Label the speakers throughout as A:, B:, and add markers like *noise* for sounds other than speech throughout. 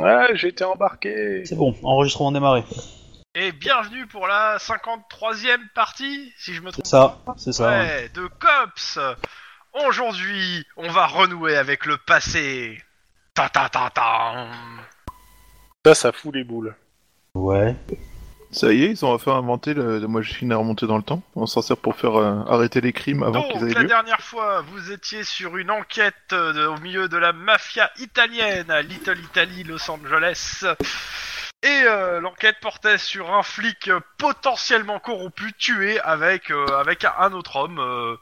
A: Ouais, j'ai été embarqué.
B: C'est bon, enregistrement démarré.
C: Et bienvenue pour la 53e partie, si je me trompe.
B: C'est ça, c'est ça. hein. ouais.
C: Ouais, de Cops. Aujourd'hui, on va renouer avec le passé. Ta ta ta ta.
A: Ça, ça fout les boules.
B: Ouais.
D: Ça y est, ils ont enfin inventé le, la machine à remonter dans le temps. On s'en sert pour faire euh, arrêter les crimes avant
C: Donc
D: qu'ils aient
C: la
D: lieu.
C: dernière fois, vous étiez sur une enquête euh, de- au milieu de la mafia italienne à Little Italy, Los Angeles. Et euh, l'enquête portait sur un flic euh, potentiellement corrompu tué avec euh, avec un autre homme, euh,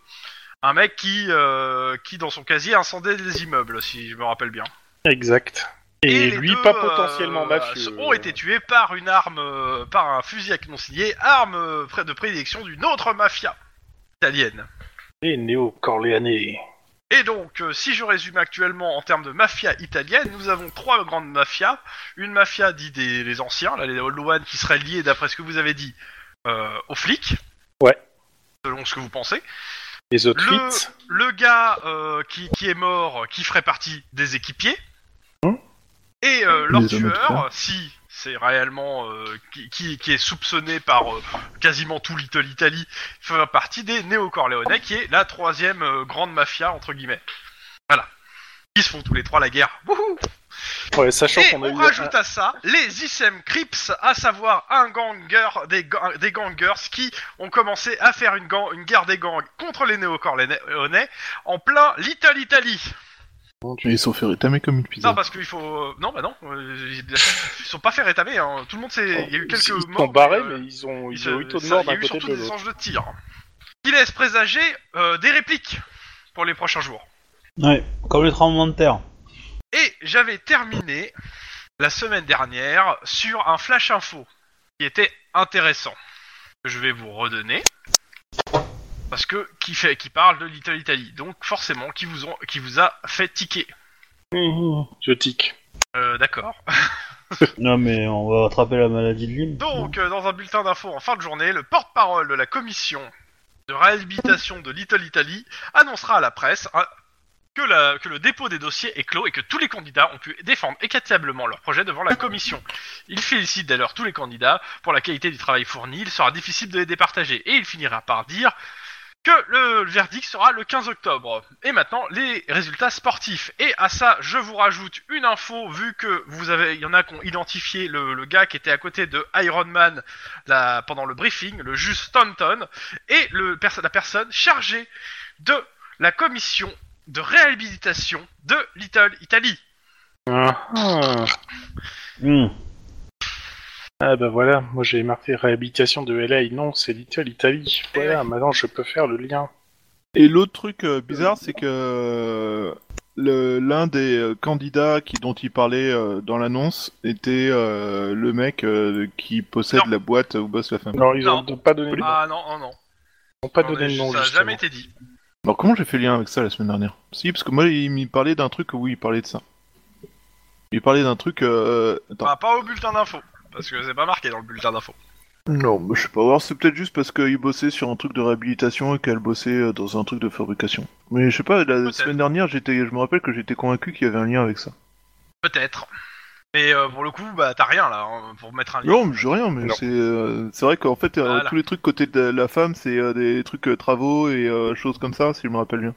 C: un mec qui euh, qui dans son casier incendiait des immeubles, si je me rappelle bien.
A: Exact. Et,
C: les
A: lui,
C: deux,
A: pas
C: euh,
A: potentiellement mafieux.
C: Ont été tués par une arme, euh, par un fusil à canon signé, arme euh, près de prédilection d'une autre mafia italienne.
A: Les néo-corléanais.
C: Et donc, euh, si je résume actuellement en termes de mafia italienne, nous avons trois grandes mafias. Une mafia dit des les anciens, là, les Old One, qui serait liée, d'après ce que vous avez dit, euh, aux flics.
A: Ouais.
C: Selon ce que vous pensez.
A: Les autres
C: Le,
A: huit.
C: le gars euh, qui, qui est mort, euh, qui ferait partie des équipiers.
A: Hein
C: Et euh, leur
D: Les hommes de
C: tueur,
D: fer.
C: si c'est réellement euh, qui, qui, qui est soupçonné par euh, quasiment tout Little Italy, ferait partie des néo-corléonais, qui est la troisième euh, grande mafia, entre guillemets. Voilà. Ils se font tous les trois la guerre. Wouhou
A: Ouais, sachant
C: et
A: qu'on a
C: on
A: eu
C: rajoute à ça les ICM Crips, à savoir un ganger, des, ga- des gangers qui ont commencé à faire une, gang- une guerre des gangs contre les néo-corléonais en plein Little Italy.
D: Ils sont fait rétamer comme une pizza.
C: Non, parce qu'il faut. euh, Non, bah non, euh, ils ils sont pas fait rétamer, hein. tout le monde s'est. Il y a eu quelques
A: ils, ils
C: morts.
A: sont barrés,
C: euh,
A: mais ils ont,
C: il
A: ils
C: se-
A: ont eu taux de
C: ça,
A: mort
C: il y a
A: d'un
C: eu
A: côté
C: surtout
A: de
C: des
A: l'autre.
C: échanges de tir. Qui laisse présager euh, des répliques pour les prochains jours.
B: Ouais, comme le tremblement de terre.
C: Et j'avais terminé la semaine dernière sur un flash info qui était intéressant. Que je vais vous redonner. Parce que qui fait qui parle de Little Italy. Donc forcément qui vous ont qui vous a fait tiquer.
A: Hum, Je tic.
C: Euh, d'accord.
B: Non mais on va attraper la maladie de Lyme.
C: Donc, euh, dans un bulletin d'info en fin de journée, le porte-parole de la commission de réhabilitation de Little Italy annoncera à la presse hein, que, la- que le dépôt des dossiers est clos et que tous les candidats ont pu défendre équitablement leur projet devant la commission. Il félicite dès lors tous les candidats pour la qualité du travail fourni, il sera difficile de les départager et il finira par dire que le verdict sera le 15 octobre. Et maintenant, les résultats sportifs. Et à ça, je vous rajoute une info, vu que vous avez, il y en a qui ont identifié le, le gars qui était à côté de Iron Man là, pendant le briefing, le juge Stanton, et le, perso- la personne chargée de la commission de réhabilitation de Little Italy.
A: Ah.
B: Hmm.
A: Ah bah voilà, moi j'ai marqué réhabilitation de LA, non, c'est Little Italy. Voilà, maintenant je peux faire le lien.
D: Et l'autre truc euh, bizarre, c'est que euh, le- l'un des euh, candidats qui, dont il parlait euh, dans l'annonce était euh, le mec euh, qui possède
C: Non.
D: la boîte où bosse la femme.
A: Non, ils
C: Non.
A: ont pas donné le nom.
C: Ah non, non, non.
A: Ils ont pas
C: Non,
A: donné le
C: mais
A: nom,
C: ça a
A: justement.
C: jamais été dit.
D: Alors comment j'ai fait lien avec ça la semaine dernière Si, parce que moi il m'y parlait d'un truc où il parlait de ça. Il parlait d'un truc... Euh... Attends.
C: Enfin, Bah, pas au bulletin d'info, parce que c'est pas marqué dans le bulletin d'info.
D: Non, mais je sais pas. Alors, c'est peut-être juste parce qu'il bossait sur un truc de réhabilitation et qu'elle bossait euh, dans un truc de fabrication. Mais je sais pas, la
C: Peut-être.
D: semaine dernière, j'étais, je me rappelle que j'étais convaincu qu'il y avait un lien avec ça.
C: Peut-être. Mais euh, pour le coup, bah t'as rien là hein, pour mettre un lien.
D: Non, mais j'ai rien, mais
A: Non.
D: c'est, euh, c'est vrai qu'en fait, euh,
C: Voilà.
D: tous les trucs côté de la femme, c'est euh, des trucs euh, travaux et euh, choses comme ça, si je me rappelle bien.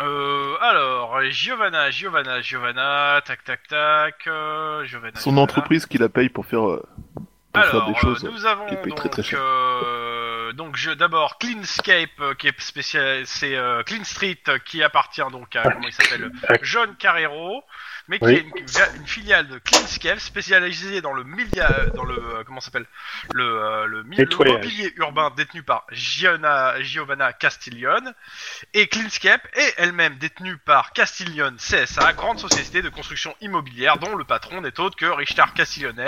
C: Euh, alors, Giovanna, Giovanna, Giovanna, tac tac tac, euh, Giovanna.
D: Son
C: Giovanna.
D: entreprise qui la paye pour faire, euh, pour
C: Alors,
D: faire des
C: euh,
D: choses.
C: nous avons
D: qui paye
C: donc,
D: très, très cher.
C: euh, donc je, d'abord Cleanscape euh, qui est spécial, c'est euh, Clean Street euh, qui appartient donc à comment il s'appelle
A: Ah.
C: John Carrero, mais qui
A: Oui.
C: est une, via- une filiale de Cleanscape spécialisée dans le milia- dans le euh, comment ça s'appelle le euh, le, mi- le
A: Nettoyage.
C: mobilier urbain détenu par Giona- Giovanna Castiglione et Cleanscape est elle-même détenue par Castiglione CSA, grande société de construction immobilière dont le patron n'est autre que Richard Castigliones,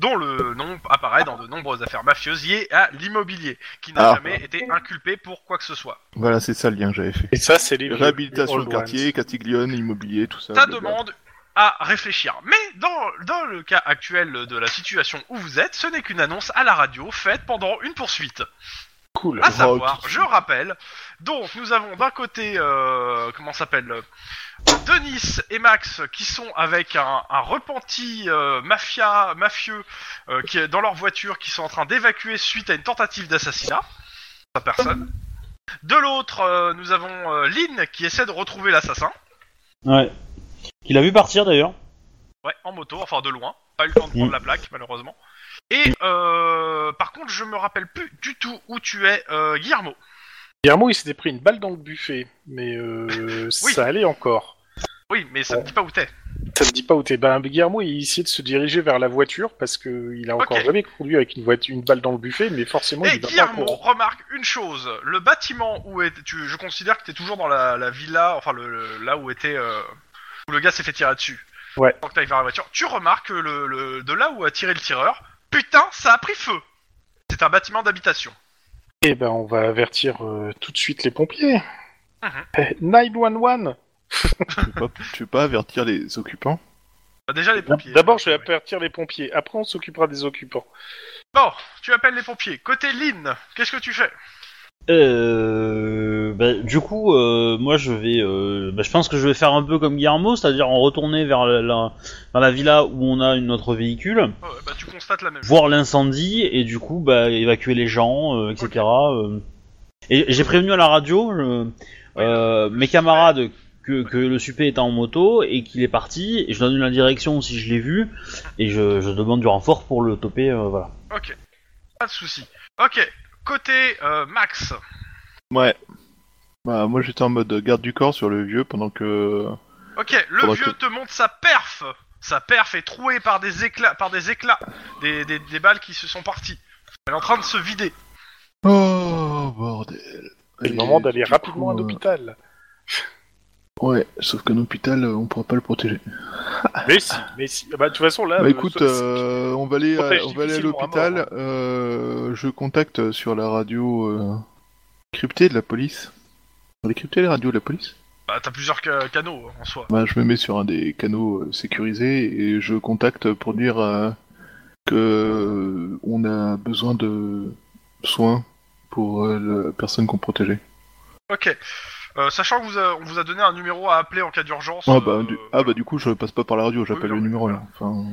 C: dont le nom apparaît dans de nombreuses affaires mafieuses liées à l'immobilier, qui n'a
D: Ah.
C: jamais été inculpé pour quoi que ce soit.
D: Voilà, c'est ça le lien que j'avais fait.
A: Et ça, c'est les
D: Réhabilitation
A: les
D: de
A: old
D: quartier, Catiglione, immobilier, tout ça.
C: Ça
D: blablabla.
C: demande à réfléchir. Mais dans, dans le cas actuel de la situation où vous êtes, ce n'est qu'une annonce à la radio faite pendant une poursuite.
A: Cool.
C: À savoir, je rappelle, donc nous avons d'un côté, euh, comment ça s'appelle euh, Denis et Max qui sont avec un, un repenti euh, mafia, mafieux euh, qui est dans leur voiture, qui sont en train d'évacuer suite à une tentative d'assassinat. Sa personne. De l'autre, euh, nous avons euh, Lynn qui essaie de retrouver l'assassin.
B: Ouais. Qu'il a vu partir d'ailleurs.
C: Ouais, en moto, enfin de loin. Pas eu le temps de prendre
B: Mm.
C: la plaque, malheureusement. Et euh, par contre, je me rappelle plus du tout où tu es, euh, Guillermo.
A: Guillermo, il s'était pris une balle dans le buffet, mais
C: *laughs*
A: euh, ça allait encore.
C: Oui, mais ça ne dit pas où t'es.
A: Ça ne dit pas où t'es. Ben, Guillermo, il essayait de se diriger vers la voiture parce que il a encore
C: Ok.
A: jamais conduit avec une, voiture, une balle dans le buffet, mais forcément,
C: Et
A: il va pas
C: Guillermo
A: courir.
C: remarque une chose le bâtiment où est, tu, je considère que t'es toujours dans la, la villa, enfin le, le- là où était euh, où le gars s'est fait tirer dessus.
A: Ouais.
C: Tant que t'arrives vers la voiture, tu remarques que le, le- de là où a tiré le tireur, putain, ça a pris feu. C'est un bâtiment d'habitation.
A: Eh ben, on va avertir euh, tout de suite les pompiers.
C: Mhm.
A: Eh, 911
D: Tu peux pas, tu peux pas avertir les occupants
C: Bah, déjà les pompiers.
A: D'abord, je vais
C: Ouais.
A: avertir les pompiers. Après, on s'occupera des occupants.
C: Bon, tu appelles les pompiers. Côté Lynn, qu'est-ce que tu fais
B: Euh, bah, du coup, euh, moi je vais, euh, bah, je pense que je vais faire un peu comme Guillermo, c'est-à-dire en retourner vers la, la- vers la villa où on a une autre véhicule,
C: Oh, ouais, Bah tu constates la même. chose.
B: voir l'incendie et du coup bah, évacuer les gens, euh, etc. euh. Et j'ai prévenu à la radio euh, euh, mes camarades que, que le supé était en moto et qu'il est parti. Et je donne la direction si je l'ai vu et je, je demande du renfort pour le toper. euh, voilà.
C: Ok, pas de souci. Ok, côté euh, Max.
D: Ouais. Bah, moi j'étais en mode garde du corps sur le vieux pendant que.
C: Ok, le
D: Faudra
C: vieux
D: que-
C: te montre sa perf. Sa perf est trouée par des éclats, par des éclats, des, des, des balles qui se sont parties. Elle est en train de se vider.
D: Oh bordel.
A: C'est
D: Et
A: le moment d'aller
D: du
A: rapidement à
D: coup, euh,
A: l'hôpital.
D: Ouais, sauf qu'un hôpital, euh, on pourra pas le protéger.
A: Mais si, mais si. Ah Bah, de toute façon, là.
D: Bah
A: euh,
D: écoute,
A: ça-
D: euh, on va aller, à,
A: protège
D: on va aller à
A: difficilement à
D: l'hôpital.
A: mort,
D: euh, je contacte sur la radio euh, cryptée de la police. Elle est cryptée la radio de la police
C: Bah, t'as plusieurs ca- canaux hein, en soi.
D: Bah je me mets sur un des canaux euh, sécurisés et je contacte pour dire euh, que euh, on a besoin de soins pour euh, la personne qu'on protégeait.
C: Ok. Euh, sachant que vous a- on vous a donné un numéro à appeler en cas d'urgence.
D: Ah
C: euh,
D: bah, du... ah bah du coup je passe pas par la radio, j'appelle
C: non,
D: le
C: mais
D: numéro là. Enfin...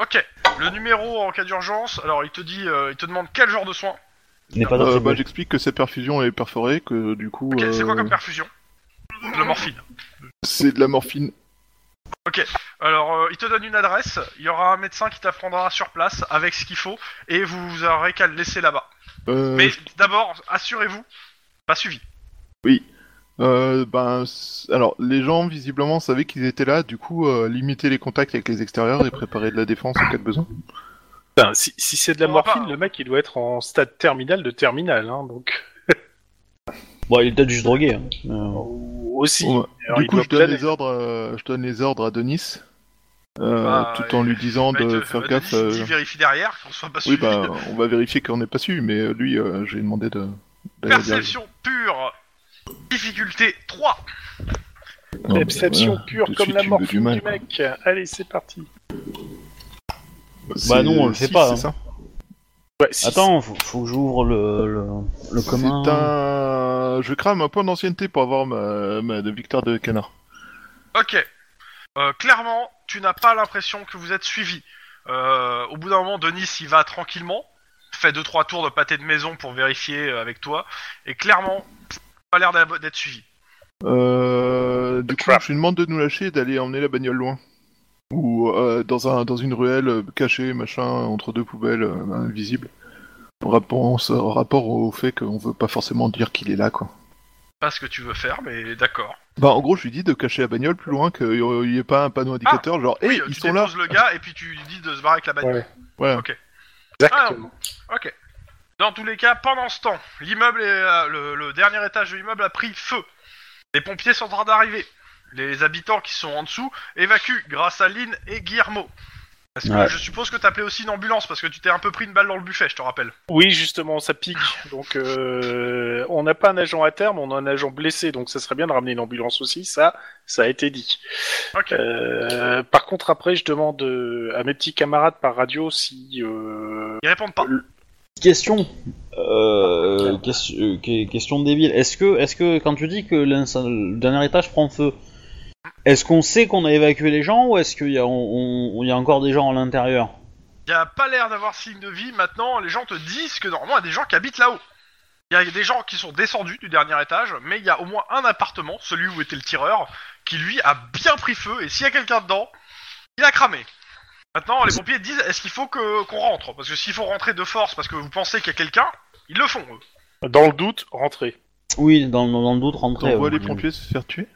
C: Ok. Le numéro en cas d'urgence. Alors il te dit, euh, il te demande quel genre de soin.
B: Il n'est pas dans
D: Euh,
B: cette
D: bah, j'explique que cette perfusion est perforée, que du coup
C: Ok. C'est quoi
D: euh,
C: comme perfusion De la morphine.
D: c'est de la morphine.
C: Alors, euh, il te donne une adresse, il y aura un médecin qui t'affrontera sur place avec ce qu'il faut, et vous, vous aurez qu'à le laisser là-bas.
D: Euh,
C: Mais d'abord, assurez-vous, pas suivi.
D: Euh, ben, c- alors, les gens visiblement savaient qu'ils étaient là, du coup, euh, limiter les contacts avec les extérieurs et préparer de la défense en cas de besoin.
A: Putain, si si c'est de la
C: On va pas-
A: morphine, le mec, il doit être en stade terminal de terminal. Hein, donc,
B: Bon, il est peut-être juste drogué. hein. Euh,
D: Oh.
A: aussi.
D: Ouais.
A: Alors,
D: du
A: il
D: coup,
A: doit
D: je donne,
A: planer.
D: les ordres, euh, je donne les ordres à Denis, euh,
C: Bah,
D: tout en lui disant
C: Bah, il
D: de
C: te-
D: faire
C: bah,
D: gaffe.
C: Denis, il dit
D: euh,
C: vérifie derrière, qu'on soit pas
D: Oui,
C: suivi. *laughs*
D: bah, on va vérifier qu'on n'est pas su, mais euh, lui, euh, j'ai demandé de. d'aller
C: Perception pure, difficulté 3.
D: vérifier. Non, mais
A: Perception
D: voilà,
A: pure
D: tout de
A: comme
D: suite,
A: la
D: tu me veux
A: morphine du,
D: du mal, quoi.
A: mec. Allez, c'est parti.
D: C'est-
B: Bah, non, on le fait
D: si,
B: pas,
D: c'est
B: hein.
D: ça.
A: Ouais, si-
B: Attends, faut, faut que j'ouvre le, le, le commun.
D: C'est un. Je crame un point d'ancienneté pour avoir ma, ma de victoire de canard.
C: Ok. Euh, clairement, tu n'as pas l'impression que vous êtes suivi. Euh, au bout d'un moment, Denis il va tranquillement, fait deux trois tours de pâté de maison pour vérifier euh, avec toi, et clairement, pas l'air d'av- d'être suivi.
D: Euh, du coup,
A: Crap.
D: je lui demande de nous lâcher et d'aller emmener la bagnole loin. Ou euh, dans, un, dans une ruelle euh, cachée, machin, entre deux poubelles, euh, invisible. En rapport, en ce- en rapport au fait qu'on veut pas forcément dire qu'il est là, quoi.
C: Pas ce que tu veux faire, mais d'accord.
D: Bah, en gros, je lui dis de cacher la bagnole plus loin, qu'il n'y ait pas un panneau indicateur, genre, hé,
C: Ah Oui,
D: ils
C: Euh, tu
D: sont là
C: déposes le gars et puis tu lui dis de se barrer avec la bagnole.
A: Ouais,
D: Voilà.
A: exactement.
C: Ok. Dans tous les cas, pendant ce temps, l'immeuble, est, euh, le, le dernier étage de l'immeuble a pris feu. Les pompiers sont en train d'arriver. Les habitants qui sont en dessous évacuent grâce à Lynn et Guillermo. Parce que
B: Ouais.
C: je suppose que t'appelais aussi une ambulance parce que tu t'es un peu pris une balle dans le buffet, je te rappelle.
A: Oui, justement, ça pique. Donc, euh, on n'a pas un agent à terme, on a un agent blessé. Donc, ça serait bien de ramener une ambulance aussi. Ça, ça a été dit.
C: Ok.
A: Euh, par contre, après, je demande euh, à mes petits camarades par radio si. euh,
C: Ils répondent pas.
B: Question. Euh, euh, ques- euh, que- question débile. Est-ce que, est-ce que quand tu dis que l'incen- le dernier étage prend feu, est-ce qu'on sait qu'on a évacué les gens ou est-ce qu'il y, a- on- on- il y a encore des gens à l'intérieur
C: Il a pas l'air d'avoir signe de vie. Maintenant, les gens te disent que normalement, il y a des gens qui habitent là-haut. Il y a des gens qui sont descendus du dernier étage, mais il y a au moins un appartement, celui où était le tireur, qui lui a bien pris feu. Et s'il y a quelqu'un dedans, il a cramé. Maintenant, les pompiers disent est-ce qu'il faut que qu'on rentre Parce que s'il faut rentrer de force parce que vous pensez qu'il y a quelqu'un, ils le font. Eux.
A: Dans le doute, rentrez.
B: Oui, dans, dans- dans le doute, euh, rentrer.
D: T'envoies
B: ouais.
D: les pompiers se
C: *laughs*
D: faire tuer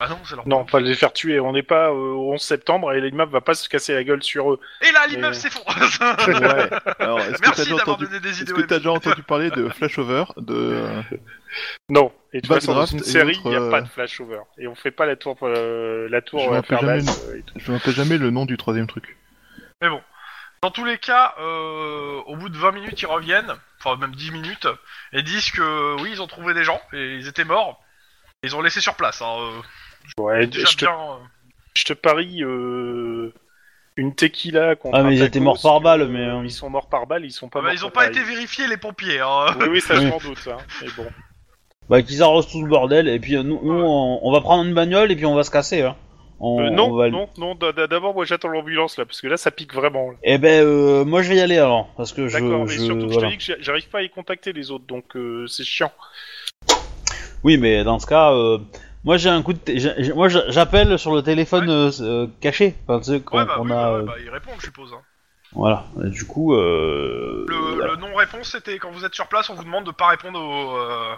C: Ah non, c'est leur.
A: Non, pas les faire tuer. On n'est pas euh, au 11 septembre et l'IMAP va pas se casser la gueule sur eux.
C: Et là, l'immeuble
A: Euh.
C: s'effondre. *laughs*
D: Ouais. Alors, est-ce que t'as
C: Merci
D: déjà
C: d'avoir
D: entendu
C: donné des
D: Est-ce
C: idées.
D: que
C: aux
D: t'as déjà entendu parler de flashover, de euh,
A: Non. Et de toute façon, dans
D: Backdraft
A: une
D: et
A: série, il n'y a
D: autres,
A: pas
D: euh,
A: de flashover. Et on fait pas la tour, euh, la
D: Je
A: tour
D: m'en
A: euh,
D: rappelle jamais,
A: Paradise, euh, et tout.
D: Je me rappelle jamais le nom du troisième truc.
C: Mais bon, dans tous les cas, euh, au bout de 20 minutes, ils reviennent, enfin même 10 minutes, et disent que oui, ils ont trouvé des gens, et ils étaient morts. Ils ont laissé sur place, hein, euh,
A: Ouais,
C: déjà
A: je, te,
C: bien... euh,
A: je te parie euh, une tequila contre
B: Ah, mais
A: un
B: ils étaient
A: tacos
B: morts par
A: que,
B: balle, mais, euh,
A: Ils sont morts par balle, ils sont pas
C: bah,
A: morts
C: ils ont
A: par
C: pas
A: balle.
C: été vérifiés, les
A: *laughs*
C: pompiers, hein.
A: Oui, oui, ça je
B: Oui.
A: m'en doute. Hein. Mais bon.
B: Bah, qu'ils arrosent tout le bordel, et puis euh, nous, nous, on, on va prendre une bagnole, et puis on va se casser. Hein. On,
A: Euh, non,
B: on va...
A: non, non, d- d- d'abord, moi j'attends l'ambulance là, parce que là ça pique vraiment. là.
B: Eh ben, euh, moi je vais y aller alors, parce que je.
A: D'accord, mais
B: je-
A: surtout je
B: voilà.
A: te dis que j'a- j'arrive pas à y contacter les autres, donc euh, c'est chiant.
B: Oui, mais dans ce cas, euh, moi j'ai un coup de. t- j'ai- j'ai- Moi j'a- j'appelle sur le téléphone euh, euh, caché, enfin, tu sais, qu'on
C: Ouais, bah,
B: qu'on
C: oui,
B: a.
C: bah, ouais,
B: euh,
C: bah, ils répondent, je suppose. hein.
B: Voilà, Et du coup. Euh...
C: Le,
B: voilà.
C: le non-réponse, c'était quand vous êtes sur place, on vous demande de pas répondre aux... euh,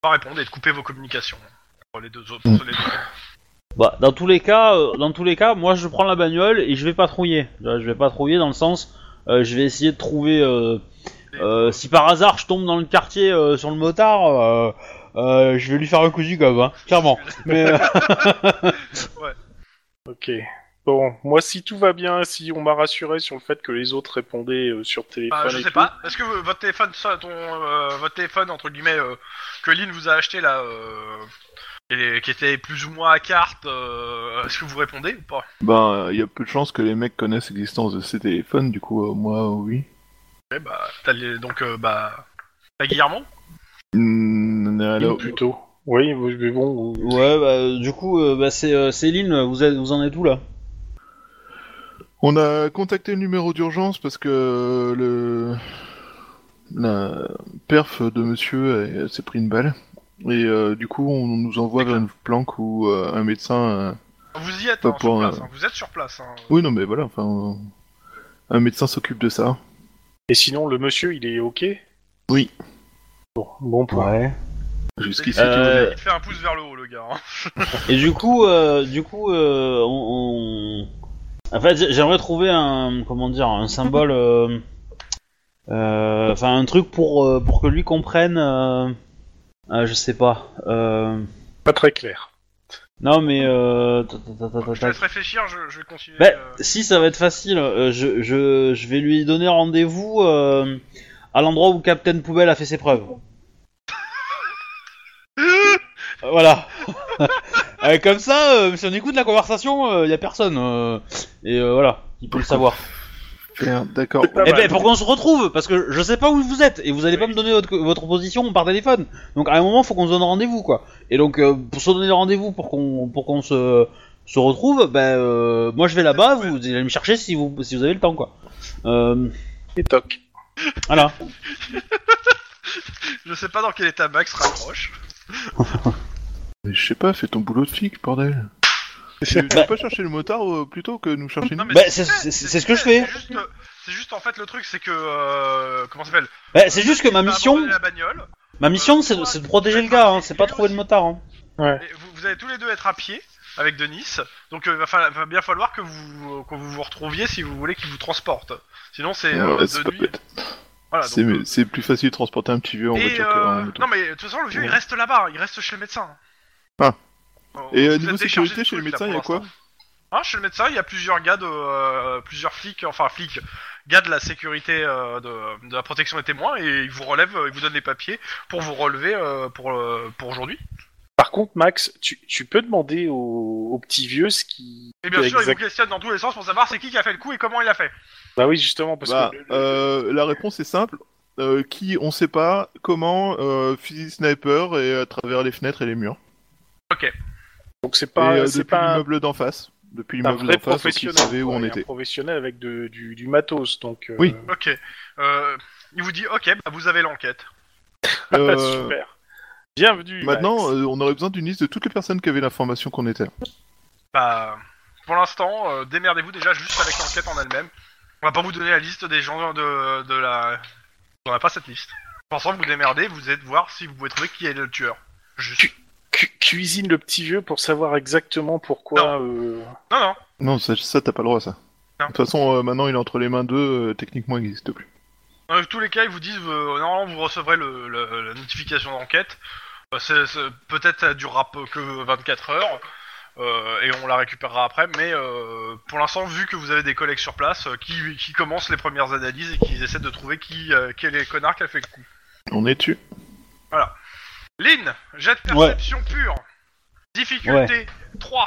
C: pas répondre et de couper vos communications. Pour les deux autres, pour les deux.
B: Bah, dans tous les cas, euh, dans tous les cas, moi je prends la bagnole et je vais patrouiller. Euh, Je vais patrouiller dans le sens, euh, je vais essayer de trouver. euh, euh, si par hasard je tombe dans le quartier euh, sur le motard, euh, euh, je vais lui faire un coup du gobe, hein, clairement. Mais euh, *laughs*
A: Ok. Bon, moi si tout va bien, si on m'a rassuré sur le fait que les autres répondaient euh, sur téléphone.
C: Bah, je
A: et
C: sais
A: tout,
C: pas. Est-ce que v- votre téléphone, ça, ton, euh, votre téléphone entre guillemets euh, que Lynn vous a acheté là, euh, et qui était plus ou moins à carte, euh, est-ce que vous répondez ou pas
D: Ben, il y a peu de chances que les mecs connaissent l'existence de ces téléphones, du coup, euh, moi, euh, oui.
C: Eh bah, t'as les- donc euh, bah, t'as Guillermo.
D: Mm, alors,
A: plutôt. Oui, mais bon. euh,
B: ouais, bah, euh, du coup, euh, bah, c'est euh, Céline, vous, êtes- vous en êtes où là
D: on a contacté le numéro d'urgence parce que euh, le la perf de monsieur euh, s'est pris une balle. Et euh, du coup, on nous envoie vers une planque où euh, un médecin... euh,
C: Vous y êtes
D: Pas
C: hein, sur
D: pour,
C: place.
D: euh,
C: hein. Vous êtes sur place. hein.
D: Oui, non, mais voilà, enfin... on- Un médecin s'occupe de ça.
A: Et sinon, le monsieur, il est ok
D: Oui.
A: Bon, bon point.
B: Ouais.
D: Jusqu'ici,
C: Il
D: tout va bien.
B: Euh,
C: te fait un pouce vers le haut, le gars. hein.
B: Et du coup, euh, du coup, euh, on, on- en fait, j'ai- j'aimerais trouver un, comment dire, un symbole, euh, euh, enfin un truc pour euh, pour que lui comprenne. euh, ah, je sais pas. euh,
A: Pas très clair.
B: non, mais euh, ta- ta- ta- ta- ta-
C: Je te laisse réfléchir. Je, je vais continuer.
B: Ben,
C: euh.
B: si ça va être facile, euh, je, je, je vais lui donner rendez-vous euh, à l'endroit où Captain Poubelle a fait ses preuves. voilà. *laughs* Euh, comme ça, euh, si on écoute la conversation, il y a personne. euh, et euh, voilà, il peut le savoir.
D: Bien, D'accord.
A: C'est pas
B: Eh
A: mal.
B: ben, pour qu'on se retrouve, parce que je sais pas où vous êtes, et vous allez pas me donner votre, votre position par téléphone. Donc à un moment, faut qu'on se donne rendez-vous, quoi. Et donc, euh, pour se donner rendez-vous, pour qu'on pour qu'on se, se retrouve, ben, euh, moi je vais là-bas, vous allez me chercher si vous, si vous avez le temps, quoi. Euh,
A: Et toc.
B: voilà.
C: Je sais pas dans quel état Max rapproche.
D: Mais je sais pas, fais ton boulot de flic, bordel.
C: *laughs*
D: Tu, tu veux pas chercher le motard euh, plutôt que nous chercher nous
C: Non, mais
B: Ben,
C: tu
B: c'est- c'est-
C: sais, tu
B: c'est ce
C: sais,
B: que je fais.
C: C'est juste, que- c'est juste en fait le truc, c'est que euh, comment ça s'appelle
B: Ben, c'est juste que ma
C: Il va
B: mission,
C: abandonner La bagnole.
B: ma mission, c'est de, c'est de protéger le gars, hein, c'est pas trouver le motard. Hein.
C: Et vous, vous allez tous les deux être à pied avec Denis, donc euh, il va, falloir- va bien falloir que vous, que vous vous retrouviez si vous voulez qu'il vous transporte. Sinon c'est euh,
D: Ouais, c'est
C: de
D: pas
C: nuit.
D: bête.
C: Voilà, donc,
D: C'est
C: euh,
D: mieux- c'est plus facile de transporter un petit vieux en
C: et,
D: voiture
C: euh,
D: qu'en moto.
C: non mais de toute façon le vieux il reste là-bas, il reste chez le médecin.
D: Ah.
C: Euh,
D: Et euh,
C: vous
D: niveau
C: êtes déchargé
D: sécurité,
C: du
D: chez le
C: truc, là,
D: médecin, il y a
C: pour
D: quoi
C: l'instant. Hein, chez le médecin, il y a plusieurs gars de euh, plusieurs flics, enfin flics, gars de la sécurité, euh, de, de la protection des témoins, et ils vous relèvent, euh, ils vous donnent les papiers pour vous relever euh, pour euh, pour aujourd'hui.
A: Par contre, Max, tu, tu peux demander au, au petit vieux ce qui.
C: Et bien sûr, ils
A: exact-
C: vous questionnent dans tous les sens pour savoir c'est qui qui a fait le coup et comment il a fait.
A: Bah oui, justement, parce
D: Bah,
A: que. le- le-
D: euh, la réponse est simple. euh, qui, on sait pas comment, euh, fusil sniper et à travers les fenêtres et les murs.
A: Donc c'est pas,
D: et euh,
A: c'est
D: depuis
A: pas un,
D: l'immeuble d'en face. Depuis
A: un
D: l'immeuble
A: vrai
D: d'en face, on
A: professionnel.
D: savait où
A: quoi,
D: on
A: et
D: était.
A: Un professionnel avec de- du, du matos, donc. euh,
D: Oui.
C: Ok. Euh, il vous dit, ok, bah, vous avez l'enquête.
A: ah, *laughs*
D: Euh,
A: super. Bienvenue.
D: Maintenant,
A: Max.
D: euh, on aurait besoin d'une liste de toutes les personnes qui avaient l'information qu'on était là.
C: Bah, pour l'instant, euh, démerdez-vous déjà juste avec l'enquête en elle-même. On va pas vous donner la liste des gens de, de la... On a pas cette liste. Pour l'instant, vous démerdez, vous êtes voir si vous pouvez trouver qui est le tueur. Juste.
A: Cu- cuisine le petit vieux pour savoir exactement pourquoi. euh,
C: Non, non.
D: Non, ça, ça, t'as pas le droit, ça.
C: Non.
D: De toute façon, euh, maintenant, il est entre les mains d'eux, euh, techniquement, il n'existe plus.
C: Dans tous les cas, ils vous disent, euh, normalement, vous recevrez le, le- la notification d'enquête. Euh, c'est- c'est- Peut-être ça durera peu- que 24 heures, euh, et on la récupérera après, mais euh, pour l'instant, vu que vous avez des collègues sur place, euh, qui, qui commencent les premières analyses et qui essaient de trouver qui, euh, quel est le connard qui a fait le coup.
D: On est dessus.
C: Lynn, jet de perception pure. Difficulté 3.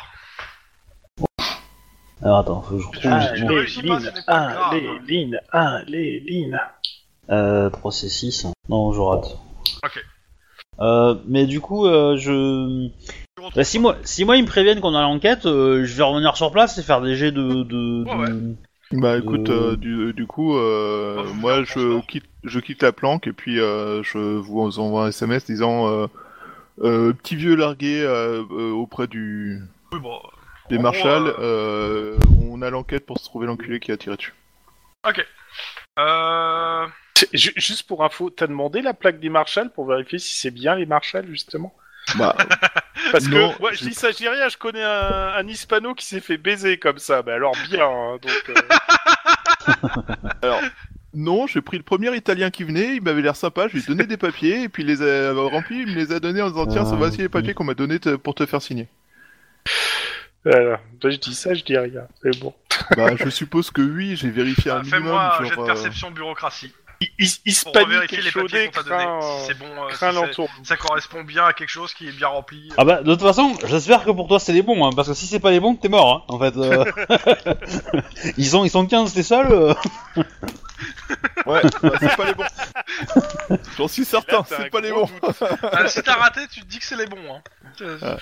B: Alors attends, faut que je retrouve.
C: Ah,
B: justement.
C: je-
A: Allez,
C: réussis pas, ce
A: Lynn,
C: n'est pas
A: allez,
C: grave.
A: Lynn, allez, Lynn.
B: Euh, 3 c'est 6. Non, je rate.
C: Ok.
B: Euh, mais du coup, euh, je. Bah, si moi, si moi ils me préviennent qu'on a l'enquête, euh, je vais revenir sur place et faire des jets de. de,
C: Ouais, ouais.
B: de-
D: Bah écoute,
B: Euh.
D: euh, du, du coup, euh,
C: Bah, vous
D: moi
C: faites un
D: je
C: transport.
D: quitte, je quitte la planque et puis euh, je vous envoie un SMS disant euh, euh, petit vieux largué euh, euh, auprès du
C: Oui, bon,
D: des
C: En gros,
D: marshals,
C: euh,
D: euh, on a l'enquête pour se trouver l'enculé qui a tiré dessus.
C: euh,
A: Ju- Juste pour info, t'as demandé la plaque des Marshalls pour vérifier si c'est bien les Marshalls, justement
D: Bah
A: Parce
D: Non,
A: que, ouais, je
D: j'ai-
A: dis ça, je dis rien, je connais un, un hispano qui s'est fait baiser comme ça, bah alors bien, hein, donc...
D: *laughs*
A: euh,
D: *laughs* non, j'ai pris le premier Italien qui venait, il m'avait l'air sympa, je lui ai donné des papiers et puis il les a remplis, il me les a donnés en disant tiens,
B: Ah,
D: voici les
B: ok.
D: papiers qu'on m'a donnés te- pour te faire
B: *laughs*
D: signer.
A: voilà. Bah, je dis ça, je dis rien, c'est bon.
D: bah je suppose que oui, j'ai vérifié un
C: euh,
D: minimum.
C: fais-moi un jet de
D: genre, euh,
C: perception bureaucratie.
A: Hi- hi-
C: Pour
A: Hispanique
C: revérifier les papiers
A: échaudé
C: qu'on t'a donnés. Si
A: craint,
C: c'est bon, euh, si
A: craint
C: c'est-
A: l'entourloupe.
C: ça correspond bien à quelque chose qui est bien rempli.
A: *laughs*
B: Ah bah, de toute façon, j'espère que pour toi c'est les bons, hein, parce que si c'est pas les bons, t'es mort, hein, en fait. euh. ils, sont, ils sont 15, t'es seul euh.
D: Ouais, bah, c'est pas les bons. *laughs* J'en suis certain,
A: Là, t'as un
D: c'est pas les
A: gros
D: bons.
A: doute.
C: Euh, si t'as raté, tu te dis que c'est les bons. Hein. Euh,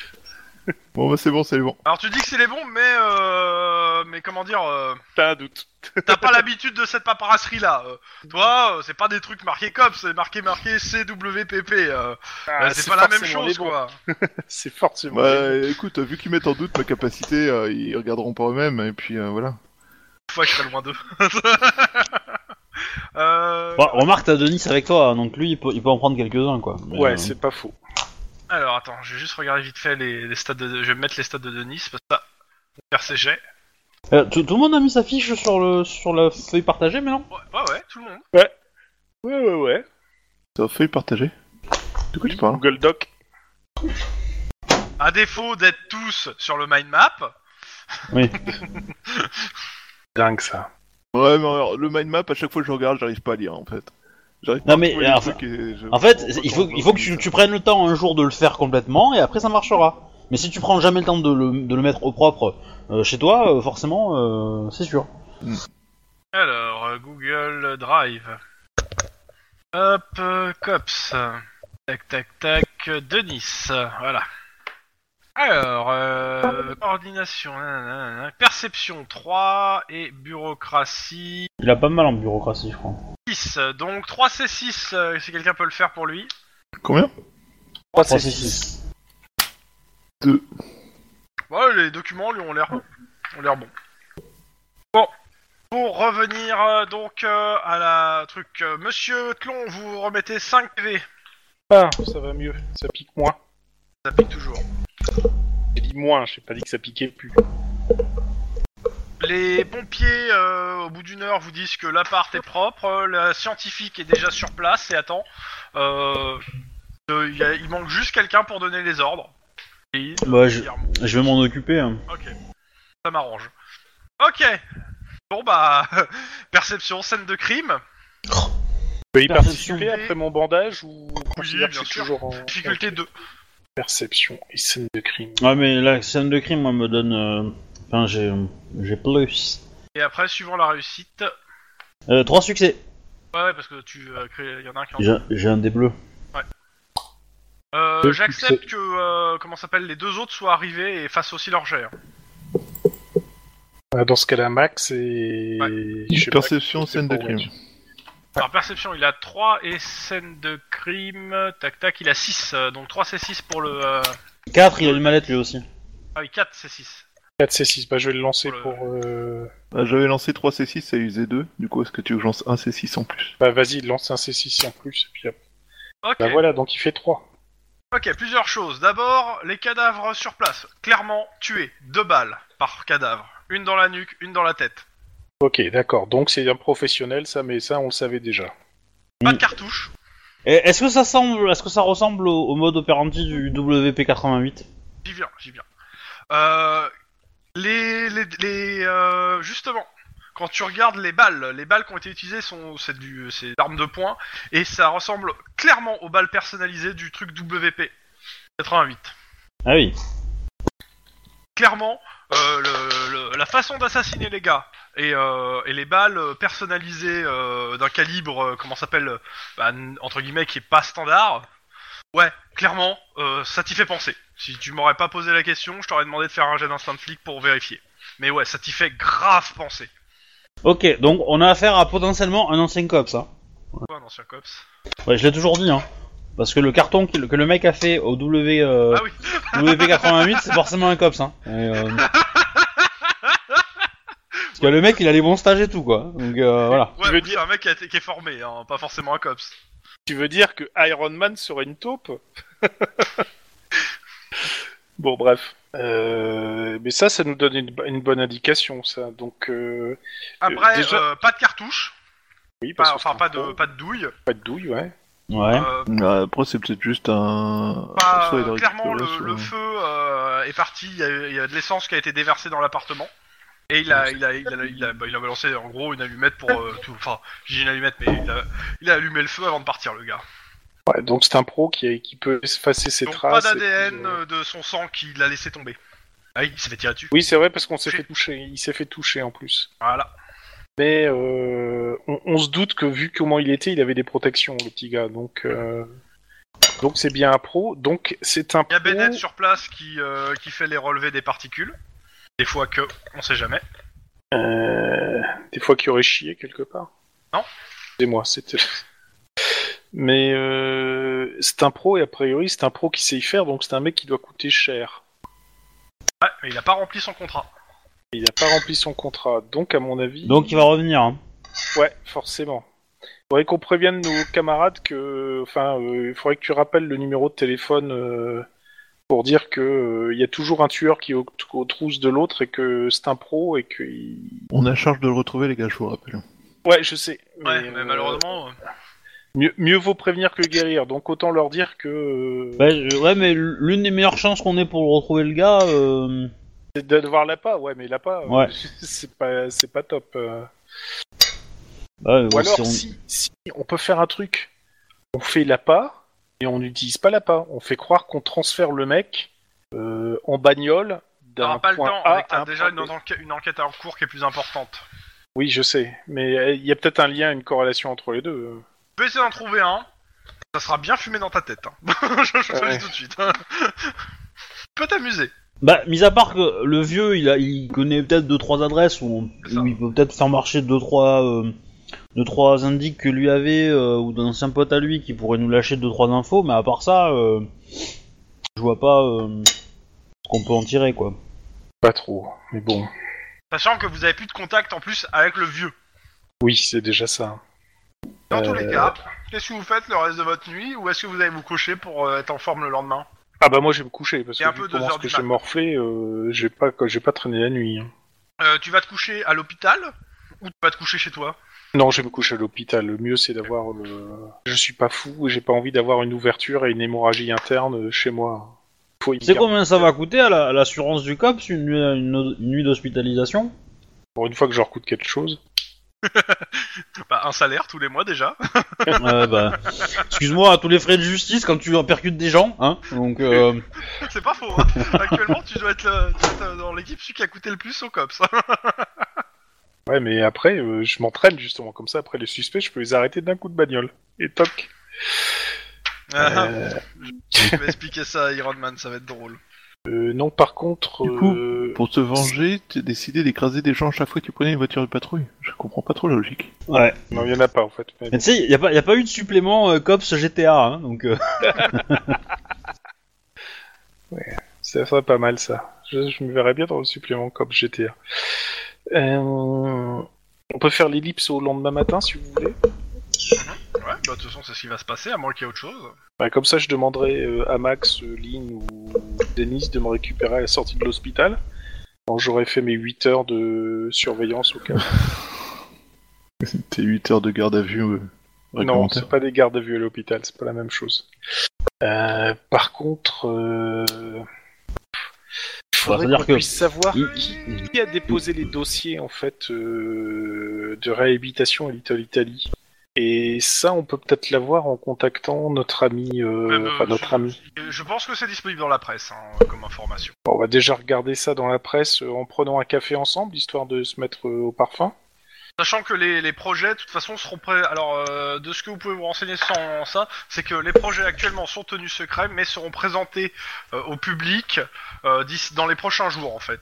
D: Bon bah c'est bon, c'est bon.
C: Alors tu dis que c'est les bons, mais euh, mais comment dire, euh,
A: T'as un doute.
C: t'as pas l'habitude de cette paperasserie là. toi, euh, c'est pas des trucs marqués comme, c'est marqué marqué CWPP. euh.
A: Ah,
C: Euh, c'est pas la même
A: forcément
C: chose
A: les bons.
C: quoi.
A: C'est forcément... les bons.
D: Bah écoute, vu qu'ils mettent en doute ma capacité, euh, ils regarderont par eux-mêmes et puis euh, voilà.
C: Faut que je serai loin d'eux. *laughs* euh,
B: Bah, remarque, t'as Denis avec toi, hein, donc lui il peut, il peut en prendre quelques-uns, quoi. Mais,
A: Ouais,
B: euh,
A: c'est pas faux.
C: Alors attends, je vais juste regarder vite fait les, les stats de. Je vais mettre les stats de Denis parce que ça. Faire ses jets.
B: euh, tout, tout le monde a mis sa fiche sur, le, sur la feuille partagée, mais non
C: Ouais, ouais, ouais, tout le monde.
A: Ouais, ouais, ouais.
D: Ça fait partager. De quoi tu parles
A: Google Doc.
C: À défaut d'être tous sur le mind map, *laughs*
A: Dingue, ça.
D: Ouais, mais alors, le mind map, à chaque fois que je regarde, j'arrive pas à lire en fait. J'arrive pas
B: Non,
D: à
B: mais,
D: trouver les
B: alors,
D: trucs euh, et je-
B: En fait,
D: je-
B: il faut, il faut que tu, tu prennes le temps un jour de le faire complètement et après ça marchera. Mais si tu prends jamais le temps de le, de le mettre au propre euh, chez toi, euh, forcément, euh, c'est sûr.
C: Alors, euh, Google Drive. Hop, euh, Cops. Tac, tac, tac, euh, Denis. Voilà. Alors, euh, coordination, nanana, nanana. perception 3 et bureaucratie
B: Il a pas mal en bureaucratie, je crois.
C: 6. Donc 3C6, euh, si quelqu'un peut le faire pour lui.
D: Combien
A: 3,
B: Trois,
A: c'est
B: c'est
A: 6.
B: six.
C: Ouais, les documents lui ont l'air bons. Ont l'air bons. Bon. Pour revenir euh, donc euh, à la truc, euh, Monsieur Tlon, vous remettez 5 PV.
A: Ah, ça va mieux. Ça pique moins.
C: Ça pique toujours.
A: J'ai dit moins, j'ai pas dit que ça piquait plus.
C: Les pompiers, euh, au bout d'une heure, vous disent que l'appart est propre, euh, la scientifique est déjà sur place et attend. Euh, euh, il y a- il manque juste quelqu'un pour donner les ordres. Et il-
B: Bah, je-
C: Guillermo.
B: Je vais m'en occuper. hein.
C: Ok, ça m'arrange. Ok, bon bah, *laughs* perception, scène de crime,
A: Je peux y
B: Perception.
A: participer après mon bandage ou on considère que
C: bien
A: c'est
C: sûr.
A: toujours en
C: difficulté 2.
A: perception et scène de crime
B: Ouais, mais la scène de crime, moi, me donne. euh, Enfin, j'ai, j'ai plus.
C: Et après, suivant la réussite,
B: Euh, trois succès.
C: Ouais, ouais, parce que tu. euh, crées- Il y en a un qui en
B: J'ai j'ai un des bleus.
C: Euh,
A: Deux
C: J'accepte que euh, comment ça s'appelle les deux autres soient arrivés et fassent aussi leur jet. hein.
A: Euh, Dans ce cas-là, Max et. je sais pas
D: Perception,
A: qui c'est
D: scène de
A: pour
D: crime.
A: Max.
C: Alors perception, il a 3 et scène de crime, tac tac, il a 6. donc 3 c'est 6 pour le euh,
B: 4, il a une mallette lui aussi.
C: ah oui, 4 c'est 6.
A: 4 C6, bah je vais le lancer
C: Pour le-
A: pour. euh,
D: Ah, J'avais lancé 3 C6 et usé 2, du coup est-ce que tu veux que je lance 1 C6 en plus
A: Bah vas-y, lance un C6 en plus. Et puis, hop.
C: OK.
A: Bah voilà, donc il fait 3.
C: OK, plusieurs choses. D'abord, les cadavres sur place, clairement tués, deux balles par cadavre, une dans la nuque, une dans la tête.
A: Ok, d'accord. Donc c'est un professionnel, ça, mais ça, on le savait déjà.
C: Pas
B: Mm.
C: de cartouche.
B: Et Est-ce que ça semble, est-ce que ça ressemble au, au mode operandi du WP88
C: J'y viens, j'y viens. Euh, les, les, les, euh, justement, quand tu regardes les balles, les balles qui ont été utilisées sont c'est du c'est d'armes de poing et ça ressemble clairement aux balles personnalisées du truc WP 88.
B: Ah oui.
C: Clairement, euh, le- le- la façon d'assassiner les gars et, euh, et les balles personnalisées euh, d'un calibre euh, comment ça s'appelle euh, bah, n- entre guillemets qui est pas standard. Ouais, clairement, euh, ça t'y fait penser. Si tu m'aurais pas posé la question, je t'aurais demandé de faire un jet d'instinct de flic pour vérifier. Mais ouais, ça t'y fait grave penser.
B: Ok, donc on a affaire à potentiellement un ancien cops. Hein.
C: Quoi, un ancien cops
B: Ouais, je l'ai toujours dit, hein. Parce que le carton qu'il- que le mec a fait au W, euh,
C: Ah oui.
B: WP88, c'est forcément un cops, hein. Et, euh, Parce que le mec, il a les bons stages et tout, quoi. Donc euh, voilà.
C: Ouais,
A: veux
C: ou
A: dire-
C: c'est un mec qui, a été- qui est formé, hein, pas forcément un cops.
A: Tu veux dire que Iron Man serait une taupe *laughs* Bon, bref. Euh, mais ça, ça nous donne une, une bonne indication, ça. Donc, euh,
C: Après,
A: déjà-
C: euh, pas de cartouche,
A: oui, parce
C: pas-
A: que
C: enfin
A: c'est
C: pas
A: un
C: de,
A: pro,
C: pas de douille,
A: pas de douille, ouais.
B: Ouais.
C: euh,
D: Ah, Après c'est peut-être juste un...
C: pas-
A: Bah,
D: soit il a
C: clairement le,
D: récupéré, soit-
C: le feu euh, est parti, il y, a- il y a de l'essence qui a été déversée dans l'appartement. Et il a, il a, il a, il a, bah, il a balancé en gros une allumette pour euh, tout. Enfin, j'ai dit une allumette, mais il a, il a allumé le feu avant de partir, le gars.
A: Ouais, donc c'est un pro qui, a- qui peut effacer ses
C: Donc pas
A: traces. et
C: d'ADN
A: puis, euh,
C: de son sang qu'il a laissé tomber. Ah, il s'est fait tirer dessus.
A: Oui, c'est vrai parce qu'on s'est fait toucher. Il s'est fait toucher en plus.
C: Voilà.
A: Mais euh, on, on se doute que vu comment il était, il avait des protections, le petit gars. Donc, euh, donc c'est bien un pro. Donc c'est un pro.
C: Il y a Bennett sur place qui, euh, qui fait les relevés des particules. Des fois que, on sait jamais.
A: Euh, des fois qui aurait chié quelque part.
C: Non.
A: Excusez-moi, c'était. Mais euh, c'est un pro et a priori c'est un pro qui sait y faire, donc c'est un mec qui doit coûter cher.
C: Ouais, mais il a pas rempli son contrat.
A: Et Il n'a pas rempli son contrat, donc à mon avis.
B: Donc il va revenir. Hein.
A: Ouais, forcément. Il faudrait qu'on prévienne nos camarades que. Enfin, euh, il faudrait que tu rappelles le numéro de téléphone euh, pour dire que euh, il y a toujours un tueur qui est au- aux trousses de l'autre et que c'est un pro et que. il-
D: On a charge de le retrouver les gars, je vous rappelle.
A: Ouais, je sais.
C: Ouais, mais
A: euh,
C: malheureusement. euh,
A: Mieux, mieux vaut prévenir que guérir, donc autant leur dire que. euh,
B: Ouais, Bah, je- ouais, mais l'une des meilleures chances qu'on ait pour retrouver le gars, euh,
A: C'est d'avoir l'appât, ouais, mais l'appât, euh,
B: Ouais.
A: *laughs* c'est pas, c'est pas top. euh.
B: bah, ouais,
A: Ou
B: bon,
A: alors,
B: si on-
A: si, si, on peut faire un truc. On fait l'appât, et on n'utilise pas l'appât. On fait croire qu'on transfère le mec euh, en bagnole d'un
C: T'auras pas le
A: point
C: temps,
A: A
C: avec
A: à
C: t'as
A: un
C: déjà
A: point
C: une,
A: B.
C: enquête- une enquête en cours qui est plus importante.
A: Oui, je sais, mais euh, il y a peut-être un lien, une corrélation entre les deux. euh.
C: Tu peux essayer d'en trouver un, ça sera bien fumé dans ta tête. hein. *laughs* je je te le
A: Ouais.
C: dis tout de suite. tu peux t'amuser.
B: Bah, mis à part que le vieux, il, a, il connaît peut-être deux trois adresses où,
C: C'est ça.
B: où il peut peut-être faire marcher deux trois euh, deux trois indices que lui avait euh, ou d'un ancien pote à lui qui pourrait nous lâcher deux trois infos. Mais à part ça, euh, je vois pas euh, ce qu'on peut en tirer quoi.
A: Pas trop, mais bon.
C: Sachant que vous avez plus de contact en plus avec le vieux.
A: Oui, c'est déjà ça.
C: Dans
A: Euh.
C: tous les cas, qu'est-ce que vous faites le reste de votre nuit ou est-ce que vous allez vous coucher pour euh, être en forme le lendemain
A: Ah bah moi je vais me coucher parce
C: Il y a
A: que
C: un peu
A: vu
C: deux
A: comment
C: heures
A: ce que
C: du
A: j'ai
C: mat.
A: morflé, euh, j'ai pas, j'ai pas traîné la nuit. hein.
C: Euh, Tu vas te coucher à l'hôpital ou tu vas te coucher chez toi
A: Non, je vais me coucher à l'hôpital. Le mieux, c'est d'avoir le. Je suis pas fou et j'ai pas envie d'avoir une ouverture et une hémorragie interne euh, chez moi. Faut y
B: Tu sais
A: garder.
B: combien ça va coûter à la- à l'assurance du COPS une, nuit- une- une nuit
C: *laughs*
B: d'hospitalisation
A: Pour une fois que je leur coûte quelque chose.
C: bah, Un salaire tous les mois déjà. *laughs*
B: Euh, bah, Excuse-moi, à tous les frais de justice quand tu percutes des gens, hein Donc euh,
C: C'est pas faux. hein. euh, hein. Actuellement, tu dois être, le- tu dois être, euh, dans l'équipe celui qui a coûté le plus au COPS.
A: Ouais, mais après, euh, je m'entraîne justement. Comme ça, après les suspects, je peux les arrêter d'un coup de bagnole. Et toc.
C: Ah, *laughs*
A: Euh,
C: Je vais expliquer ça à Iron Man, ça va être drôle.
A: euh, non, par contre.
D: Du coup,
A: euh,
D: Pour te venger, t'as décidé d'écraser des gens chaque fois que tu prenais une voiture de patrouille. Je comprends pas trop la logique.
B: Ouais.
A: Non, il y en a pas en fait. Mais
B: Mais tu sais, y a pas, y a pas eu de supplément euh, cops GTA, hein, donc. euh,
A: Ça serait pas mal ça. Je, je me verrais bien dans le supplément comme GTA. Euh, On peut faire l'ellipse au lendemain matin si vous voulez.
C: Ouais, bah, de toute façon, c'est ce qui va se passer, à moins qu'il y ait autre chose.
A: Bah, comme ça, je demanderai euh, à Max, euh, Lynn ou Denis de me récupérer à la sortie de l'hôpital. Quand j'aurai fait mes 8 heures de surveillance au cas. où.
D: T'es 8 heures de garde à vue. euh,
A: non,
D: réglementaire.
A: c'est pas des gardes à vue à l'hôpital, c'est pas la même chose. Euh, par contre, euh... il faudrait
B: Bah, c'est-à-dire
A: qu'on
B: que-
A: puisse savoir
B: il-
A: qui, qui a déposé les dossiers en fait euh, de réhabilitation à Little Italy. Et ça, on peut peut-être l'avoir en contactant notre ami, euh,
C: Mais, euh,
A: enfin notre
C: je-
A: ami.
C: Et Je pense que c'est disponible dans la presse, hein, comme information.
A: Bon, on va déjà regarder ça dans la presse euh, en prenant un café ensemble, histoire de se mettre euh, au parfum.
C: Sachant que les, les projets, de toute façon, seront prêts. Alors, euh, de ce que vous pouvez vous renseigner sans ça, c'est que les projets actuellement sont tenus secrets, mais seront présentés euh, au public euh, d'ici- dans les prochains jours, en fait.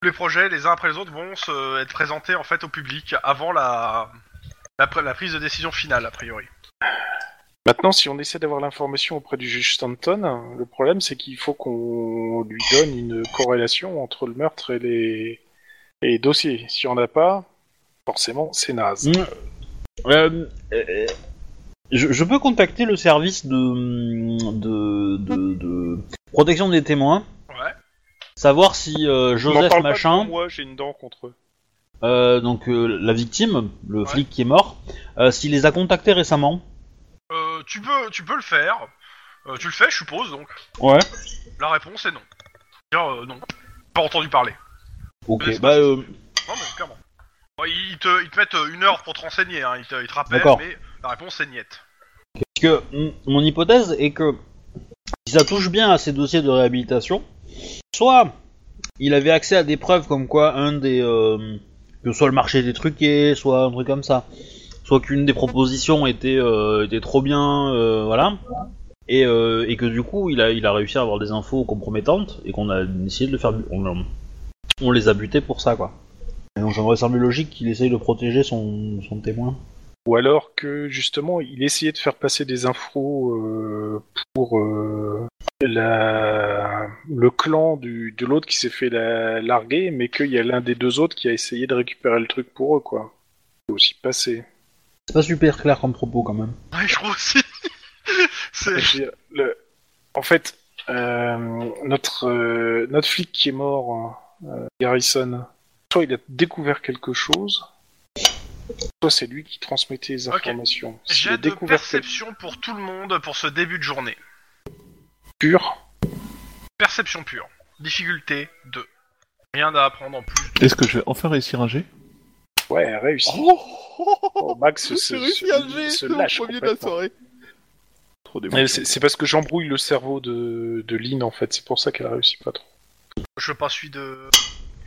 C: Tous les projets, les uns après les autres, vont se- être présentés en fait au public avant la, la, pr- la prise de décision finale, a priori.
A: Maintenant, si on essaie d'avoir l'information auprès du juge Stanton, hein, le problème c'est qu'il faut qu'on lui donne une corrélation entre le meurtre et les, et les dossiers. Si on n'a pas, forcément, c'est naze.
B: Mm. Euh, euh, je, je peux contacter le service de, mm, de, de, de protection des témoins,
C: Ouais.
B: savoir si euh,
A: N'en
B: Joseph
A: parle pas devant
B: Machin,
A: moi, j'ai une dent contre eux.
B: euh, donc euh, la victime, le
C: Ouais.
B: flic qui est mort, euh, s'il les a contactés récemment.
C: Euh, tu peux, tu peux le faire. Euh, tu le fais, je suppose. Donc,
B: Ouais.
C: la réponse est non. D'ailleurs, euh, non. Pas entendu parler.
B: Ok. Bah, euh,
C: Non, mais clairement. Bon, ils, te, ils te mettent euh, une heure pour te renseigner, hein. ils, te, ils te rappellent,
B: D'accord.
C: mais la réponse est niette.
B: Parce que mm, mon hypothèse est que si ça touche bien à ces dossiers de réhabilitation, soit il avait accès à des preuves comme quoi un des euh, que soit le marché était truqué, soit un truc comme ça, soit qu'une des propositions était euh, était trop bien, euh, voilà, et, euh, et que du coup il a il a réussi à avoir des infos compromettantes et qu'on a essayé de le faire, bu- on, a- on les a butés pour ça quoi. Et donc j'aimerais semble logique qu'il essaye de protéger son, son témoin.
A: Ou alors que justement, il essayait de faire passer des infos euh, pour euh, la- le clan du, de l'autre qui s'est fait la- larguer, mais qu'il y a l'un des deux autres qui a essayé de récupérer le truc pour eux, quoi. C'est aussi passé.
B: C'est pas super clair comme propos quand même.
C: Ouais, je trouve aussi. *laughs* C'est-
A: Je veux dire, le- En fait, euh, notre, euh, notre flic qui est mort, euh, Garrison, soit il a découvert quelque chose, soit c'est lui qui transmettait les
C: Ok.
A: informations. S'il a
C: J'ai de
A: découvert quelque
C: perception pour tout le monde pour ce début de journée.
A: pur,
C: Perception pure. Difficulté 2. Rien à apprendre en plus.
D: Est-ce que je vais enfin réussir un G
A: ouais, réussi.
C: Oh,
A: Oh,
D: *laughs*
A: Max se,
D: J'ai
A: se-
D: réussi
A: se-
D: à G,
A: se
D: c'est le
A: lâche
D: premier de la
A: complètement.
D: soirée.
B: Eh,
D: Trop
A: Mais
D: d'émotions.
A: C'est c'est parce que j'embrouille le cerveau de, de Lynn en fait, c'est pour ça qu'elle réussit pas trop.
C: Je veux pas celui de.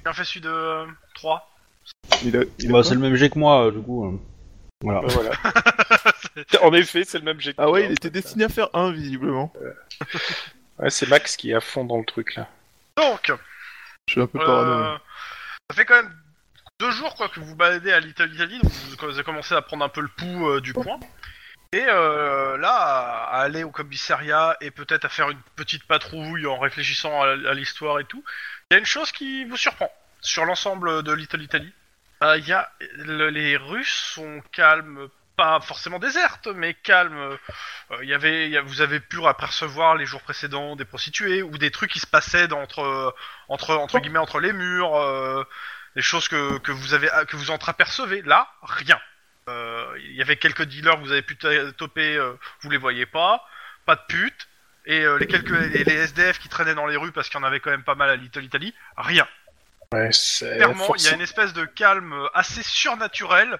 C: J'ai fait celui de euh, 3.
D: Il a, il a
B: Bah,
D: quoi
B: c'est le même jet que moi, euh, du coup. euh. Voilà.
A: Bah, voilà. *laughs* en effet, c'est le même jet. que
D: Ah
A: toi,
D: ouais, il
A: en
D: était
A: fait.
D: destiné à faire un visiblement.
A: Ouais, c'est Max qui est à fond dans le truc là.
C: Donc,
D: Je suis un peu
C: euh,
D: parano.
C: ça fait quand même deux jours quoi, que vous baladez à Little Italy, donc vous avez commencé à prendre un peu le pouls euh, du coin. Et euh, là, à à aller au commissariat et peut-être à faire une petite patrouille en réfléchissant à, à l'histoire et tout, il y a une chose qui vous surprend sur l'ensemble de Little Italy. Euh, il y a, le- les rues sont calmes, pas forcément désertes, mais calmes. Euh, il y avait, il y a- vous avez pu apercevoir les jours précédents des prostituées ou des trucs qui se passaient dans- entre, entre, entre guillemets entre les murs. euh, des choses que, que vous avez ah, que vous entreapercevez. Là, rien. Euh, Il y avait quelques dealers que vous avez pu ta- toper, euh, vous les voyez pas, pas de putes, et euh, les quelques les, les SDF qui traînaient dans les rues parce qu'il y en avait quand même pas mal à Little Italy, rien.
A: Ouais, c'est
C: Clairement, il y
A: Euh,
C: a
A: forcément-
C: une espèce de calme euh, assez surnaturel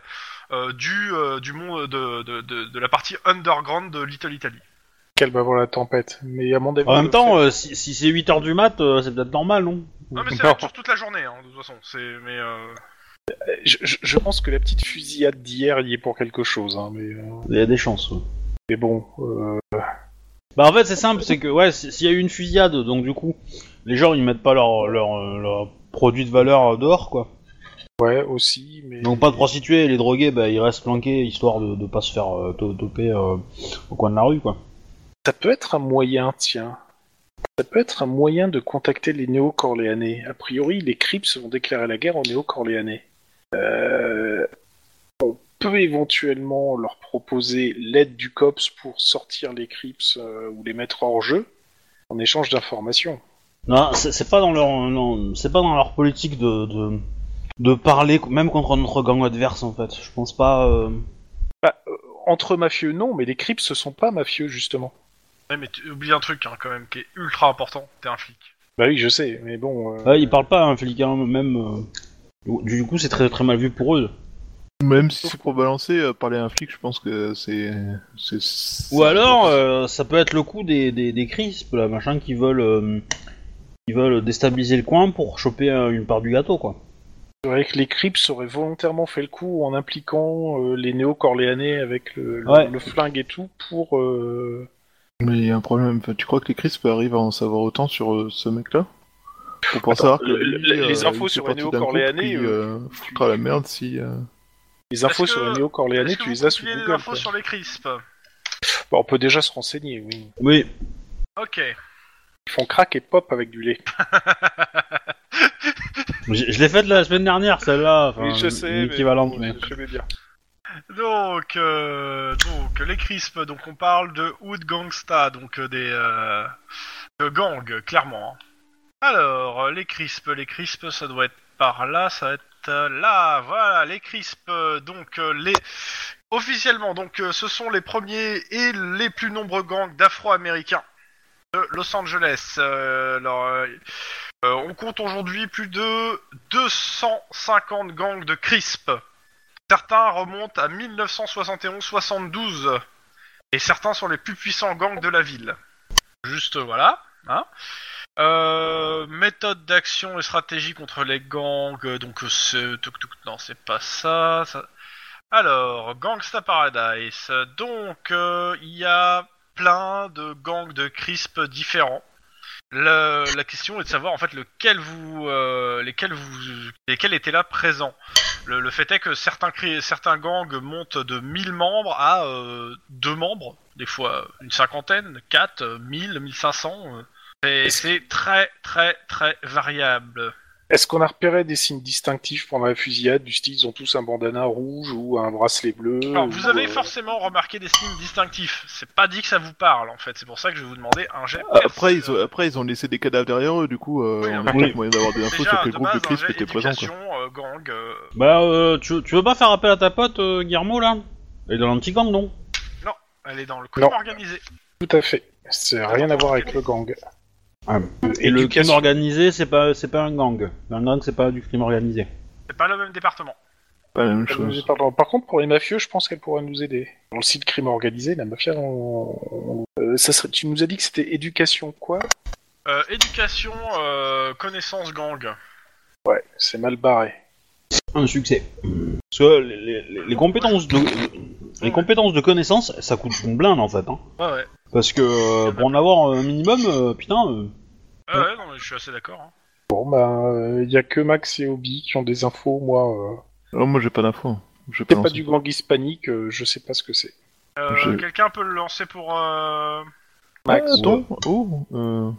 C: euh, du euh, du monde de, de, de, de la partie underground de Little Italy.
A: calme avant la tempête. Mais à mon avis,
B: En même
A: le
B: temps,
A: fait-
B: euh, si, si c'est 8h du mat, euh, c'est peut-être normal, non
C: Non mais
A: Non.
C: c'est sur toute la journée, hein, de toute façon. C'est mais euh,
A: Je, je- je pense que la petite fusillade d'hier y est pour quelque chose, hein, mais, euh,
B: Il y a des chances. ouais.
A: mais bon. euh,
B: Bah en fait c'est simple, c'est que ouais, si- s'il y a eu une fusillade, donc du coup, les gens ils mettent pas leur leur, euh, leur produit de valeur euh, dehors quoi.
A: ouais, aussi, mais.
B: Donc pas de prostituées, les drogués, bah ils restent planqués histoire de, de pas se faire euh, to- toper euh, au coin de la rue quoi.
A: Ça peut être un moyen, tiens. Ça peut être un moyen de contacter les néo-corléanais. A priori, les Crips vont déclarer la guerre aux néo-corléanais. Euh, on peut éventuellement leur proposer l'aide du COPS pour sortir les Crips euh, ou les mettre hors jeu en échange d'informations.
B: Non, c'est c'est pas dans leur non, c'est pas dans leur politique de, de de parler même contre notre gang adverse en fait. Je pense pas. euh,
A: Entre mafieux, non, mais les Crips ne sont pas mafieux, justement.
C: Ouais, mais tu oublies un truc hein, quand même qui est ultra important, t'es un flic.
A: Bah oui, je sais, mais bon. euh,
B: Ouais, ils parlent pas à un flic hein, même. euh, Du coup c'est très très mal vu pour eux.
D: Même si c'est pour balancer, euh, parler à un flic, je pense que c'est. c'est- c'est-
B: Ou alors, euh, ça peut être le coup des, des, des crisps, là, machin, qui veulent, euh, qui veulent déstabiliser le coin pour choper euh, une part du gâteau, quoi.
A: C'est vrai que les Crips auraient volontairement fait le coup en impliquant euh, les néo-corléanais avec le, le-
B: Ouais.
A: le flingue et tout pour. euh,
D: Mais il y a un problème. Enfin, tu crois que les Crisp arrivent à en savoir autant sur euh, ce mec-là Pour pas savoir que
A: le-
D: lui,
A: le- les
D: euh,
A: infos
D: il fait
A: sur
D: partie
A: les
D: d'un groupe
A: néo-corléanais,
D: qui,
A: euh,
D: euh, foutra la merde si. euh,
A: Les infos
C: Est-ce
A: sur
C: que-
A: les néo-corléanais,
C: Est-ce que
A: tu
C: vous
A: les as sous
C: compilez
A: Google.
C: les infos
A: quoi.
C: sur les crisps
A: Bah, on peut déjà se renseigner, oui.
B: Oui.
C: Ok.
A: Ils font crack et pop avec du lait.
B: Je, je l'ai faite la semaine dernière, celle-là. enfin, L'équivalente, mais.
A: bien.
C: Donc, euh, donc les crisps, donc on parle de Hood Gangsta, donc euh, des euh, de gang, clairement. hein. Alors, euh, les crisps, les crisps, ça doit être par là, ça va être euh, là, voilà, les crisps, euh, donc euh, les... Officiellement, donc euh, ce sont les premiers et les plus nombreux gangs d'afro-américains de Los Angeles. Euh, alors, euh, euh, on compte aujourd'hui plus de 250 gangs de crisps. Certains remontent à 1971-72 et certains sont les plus puissants gangs de la ville. Juste voilà. Hein Euh, méthode d'action et stratégie contre les gangs. euh, Donc euh, c'est toc, toc, non, c'est pas ça. ça- Alors Gangsta Paradise. Donc euh, il y a plein de gangs de crisp différents. Le- la question est de savoir en fait lequel vous, euh, lesquels vous, lesquels étaient là présents. Le, le fait est que certains, cri- certains gangs montent de 1000 membres à euh, 2 membres, des fois euh, une cinquantaine, 4, euh, 1000, 1500. euh. Et c'est très très très variable.
A: Est-ce qu'on a repéré des signes distinctifs pendant la fusillade du style ils ont tous un bandana rouge ou un bracelet bleu
C: Alors
A: ou,
C: vous avez
A: euh,
C: forcément remarqué des signes distinctifs, c'est pas dit que ça vous parle en fait, c'est pour ça que je vais vous demander un jet.
D: Ah, Après, ils, ont- après, ils ont laissé des cadavres derrière eux, du coup, euh,
C: Bah, euh, Oui,
D: on
C: oui.
D: a peut-être moyen d'avoir des infos
C: Déjà,
D: sur quel
C: de
D: groupe de
C: base, hein, un
D: Crisp
C: jet
D: était présent. quoi.
C: éducation, euh, gang, euh,
B: Bah, euh, tu, tu veux pas faire appel à ta pote, euh, Guillermo, là Elle est dans un petit gang, non
C: elle est dans le crime
A: Non.
C: organisé.
A: Tout à fait. C'est rien à voir avec le gang.
B: Et le crime
A: Éducation.
B: organisé, c'est pas, c'est pas un gang. Un gang, c'est pas du crime organisé.
C: C'est pas le même département.
D: Pas la même
A: Elle nous est
D: chose.
A: pardon. Par contre, pour les mafieux, je pense qu'elle pourrait nous aider. Dans le site crime organisé, la mafia, on- on- euh, ça serait... tu nous as dit que c'était éducation quoi
C: Euh, éducation, euh, connaissance, gang.
A: Ouais, c'est mal barré.
B: un succès. Parce que les, les- les compétences de les compétences de connaissance, ça coûte une blinde en fait. Hein.
C: Ouais ouais.
B: Parce que euh, pour en avoir un minimum, euh, putain. euh,
C: Ouais, ouais, non, mais je suis assez d'accord. hein.
A: Bon, ben, il n'y a que Max et Obi qui ont des infos, moi. euh,
D: Alors, moi, j'ai pas d'infos. J'ai
A: C'est
D: pas,
A: pas
D: lancé.
A: du gang hispanique, euh, je sais pas ce que c'est.
C: Euh,
D: Je-
C: Quelqu'un peut le lancer pour. Euh...
D: Ah,
A: Max,
D: attends. Oh, euh,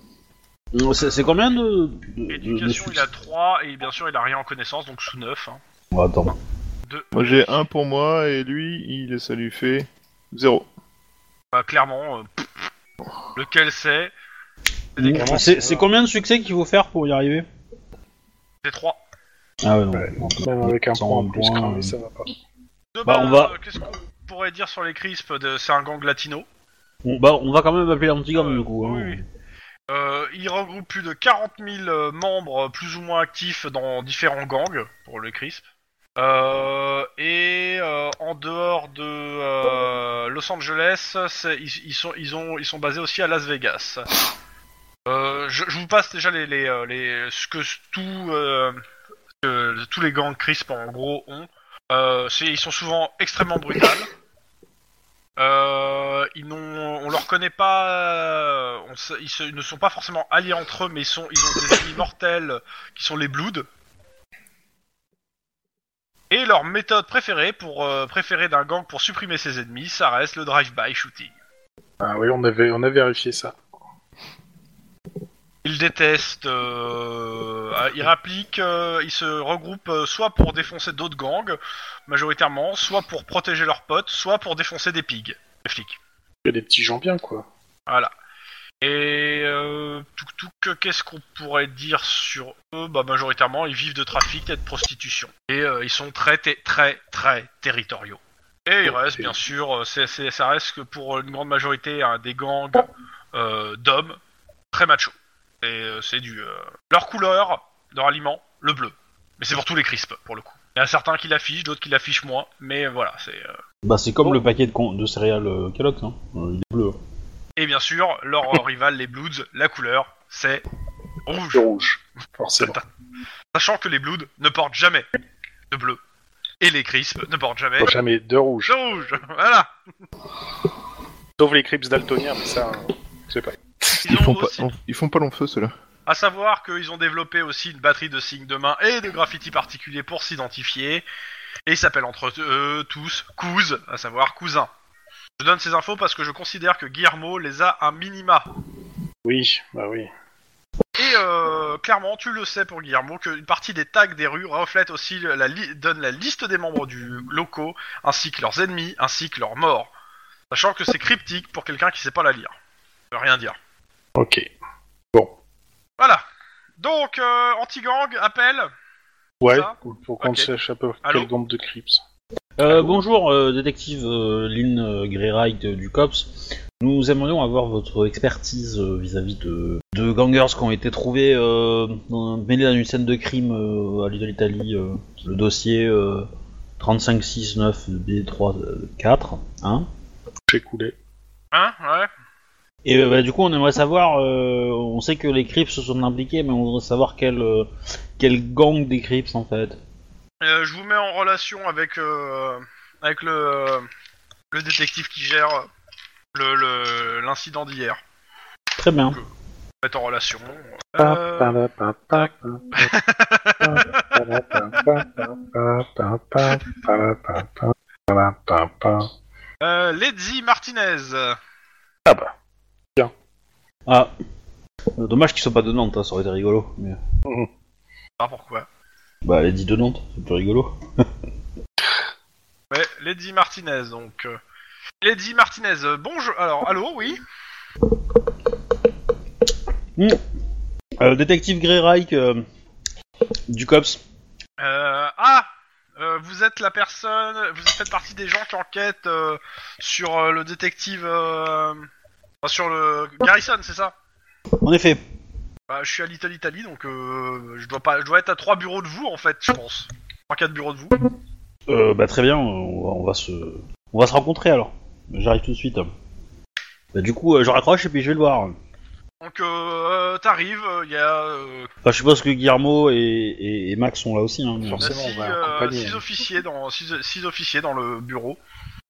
B: C'est c'est combien de, de, de- de
C: Éducation, il
B: succès
C: a 3 et bien sûr, il a rien en connaissance, donc sous 9. Hein.
B: Oh, Attends.
C: Deux.
D: moi, j'ai un pour moi, et lui, il, ça lui fait zéro.
C: Bah, clairement, euh, pff, lequel c'est C'est des-
A: commences,
B: C'est
A: voilà.
B: c'est combien de succès qu'il faut faire pour y arriver
C: c'est 3.
B: Ah ouais, non.
A: même avec un
B: Sans
A: point en plus,
B: point,
A: cramé,
B: euh.
A: ça va pas.
C: De
B: Bah,
C: base,
B: on va-
C: euh, Qu'est-ce qu'on pourrait dire sur les crisps de... C'est un gang latino.
B: On, bah, on va quand même appeler l'antigang
C: Euh,
B: du coup. hein.
C: oui, oui. Euh, il regroupe plus de 40 000 euh, membres euh, plus ou moins actifs dans différents gangs pour le CRISP. Euh, et euh, en dehors de euh, Los Angeles, c'est- ils, ils sont, ils, ont, ils sont basés aussi à Las Vegas. Euh, je, je vous passe déjà les, les, euh, les- ce que s- tout, euh, que tous les gangs CRISP en gros ont. Euh, c'est- ils sont souvent extrêmement brutales. Euh, ils n'ont, on leur connaît pas, euh, on sait- ils, se- ils ne sont pas forcément alliés entre eux, mais ils sont, ils ont des ennemis mortels qui sont les Bloods. Et leur méthode préférée pour euh, préférée d'un gang pour supprimer ses ennemis, ça reste le drive-by shooting.
A: Ah oui, on avait, on a vérifié ça.
C: Ils détestent, euh, ah, ils rappliquent, euh, ils se regroupent euh, soit pour défoncer d'autres gangs, majoritairement, soit pour protéger leurs potes, soit pour défoncer des pigs, des flics.
A: Il y a des petits gens bien, quoi.
C: Voilà. Et euh, tout, tout que- qu'est-ce qu'on pourrait dire sur eux Bah majoritairement, ils vivent de trafic et de prostitution. Et euh, ils sont très té- très très territoriaux. Et il reste bien sûr, euh, c'est- c'est- ça reste que pour une grande majorité hein, des gangs euh, d'hommes très machos. Et euh, c'est du euh, leur couleur, leur aliment, le bleu. Mais c'est pour tous les crisps pour le coup. Il y en a certains qui l'affichent, d'autres qui l'affichent moins. Mais voilà, c'est euh,
B: Bah, c'est comme
C: Bon.
B: le paquet de, con- de céréales euh, Kellogg's, hein. Euh, il est bleu.
C: et bien sûr leur euh, rival les Bloods, la couleur c'est rouge.
A: Du rouge, forcément.
C: Sachant que les Bloods ne portent jamais de bleu. Et les Crisps ne portent jamais
A: Faut jamais de rouge.
C: de rouge. Voilà.
A: Sauf les Crips daltoniens, mais ça, euh, je sais pas.
C: Ils
D: Ils
C: ont
D: font, pas,
C: aussi,
D: on- ils font pas long feu, ceux-là.
C: à savoir qu'ils ont développé aussi une batterie de signes de main et de graffitis particuliers pour s'identifier. Et ils s'appellent entre eux tous Couz, à savoir cousins. Je donne ces infos parce que je considère que Guillermo les a un minima.
A: Oui, bah oui.
C: Et euh, clairement, tu le sais pour Guillermo, qu'une partie des tags des rues reflète aussi la li- donne la liste des membres du locaux, ainsi que leurs ennemis, ainsi que leurs morts. Sachant que c'est cryptique pour quelqu'un qui sait pas la lire. Ça veut rien dire.
A: Ok.
C: Voilà. Donc, euh, anti-gang, appel.
A: Ouais,
C: Ça
A: pour, pour qu'on
C: Ok.
A: sache un peu
C: Allô
A: quel nombre de Crips.
B: Euh, bonjour, euh, détective euh, Lynn euh, Greyright euh, du COPS. Nous aimerions avoir votre expertise euh, vis-à-vis de, de gangers qui ont été trouvés euh, dans- mêlés dans une scène de crime euh, à Little Italy. euh, le dossier euh, 3569B34. Hein
A: J'ai coulé.
C: Hein Ouais.
B: Et euh, bah, du coup, on aimerait savoir, euh, on sait que les Crips se sont impliqués, mais on voudrait savoir quel, euh, quel gang des Crips en fait.
C: Euh, je vous mets en relation avec, euh, avec le, le détective qui gère le- le- l'incident d'hier.
B: Très bien.
C: Vous êtes en relation.
A: Ah,
C: Euh,
A: Ah
C: euh, Ledzi Martinez.
A: bah.
B: Ah. Euh, Dommage qu'ils soient pas de Nantes, hein, ça aurait été rigolo. Mais...
C: Ah, pourquoi
B: Bah, elle dit de Nantes, c'est plus rigolo.
C: Ouais, Lady Martinez, donc. euh, Lady Martinez, euh, bonjour. Alors, allô, oui
B: Euh, détective Greyreich euh, du COPS.
C: Euh, Ah euh, Vous êtes la personne. Vous faites partie des gens qui enquêtent euh, sur euh, le détective. euh, enfin, sur le. Garrison, c'est ça
B: En effet.
C: bah, Je suis à Little Italy, donc euh, je, dois pas, je dois être à trois bureaux de vous, en fait, je pense. Trois, quatre bureaux de vous.
B: Euh, bah, très bien, euh, on va, on va se... on va se rencontrer alors. J'arrive tout de suite. Bah, du coup, euh, je raccroche et puis je vais le voir.
C: Donc, euh, euh, t'arrives, euh, il y a. euh,
B: Enfin, je suppose que Guillermo et, et- et Max sont là aussi. Hein, mais-
A: Forcément.
C: Il y a
A: on
C: six,
A: va
C: euh,
A: accompagner. hein.
C: six officiers dans six, six officiers dans le bureau.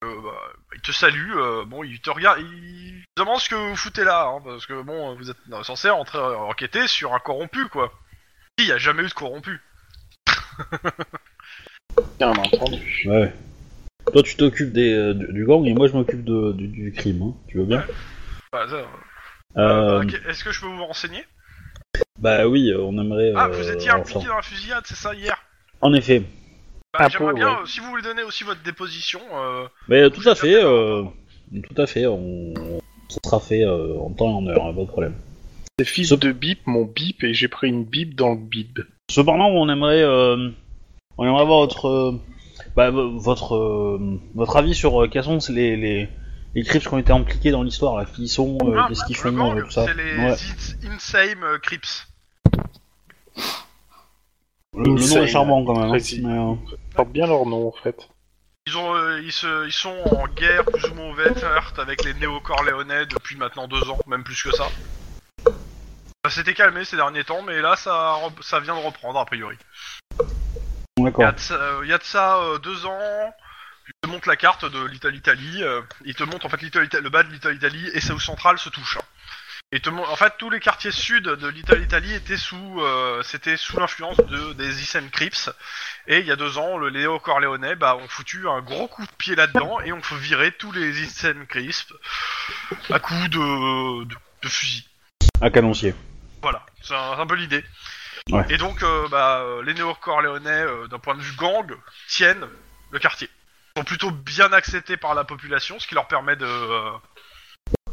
C: Euh, bah, ils te saluent. euh, bon, ils te regardent. Ils te demandent ce que vous foutez là, hein, parce que bon, vous êtes censé entrer euh, enquêter sur un corrompu, quoi. Il n'y a jamais eu de corrompu.
A: Bien entendu.
B: Ouais. Toi, tu t'occupes des, euh, du, du gang et moi, je m'occupe de- du, du crime. hein. Tu veux bien
C: Bah, ça, euh,
B: Euh,
C: euh, qu- Est-ce que je peux vous renseigner
B: Bah oui, euh, on aimerait.
C: Ah,
B: euh,
C: vous étiez
B: enfin,
C: impliqué dans la fusillade, c'est ça hier.
B: En effet.
C: Bah,
A: Un
C: J'aimerais
A: peu,
C: bien,
A: ouais.
C: euh, si vous voulez donner aussi votre déposition. euh,
B: Mais euh, tout à fait, euh, tout à fait, on, on se sera fait euh, en temps et en heure, hein, pas de problème.
A: Ces fils de bip m'ont bip et j'ai pris une bip dans le bib.
B: Cependant, on aimerait, euh, on aimerait avoir votre, euh, bah, vo- votre, euh, votre avis sur euh, quels sont les, les, les crips qui ont été impliqués dans l'histoire, là, qui sont, euh,
C: ah,
B: qu'est-ce qu'ils font,
C: le gang,
B: euh, tout ça.
C: c'est les
B: Ouais.
C: Ins- Insane euh, Crips.
B: Le, le nom
A: Insane,
B: est charmant quand même. hein,
A: précis.
B: mais, euh,
A: Ils portent bien leur nom en fait.
C: Ils, ont, euh, ils, se- ils sont en guerre plus ou moins ouverte avec les néo-corléonais depuis maintenant deux ans, même plus que ça. Bah, Ça s'était calmé ces derniers temps, mais là ça, re- ça vient de reprendre a priori. Il y
B: D'accord.
C: a de ça, euh, il y a de ça, euh, deux ans, il te montre la carte de Little Italy. euh, il te montre en fait Little Ita- le bas de Little Italy et South Central se touchent. hein. Et te mon- en fait, tous les quartiers sud de Little Italy étaient sous, euh, c'était sous l'influence de, des Issen Crips. Et il y a deux ans, le Léo Corleone bah, ont foutu un gros coup de pied là-dedans et ont fait virer tous les Issen Crips à coup de, de, de fusil.
B: À canoncier.
C: Voilà, c'est un, c'est un peu l'idée.
B: Ouais.
C: Et donc, euh, bah, euh, les néo-corléonais, euh, d'un point de vue gang, tiennent le quartier. Ils sont plutôt bien acceptés par la population, ce qui leur permet de, euh,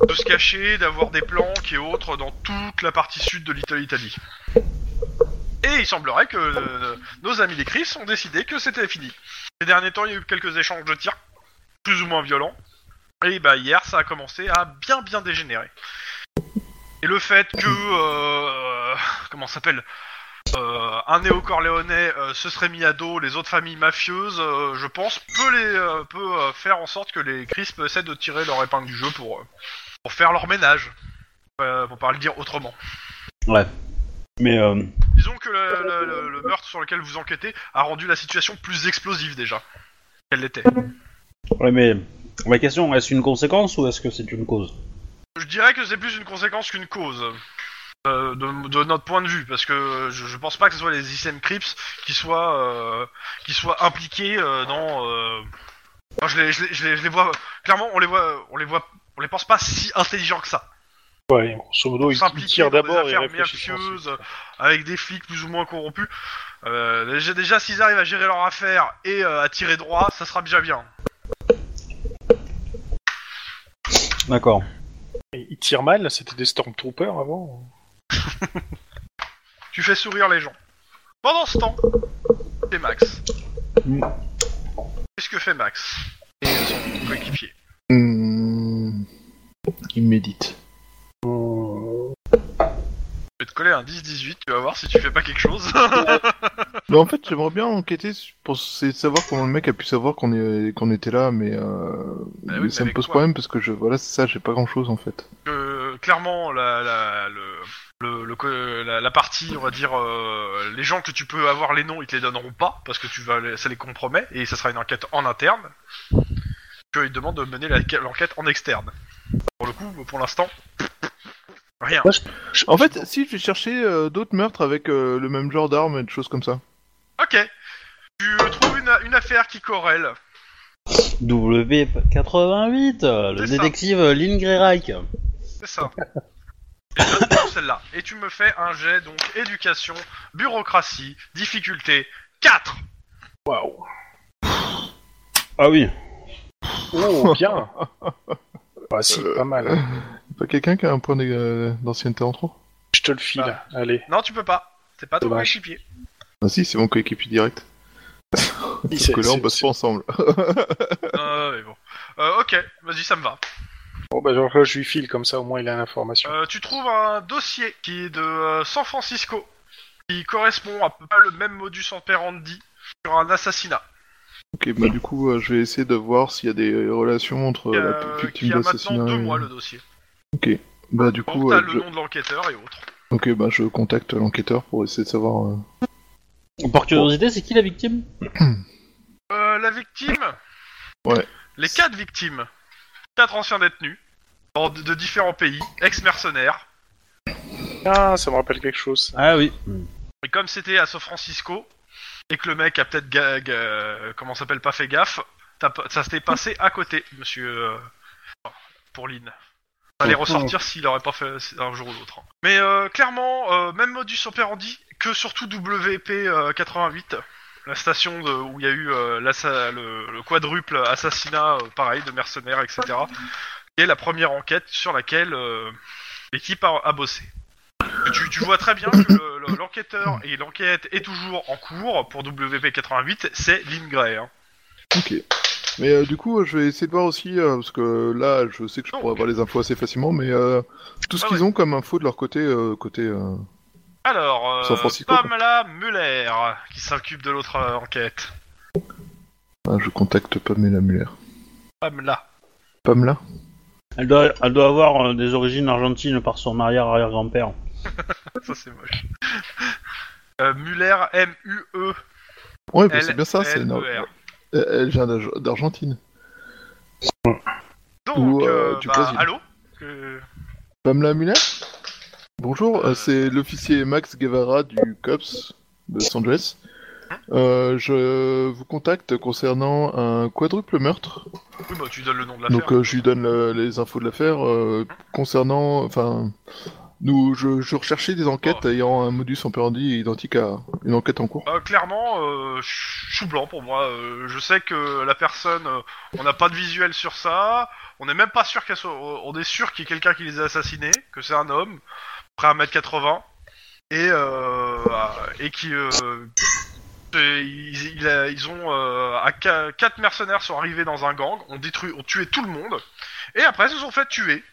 C: de se cacher, d'avoir des planques et autres dans toute la partie sud de l'Italie. Italie. Et il semblerait que euh, nos amis les Chris ont décidé que c'était fini. Ces derniers temps, il y a eu quelques échanges de tirs, plus ou moins violents. Et bah hier, ça a commencé à bien bien dégénérer. Et le fait que euh, comment ça s'appelle euh, un néo-corléonais euh, se serait mis à dos les autres familles mafieuses, euh, je pense, peut les euh, peut euh, faire en sorte que les Crisp essaient de tirer leur épingle du jeu pour euh, pour faire leur ménage, euh, pour pas le dire autrement.
B: Mais euh,
C: Disons que le, le- le- le meurtre sur lequel vous enquêtez a rendu la situation plus explosive déjà qu'elle l'était.
B: ouais, mais ma question est-ce une conséquence ou est-ce que c'est une cause
C: Je dirais que c'est plus une conséquence qu'une cause, euh, de, de notre point de vue, parce que je, je pense pas que ce soit les Issen Crips qui soient, euh, qui soient impliqués euh, dans. euh, moi, je, les, je, les, je les- je les vois clairement, on les voit, on les voit, on les pense pas si intelligents que ça.
A: Ouais, grosso modo, ils, ils
C: S'impliquer
A: tirent
C: dans des
A: d'abord et
C: affaires
A: réfléchissent. ensuite.
C: mafieuses, avec des flics plus ou moins corrompus. Euh, déjà, déjà, s'ils arrivent à gérer leur affaire et euh, à tirer droit, ça sera déjà bien.
B: D'accord.
A: Et Ils tirent mal, c'était des Stormtroopers avant.
C: Tu fais sourire les gens. Pendant ce temps, c'est Max.
B: Mm.
C: Qu'est-ce que fait Max et son coéquipier
D: Hmm. Il médite.
C: Je vais te coller un 10-18, tu vas voir si tu fais pas quelque chose. *laughs*
D: Mais Bah, en fait, j'aimerais bien enquêter su- pour s- savoir comment le mec a pu savoir qu'on est... qu'on était là, mais euh,
C: Bah oui, mais
D: ça me
C: avec
D: pose
C: quoi
D: problème parce que je voilà, c'est ça, j'ai pas grand chose en fait.
C: Euh, clairement, la, la, le- le- le co- la- la partie, on va dire, euh, les gens que tu peux avoir les noms, ils te les donneront pas parce que tu vas, les- ça les compromet et ça sera une enquête en interne. Qu'ils te demandent de mener la- l'enquête en externe. Pour le coup, pour l'instant, rien.
D: En fait, si je vais chercher euh, d'autres meurtres avec euh, le même genre d'armes et de choses comme ça.
C: Ok. Tu euh, trouves une, une affaire qui corrèle.
B: W88, euh, le
C: C'est ça.
B: détective euh, Lynn Greyreich.
C: C'est ça. Et je trouve celle-là. Et tu me fais un jet, donc éducation, bureaucratie, difficulté 4.
A: Waouh.
B: Ah oui.
A: Oh, bien. *laughs* bah si, pas mal.
D: Pas quelqu'un qui a un point d'é- euh, d'ancienneté en trop
A: Je te le file.
C: Bah.
A: Allez.
C: Non, tu peux pas. C'est pas ton
A: Dommage.
D: *laughs*
C: coéquipier.
D: Ah si, c'est mon coéquipier direct. Sauf
A: C'est-
D: que là, on
A: c'est-
D: passe pas ensemble.
C: Euh, mais bon. Euh, ok, vas-y, ça me va.
A: Bon, bah, genre, là, je lui file, comme ça, au moins, il a l'information.
C: Euh, tu trouves un dossier qui est de euh, San Francisco, qui correspond à peu près le même modus operandi sur un assassinat.
D: ok, bah du coup, euh, je vais essayer de voir s'il y a des relations entre
C: qui,
D: Oh, la
C: a-
D: p-
C: Euh, qui
D: victime
C: a maintenant
D: d'assassinat.
C: deux
D: et-
C: mois le dossier.
D: Bah du
C: Donc
D: coup,
C: t'as
D: euh,
C: le
D: je-
C: nom de l'enquêteur et autres.
D: ok, bah je contacte l'enquêteur pour essayer de savoir. euh,
B: Par curiosité, c'est qui la victime
C: Euh, la victime
D: Ouais.
C: Les quatre victimes. Quatre anciens détenus. hors De de différents pays, ex-mercenaires.
A: Ah, ça me rappelle quelque chose. ça.
B: Ah oui.
C: Et comme c'était à San Francisco, et que le mec a peut-être ga- ga- comment ça s'appelle, pas fait gaffe, t'as pas- ça s'était passé à côté, monsieur. euh, pour Lynn. Ça allait
D: Oh,
C: ressortir s'il aurait pas fait un jour ou l'autre. Mais euh, clairement, euh, même modus operandi que surtout WP88, euh, la station de- où il y a eu euh, l'assa- le, le quadruple assassinat, euh, pareil, de mercenaires, etc. qui est la première enquête sur laquelle euh, l'équipe a, a bossé. Tu, tu vois très bien que le- le-
D: Hmm.
C: l'enquêteur et l'enquête est toujours en cours pour WP88, c'est Lynn Gray. hein.
D: Ok. Mais euh, du coup, euh, je vais essayer de voir aussi, euh, parce que là, je sais que je
C: Non.
D: pourrais avoir les infos assez facilement, mais euh, tout ce
C: Ah
D: qu'ils ont comme info de leur côté, euh, côté. euh,
C: Alors,
D: San
C: euh,
D: Francisco, quoi.
C: Pamela Muller, qui s'occupe de l'autre euh, enquête.
D: ah, je contacte Pamela Muller.
C: Pamela.
D: Pamela
B: Elle doit, elle doit avoir euh, des origines argentines par son arrière-arrière-grand-père.
C: *laughs* Ça c'est moche. Euh, Muller, M-U-E,
D: Ouais, bah, c'est bien ça, c'est
C: LER.
D: une- Elle, elle vient d'Arge- d'Argentine.
C: Donc,
D: Ou, euh,
C: euh,
D: du
C: bah,
D: Brésil.
C: allô Que-
D: Pamela Muller Bonjour, euh, c'est l'officier Max Guevara du COPS de Los Angeles. Euh, je vous contacte concernant un quadruple meurtre.
C: Oui, bah, tu donnes le nom de l'affaire.
D: Donc euh, je lui donne le- les infos de l'affaire euh, concernant, enfin, nous, je, je recherchais des enquêtes ayant un modus operandi identique à une enquête en cours.
C: Euh, clairement, euh, ch- chou blanc pour moi. Euh, je sais que la personne, euh, on n'a pas de visuel sur ça. On n'est même pas sûr qu'elle soit. euh, On est sûr qu'il y a quelqu'un qui les a assassinés, que c'est un homme, près à 1m80, et euh, et qui euh, et ils, il a- ils ont euh, à qua- quatre mercenaires sont arrivés dans un gang, ont détruit, ont tué tout le monde, et après se sont fait tuer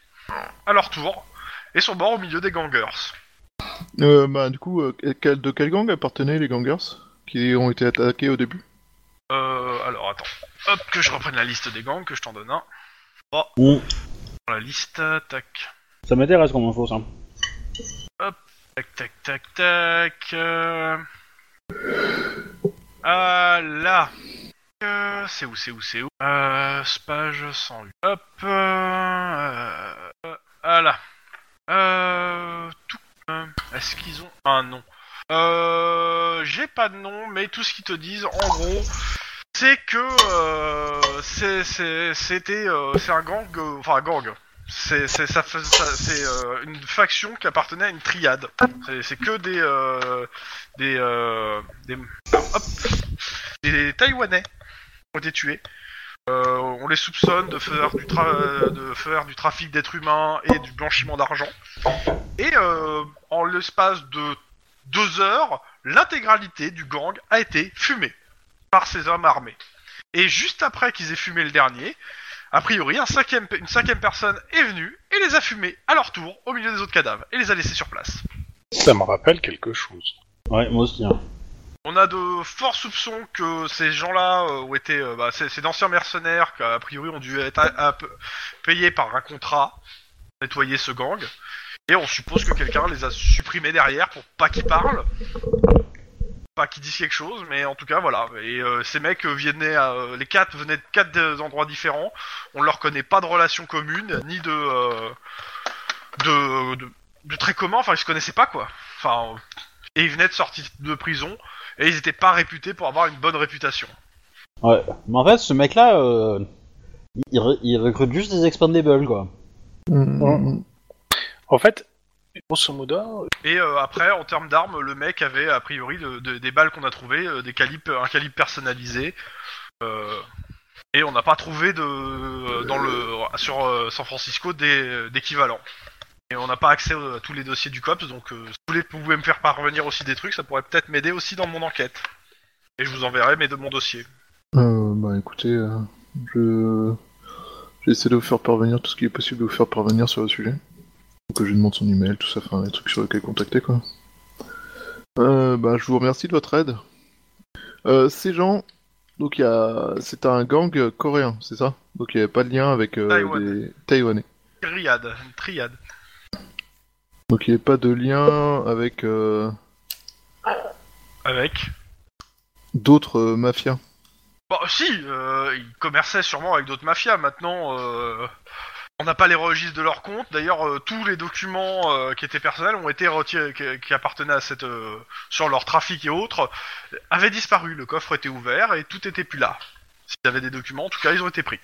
C: à leur tour et sont morts au milieu des gangers.
D: Euh, bah, du coup, euh, quel- de quelle gang appartenaient les gangers qui ont été attaqués au début
C: Euh, alors attends. Hop, que je reprenne la liste des gangs, que je t'en donne un.
B: Bon,
C: La liste, tac,
B: ça m'intéresse comme info, ça.
C: tac, tac, tac, tac. euh. Ah là. Euh, c'est où, c'est où, c'est où Euh, page 108. Hop. euh, euh, euh, ah là. Euh, tout. euh, Est-ce qu'ils ont un nom Euh, j'ai pas de nom, mais tout ce qu'ils te disent, en gros, c'est que euh, c'est- c'est- c'était, euh, c'est un gang, euh, enfin un gang. C'est c'est- ça fais- ça- c'est, euh, une faction qui appartenait à une triade. C'est- C'est que des euh, des, euh, des hop, des Taïwanais ont été tués. Euh, on les soupçonne de faire du tra- de faire du trafic d'êtres humains et du blanchiment d'argent. Et euh, en l'espace de deux heures, l'intégralité du gang a été fumée par ces hommes armés. Et juste après qu'ils aient fumé le dernier, a priori, un cinquième, une cinquième personne est venue et les a fumés à leur tour au milieu des autres cadavres et les a laissés sur place.
A: Ça me rappelle quelque chose.
B: Ouais, moi aussi. hein.
C: On a de forts soupçons que ces gens-là euh, ont été, euh, bah, c'est c'est d'anciens mercenaires qui a priori ont dû être à- à- payés par un contrat pour nettoyer ce gang. Et on suppose que quelqu'un les a supprimés derrière pour pas qu'ils parlent, pas qu'ils disent quelque chose, mais en tout cas voilà. Et euh, ces mecs euh, venaient, à- euh, les quatre venaient de quatre euh, endroits différents. On leur connaît pas de relation commune ni de euh, de, de, de très commun. Enfin ils se connaissaient pas quoi. Enfin euh, et ils venaient de sortir de prison et ils étaient pas réputés pour avoir une bonne réputation.
B: Ouais. Mais en fait, ce mec-là, euh, il- il, re- il recrute juste des expandables, quoi.
D: Mm,
A: En fait, grosso modo,
C: Et euh, après, en termes d'armes, le mec avait a priori de- de- des balles qu'on a trouvées, euh, des calibres, un calibre personnalisé. euh, et on n'a pas trouvé de euh, dans le sur euh, San Francisco des- d'équivalent. Et on n'a pas accès euh, à tous les dossiers du COPS, donc euh, si vous voulez, vous pouvez me faire parvenir aussi des trucs, ça pourrait peut-être m'aider aussi dans mon enquête. Et je vous enverrai mes de mon dossier.
D: Euh, bah écoutez, euh, je j'essaie de vous faire parvenir tout ce qui est possible de vous faire parvenir sur le sujet. Donc euh, je lui demande son email, tout ça, enfin les trucs sur lesquels contacter quoi. Euh, bah je vous remercie de votre aide. Euh, ces gens, donc il y a, c'est un gang euh, coréen, c'est ça Donc il n'y a pas de lien avec euh,
C: Taïwanais.
D: des Taïwanais.
C: Triade, une triade.
D: Donc il n'y a pas de lien avec euh,
C: Avec
D: d'autres euh, mafias.
C: Bah si, euh, ils commerçaient sûrement avec d'autres mafias. Maintenant, euh, on n'a pas les registres de leurs comptes. D'ailleurs, euh, tous les documents euh, qui étaient personnels ont été retirés, qui, qui appartenaient à cette, euh, sur leur trafic et autres, euh, avaient disparu. Le coffre était ouvert et tout était plus là. S'ils avaient des documents, en tout cas, ils ont été pris.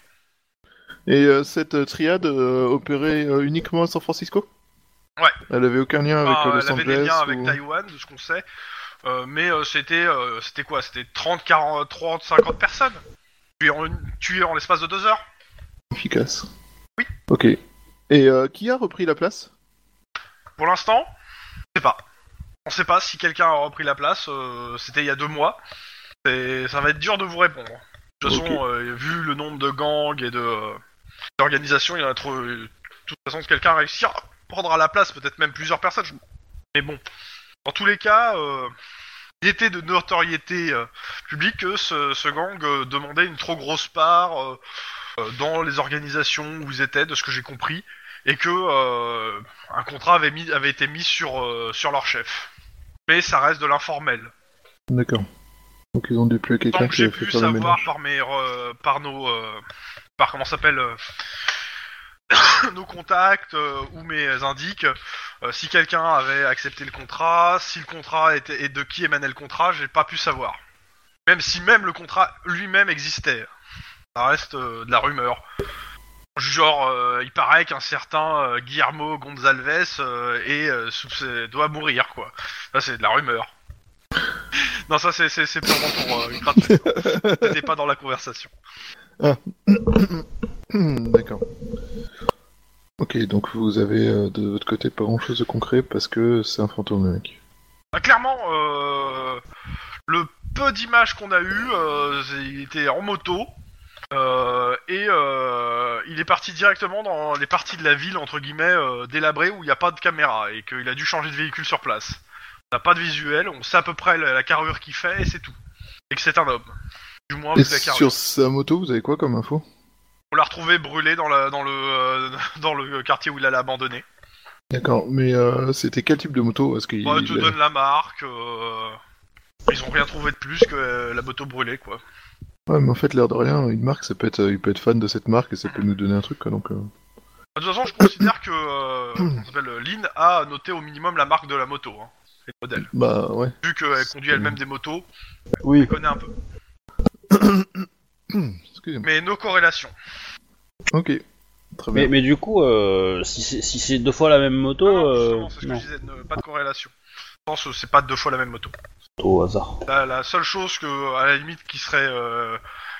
D: Et euh, cette euh, triade euh, opérait euh, uniquement à San Francisco
C: Ouais.
D: Elle avait aucun lien avec
C: Ah,
D: euh,
C: elle
D: Los
C: avait
D: Angeles
C: des liens avec
D: ou-
C: Taïwan, de ce qu'on sait. Euh, mais euh, c'était, euh, c'était quoi C'était 30, 40, 30, 50 personnes tuées en, une- tuées en l'espace de deux heures.
D: Efficace.
C: Oui.
D: Ok. Et euh, qui a repris la place
C: Pour l'instant, on sait pas. On sait pas si quelqu'un a repris la place. euh, C'était il y a deux mois. Et ça va être dur de vous répondre. De toute façon, euh, vu le nombre de gangs et de euh, d'organisations, il y en a trop. euh, De toute façon, quelqu'un réussira prendra la place, peut-être même plusieurs personnes. je- Mais bon, dans tous les cas, euh, il était de notoriété euh, publique que ce, ce gang euh, demandait une trop grosse part euh, euh, dans les organisations où ils étaient, de ce que j'ai compris, et que euh, un contrat avait, mis, avait été mis sur, euh, sur leur chef. Mais ça reste de l'informel.
D: D'accord. Donc ils ont dû plus à quelqu'un
C: Tant que
D: qui a
C: j'ai
D: fait
C: pu
D: faire le
C: savoir
D: ménage.
C: par mes, euh, par nos, euh, par comment ça s'appelle, euh, *coughs* nos contacts euh, ou mes indiques, euh, si quelqu'un avait accepté le contrat, si le contrat était et de qui émanait le contrat, j'ai pas pu savoir. Même si même le contrat lui-même existait, ça reste euh, de la rumeur. Genre, euh, il paraît qu'un certain euh, Guillermo Gonzalez euh, est, euh, sous- doit mourir, quoi. Ça, c'est de la rumeur. *laughs* Non, ça, c'est- c'est c'est purement pour euh, gratuit. C'était pas dans la conversation.
D: Hmm, D'accord. Ok, donc vous avez euh, de votre côté pas grand chose de concret parce que c'est un fantôme le mec.
C: Bah, clairement, euh, le peu d'images qu'on a eues, euh, c'est- il était en moto. euh, et euh, il est parti directement dans les parties de la ville, entre guillemets, euh, délabrées où il n'y a pas de caméra et qu'il a dû changer de véhicule sur place. On n'a pas de visuel, on sait à peu près la, la carrure qu'il fait et c'est tout. Et que c'est un homme. Du moins,
D: Et
C: vu la carrure.
D: sur sa moto, vous avez quoi comme info
C: On l'a retrouvé brûlé dans, la, dans, le, euh, *laughs* dans le quartier où il allait abandonner.
D: D'accord, mais euh, c'était quel type de moto Est-ce qu'il
C: Bah, ils te
D: il a-
C: donnent la marque. euh, Ils ont rien trouvé de plus que euh, la moto brûlée, quoi.
D: Ouais, mais en fait, l'air de rien, une marque, ça peut être, euh, il peut être fan de cette marque et ça peut nous donner un truc, quoi, donc... euh,
C: Bah, de toute façon, je considère que euh, comment ça s'appelle, Lynn a noté au minimum la marque de la moto hein, et le modèle.
D: Bah, ouais. *coughs*
C: Vu qu'elle conduit elle-même des motos,
B: Oui.
C: elle connaît un peu.
D: Excusez-moi.
C: Mais nos corrélations.
D: Ok, très bien.
B: Mais, mais du coup, euh, si, c'est- si c'est deux fois la même moto,
C: Non, non,
B: euh,
C: Ah, justement, c'est ce que
B: non,
C: je disais, ne- pas de corrélation. Je pense que c'est pas deux fois la même moto.
B: au hasard.
C: La, la seule chose que, à la limite, qui serait, euh,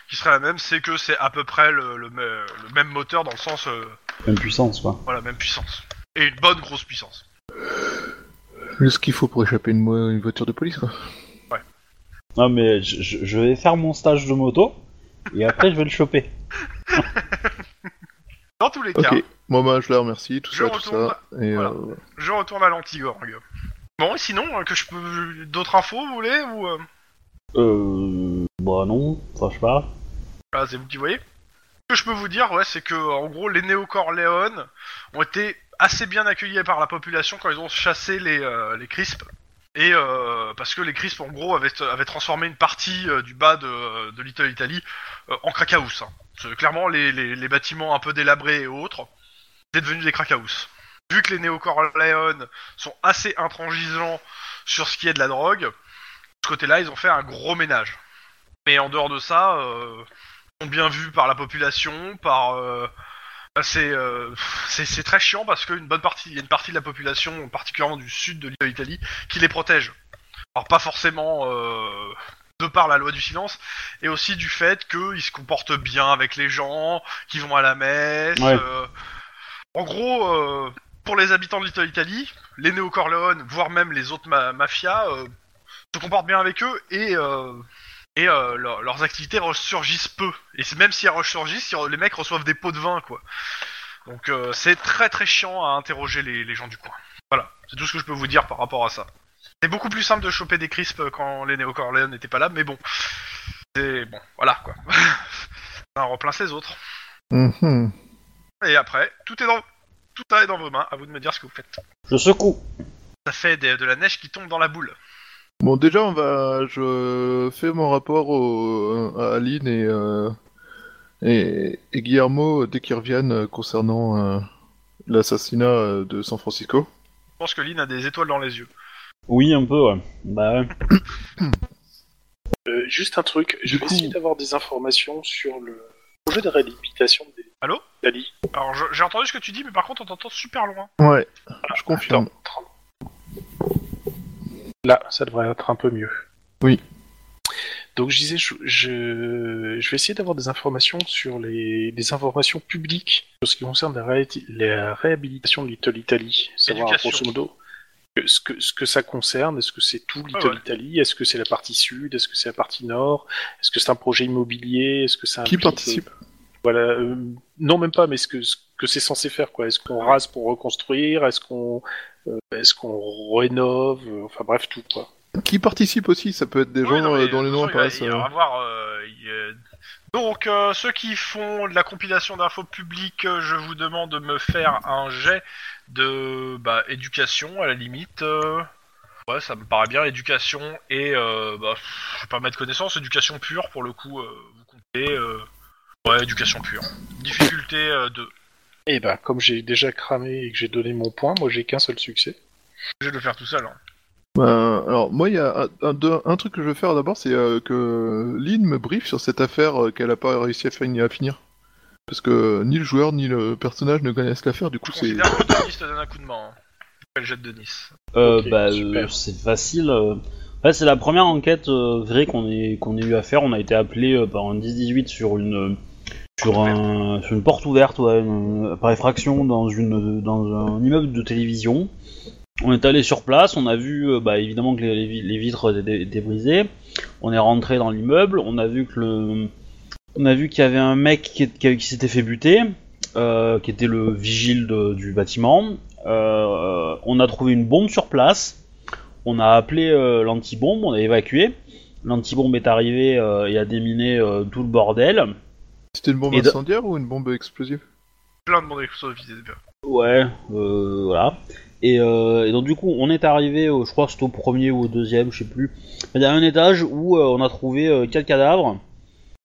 C: qui serait la même, c'est que c'est à peu près le, le me- le même moteur dans le sens, euh,
B: Même puissance, quoi.
C: voilà, même puissance. Et une bonne grosse puissance.
D: Le- Ce qu'il faut pour échapper une, mo- une voiture de police, quoi.
B: Non, mais je, je- je vais faire mon stage de moto et après je vais le choper.
C: Dans tous les cas,
D: Ok, moi, bah, je la remercie, tout
C: Je
D: ça, tout
C: retourne-
D: ça, et...
C: Voilà.
D: euh,
C: je retourne à l'antigorgue. Bon, et sinon, euh, que je peux, d'autres infos, vous voulez ou euh,
B: Euh. Bah non, enfin je sais pas.
C: ah, c'est vous qui voyez. Ce que je peux vous dire, ouais, c'est que, en gros, les néocorléones ont été assez bien accueillis par la population quand ils ont chassé les, euh, les crisps. Et euh, parce que les crisps, en gros, avaient, avaient transformé une partie euh, du bas de, de Little Italy euh, en crack-house. hein. C'est Clairement, les, les- les bâtiments un peu délabrés et autres, étaient devenus des crack-house. Vu que les néocorléones sont assez intransigeants sur ce qui est de la drogue, de ce côté-là, ils ont fait un gros ménage. Mais en dehors de ça, euh, sont bien vus par la population, par euh, bah, c'est euh, pff, c'est c'est très chiant parce qu'une bonne partie, il y a une partie de la population, particulièrement du sud de l'Italie, qui les protège. Alors pas forcément euh, de par la loi du silence, et aussi du fait qu'ils se comportent bien avec les gens, qu'ils vont à la messe.
B: Ouais.
C: euh, en gros, euh, pour les habitants de l'Italie, les néo-corleones, voire même les autres ma- mafias, euh, se comportent bien avec eux et euh, et euh, leur- leurs activités ressurgissent peu. Et c'est- même si elles ressurgissent, ils- les mecs reçoivent des pots de vin, quoi. Donc euh, c'est très très chiant à interroger les, les gens du coin. Voilà, c'est tout ce que je peux vous dire par rapport à ça. C'est beaucoup plus simple de choper des crisps quand les néocorléens n'étaient pas là, mais bon. C'est bon, voilà quoi. *laughs* On remplace les autres.
D: mhm.
C: Et après, tout est dans tout est dans vos mains, à vous de me dire ce que vous faites.
B: Je secoue.
C: Ça fait des- de la neige qui tombe dans la boule.
D: Bon, déjà, on va... Je fais mon rapport au... à Aline et... euh, Et, et Guillermo, dès qu'ils reviennent, euh, concernant euh, l'assassinat euh, de San Francisco.
C: Je pense que Lynn a des étoiles dans les yeux.
B: Oui, un peu, ouais. Bah ouais.
A: Euh, juste un truc, je
D: Du
A: vais
D: coup-
A: essayer d'avoir des informations sur le projet de réhabilitation des.
C: Allô
A: D'Ali.
C: Alors je- j'ai entendu ce que tu dis, mais par contre on t'entend super loin.
D: Ouais, je confirme.
A: Attends. Là, ça devrait être un peu mieux.
D: Oui.
A: Donc je disais, je, je, je vais essayer d'avoir des informations sur les, des informations publiques sur ce qui concerne la, réhabilit- la réhabilitation de Little Italy. Savoir
C: Éducation.
A: grosso modo que- ce que, ce que ça concerne, est-ce que c'est tout Little
C: Ah ouais.
A: Italy, est-ce que c'est la partie sud, est-ce que c'est la partie nord, est-ce que c'est un projet immobilier, est-ce que ça
D: Qui
A: implique, euh,
D: participe
A: voilà, euh, non même pas, mais ce que ce que c'est censé faire quoi. Est-ce qu'on rase pour reconstruire Est-ce qu'on euh, est-ce qu'on rénove Euh, Enfin bref tout quoi.
D: Qui participe aussi, ça peut être des
C: Oui,
D: gens
C: non, mais
D: euh, dont les
C: de
D: noms
C: toute façon,
D: apparaissent.
C: il va- il
D: euh.
C: va y avoir, euh, il y a- Donc, euh, ceux qui font de la compilation d'infos publiques, euh, je vous demande de me faire un jet de bah, éducation, à la limite. euh, Ouais, ça me paraît bien. Éducation et euh, bah, pff, je vais pas mettre connaissance. Éducation pure pour le coup. euh, vous comptez. euh, Ouais, éducation pure. Difficulté euh, 2.
A: Et ben, comme j'ai déjà cramé et que j'ai donné mon point, moi j'ai qu'un seul succès.
C: Je vais le faire tout seul. hein.
D: Ben, alors, moi, il y a un, un- deux- un truc que je veux faire d'abord, c'est euh, que Lynn me briefe sur cette affaire euh, qu'elle a pas réussi à, fin- à finir. Parce que ni le joueur ni le personnage ne connaissent l'affaire, du coup,
C: Je
D: c'est.
C: considère que Denis te donne un coup de main. hein. Fais le jet de Nice.
B: Euh,
A: Ok,
B: bah,
A: super.
B: euh, c'est facile. euh. En fait, c'est la première enquête euh, vraie qu'on ait, qu'on ait eu à faire. On a été appelé euh, par un 10-18 sur une euh, sur, un, sur une porte ouverte, ouais, une- euh, par effraction dans une dans un immeuble de télévision. On est allé sur place, on a vu euh, bah, évidemment que les, les vi- les vitres étaient, étaient brisées. On est rentré dans l'immeuble, on a vu que le on a vu qu'il y avait un mec qui, est- qui- qui s'était fait buter, euh, qui était le vigile de- du bâtiment. Euh, on a trouvé une bombe sur place. On a appelé euh, l'antibombe, on a évacué. L'antibombe est arrivée euh, et a déminé euh, tout le bordel.
D: C'était une bombe
B: Et de-
D: incendiaire ou une bombe explosive
C: Plein de monde explosif.
B: Ouais, euh, voilà. Et, euh, et donc du coup, on est arrivé, au, je crois que c'était au premier ou au deuxième, je sais plus. Il y a un étage où euh, on a trouvé euh, quatre cadavres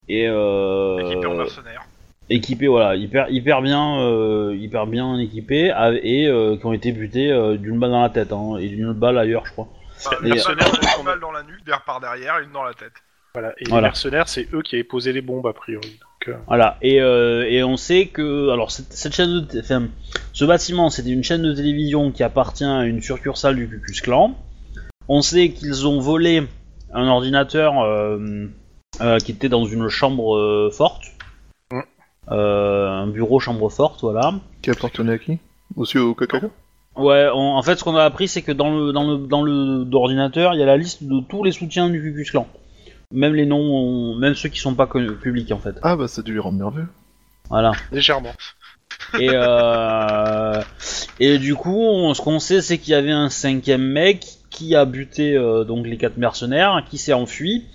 B: et euh,
C: Équipé en mercenaire.
B: équipés, voilà, hyper hyper bien, euh, hyper bien équipés à- et euh, qui ont été butés euh, d'une balle dans la tête hein, et d'une autre balle ailleurs, je crois.
C: Enfin,
B: Et-
C: le mercenaire, il a une balle dans la nuque, derrière par derrière, une dans la tête.
A: Voilà. Et
B: Voilà.
A: les mercenaires, c'est eux qui avaient posé les bombes a priori. Donc, euh,
B: Voilà, et, euh, et on sait que. Alors, cette, cette chaîne de. t- enfin, ce bâtiment, c'était une chaîne de télévision qui appartient à une succursale du Cucus Clan. On sait qu'ils ont volé un ordinateur euh, euh, qui était dans une chambre euh, forte.
A: Ouais.
B: Euh, un bureau chambre forte, voilà.
D: Qui appartenait à qui Aussi au Coca-Cola
B: Ouais, on- en fait, ce qu'on a appris, c'est que dans le dans le dans le d'ordinateur, il y a la liste de tous les soutiens du Cucus Clan. Même les noms, on- même ceux qui sont pas connus- publics, en fait.
D: Ah, bah, ça a dû lui rendre nerveux.
B: Voilà.
A: légèrement.
B: Et, euh, et du coup, on- ce qu'on sait, c'est qu'il y avait un cinquième mec qui a buté euh, donc les quatre mercenaires, qui s'est enfui,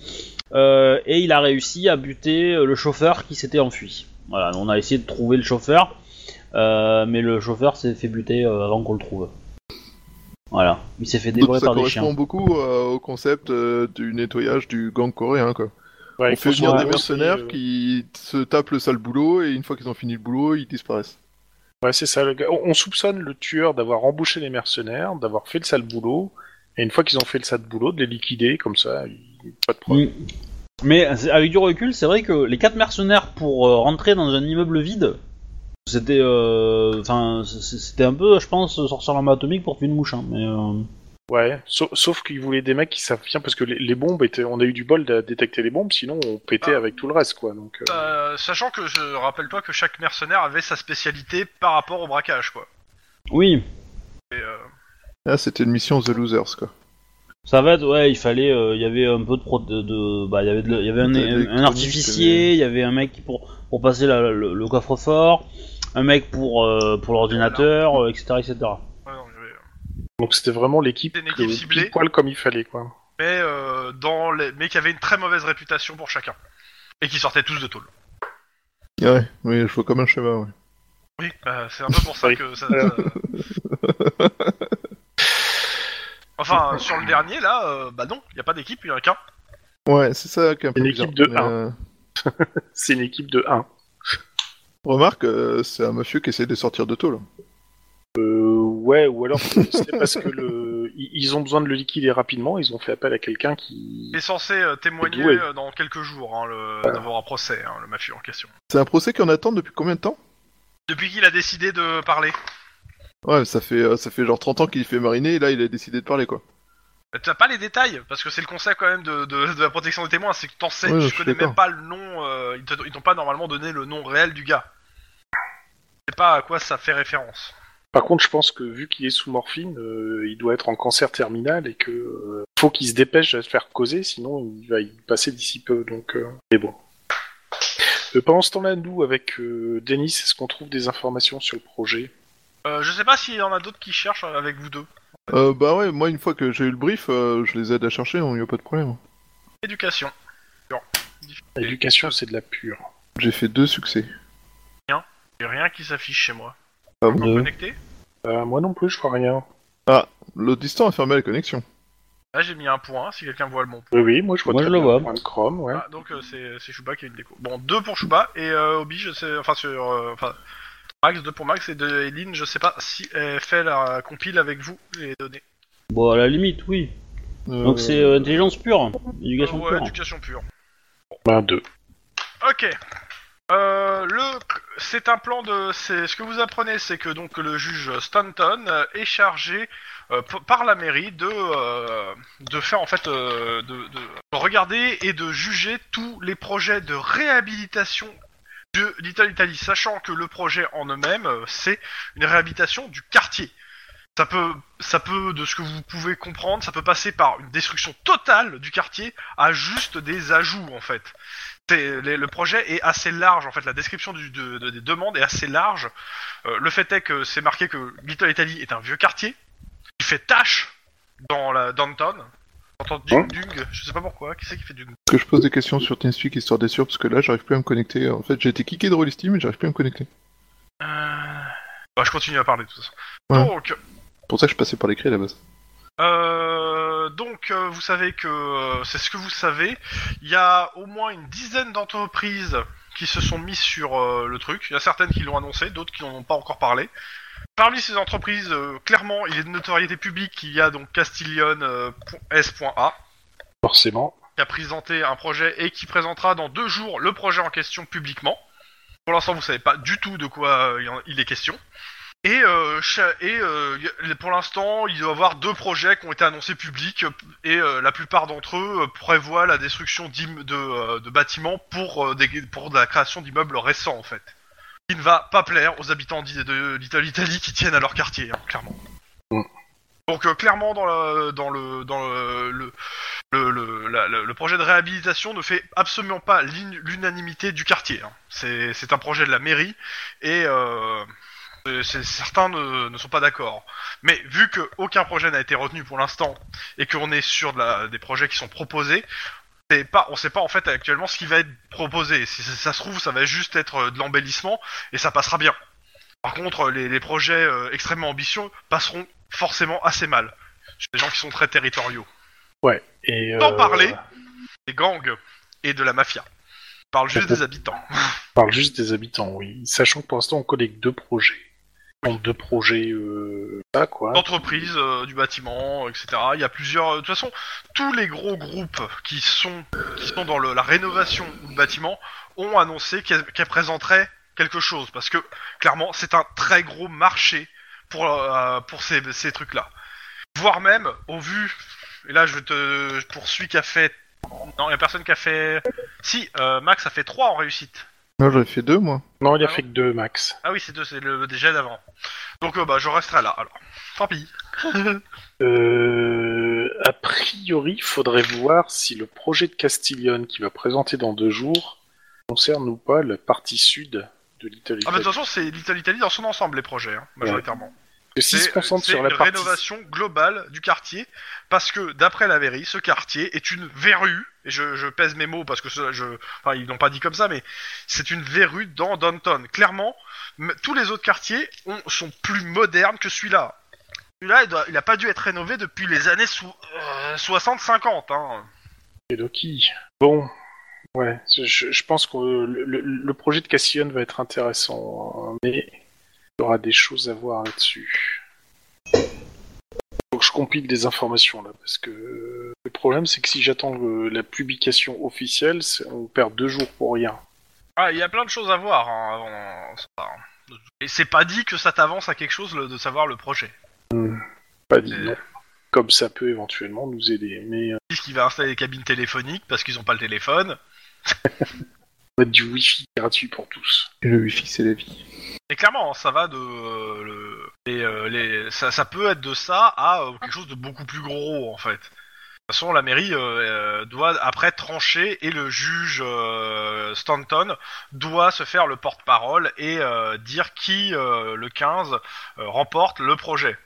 B: euh, et il a réussi à buter euh, le chauffeur qui s'était enfui. Voilà, on a essayé de trouver le chauffeur, euh, mais le chauffeur s'est fait buter euh, avant qu'on le trouve. Voilà, il s'est fait
D: Donc,
B: dévorer
D: ça
B: par des
D: correspond
B: chiens.
D: beaucoup euh, au concept euh, du nettoyage du gang coréen, quoi.
A: Ouais,
D: On fait venir des
A: grosso modo, c'est,
D: mercenaires
A: euh,
D: qui se tapent le sale boulot et une fois qu'ils ont fini le boulot, ils disparaissent.
A: euh, Ouais, c'est ça. le gars. On on soupçonne le tueur d'avoir embauché les mercenaires, d'avoir fait le sale boulot, et une fois qu'ils ont fait le sale boulot, de les liquider comme ça. il- Pas de problème.
B: Mm. Mais euh, c'est- avec du recul, c'est vrai que les quatre mercenaires pour euh, rentrer dans un immeuble vide, c'était, euh, enfin, c- c- c'était un peu, je pense, sortir l'arme atomique pour tuer une mouche. hein, mais euh,
A: Ouais. Sauf, sauf qu'ils voulaient des mecs qui savent bien parce que les, les bombes étaient. On a eu du bol de détecter les bombes, sinon on pétait
C: Ah.
A: avec tout le reste, quoi. Donc. euh,
C: Euh, sachant que je rappelle-toi que chaque mercenaire avait sa spécialité par rapport au braquage, quoi.
B: oui,
C: Et, euh,
D: Là, Ah, c'était une mission The Losers, quoi.
B: ça va être, ouais, il fallait, euh, il y avait un peu de, pro- de, de- bah, il y avait, de la- il y avait un,
D: De
B: un- un
D: l'électronique,
B: artificier, il y avait un mec qui pour pour passer la- le, le coffre-fort, un mec pour euh, pour l'ordinateur, euh, etc., etc.
C: ouais, non, euh. mais-
A: Donc c'était vraiment l'équipe.
C: Une équipe
A: que-
C: ciblée.
A: pile Poil comme il fallait, quoi.
C: mais, euh, dans les... mais qui avait une très mauvaise réputation pour chacun. Et qui sortaient tous de tôle.
D: Ouais, oui, je vois comme un schéma, ouais.
C: Oui, bah, c'est un peu pour ça
A: Oui.
C: que ça. Enfin, sur le dernier, là, euh, bah non, il a pas d'équipe, il y en a qu'un.
D: Ouais, c'est ça qui est un peu
A: Une
D: bizarre.
A: équipe de
D: Mais,
A: un.
D: euh,
A: C'est une équipe de 1.
D: remarque, euh, c'est un mafieux qui essaie de sortir de tôle.
A: Euh, ouais, ou alors c'est parce que le... *laughs* i- ils ont besoin de le liquider rapidement, ils ont fait appel à quelqu'un qui.
C: Il est censé euh, témoigner
A: Doué.
C: euh, dans quelques jours hein, le... d'avoir un procès, hein, le mafieux en question.
D: C'est un procès qu'on attend depuis combien de temps
C: Depuis qu'il a décidé de parler.
D: Ouais, ça fait, euh, ça fait genre 30 ans qu'il fait mariner et là, il a décidé de parler, quoi.
C: Bah, T'as pas les détails, parce que c'est le concept quand même de, de- de la protection des témoins, c'est que t'en sais,
D: Ouais,
C: tu
D: je suis
C: connais même
D: d'accord.
C: pas le nom, euh, ils te- ils t'ont pas normalement donné le nom réel du gars. Je sais pas à quoi ça fait référence.
A: Par contre, je pense que vu qu'il est sous morphine, euh, il doit être en cancer terminal et que euh, faut qu'il se dépêche à se faire causer, sinon il va y passer d'ici peu. Donc, euh, mais bon. Euh, pendant ce temps-là, nous, avec euh, Denis, est-ce qu'on trouve des informations sur le projet
C: Euh, je sais pas s'il y en a d'autres qui cherchent avec vous deux.
D: Euh, bah ouais, moi, une fois que j'ai eu le brief, euh, je les aide à chercher, il n'y a pas de problème.
C: Éducation.
A: L'éducation, c'est de la pure.
D: J'ai fait deux succès.
C: Y'a rien qui s'affiche chez moi.
D: Ah
B: bon
C: Connecté
A: Euh, moi non plus, je vois rien.
D: L'autre distant a fermé la connexion.
C: Là, j'ai mis un point, hein, si quelqu'un voit le bon point.
A: Oui, oui, moi je vois
B: Moi,
A: très
B: je le
A: bien
B: vois.
A: point de Chrome, ouais.
C: Ah, donc, euh, c'est c'est Chouba qui a une déco. Bon, deux pour Chouba, et euh, Obi, je sais... Enfin, sur... euh, enfin, Max, deux pour Max, et de Eileen, je sais pas si elle fait la compile avec vous, les données.
B: Bon, à la limite, oui. Donc c'est euh, intelligence pure, éducation
C: Euh, ouais,
B: pure.
C: éducation pure.
A: Ben, deux.
C: Ok. Euh, le, c'est un plan de, c'est ce que vous apprenez, c'est que donc le juge Stanton euh, est chargé euh, p- par la mairie de euh, de faire en fait euh, de, de regarder et de juger tous les projets de réhabilitation de Little Italy, sachant que le projet en eux-mêmes euh, c'est une réhabilitation du quartier. Ça peut, ça peut, de ce que vous pouvez comprendre, ça peut passer par une destruction totale du quartier à juste des ajouts en fait. C'est- les- le projet est assez large en fait, la description du- de- de- des demandes est assez large. Euh, le fait est que c'est marqué que Little Italy est un vieux quartier qui fait tâche dans la downtown. J'entends Dung Dung, je sais pas pourquoi, qui c'est qui fait Dung
D: Que je pose des questions sur TeamSpeak histoire d'être sûr, parce que là, j'arrive plus à me connecter. En fait, j'ai été kické de Rollisteam, mais j'arrive plus à me connecter.
C: Euh, bah, Je continue à parler de toute façon.
D: Ouais.
C: Donc,
D: Pour ça, que je passais par l'écrit à la base.
C: Euh, donc, euh, vous savez que euh, c'est ce que vous savez. Il y a au moins une dizaine d'entreprises qui se sont mises sur euh, le truc. Il y a certaines qui l'ont annoncé, d'autres qui n'en ont pas encore parlé. Parmi ces entreprises, euh, clairement, il est de notoriété publique qu'il y a donc Castillon euh, point- S.A
A: Forcément.
C: qui a présenté un projet et qui présentera dans deux jours le projet en question publiquement. Pour l'instant, vous savez pas du tout de quoi euh, il en- il est question. Et, euh, cha- et euh, y- pour l'instant, il doit y avoir deux projets qui ont été annoncés publics euh, et euh, la plupart d'entre eux euh, prévoient la destruction d'im- de, euh, de bâtiments pour, euh, des- pour de la création d'immeubles récents en fait. Qui ne va pas plaire aux habitants d'I- de Little Italy qui tiennent à leur quartier, hein, clairement.
A: Mm.
C: Donc euh, clairement dans le dans le dans le- le, le, le, la- le- le projet de réhabilitation ne fait absolument pas l'in- l'unanimité du quartier. hein. C'est c'est un projet de la mairie et euh, c'est- c'est- certains ne, ne sont pas d'accord. Mais vu qu'aucun projet n'a été retenu pour l'instant et qu'on est sur de la- des projets qui sont proposés, c'est pas, on sait pas en fait actuellement ce qui va être proposé. Si ça- ça se trouve, ça va juste être euh, de l'embellissement et ça passera bien. Par contre, les, les projets euh, extrêmement ambitieux passeront forcément assez mal. C'est des gens qui sont très territoriaux
A: Ouais. Et,
C: Sans
A: euh,
C: parler. des gangs et de la mafia. Je parle juste
A: Pourquoi
C: des habitants.
A: On parle juste des habitants, oui. Sachant que pour l'instant, on connaît que deux projets. Donc deux projets, euh, ça, quoi.
C: D'entreprises, euh, du bâtiment, etc. Il y a plusieurs. euh, De toute façon, tous les gros groupes qui sont, qui sont dans le- la rénovation du bâtiment ont annoncé qu'elles qu'elles présenteraient quelque chose. Parce que, clairement, c'est un très gros marché pour, euh, pour ces, ces trucs-là. Voire même, au vu. Et là, je te je poursuis qui a fait. Non, il n'y a personne qui a fait. Si, euh, Max a fait 3 en réussite.
D: Non, j'avais fait deux, moi.
A: Non, il a
C: Ah
A: fait que deux, max.
C: Ah oui, c'est deux, c'est le déjà d'avant. Donc euh, bah je resterai là alors. Tant
A: *laughs*
C: pis. Ah,
A: Euh, a priori, faudrait voir si le projet de Castillon qui va présenter dans deux jours concerne ou pas la partie sud de Little Italy.
C: Ah bah de toute façon c'est Little Italy dans son ensemble les projets hein, majoritairement.
A: Parce que s'il se
C: C'est
A: concentre
C: c'est
A: sur la
C: une
A: partie...
C: rénovation globale du quartier parce que d'après la mairie ce quartier est une verrue et je, je pèse mes mots parce que cela, je enfin ils l'ont pas dit comme ça mais c'est une verrue dans Downton. Clairement m- tous les autres quartiers ont- sont plus modernes que celui-là. Celui-là il, doit- il a pas dû être rénové depuis les années sou- euh, 60-50 hein.
A: Et Loki. Bon, ouais, je, je- je pense que le, le- le projet de Cassian va être intéressant, hein, mais il y aura des choses à voir là-dessus. Faut que je compile des informations là, parce que euh, le problème c'est que si j'attends euh, la publication officielle, c'est- on perd deux jours pour rien.
C: Ah, il y a plein de choses à voir hein, avant ça, hein. Et c'est pas dit que ça t'avance à quelque chose le- de savoir le projet.
A: Pas dit
C: Euh.
A: non. Comme ça peut éventuellement nous aider, mais euh,
C: Ils disent qu'il va installer des cabines téléphoniques parce qu'ils ont pas le téléphone.
A: on va mettre du wifi gratuit pour tous.
D: Et le wifi, c'est la vie.
C: Et clairement, ça va de euh, le- les, euh, les- ça, ça peut être de ça à euh, quelque chose de beaucoup plus gros en fait. De toute façon, la mairie euh, euh, doit après trancher et le juge euh, Stanton doit se faire le porte-parole et euh, dire qui euh, le 15 euh, remporte le projet.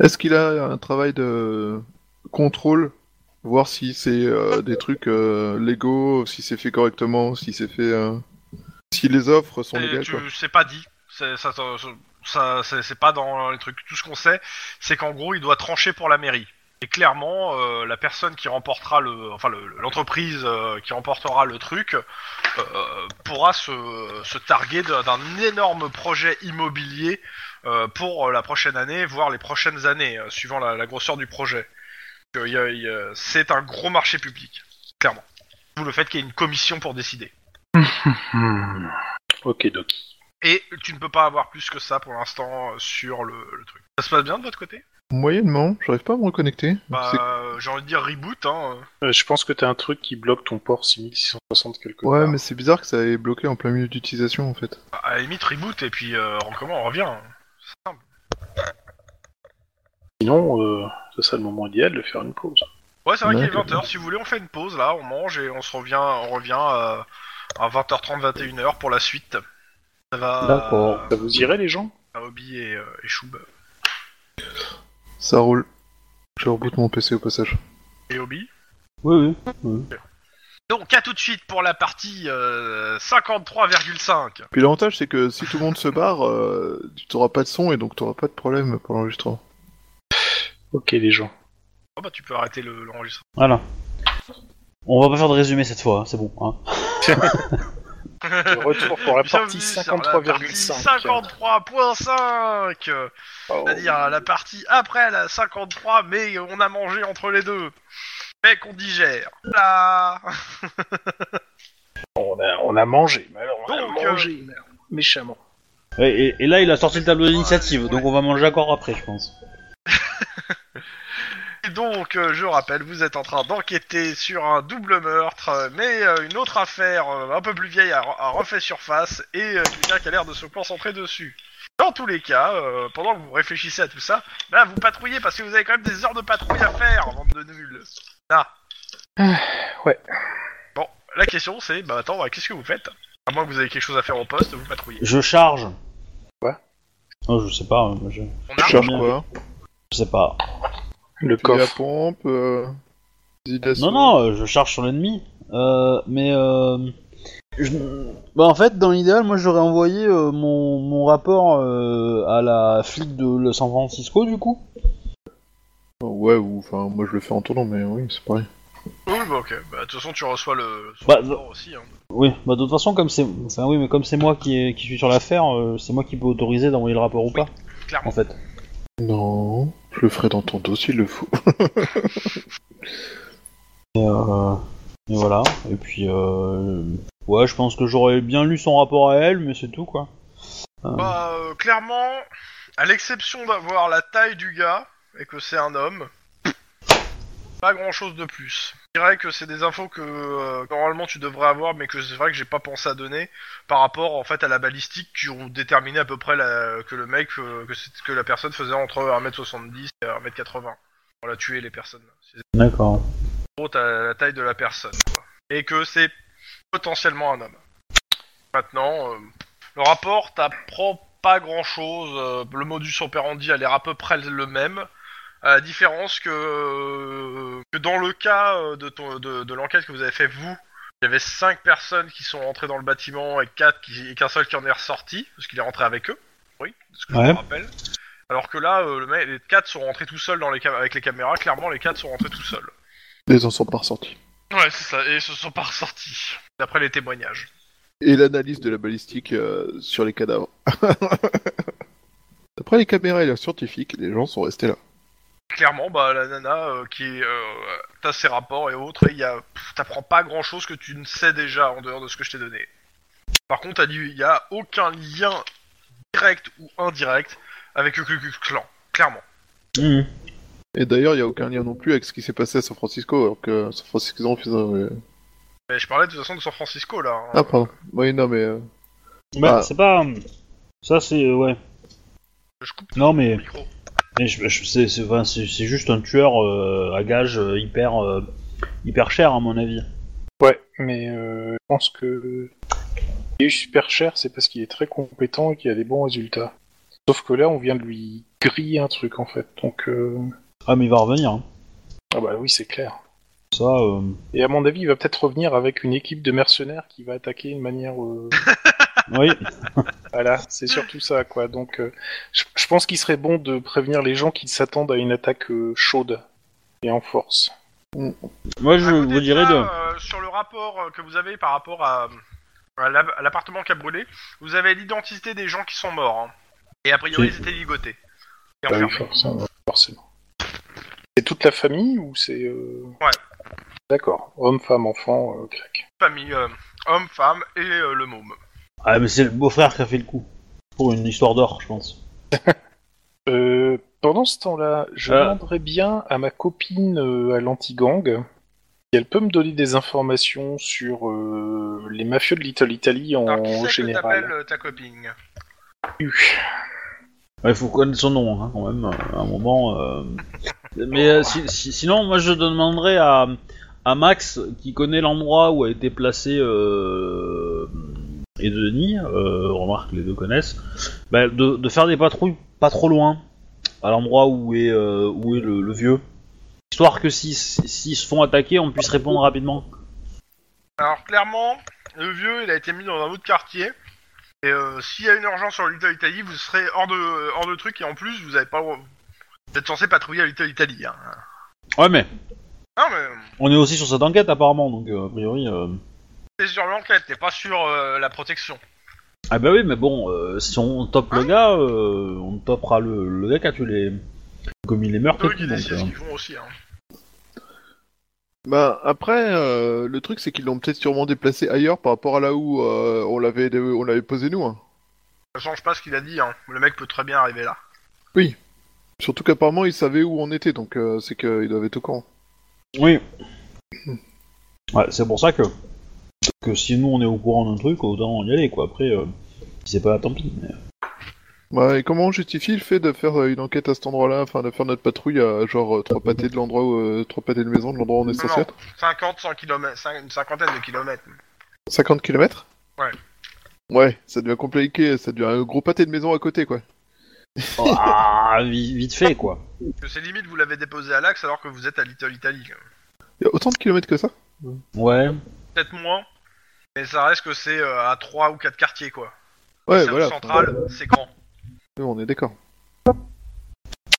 D: Est-ce qu'il a un travail de contrôle Voir si c'est euh, des trucs euh, légaux, si c'est fait correctement, si c'est fait. euh, Si les offres sont
C: C'est-
D: légales,
C: Euh, tu-
D: quoi.
C: C'est pas dit. C'est ça, ça- ça- c'est- c'est pas dans les trucs. Tout ce qu'on sait, c'est qu'en gros, il doit trancher pour la mairie. Et clairement, euh, la personne qui remportera le, enfin le- le- l'entreprise euh, qui remportera le truc euh, pourra se, se targuer d'un d'un énorme projet immobilier euh, pour la prochaine année, voire les prochaines années, euh, suivant la, la grosseur du projet. Donc, euh, y a- y a- C'est un gros marché public, clairement. D'où le fait qu'il y ait une commission pour décider.
A: Hmm. Ok, Doki.
C: Et tu ne peux pas avoir plus que ça pour l'instant euh, sur le, le truc. Ça se passe bien de votre côté
D: Moyennement, j'arrive pas à me reconnecter.
C: Bah,
D: C'est-
C: euh, j'ai envie de dire reboot, hein.
A: Euh, je pense que t'as un truc qui bloque ton port 6660 quelque
D: Ouais,
A: part.
D: mais c'est bizarre que ça ait bloqué en plein milieu d'utilisation en fait.
C: Bah, À la limite, reboot et puis euh, on recommence, on revient. C'est simple.
A: Sinon, euh, ce serait le moment idéal de faire une pause.
C: Ouais, c'est vrai qu'il est
D: D'accord.
C: 20h. Si vous voulez, on fait une pause là, on mange et on se revient, on revient euh, à 20h30, 21h pour la suite. Ça va.
B: D'accord.
A: Ça vous irait, les gens
C: à Obi et, euh, et Choub.
D: Ça roule. Je reboot mon PC au passage.
C: Et Obi.
B: Oui, oui.
C: Donc, à tout de suite pour la partie euh, 53,5.
D: Puis l'avantage c'est que si tout le monde se barre, euh, tu t'auras pas de son et donc t'auras pas de problème pour l'enregistrement.
A: Ok, les *laughs* gens.
C: Oh bah, tu peux arrêter le- l'enregistrement.
B: Voilà. On va pas faire de résumé cette fois, hein, c'est bon. hein.
A: De retour pour la partie
C: Bienvenue sur la partie
A: 53,5.
C: 53.5 euh,
A: Oh.
C: C'est-à-dire la partie après la 53, mais on a mangé entre les deux. Mais qu'on digère. Là
A: Oh, On a, on a mangé, mais alors on
C: Donc,
A: a mangé merde, méchamment.
B: Ouais, Et, et là, il a sorti le tableau d'initiative, donc on va manger encore après, je pense.
C: Et donc, euh, je rappelle, vous êtes en train d'enquêter sur un double meurtre, euh, mais euh, une autre affaire euh, un peu plus vieille a, a refait surface et euh, quelqu'un qui a l'air de se concentrer dessus. Dans tous les cas, euh, pendant que vous réfléchissez à tout ça, bah, vous patrouillez parce que vous avez quand même des heures de patrouille à faire, bande de nuls. Là.
A: ouais.
C: Bon, la question c'est, bah attends, bah, qu'est-ce que vous faites À moins que vous ayez quelque chose à faire au poste, vous patrouillez.
B: Je charge.
A: Quoi
B: Oh, je sais pas, euh, je,
C: On
D: Tu
C: a
D: charges
B: bien.
D: quoi
B: je sais pas.
A: Le
D: Tu dis la
A: coffre.
D: pompe euh, fusil d'assaut.
B: Non, non, euh, je charge sur l'ennemi. Euh, mais. Euh, je- Bah, en fait, dans l'idéal, moi j'aurais envoyé euh, mon, mon rapport euh, à la flic de le San Francisco, du coup.
D: Ouais, ou enfin, moi je le fais en tournant, mais oui, c'est pareil.
C: Oui, bah ok. Bah, de toute façon, tu reçois le. son
B: Bah,
C: rapport aussi, hein.
B: Oui, bah de toute façon, comme c'est enfin, oui, mais comme c'est moi qui, est- qui suis sur l'affaire, euh, c'est moi qui peux autoriser d'envoyer le rapport ou pas, en
C: Clairement.
B: fait.
D: Non, je le ferai dans ton dossier, il le faut. *laughs*
B: Et, euh, et voilà. Et puis, euh, ouais, je pense que j'aurais bien lu son rapport à elle, mais c'est tout, quoi.
C: Bah, euh, clairement, à l'exception d'avoir la taille du gars et que c'est un homme, pas grand chose de plus. Je dirais que c'est des infos que euh, normalement tu devrais avoir, mais que c'est vrai que j'ai pas pensé à donner par rapport en fait à la balistique qui ont déterminé à peu près la- que le mec, euh, que, c'est- que la personne faisait entre 1m70 et 1m80. Voilà, tuer les personnes. C'est
B: D'accord.
C: gros, t'as la taille de la personne. quoi. Et que c'est potentiellement un homme. Maintenant, euh, le rapport t'apprend pas grand chose. le modus operandi a l'air à peu près le même. À la différence que, euh, que dans le cas euh, de, ton- de, de l'enquête que vous avez fait vous, il y avait cinq personnes qui sont rentrées dans le bâtiment et quatre qui- et qu'un seul qui en est ressorti, parce qu'il est rentré avec eux. Oui, c'est ce que je
B: Ouais.
C: me rappelle. Alors que là, euh, le mec- les quatre sont rentrés tout seuls dans les cam- avec les caméras. Clairement, les quatre sont rentrés tout seuls.
D: Les en sont pas ressortis.
C: Ouais, c'est ça, et ils se sont pas ressortis, d'après les témoignages.
D: Et l'analyse de la balistique euh, sur les cadavres. *laughs* D'après les caméras et les scientifiques, les gens sont restés là.
C: Clairement, bah, la nana euh, qui euh, t'as ses rapports et autres, et il y a, pff, t'apprends pas grand chose que tu ne sais déjà en dehors de ce que je t'ai donné. Par contre, t'as dit, il y a aucun lien direct ou indirect avec le Ku Klux Klan, clairement.
B: Mhm.
D: Et d'ailleurs, il n'y a aucun lien non plus avec ce qui s'est passé à San Francisco, alors que San Francisco faisait... euh,
C: Mais je parlais de toute façon de San Francisco là. hein.
D: Ah, pardon. Oui, non, mais... euh,
B: Bah,
D: Ah.
B: c'est pas. Ça, c'est. euh, Ouais.
C: Je coupe
B: Non,
C: le
B: mais.
C: micro.
B: mais je- je- c'est- c'est enfin, c'est- c'est juste un tueur euh, à gage euh, hyper, euh, hyper cher, à mon avis.
A: Ouais, mais euh, je pense que il est super cher, c'est parce qu'il est très compétent et qu'il a des bons résultats. Sauf que là, on vient de lui griller un truc en fait. Donc, euh,
B: Ah, mais il va revenir. hein.
A: ah bah oui, c'est clair.
B: Ça, euh,
A: Et à mon avis, il va peut-être revenir avec une équipe de mercenaires qui va attaquer de manière. euh,
B: oui.
A: voilà, c'est surtout ça, quoi. Donc, euh, je, je pense qu'il serait bon de prévenir les gens qui s'attendent à une attaque euh, chaude. et en force.
B: *laughs* Moi, je
C: À côté
B: vous
C: de
B: dirais
C: ça,
B: de.
C: euh, sur le rapport euh, que vous avez par rapport à, à l'ap- à l'appartement qui a brûlé, vous avez l'identité des gens qui sont morts. hein. Et a priori,
B: Si.
C: ils étaient ligotés. Et
A: Bah oui,
C: enfermés.
A: forcément. forcément. C'est toute la famille ou c'est. euh,
C: Ouais.
A: D'accord. Homme, femme, enfant, euh, claque.
C: Famille, euh, homme, femme et euh, le môme.
B: Ah, mais c'est le beau-frère qui a fait le coup. Pour une histoire d'or, je pense.
A: Euh, pendant ce temps-là, je
B: Ah.
A: demanderais bien à ma copine euh, à l'anti-gang si elle peut me donner des informations sur euh, les mafieux de Little Italy en
C: Alors, qui c'est que t'appelles
A: général. Euh,
C: euh, ta copine
B: Ouais, Il faut connaître son nom, hein, quand même, euh, à un moment. euh. Mais euh, si- si- sinon, moi, je demanderais à, à Max, qui connaît l'endroit où a été placé euh, et Denis, euh, remarque, les deux connaissent, bah, de, de faire des patrouilles pas trop loin, à l'endroit où est, euh, où est le, le vieux. Histoire que si- si- s'ils se font attaquer, on puisse répondre rapidement.
C: Alors clairement, le vieux, il a été mis dans un autre quartier. Et euh, s'il y a une urgence sur Little Italy, vous serez hors de euh, hors de truc et en plus, vous avez pas vous êtes censé patrouiller à Little Italy. Hein.
B: Ouais, mais
C: Non mais euh,
B: on est aussi sur cette enquête, apparemment, donc euh, a priori. euh,
C: t'es sur l'enquête, t'es pas sur euh, la protection.
B: Ah bah oui, mais bon, euh, si on top le gars, euh, on topera le, le gars qui a tué les... commis les meurtres.
C: C'est eux
B: et tout,
C: qui
B: donc,
C: décident ce
B: euh.
C: qu'ils font aussi. Hein.
D: Bah après, euh, le truc c'est qu'ils l'ont peut-être sûrement déplacé ailleurs par rapport à là où euh, on l'avait on l'avait posé nous. hein.
C: Ça change pas ce qu'il a dit. Hein. Le mec peut très bien arriver là.
D: Surtout qu'apparemment ils savaient où on était, donc euh, c'est qu'ils doivent être au courant.
B: Oui. Ouais, c'est pour ça que... Que si nous on est au courant d'un truc, autant y aller, quoi. Après, euh, si c'est pas, tant pis. mais-
D: Ouais, Bah, et comment on justifie le fait de faire euh, une enquête à cet endroit-là, enfin de faire notre patrouille à genre euh, trois pâtés de l'endroit où euh, trois pâtés de maison de l'endroit où on est censé
C: Non.
D: être
C: 50, 100 km, une cinquantaine de kilomètres.
D: 50 km
C: Ouais.
D: Ouais, ça devient compliqué, ça devient un gros pâté de maison à côté quoi.
B: Ah, *laughs* vi- vite fait, quoi.
C: Que c'est limite, vous l'avez déposé à l'axe alors que vous êtes à Little Italy.
D: Il y a autant de kilomètres que ça
B: Ouais.
C: Peut-être moins, mais ça reste que c'est euh, à 3 ou 4 quartiers quoi.
D: Ouais,
C: c'est
D: voilà.
C: central, c'est grand. *laughs*
D: Oui, on est d'accord.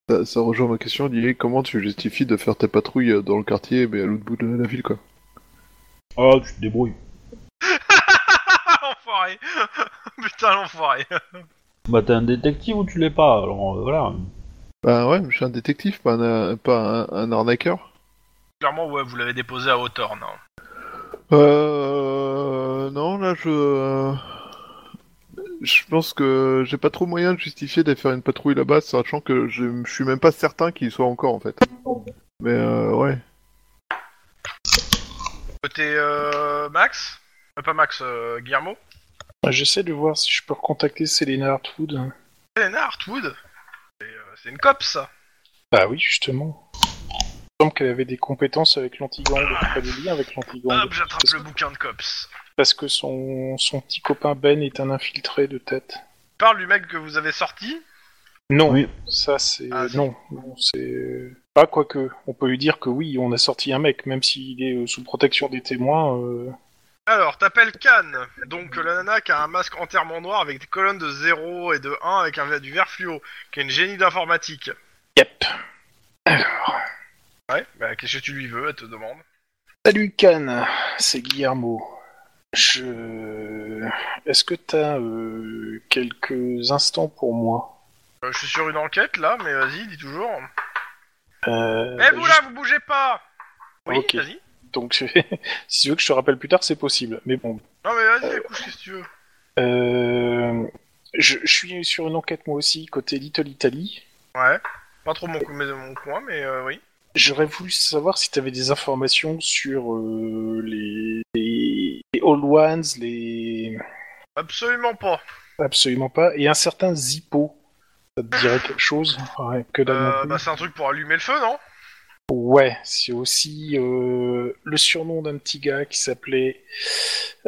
D: Ça, ça rejoint ma question, Didier, comment tu justifies de faire ta patrouille euh, dans le quartier, mais à l'autre bout de la ville, quoi
B: Ah, tu te débrouilles.
C: Ah, l'enfoiré *laughs* Putain, l'enfoiré
B: Bah t'es un détective ou tu l'es pas, alors euh, voilà.
D: Bah ouais, mais je suis un détective, pas un, euh, pas un, un arnaqueur.
C: Clairement, ouais, vous l'avez déposé à Hawthorne. hein.
D: Euh... Non, là, je... euh, Je pense que j'ai pas trop moyen de justifier d'aller faire une patrouille là-bas, sachant que je, je suis même pas certain qu'il y soit encore, en fait. Mais euh, ouais.
C: Côté euh, Max Euh, Pas Max, euh, Guillermo
A: J'essaie de voir si je peux recontacter Selena Hartwood.
C: Elena Hartwood Eh, C'est euh, c'est une cop, ça
A: Bah oui, justement. Il me semble qu'elle avait des compétences avec l'anti-gang, elle fait des liens avec l'anti-gang.
C: Hop, Ah,
D: bah,
C: j'attrape
A: Parce-
C: le bouquin de cops.
A: Parce que son, son petit copain Ben est un infiltré de tête.
C: Parle du mec que vous avez sorti
A: Non,
B: Oui.
A: ça c'est.
C: Ah, c'est-
A: non, non, c'est. Pas quoique. On peut lui dire que oui, on a sorti un mec, même s'il est euh, sous protection des témoins. euh,
C: Alors, t'appelles Cannes, donc euh, la nana qui a un masque entièrement noir avec des colonnes de 0 et de 1 avec un, ver- du vert fluo, qui est une génie d'informatique.
A: Yep.
C: Ouais, bah qu'est-ce que tu lui veux, elle te demande.
A: Salut Can, c'est Guillermo. Je. Est-ce que t'as euh, quelques instants pour moi
C: Euh, je suis sur une enquête, là, mais vas-y, dis toujours.
A: Euh,
C: Eh,
A: bah,
C: vous là, vous bougez pas Oui,
A: Ok.
C: vas-y.
A: Donc, je- *laughs* si tu veux que je te rappelle plus tard, c'est possible. Mais bon.
C: Non mais vas-y, écoute, qu'est-ce que tu veux
A: Euh, je, je suis sur une enquête, moi aussi, côté Little Italy.
C: Ouais. Pas trop mon, cou- mais- mon coin, mais euh, oui.
A: J'aurais voulu savoir si tu avais des informations sur euh, les, les, les Old Ones, les.
C: Absolument pas.
A: Absolument pas. Et un certain Zippo. Ça te dirait quelque chose Ouais, que dalle non
C: Euh,
A: plus.
C: bah, c'est un truc pour allumer le feu, non
A: Ouais, c'est aussi euh, le surnom d'un petit gars qui s'appelait.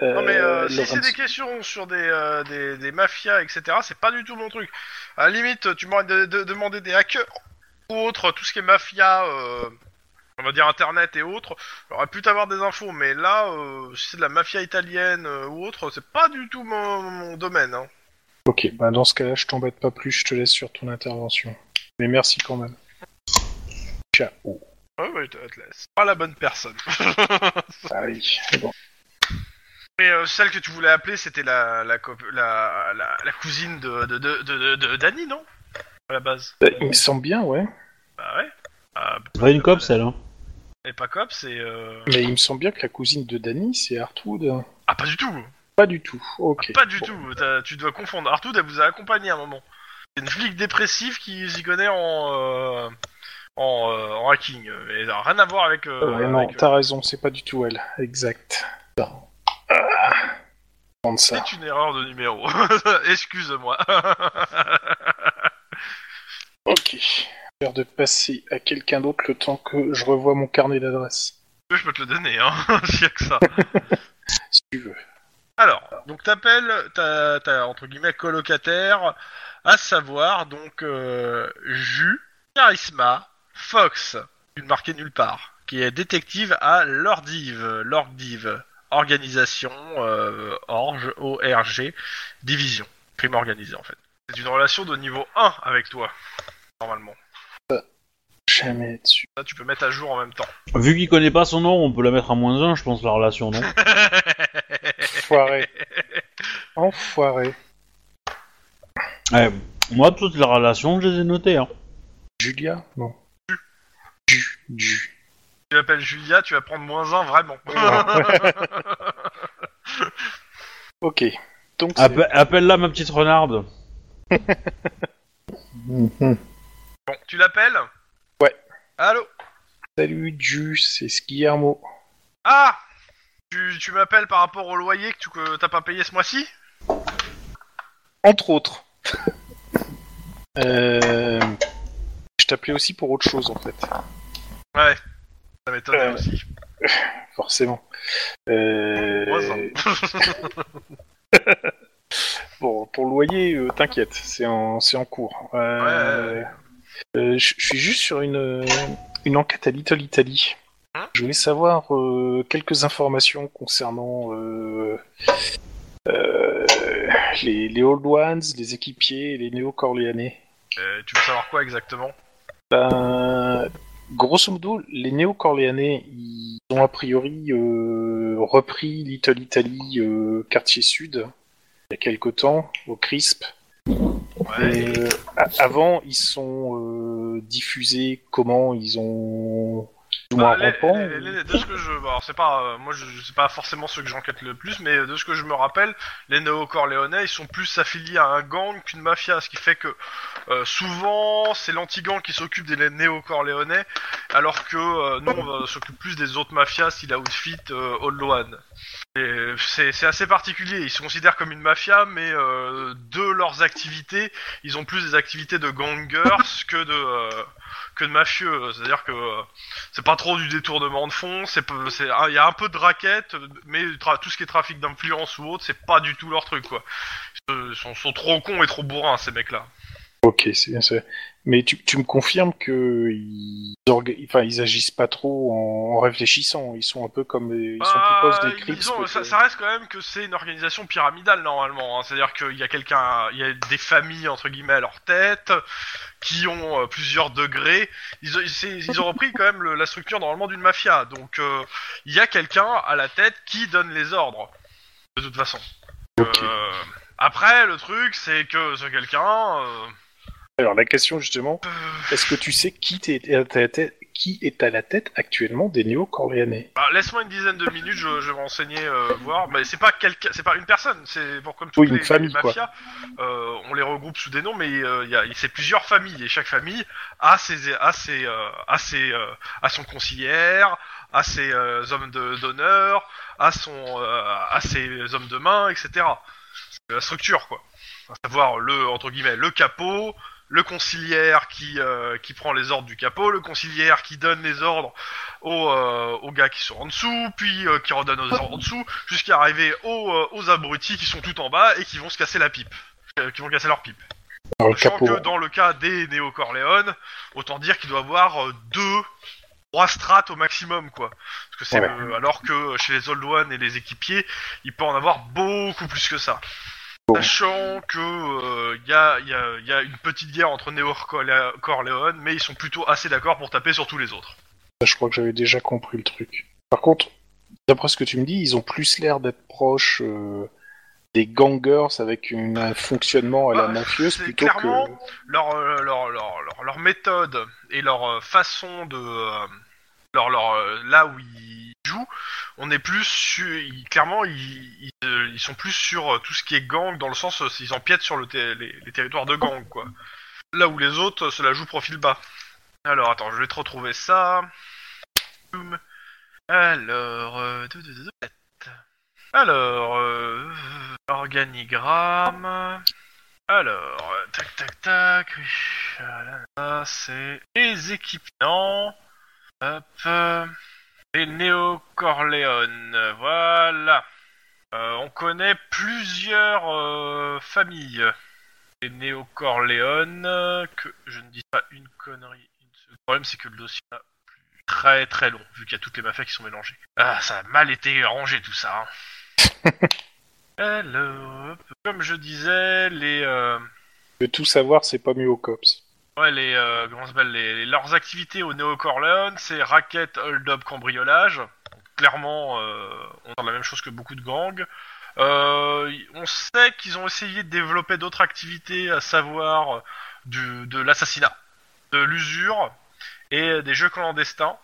A: euh,
C: Non mais euh, si c'est
A: Lawrence.
C: des questions sur des, euh, des, des mafias, etc., c'est pas du tout mon truc. À la limite, tu m'aurais de- de- demandé des hackers ou autres, tout ce qui est mafia, euh, on va dire internet et autres, j'aurais pu t'avoir des infos, mais là, euh, si c'est de la mafia italienne euh, ou autre, c'est pas du tout mon, mon domaine. Hein.
A: Ok, bah dans ce cas-là, je t'embête pas plus, je te laisse sur ton intervention. Mais merci quand même. Ciao.
C: Ouais, bah, je te laisse. Pas la bonne personne. *laughs*
A: Ah oui, bon.
C: Mais euh, celle que tu voulais appeler, c'était la la, cop- la, la la cousine de de de de, de- de Dany, non À la base.
A: Bah, il me semble bien, ouais.
C: Bah ouais. Ah,
B: C'est pas une cop, celle. Hein.
C: Et pas cop, c'est. euh,
A: Mais il me semble bien que la cousine de Danny, c'est Hartwood. hein.
C: Ah pas du tout.
A: Pas du tout, ok.
C: Ah, Pas du
A: Bon.
C: tout. T'as- Tu dois confondre. Arthur, elle vous a accompagné à un moment. C'est une flic dépressive qui s'y connaît en euh, en, euh, en hacking. Et ça n'a rien à voir avec. euh,
A: Ouais, non,
C: avec, euh,
A: t'as raison, c'est pas du tout elle. Exact. Ah. Prendre ça.
C: C'est une erreur de numéro. *laughs* Excuse-moi. *laughs*
A: Ok. Faire de passer à quelqu'un d'autre le temps que je revois mon carnet d'adresse.
C: Je peux te le donner, hein, *laughs* s'il y a que ça.
A: *laughs* Si tu veux.
C: Alors, donc t'appelles ta, ta entre guillemets colocataire, à savoir donc euh, Jus, Charisma, Fox, une marquée nulle part, qui est détective à l'Ordive, l'Ordive, organisation euh, Orge, ORG, division, crime organisé en fait. C'est une relation de niveau 1 avec toi, normalement.
A: Jamais dessus.
C: Ça, tu peux mettre à jour en
A: *laughs*
C: même temps.
B: Vu qu'il connaît pas son nom, on peut la mettre à moins 1, je pense, la relation, non
C: *laughs*
A: Enfoiré. Enfoiré.
B: ouais. Eh, Moi, toutes les relations, je les ai notées. Hein.
A: Julia Non. Du. Du.
C: tu l'appelles Julia, tu vas prendre moins 1 vraiment.
A: Ok. Donc, c'est-
B: Appe- Appelle-la ma petite renarde.
C: bon, tu l'appelles
A: Ouais.
C: Allô
A: salut, Du, c'est Guillermo.
C: Ah Tu, tu m'appelles par rapport au loyer que tu que t'as pas payé ce mois-ci
A: Entre autres. *laughs* Euh, Je t'appelais aussi pour autre chose, en fait.
C: Ouais. Ça m'étonne
A: Euh,
C: aussi.
A: Forcément. Euh,
C: Moi, ça.
A: Bon, pour le loyer, euh, t'inquiète, c'est en, c'est en cours. Euh,
C: Ouais, ouais,
A: euh, je je suis juste sur une, euh, une enquête à Little Italy.
C: Hein
A: je voulais savoir euh, quelques informations concernant euh, euh, les, les Old Ones, les équipiers et les néo-corléanais.
C: Euh, tu veux savoir quoi exactement
A: Ben, grosso modo, les néo-corléanais, ils ont a priori euh, repris Little Italy euh, quartier sud il y a quelque temps, au CRISP.
C: Ouais.
A: Mais, euh, a- avant, ils sont euh, diffusés comment Ils ont plus ou moins
C: Bah, les-
A: rampant
C: les- les- de ce que je, bah, alors c'est pas, euh, moi je, je sais pas forcément ceux que j'enquête le plus, mais de ce que je me rappelle, les néo-corléonais ils sont plus affiliés à un gang qu'une mafia, ce qui fait que euh, souvent c'est l'anti-gang qui s'occupe des néo-corléonais, alors que euh, nous on euh, s'occupe plus des autres mafias style Outfit, euh, Old Loan. Et, euh, C'est c'est assez particulier, ils se considèrent comme une mafia, mais euh, de leurs activités, ils ont plus des activités de gangers que de, euh, que de mafieux, c'est-à-dire que euh, c'est pas trop du détournement de fonds, c'est peu- c'est il y a un peu de raquette, mais tra- tout ce qui est trafic d'influence ou autre, c'est pas du tout leur truc quoi. Ils sont, sont trop cons et trop bourrins ces mecs là.
A: Ok, c'est bien ça. Mais tu, tu me confirmes que ils, orga- enfin, ils agissent pas trop en, en réfléchissant. Ils sont un peu comme les- ils sont plus proches des Crips.
C: disons,
A: que-
C: Bah, ça, ça reste quand même que c'est une organisation pyramidale normalement. hein. C'est-à-dire qu'il y a quelqu'un, il y a des familles entre guillemets à leur tête qui ont euh, plusieurs degrés. Ils, ont- c'est- ils ont repris quand même le- la structure normalement d'une mafia. Donc euh, il y a quelqu'un à la tête qui donne les ordres de toute façon.
A: Ok.
C: Euh, après le truc c'est que ce quelqu'un, euh,
A: Alors la question justement, est-ce que tu sais qui, t'est- est à ta tête- qui est à la tête actuellement des néo-corléanais
C: bah, laisse-moi une dizaine de minutes, je, je vais renseigner, euh, voir. Mais c'est pas quelqu'un, c'est pas une personne, c'est pour comme toutes
A: Oui, une
C: les,
A: famille,
C: les mafias, euh, on les regroupe sous des noms, mais euh, il y a, c'est plusieurs familles et chaque famille a ses, a ses, euh, a ses, euh, a son conciliaire, a ses euh, hommes de- d'honneur, a son, euh, a ses hommes de main, etc. C'est la structure quoi. À savoir le entre guillemets le capot. Le conciliaire qui, euh, qui prend les ordres du capot, le conciliaire qui donne les ordres aux, euh, aux gars qui sont en dessous, puis euh, qui redonnent aux en dessous, jusqu'à arriver aux, euh, aux abrutis qui sont tout en bas et qui vont se casser la pipe. Euh, qui vont casser leur pipe.
A: Alors, le
C: Sachant
A: capot.
C: que dans le cas des néo-corléones, autant dire qu'il doit y avoir euh, deux, trois strates au maximum, quoi. Parce que c'est
A: Ouais.
C: le- alors que euh, chez les Old One et les équipiers, il peut en avoir beaucoup plus que ça.
A: Bon.
C: Sachant que euh, y, a, y, a, y a une petite guerre entre néo-corléones, mais ils sont plutôt assez d'accord pour taper sur tous les autres.
A: Ça, je crois que j'avais déjà compris le truc. Par contre, d'après ce que tu me dis, ils ont plus l'air d'être proches euh, des gangers avec une- un fonctionnement à la
C: Bah,
A: mafieuse
C: c'est
A: plutôt
C: clairement-
A: que.
C: leur, euh, leur, leur, leur, leur méthode et leur euh, façon de. euh, leur, leur, euh, là où ils jouent, on est plus. su- ils- clairement, ils, ils, euh, ils sont plus sur euh, tout ce qui est gang, dans le sens euh, ils empiètent sur le ter- les, les territoires de gang, quoi. Là où les autres, euh, se la jouent profil bas. Alors, attends, je vais te retrouver ça. Boum. Alors. euh, dou- dou- dou- dou- alors, euh, organigramme. Alors, euh, tac tac tac, oui, voilà, ça c'est les équipements, hop, euh, les néocorléones, voilà. Euh, on connaît plusieurs euh, familles des néocorléones, euh, que je ne dis pas une connerie. Le problème c'est que le dossier est très très long, vu qu'il y a toutes les mafias qui sont mélangées. Ah, ça a mal été rangé tout ça. hein. Alors, hop, comme je disais, les... euh,
A: De tout savoir, c'est pas mieux aux cops.
C: Ouais, les, euh, comment ça s'appelle, les, les- leurs activités au néocorleone, c'est racket, hold-up, cambriolage. Donc, clairement, euh, on a la même chose que beaucoup de gangs. Euh, y- on sait qu'ils ont essayé de développer d'autres activités, à savoir euh, du, de l'assassinat, de l'usure et des jeux clandestins.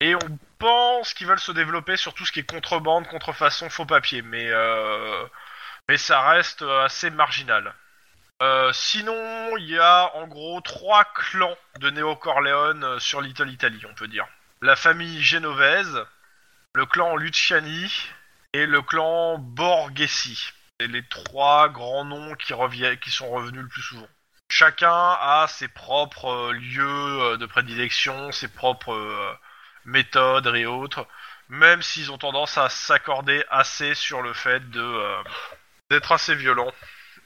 C: Et on pense qu'ils veulent se développer sur tout ce qui est contrebande, contrefaçon, faux papier, mais, euh, mais ça reste assez marginal. Euh, sinon, il y a en gros trois clans de néo-corléone euh, sur Little Italy, on peut dire. La famille génovaise, le clan Luciani et le clan Borghesi. C'est les trois grands noms qui, reviennent, qui sont revenus le plus souvent. Chacun a ses propres euh, lieux euh, de prédilection, ses propres euh, méthodes et autres, même s'ils ont tendance à s'accorder assez sur le fait de euh, d'être assez violents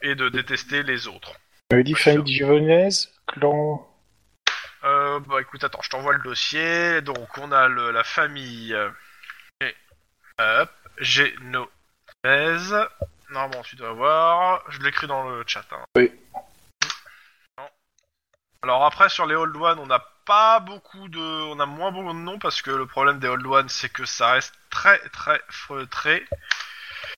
C: et de détester les autres.
A: Tu m'avais dit
C: Pas
A: famille
C: sûr.
A: dijonnaise, clan.
C: Euh, bah écoute, attends, je t'envoie le dossier. Donc on a le- la famille. euh, et- Hop, génovaise. Normalement, tu dois voir. Je l'écris dans le chat. hein.
A: Oui.
C: Non. Alors après, sur les Old One, on n'a pas beaucoup de. On a moins beaucoup de noms parce que le problème des Old One, c'est que ça reste très, très feutré.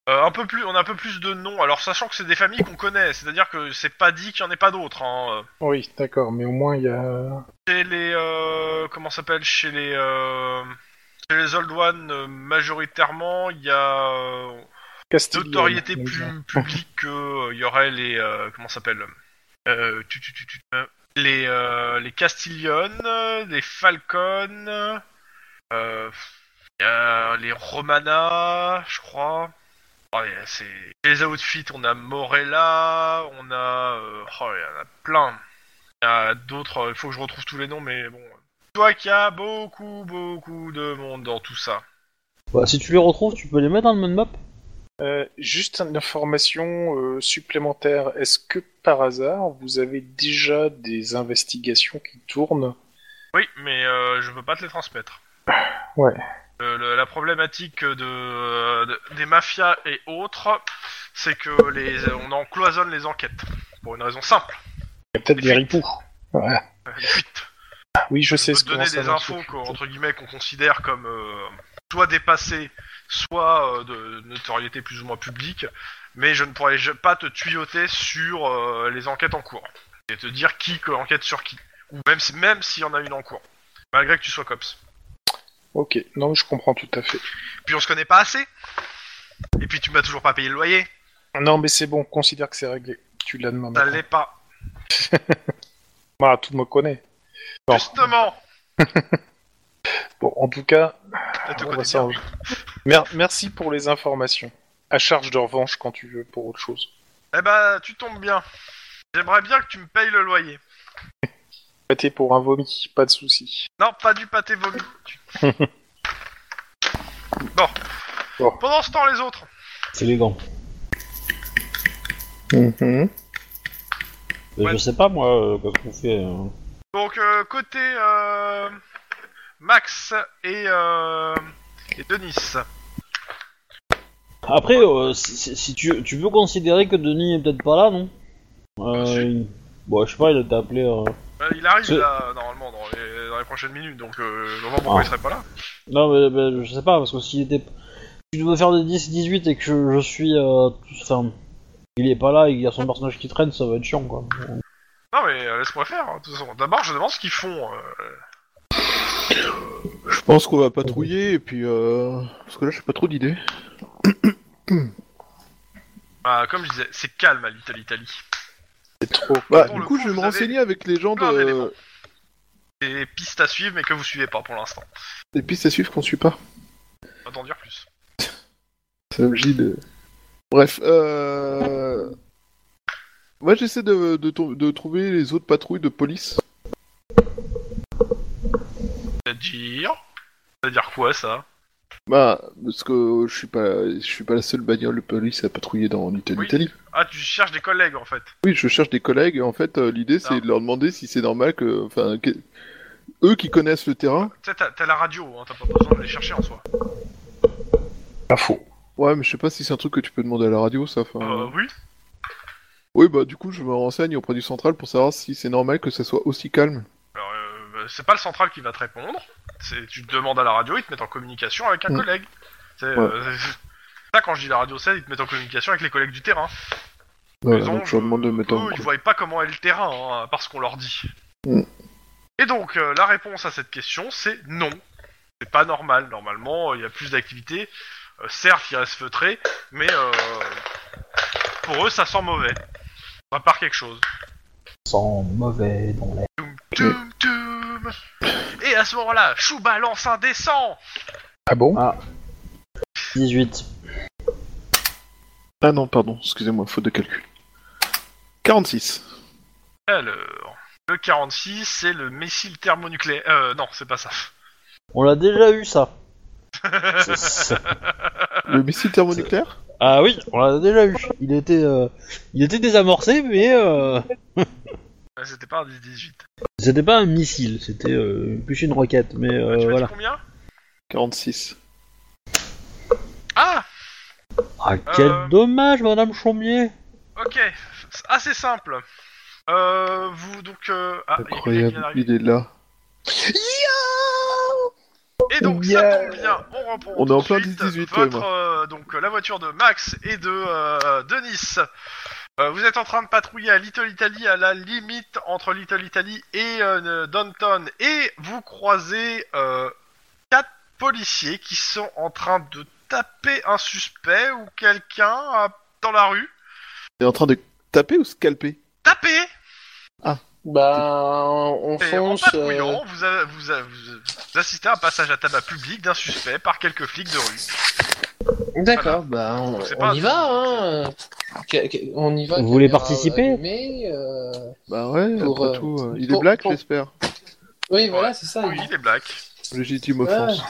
C: Euh, un peu plus, on a un peu plus de noms. Alors sachant que c'est des familles qu'on connaît, c'est-à-dire que c'est pas dit qu'il n'y en ait pas d'autres. Hein.
A: Oui, d'accord, mais au moins il y a.
C: Chez les. Euh, comment ça s'appelle Chez les. Euh, chez les Old One, euh, majoritairement, il y a. euh,
A: Castiglione.
C: notoriété
A: Donc,
C: plus publique que. euh, Il y aurait les. euh, comment ça s'appelle Euh, tu- tu- tu- tu- euh, Les. euh, les Castiglione, les Falcon. Euh, il y a les Romana, je crois. Oh, il y a- c'est... chez Les outfits, on a Morella, on a. euh, oh, il y en a plein. Il y a d'autres, euh, il faut que je retrouve tous les noms, mais bon. Toi qui a beaucoup, beaucoup de monde dans tout ça.
B: Bah, si tu les retrouves, tu peux les mettre dans le map.
A: Euh, juste une information euh, supplémentaire. Est-ce que par hasard vous avez déjà des investigations qui tournent
C: Oui, mais euh, je peux pas te les transmettre.
A: Ouais.
C: Le- le- la problématique de, de- des mafias et autres, c'est que les, on en cloisonne les enquêtes. Pour une raison simple, *laughs*
A: Il y a peut-être des ripoux. Ouais.
C: euh, les fuites.
A: Oui, je sais
C: Je
A: ce
C: peux te donner
A: comment ça
C: des
A: marche.
C: infos qu'on- entre guillemets qu'on considère comme euh, soit dépassées, soit euh, de notoriété plus ou moins publique, mais je ne pourrais je- pas te tuyauter sur euh, les enquêtes en cours et te dire qui que enquête sur qui, ou même si- même s'il y en a une en cours, malgré que tu sois cops.
A: Ok, non, mais je comprends tout à fait.
C: Puis on se connaît pas assez. Et puis tu m'as toujours pas payé le loyer.
A: Non, mais c'est bon, considère que c'est réglé. Tu l'as demain
C: Ça
A: matin.
C: l'est pas.
A: Ah, tout me connaît. Non.
C: Justement.
A: Bon, en tout cas,
C: Elle te
A: on
C: connaît
A: bah, va
C: bien.
A: s'en- Mer- merci pour les informations. À charge de revanche quand tu veux pour autre chose.
C: Eh bah, tu tombes bien. J'aimerais bien que tu me payes le loyer.
A: Pâté pour un vomi, pas de souci.
C: Non, pas du
A: *laughs*
C: pâté vomi. Tu- bon.
A: Bon.
C: Pendant ce temps, les autres.
B: C'est les gants. Mais
C: Ouais.
B: Je sais pas, moi, euh, qu'est-ce qu'on fait. euh.
C: Donc, euh, côté euh, Max et, euh, et Denis.
B: Après, euh, si, si- si tu, tu peux considérer que Denis est peut-être pas là, non
C: Euh,
B: euh, il- Bon, je sais pas, il a été appelé. euh,
C: Bah, il arrive
B: C'est-
C: là, normalement, dans les, dans les prochaines minutes, donc euh, je vois pas pourquoi
B: Ah.
C: il serait pas là.
B: Non, mais, mais je sais pas, parce que s'il était. Si tu veux faire des 10-18 et que je, je suis. euh, tout- Enfin. Il est pas là et qu'il y a son personnage qui traîne, ça va être chiant quoi.
C: Non, mais euh, laisse-moi faire, hein, de toute façon. D'abord, je demande ce qu'ils font. euh,
D: Je pense qu'on va patrouiller et puis euh... parce que là j'ai pas trop d'idées.
C: bah, comme je disais, c'est calme à Little Italy.
A: C'est trop.
D: Bah,
C: Pour
D: du
C: le
D: coup,
C: coup,
D: je vais me
C: vous avez
D: renseigner avec les gens
C: plein d'éléments.
D: de
C: Des pistes à suivre, mais que vous suivez pas pour l'instant.
D: des pistes à suivre qu'on suit pas.
C: Pas t'en dire plus.
D: C'est l'objet de. Bref, euh... moi j'essaie de, de, to- de trouver les autres patrouilles de police.
C: C'est-à-dire C'est-à-dire quoi, ça
D: Bah, parce que je suis pas, je suis pas la seule bagnole de police à patrouiller dans l'Italie.
C: Oui.
D: Italie.
C: Ah, tu cherches des collègues, en fait.
D: Oui, je cherche des collègues. et En fait, euh, l'idée, c'est
C: Ah.
D: de leur demander si c'est normal que, enfin, que- eux qui connaissent le terrain.
C: Tu sais, t'as t'as la radio, hein, t'as pas besoin de les chercher en soi.
A: Info.
D: Ouais, mais je sais pas si c'est un truc que tu peux demander à la radio, ça. enfin.
C: Euh, oui
D: Oui, bah du coup, je me renseigne auprès du central pour savoir si c'est normal que ça soit aussi calme.
C: Alors, euh, bah, c'est pas le central qui va te répondre. C'est tu te demandes à la radio, ils te mettent en communication avec un
D: Mm.
C: collègue. C'est euh, ça quand je dis la radio, c'est ils te mettent en communication avec les collègues du terrain.
D: Voilà,
C: Les
D: donc
C: anges,
D: je leur demande de me mettre
C: Eux,
D: en.
C: ils voient pas comment est le terrain hein, à part ce qu'on leur dit.
D: Mm.
C: Et donc euh, la réponse à cette question, c'est non. C'est pas normal. Normalement, il y a plus d'activités. Euh, certes, il reste feutré, mais euh, pour eux, ça sent mauvais. À part quelque chose.
B: Sans mauvais dans l'air.
C: Toum, toum, toum. Et à ce moment-là, Chouba lance un descend.
A: Ah bon
B: 18.
D: Ah non, pardon, excusez-moi, faute de calcul.
C: *laughs*
D: 46.
C: Alors, le 46, c'est le missile thermonucléaire. Euh, non, c'est pas ça.
B: On l'a déjà eu ça. C'est- c'est-
D: Le missile thermonucléaire
B: Ah oui, on l'a déjà eu. Il était, euh, il était désamorcé, mais euh,
C: Euh, C'était pas un 18.
B: c'était pas un missile, c'était euh, plus une roquette. Mais euh,
C: tu m'as
B: voilà.
C: dit combien
D: 46.
C: Ah,
B: Ah quel
C: Euh.
B: dommage, Madame Chaumier.
C: ok. C'est assez simple. Euh, vous donc. Euh... Ah, il y a quelqu'un qui vient
D: Incroyable,
C: d'arriver.
D: il est là.
C: Et donc, ça tombe bien, on reprend.
D: On est en plein
C: tout de suite
D: 18, ouais,
C: votre, euh, Donc, euh, la voiture de Max et de euh, Denis. Euh, vous êtes en train de patrouiller à Little Italy, à la limite entre Little Italy et euh, Downton, et vous croisez euh, quatre policiers qui sont en train de taper un suspect ou quelqu'un euh, dans la rue.
D: Il est en train de taper ou scalper
C: Taper
E: Bah, on
C: Et en
E: fonce. euh,
C: patrouillant, vous, a- vous, a- vous- vous assistez à un passage à tabac public d'un suspect par quelques flics de rue.
E: D'accord, bah, on,
C: C'est
E: on
C: pas-
E: y va, hein. Que- que- On y va.
B: Vous voulez
E: caméra
B: participer
E: allumée, euh,
D: Bah ouais,
E: Pour,
D: après
E: euh,
D: tout, euh, il est
E: pour-
D: black,
E: pour-
D: j'espère.
E: Oui, voilà, c'est
D: Ah
E: ça.
C: Oui, les blacks.
D: Légitime
E: Ouais.
D: offense.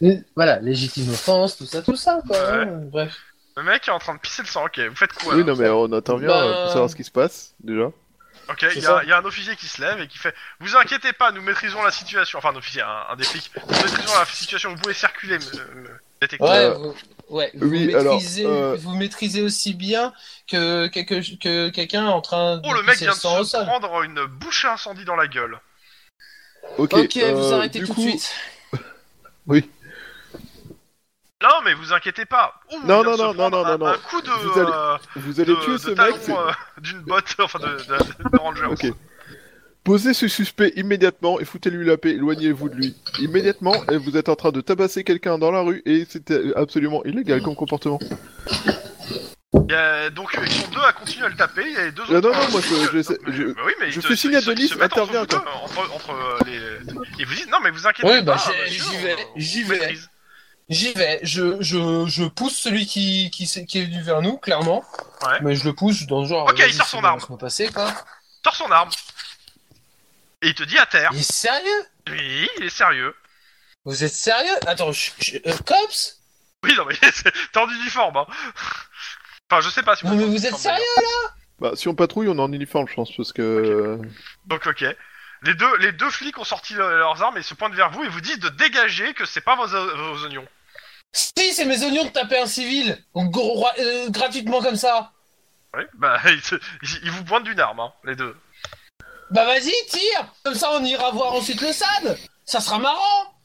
E: Lé- Voilà, légitime offense, tout ça, tout ça, quoi.
C: Ouais.
E: hein, Bref.
C: Le mec est en train de pisser le sang, ok, vous faites quoi
D: Oui,
C: là
D: non, mais on intervient
E: Bah-
D: euh, pour savoir ce qui se passe, déjà.
C: Ok, il y, a-
E: ça.
C: il y a un officier qui se lève et qui fait Vous inquiétez pas, nous maîtrisons la situation. Enfin, un officier, un, un des flics, nous maîtrisons la situation, vous pouvez circuler, m- m- détective.
E: Ouais,
D: Euh,
E: vous, ouais,
D: oui,
E: vous,
D: alors,
E: maîtrisez,
D: euh,
E: vous maîtrisez aussi bien que, que, que, que quelqu'un en train de.
C: Oh, le mec
E: pisser
C: vient de
E: sang au
C: se
E: sol.
C: prendre une bouchée incendie dans la gueule.
D: Ok,
E: Ok, vous
D: euh,
E: arrêtez
D: du
E: tout
D: coup-
E: de suite.
C: Non, mais vous inquiétez pas. Ouh, il vient de
D: Non, non,
C: se
D: non,
C: prendre
D: non, non,
C: un,
D: non.
C: un coup de.
D: Vous allez-
C: euh,
D: Vous allez
C: de-
D: tuer
C: de
D: ce mec,
C: talon,
D: c'est-
C: euh, D'une botte, *laughs* enfin de, de, de ranger.
D: Ok. Posez ce suspect immédiatement et foutez-lui la paix, éloignez-vous de lui. Immédiatement, et vous êtes en train de tabasser quelqu'un dans la rue et c'était absolument illégal comme comportement.
C: Il y a- donc, euh, ils sont deux à continuer à le taper, il y a les deux
D: Euh, Ah, Non,
C: autres.
D: non, non, moi, je- je-
C: Non, mais-
D: je-
C: bah oui, mais
D: je
C: ils te-
D: fais signe à
C: ils se- ils
D: Denis,
C: se mettent entre
D: interviens,
C: vous
D: toi.
C: deux, Entre, entre, euh, les. Ils vous disent Non, mais vous inquiétez
E: Oui,
C: pas. euh,
E: bah, j'y-
C: monsieur,
E: j'y
C: on-
E: vais,
C: on
E: j'y vais.
C: maîtrise.
E: J'y vais, je, je, je pousse celui qui, qui, s'est- qui est venu vers nous, clairement.
C: Ouais.
E: Mais je le pousse dans le genre.
C: Ok,
E: vas-y,
C: il sort
E: c'est
C: son
E: bon,
C: arme.
E: laisse-moi passer, quoi.
C: Tord son arme. Et il te dit à terre.
E: Il est sérieux
C: Oui, il est sérieux.
E: Vous êtes sérieux Attends, je, je- euh, cops
C: Oui, non, mais *laughs* c'est- t'es en uniforme. Hein. Enfin, je sais pas si
E: Non, mais vous
C: êtes
E: êtes sérieux
D: Bah, si on patrouille, on est en uniforme, je pense, parce que. euh,
C: Donc, ok. Les deux, les deux flics ont sorti le- leurs armes et se pointent vers vous et vous disent de dégager que c'est pas vos, vos oignons.
E: Si, c'est mes oignons de taper un civil Gros- euh, Gratuitement comme ça
C: Oui, bah, *laughs* ils, se- ils- ils vous pointent d'une arme, hein, les deux.
E: Bah vas-y, tire Comme ça, on ira voir ensuite le SAD Ça sera marrant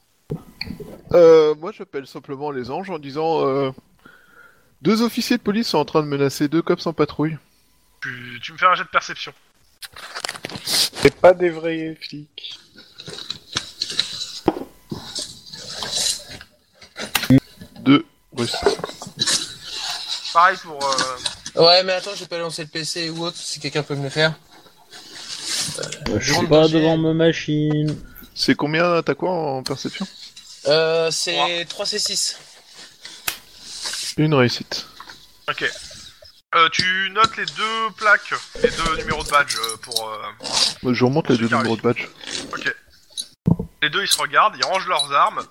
D: Euh, moi, j'appelle simplement les anges en disant euh, Deux officiers de police sont en train de menacer deux cops en patrouille.
C: Tu, tu me fais un jet de perception.
A: C'est pas des vrais flics.
D: Deux. Bref.
C: Pareil pour. euh,
E: Ouais, mais attends, j'ai pas lancé le PC ou autre, si quelqu'un peut me le faire.
B: Euh, Je suis
E: rentre
B: pas
E: dans le
B: devant ma machine.
D: C'est combien T'as quoi en perception
E: Euh, c'est 3C6.
D: Une réussite.
C: Ok. Euh, tu notes les deux plaques, les deux numéros de badge euh, pour. euh,
D: Moi, Je remonte les deux
C: Super
D: numéros de badge.
C: Les deux, ils se regardent, ils rangent leurs armes.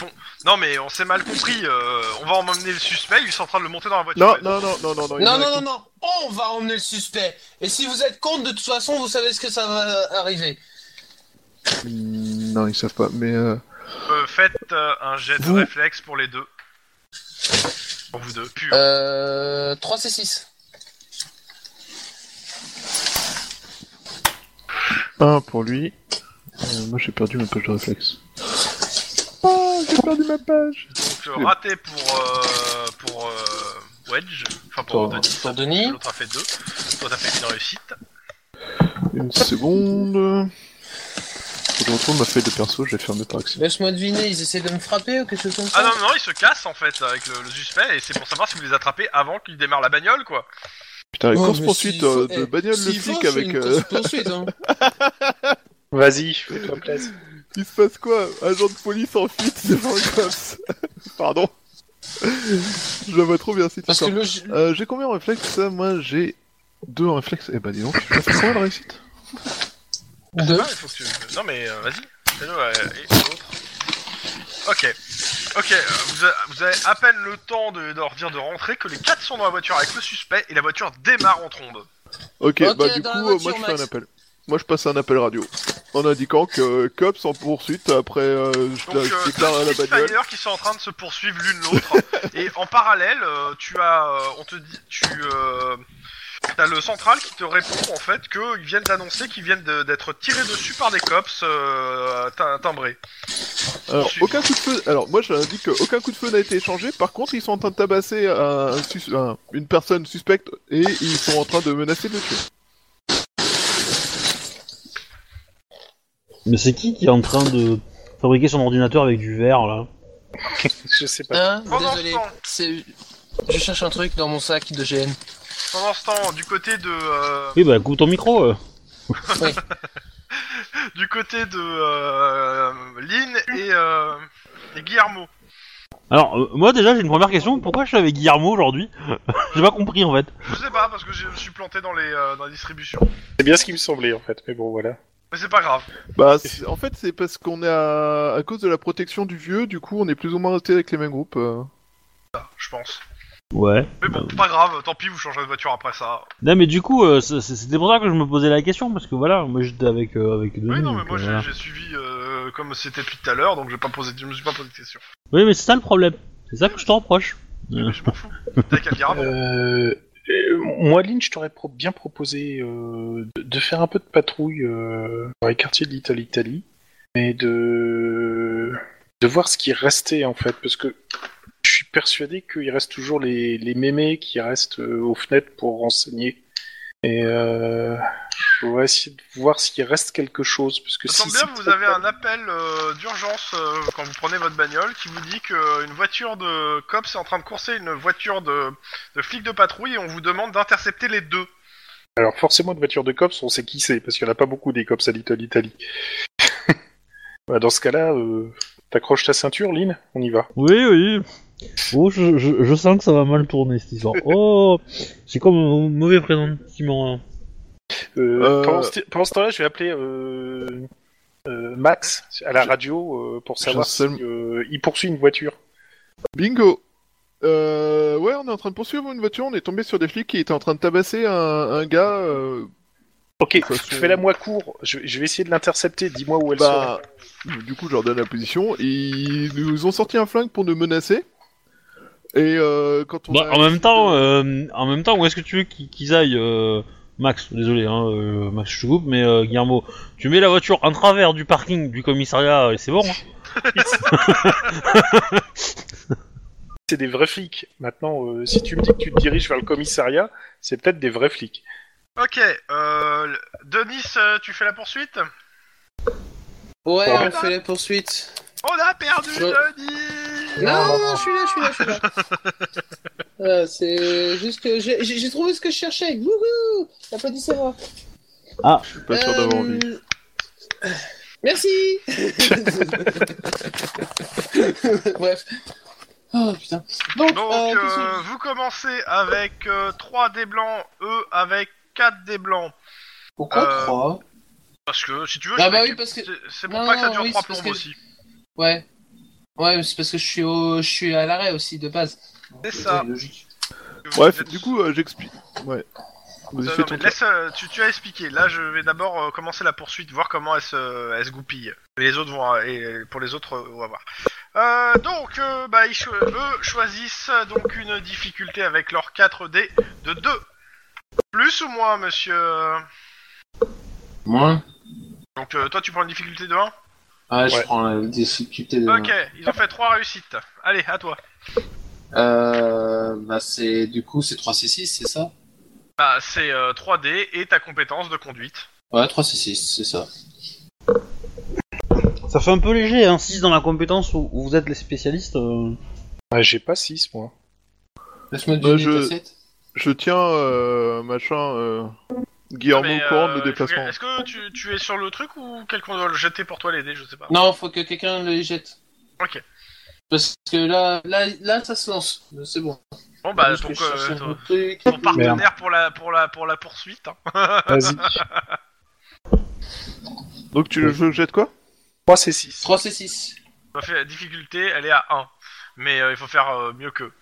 C: Bon, non mais on s'est mal compris. euh, on va emmener le suspect. Ils sont en train de le monter dans la voiture.
D: Non, non, non, non, non, non. il y en
E: Non,
D: a
E: non,
D: qui-
E: non, non On va emmener le suspect Et si vous êtes contre, de toute façon, vous savez ce que ça va arriver.
D: Hmm, Non, ils savent pas. Mais euh,
C: Euh, faites euh, un jet de
D: Vous-
C: réflexe pour les deux. Pour vous deux. Pur.
E: Euh, 3C6.
D: un pour lui. Euh, moi, j'ai perdu ma page de réflexe. Oh, j'ai perdu ma page.
C: Donc, euh, raté pour euh, pour euh, Wedge. Enfin pour
D: Pour-
C: Denis.
E: pour Denis.
C: L'autre a fait deux. Toi t'as fait une réussite.
D: Une seconde. Faut que Je retrouve ma feuille de perso. J'ai fermé par accident.
E: Laisse-moi deviner, ils essaient de me frapper ou quelque chose comme ça
C: Ah non non, ils se cassent en fait avec le, le suspect et c'est pour savoir si vous les attrapez avant qu'ils démarrent la bagnole quoi.
D: Putain, les
E: Ouais,
D: courses
E: Oh, mais
D: poursuites
E: s'il faut-
D: de
E: eh,
D: bagnole le
E: s'il faut,
D: flic
E: je fais
D: avec.
E: une
D: euh,
E: course-poursuite, *laughs* hein.
A: Vas-y, fais-toi plaisir.
D: Il se passe quoi Agent de police en fuite devant les cops. *laughs* Pardon. Je la vois trop bien cette
E: Parce que
D: histoire.
E: le, jeu-
D: Euh, j'ai combien en réflexe ça Moi j'ai deux en réflexe. Eh ben dis donc, tu as fait combien de réussite
E: Deux.
C: Ah, il faut que tu- Non mais euh, vas-y, fais-le euh, et l'autre. Ok, ok, euh, vous, a- vous avez à peine le temps de, de leur dire de rentrer que les quatre sont dans la voiture avec le suspect et la voiture démarre en trombe.
D: Ok,
E: Ok,
D: bah du coup,
E: dans la
D: euh, moi
E: voiture,
D: je fais
E: Max.
D: un appel. Moi je passe un appel radio en indiquant que euh, cops en poursuite après euh, je
C: Donc euh,
D: je
C: deux
D: déclare à la bagnole.
C: Spitfire qui sont en train de se poursuivre l'une l'autre
D: *laughs*
C: et en parallèle euh, tu as, euh, on te dit, tu euh, t'as le central qui te répond en fait qu'ils viennent d'annoncer qu'ils viennent de- d'être tirés dessus par des cops euh, tim- timbrés.
D: Alors,
C: poursuivre.
D: aucun coup de feu. Alors moi j'indique qu'aucun coup de feu n'a été échangé. Par contre, ils sont en train de tabasser un- un sus- un- une personne suspecte et ils sont en train de menacer de le tuer.
B: Mais c'est qui qui est en train de fabriquer son ordinateur avec du verre là
A: Je sais pas.
E: Hein
C: Pendant ce
E: Désolé,
C: temps-
E: c'est... Je cherche un truc dans mon sac de GN.
C: Pendant ce temps, du côté de euh,
B: Oui bah coupe ton micro. euh.
C: du côté de euh, Lynn et, euh, et Guillermo.
B: Alors euh, moi déjà j'ai une première question. Pourquoi je suis avec Guillermo aujourd'hui *laughs* J'ai pas compris en fait.
C: Je sais pas parce que je me suis planté dans les, euh, dans les distributions.
A: C'est bien ce qui me semblait en fait, mais bon voilà.
C: Mais c'est pas grave.
D: Bah, c'est- en fait, c'est parce qu'on est à... à cause de la protection du vieux, du coup, on est plus ou moins resté avec les mêmes groupes. euh.
C: ça, Je pense.
B: Ouais.
C: Mais bon, pas grave, tant pis, vous changerez de voiture après ça.
B: Non mais du coup euh, c'est- c'est- c'était pour ça que je me posais la question parce que voilà moi j'étais avec euh, avec Denis.
C: Oui, non, mais
B: donc,
C: moi
B: euh,
C: j'ai
B: voilà.
C: j'ai suivi euh, comme c'était depuis tout à l'heure, donc j'ai pas posé, je me suis pas posé de *laughs* questions.
B: Oui mais c'est ça le problème. C'est ça que je te reproche.
C: Mais je m'en fous. T'es avec Guillermo.
A: Euh, euh, moi, Lynn, je t'aurais pro- bien proposé euh, de, de faire un peu de patrouille euh, dans les quartiers de l'Italie, Italie, mais de de voir ce qui restait en fait, parce que je suis persuadé qu'il reste toujours les, les mémés qui restent euh, aux fenêtres pour renseigner. Et euh, on va essayer de voir s'il reste quelque chose, parce que
C: Ça
A: si
C: tombe bien,
A: c'est
C: vous
A: trop
C: avez
A: faible-
C: un appel euh, d'urgence euh, quand vous prenez votre bagnole qui vous dit qu'une voiture de cops est en train de courser une voiture de, de flic de patrouille et on vous demande d'intercepter les deux.
A: Alors forcément une voiture de cops, on sait qui c'est, parce qu'il n'y en a pas beaucoup des cops à Little
D: *laughs*
A: Italy. Bah, dans ce cas-là, euh, t'accroches ta ceinture, Lynn, on y va.
B: Oui oui. Oh je, je, je sens que ça va mal tourner cette *laughs* histoire. Oh c'est comme un mauvais présentiment. hein.
A: Euh,
D: Euh,
A: Pendant, ce, pendant ce temps-là, je vais appeler euh, euh, Max à la radio euh, pour savoir
D: je sais-
A: si, euh, il poursuit une voiture.
D: Bingo euh, Ouais, on est en train de poursuivre une voiture, on est tombé sur des flics qui étaient en train de tabasser un, un gars. euh,
A: Ok,
D: façon-
A: fais-la moi court, je, je vais essayer de l'intercepter, dis-moi où elle
D: bah, du coup, je leur donne la position. Ils nous ont sorti un flingue pour nous menacer. Et euh, quand on
B: Bah,
D: a-
B: en même temps, euh, en même temps, où est-ce que tu veux qu'ils qu'ils aillent, euh, Max Désolé, hein, euh, Max, je te coupe, mais euh, Guillermo, tu mets la voiture en travers du parking du commissariat et c'est bon. hein.
A: C'est des vrais flics. Maintenant, euh, si tu me dis que tu te diriges vers le commissariat, c'est peut-être des vrais flics.
C: Ok, euh, le- Denis, euh, tu fais la poursuite
E: Ouais,
A: Ouais.
E: on fait les poursuites.
C: On a perdu
E: Je-
C: Denis
E: Non, non, non, je suis là, je suis là, je suis là. *laughs* Euh, c'est juste que j'ai- j'ai j'ai trouvé ce que je cherchais. Wouhou Applaudissez-moi.
D: Je suis pas sûr
E: Euh,
D: d'avoir envie.
E: Merci. *laughs* Bref. Oh putain. Donc,
C: Donc,
E: euh,
C: euh,
E: qu'est-ce que-
C: vous commencez avec 3 dés blancs, eux avec 4 dés blancs.
E: pourquoi
C: euh,
E: trois
C: Parce que, si tu veux,
E: Ah
C: je
E: bah
C: vais-
E: oui, parce que-
C: c'est- c'est pour
E: Non,
C: pas que ça
E: non,
C: dure
E: oui,
C: 3
E: c'est parce
C: plombes
E: que-
C: aussi.
E: Ouais. Ouais, mais c'est parce que je suis au... je suis à l'arrêt aussi de base.
C: C'est ça.
E: logique.
D: Bref, du coup, euh, j'explique. Ouais. Vas-y,
C: Euh,
D: fais
C: non,
D: ton
C: mais laisse, euh, tu, tu as expliqué. Là, je vais d'abord euh, commencer la poursuite, voir comment elle se, elle se goupille. Et les autres vont, euh, et pour les autres, euh, on va voir. Euh, donc, euh, bah, ils cho- eux choisissent euh, donc une difficulté avec leur 4D de 2. Plus ou moins, monsieur
E: Moi
C: Donc, euh, toi, tu prends une difficulté de 1
E: Ouais, je
A: Ouais.
E: prends la difficulté de.
C: Ok, ils ont fait 3 réussites. Allez, à toi.
E: Euh, bah c'est du coup c'est 3C6, c'est ça
C: Bah, c'est euh, 3D et ta compétence de conduite.
E: Ouais, 3C6, c'est ça.
B: Ça fait un peu léger, hein, 6 dans la compétence où, où vous êtes les spécialistes. euh.
A: Ah, j'ai pas 6,
D: *laughs*
A: moi.
E: Laisse-moi
D: Bah,
E: deviner
D: je-
E: ta 7.
D: Je tiens, euh, machin, euh, Guillermo
C: Mais,
D: au courant
C: euh, il faut
D: de nos
C: que-
D: déplacements.
C: Est-ce que tu, tu es sur le truc ou quelqu'un doit le jeter pour toi l'aider Je sais pas.
E: Non, faut que quelqu'un le jette.
C: Ok.
E: Parce que là, là, là, ça se lance. C'est bon.
C: Bon, bah,
E: Parce que
C: donc,
E: je cherche
C: euh,
E: un
C: toi-
E: autre truc.
C: Ton partenaire pour la, pour la, pour la poursuite. hein.
A: Vas-y.
D: Donc tu le je le jette quoi
A: 3, c'est 6.
E: 3C6.
C: Ça fait la difficulté, elle est à 1. Mais euh, il faut faire euh, mieux qu'eux.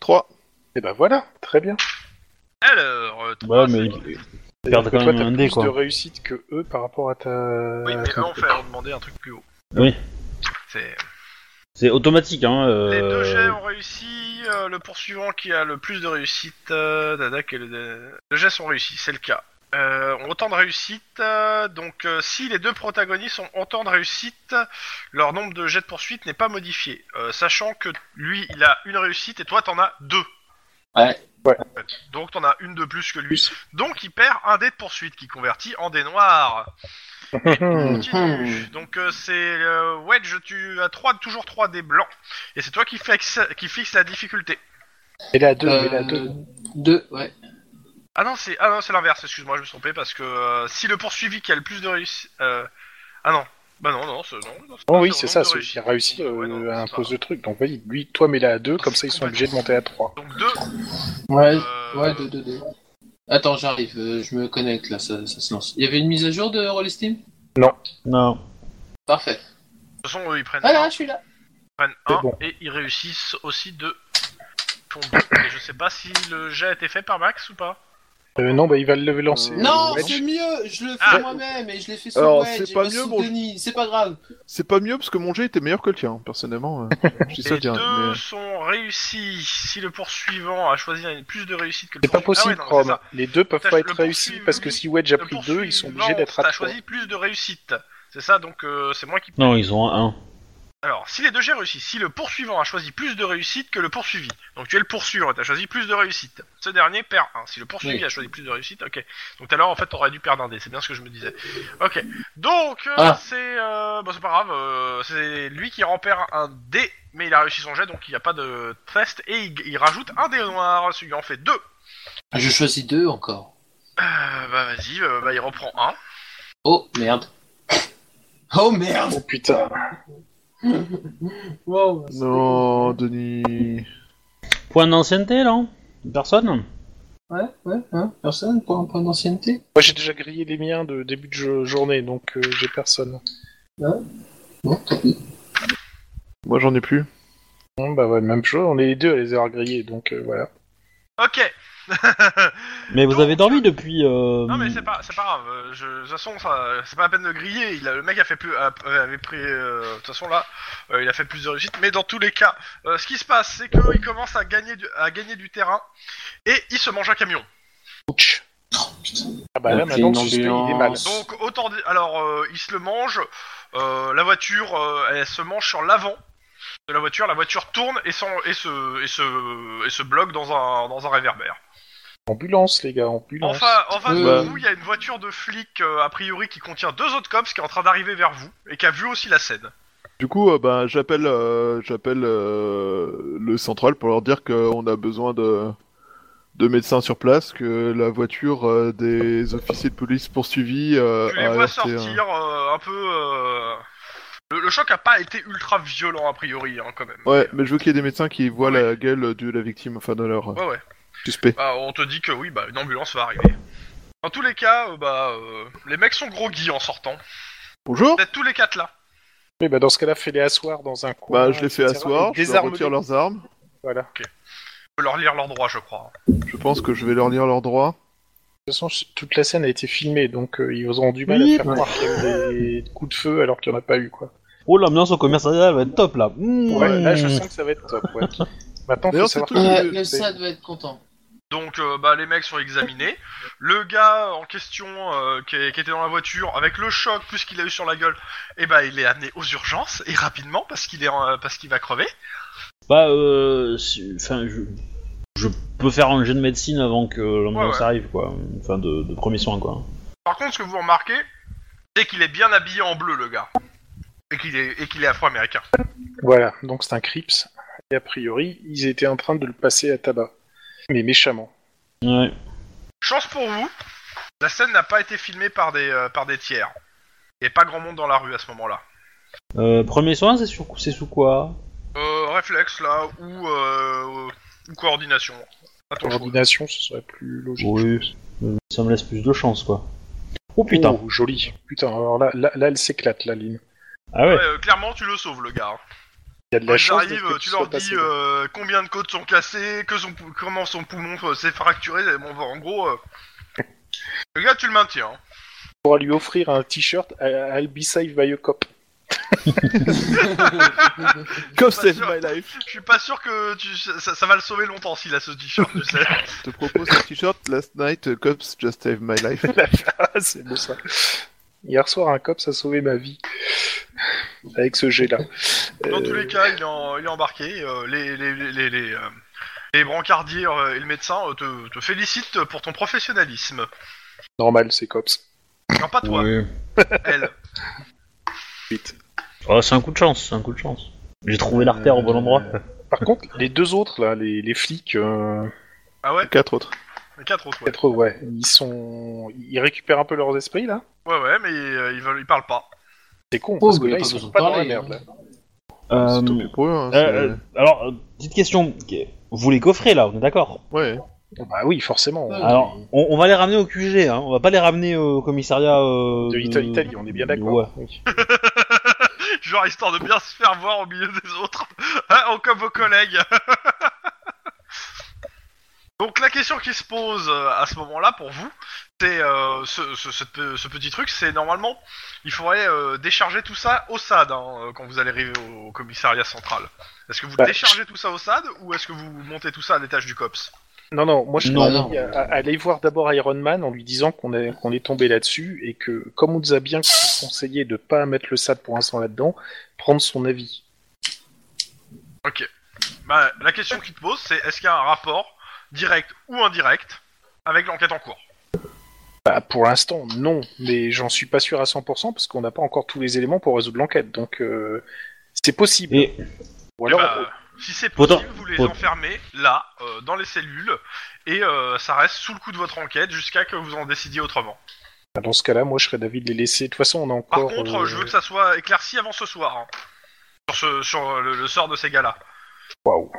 D: 3.
A: Et ben voilà, très bien.
C: Alors, euh,
B: Ouais, Bah,
C: trois,
B: mais
C: c'est-
B: ils ils perdent
A: Parce
B: quand
A: que
B: même
A: toi, t'as
B: un dé,
A: plus de
B: quoi.
A: réussite que eux par rapport à ta.
C: Oui, mais eux, on fait leur demander un truc plus haut.
B: euh, Oui.
C: C'est-
B: C'est automatique, hein. euh,
C: Les deux jets ont réussi. euh, le poursuivant qui a le plus de réussite, euh, Dadak et le. Les jets sont réussis, c'est le cas. Euh, ont autant de réussite. euh, donc, euh, si les deux protagonistes ont autant de réussite, leur nombre de jets de poursuite n'est pas modifié. Euh, sachant que lui, il a une réussite et toi, t'en as deux.
E: Ouais.
A: Ouais.
C: Donc, t'en as une de plus que lui. Donc, il perd un dé de poursuite qui convertit en dé noir.
A: *laughs* Hum,
C: Continue. Donc euh, c'est euh, Wedge, tu as trois, toujours 3 dés blancs. Et c'est toi qui fixe, qui fixe la difficulté.
A: Et la 2, et la 2.
E: 2, Euh, ouais.
C: Ah non, c'est ah non, c'est l'inverse, excuse-moi, je me suis trompé parce que euh, si le poursuivi qui a le plus de réussite. euh, Ah non, bah non, non, c'est- non, non,
A: Oh
C: pas
A: oui,
C: le
A: c'est
C: nombre
A: ça,
C: de
A: celui qui
C: réussites.
A: a réussi euh,
C: Ouais, non,
A: à
C: c'est
A: imposer le truc. Donc vas-y, lui, toi, mets-la à 2, comme ça ils sont obligés de monter à 3.
C: ça. Donc euh, 2.
E: Ouais, ouais, 2, 2, 2. Attends, j'arrive, euh, je me connecte là, ça, ça se lance. Il y avait une mise à jour de Rollisteam
B: Non.
E: Parfait.
C: Euh, De toute façon, eux, ils prennent
E: Ah
C: un,
E: là, je suis là.
C: ils prennent
A: c'est
C: un,
A: bon.
C: et ils réussissent aussi deux. Ils font deux. Et je sais pas si le jet a été fait par Max ou pas.
A: Euh, non, bah il va le lever lancer.
D: Euh,
E: Non,
A: Wedge.
E: c'est mieux, je le fais
C: Ah.
E: moi-même et je l'ai fait sous
D: Alors,
E: Wedge
D: c'est
E: et
D: pas
E: pas
D: mieux,
E: sous
D: bon, je-
E: Denis, c'est pas grave.
D: C'est pas mieux parce que mon jet était meilleur que le tien, personnellement. euh,
C: *laughs*
D: je dis ça
C: Les
D: bien.
C: deux
D: mais-
C: sont réussis si le poursuivant a choisi un- plus de réussite que le
A: C'est pas
C: poursuivant. Ah ouais,
A: possible,
C: non, c'est
A: Chrome.
C: ça.
A: Les deux peuvent
C: T'as-
A: pas
C: le
A: être réussis
C: poursuivi-
A: parce que si Wedge a
C: Le
A: pris deux, ils sont
C: poursuivant,
A: obligés d'être à
C: T'as
A: 3.
C: choisi plus de réussite. C'est ça, donc euh, c'est moi qui.
B: Non, ils ont un 1.
C: Alors, si les deux jets réussissent, si le poursuivant a choisi plus de réussite que le poursuivi, donc tu es le poursuivant et t'as choisi plus de réussite, ce dernier perd 1. Si le poursuivi
E: Oui.
C: a choisi plus de réussite, ok. Donc tout à l'heure, en fait, t'aurais dû perdre un dé, c'est bien ce que je me disais. Ok. Donc, euh,
E: Ah.
C: c'est. euh, bon, c'est pas grave, euh, c'est lui qui en perd un dé, mais il a réussi son jet, donc il n'y a pas de test, et il, il rajoute un dé noir, celui en fait deux.
E: Ah, Je choisis 2 encore.
C: Euh, bah vas-y, euh, bah il reprend un.
E: Oh merde. *laughs* Oh merde
A: Oh putain.
E: Wow.
D: Non, Denis.
B: Point d'ancienneté, là hein. Personne
E: Ouais, ouais, hein, personne pour un point d'ancienneté
A: Moi j'ai déjà grillé les miens de début de jo- journée, donc euh, j'ai personne.
E: Bon, tant pis.
D: Moi j'en ai plus.
A: Bon, bah ouais, même chose, on est les deux à les avoir grillés, donc euh, voilà.
C: Ok. *laughs*
B: Mais vous
C: Donc,
B: avez dormi depuis. euh,
C: Non mais c'est pas, c'est pas grave. euh, Je, de toute façon, ça- c'est pas la peine de griller. Il a- le mec a fait plus, a- avait pris. euh, De toute façon là, euh, il a fait plusieurs réussites. Mais dans tous les cas, euh, ce qui se passe, c'est qu'il commence à gagner, du, à gagner du terrain et il se mange un camion.
A: Ouch. Ah bah là
F: Donc,
A: maintenant
F: une
A: suspect, il est mal.
F: ambulance.
C: Donc autant, dire- alors euh, il se le mange. euh, la voiture, euh, elle se mange sur l'avant de la voiture. La voiture tourne et, s'en- et se, et se, et se bloque dans un, dans un réverbère.
A: Ambulance les gars, ambulance.
C: Enfin, en face
F: Euh,
C: de vous, il y a une voiture de flic, euh, a priori, qui contient deux autres cops qui est en train d'arriver vers vous et qui a vu aussi la scène.
D: Du coup, euh, ben, j'appelle euh, j'appelle euh, le central pour leur dire qu'on a besoin de, de médecins sur place, que la voiture euh, des officiers de police poursuivis euh,
C: Tu
D: a
C: les vois
D: alerté un-
C: sortir euh, un peu. euh, Le, le choc a pas été ultra violent, a priori, hein, quand même.
D: Ouais, mais je veux qu'il y ait des médecins qui voient la gueule de la victime, enfin de leur euh,
C: Ouais, ouais.
D: suspect.
C: Bah, on te dit que oui, bah, une ambulance va arriver. Dans tous les cas, euh, bah, euh, les mecs sont groggy en sortant.
D: Bonjour
C: Peut-être tous les quatre là.
A: Oui, bah dans ce cas-là, fais-les asseoir dans un coin.
D: Bah, je les fais
A: etc.
D: asseoir,
A: Et
D: je leur
A: désarme-les.
D: retire leurs armes.
A: Voilà.
C: On peut leur lire leur droit, je crois.
D: Je pense que je vais leur lire leurs droits.
A: De toute façon, toute la scène a été filmée, donc euh, ils auront du mal
B: Oui,
A: à faire
B: ouais.
A: croire qu'il y a eu des coups de feu alors qu'il n'y en a pas eu, quoi.
B: Oh, l'ambulance au commercial va être top là. Mmh.
A: Ouais, là, je sens que ça va être top, ouais. *laughs* Euh, Maintenant, faut
D: D'ailleurs, c'est
A: savoir
D: tout.
A: que-
D: Ouais,
C: Euh,
A: c'est-
E: le SAD va être *laughs* content.
C: Donc, euh, bah, les mecs sont examinés. Le gars en question euh, qui, est- qui était dans la voiture, avec le choc plus ce qu'il a eu sur la gueule, et bah, il est amené aux urgences et rapidement parce qu'il est en- euh, parce qu'il va crever.
B: Bah, euh. si- Enfin, je. Je peux faire un jet de médecine avant que l'ambulance
C: Ouais, ouais.
B: arrive, quoi. Enfin, de, de premier soin, quoi.
C: Par contre, ce que vous remarquez, c'est qu'il est bien habillé en bleu, le gars. Et qu'il est, et qu'il est afro-américain.
A: Voilà, donc c'est un Crips. Et a priori, ils étaient en train de le passer à tabac. Mais méchamment.
B: Ouais.
C: Chance pour vous, la scène n'a pas été filmée par des, euh, par des tiers. Il n'y a pas grand monde dans la rue à ce moment-là.
B: Euh, premier soin, c'est sur... c'est sous quoi
C: Euh, réflexe, là, ou, euh, ou coordination. À ton choix.
A: Coordination, ce serait plus logique. Oh,
B: Oui. euh, Ça me laisse plus de chance, quoi. Oh putain.
A: Oh, joli. Putain, alors là, là, là, elle s'éclate, la ligne.
B: Ah ouais.
C: Ouais, euh, clairement, tu le sauves, le gars. hein.
A: Il y a de
C: Quand
A: la
C: ils
A: chance.
C: arrivent,
A: de- que
C: tu
A: sois
C: leur dis
A: passé.
C: euh, combien de côtes sont cassées, que son pou- comment son poumon euh, s'est fracturé. et Bon, en gros,
A: *laughs*
C: euh, le gars, tu le maintiens. hein.
A: Pour lui offrir un t-shirt à à Albisafe by a Cop.
D: Come
C: Pas
D: save
C: sûr.
D: my life
C: Je suis pas sûr que tu- ça, ça va le sauver longtemps s'il a ce t-shirt, tu sais.
D: Je te propose un t-shirt, last night, uh, cops just save my life.
A: Ah, *laughs* c'est beau ça. Hier soir, un cop, ça a sauvé ma vie. Avec ce jet-là. *laughs*
C: Dans
A: Euh,
C: tous les cas, il est, en- il est embarqué. euh, les, les, les, les, les, euh, les brancardiers euh, et le médecin euh, te, te félicitent pour ton professionnalisme.
A: Euh, Normal, c'est cops.
C: Non, pas toi,
B: Oui.
C: elle.
A: Vite.
B: Oh, c'est un coup de chance, c'est un coup de chance. J'ai trouvé l'artère au bon endroit.
A: Par contre, les deux autres, là, les, les flics, euh,
C: Ah ouais
D: Quatre autres.
C: Les quatre autres, ouais.
A: quatre, ouais, ils sont. Ils récupèrent un peu leurs esprits, là
C: Ouais, ouais, mais euh, ils, veulent, ils parlent pas.
A: C'est con,
F: Oh,
A: parce que
F: mais
A: là,
F: y a
A: ils
F: pas
A: sont
F: besoin de
A: pas dans la
F: parler,
A: merde, là.
B: Euh,
D: C'est topé pour eux. hein,
B: euh, euh, alors, euh, petite question. Vous les coffrez là, on est d'accord
D: c'est- Ouais.
A: Bah oui, forcément.
E: Ah,
B: Alors, on, on va les ramener au QG, hein. on va pas les ramener au commissariat. euh,
A: De Little Italy, on est bien d'accord.
B: Ouais.
A: Oui.
C: Genre, histoire de bien se faire voir au milieu des autres, *laughs* hein, oh, comme vos collègues. *laughs* Donc, la question qui se pose euh, à ce moment-là pour vous, c'est euh, ce, ce- ce pe- ce petit truc, c'est normalement, il faudrait euh, décharger tout ça au SAD hein, euh, quand vous allez arriver au, au commissariat central. Est-ce que vous
A: Bah,
C: déchargez tout ça au SAD ou est-ce que vous montez tout ça à l'étage du COPS
A: Non, non, moi je
B: Non,
A: non, aller voir d'abord Iron Man en lui disant qu'on est, qu'on est tombé là-dessus et que, comme on nous a bien conseillé de pas mettre le SAD pour l'instant là-dedans, prendre son avis.
C: Ok. Bah, la question qui te pose, c'est est-ce qu'il y a un rapport, direct ou indirect, avec l'enquête en cours
A: Bah, pour l'instant, non, mais j'en suis pas sûr à 100% parce qu'on n'a pas encore tous les éléments pour résoudre l'enquête, donc euh, c'est possible.
B: Et-
A: Ou
C: Eh
A: alors,
C: bah, si c'est
B: Pourtant-
C: possible, vous les
B: pour-
C: enfermez là, euh, dans les cellules, et euh, ça reste sous le coup de votre enquête jusqu'à que vous en décidiez autrement.
A: bah, dans ce cas-là, moi je serais d'avis de les laisser. De toute façon, on a
C: Par
A: encore.
C: contre,
A: euh,
C: je veux que ça soit éclairci avant ce soir, hein, sur, ce, sur le, le sort de ces gars-là.
A: Waouh.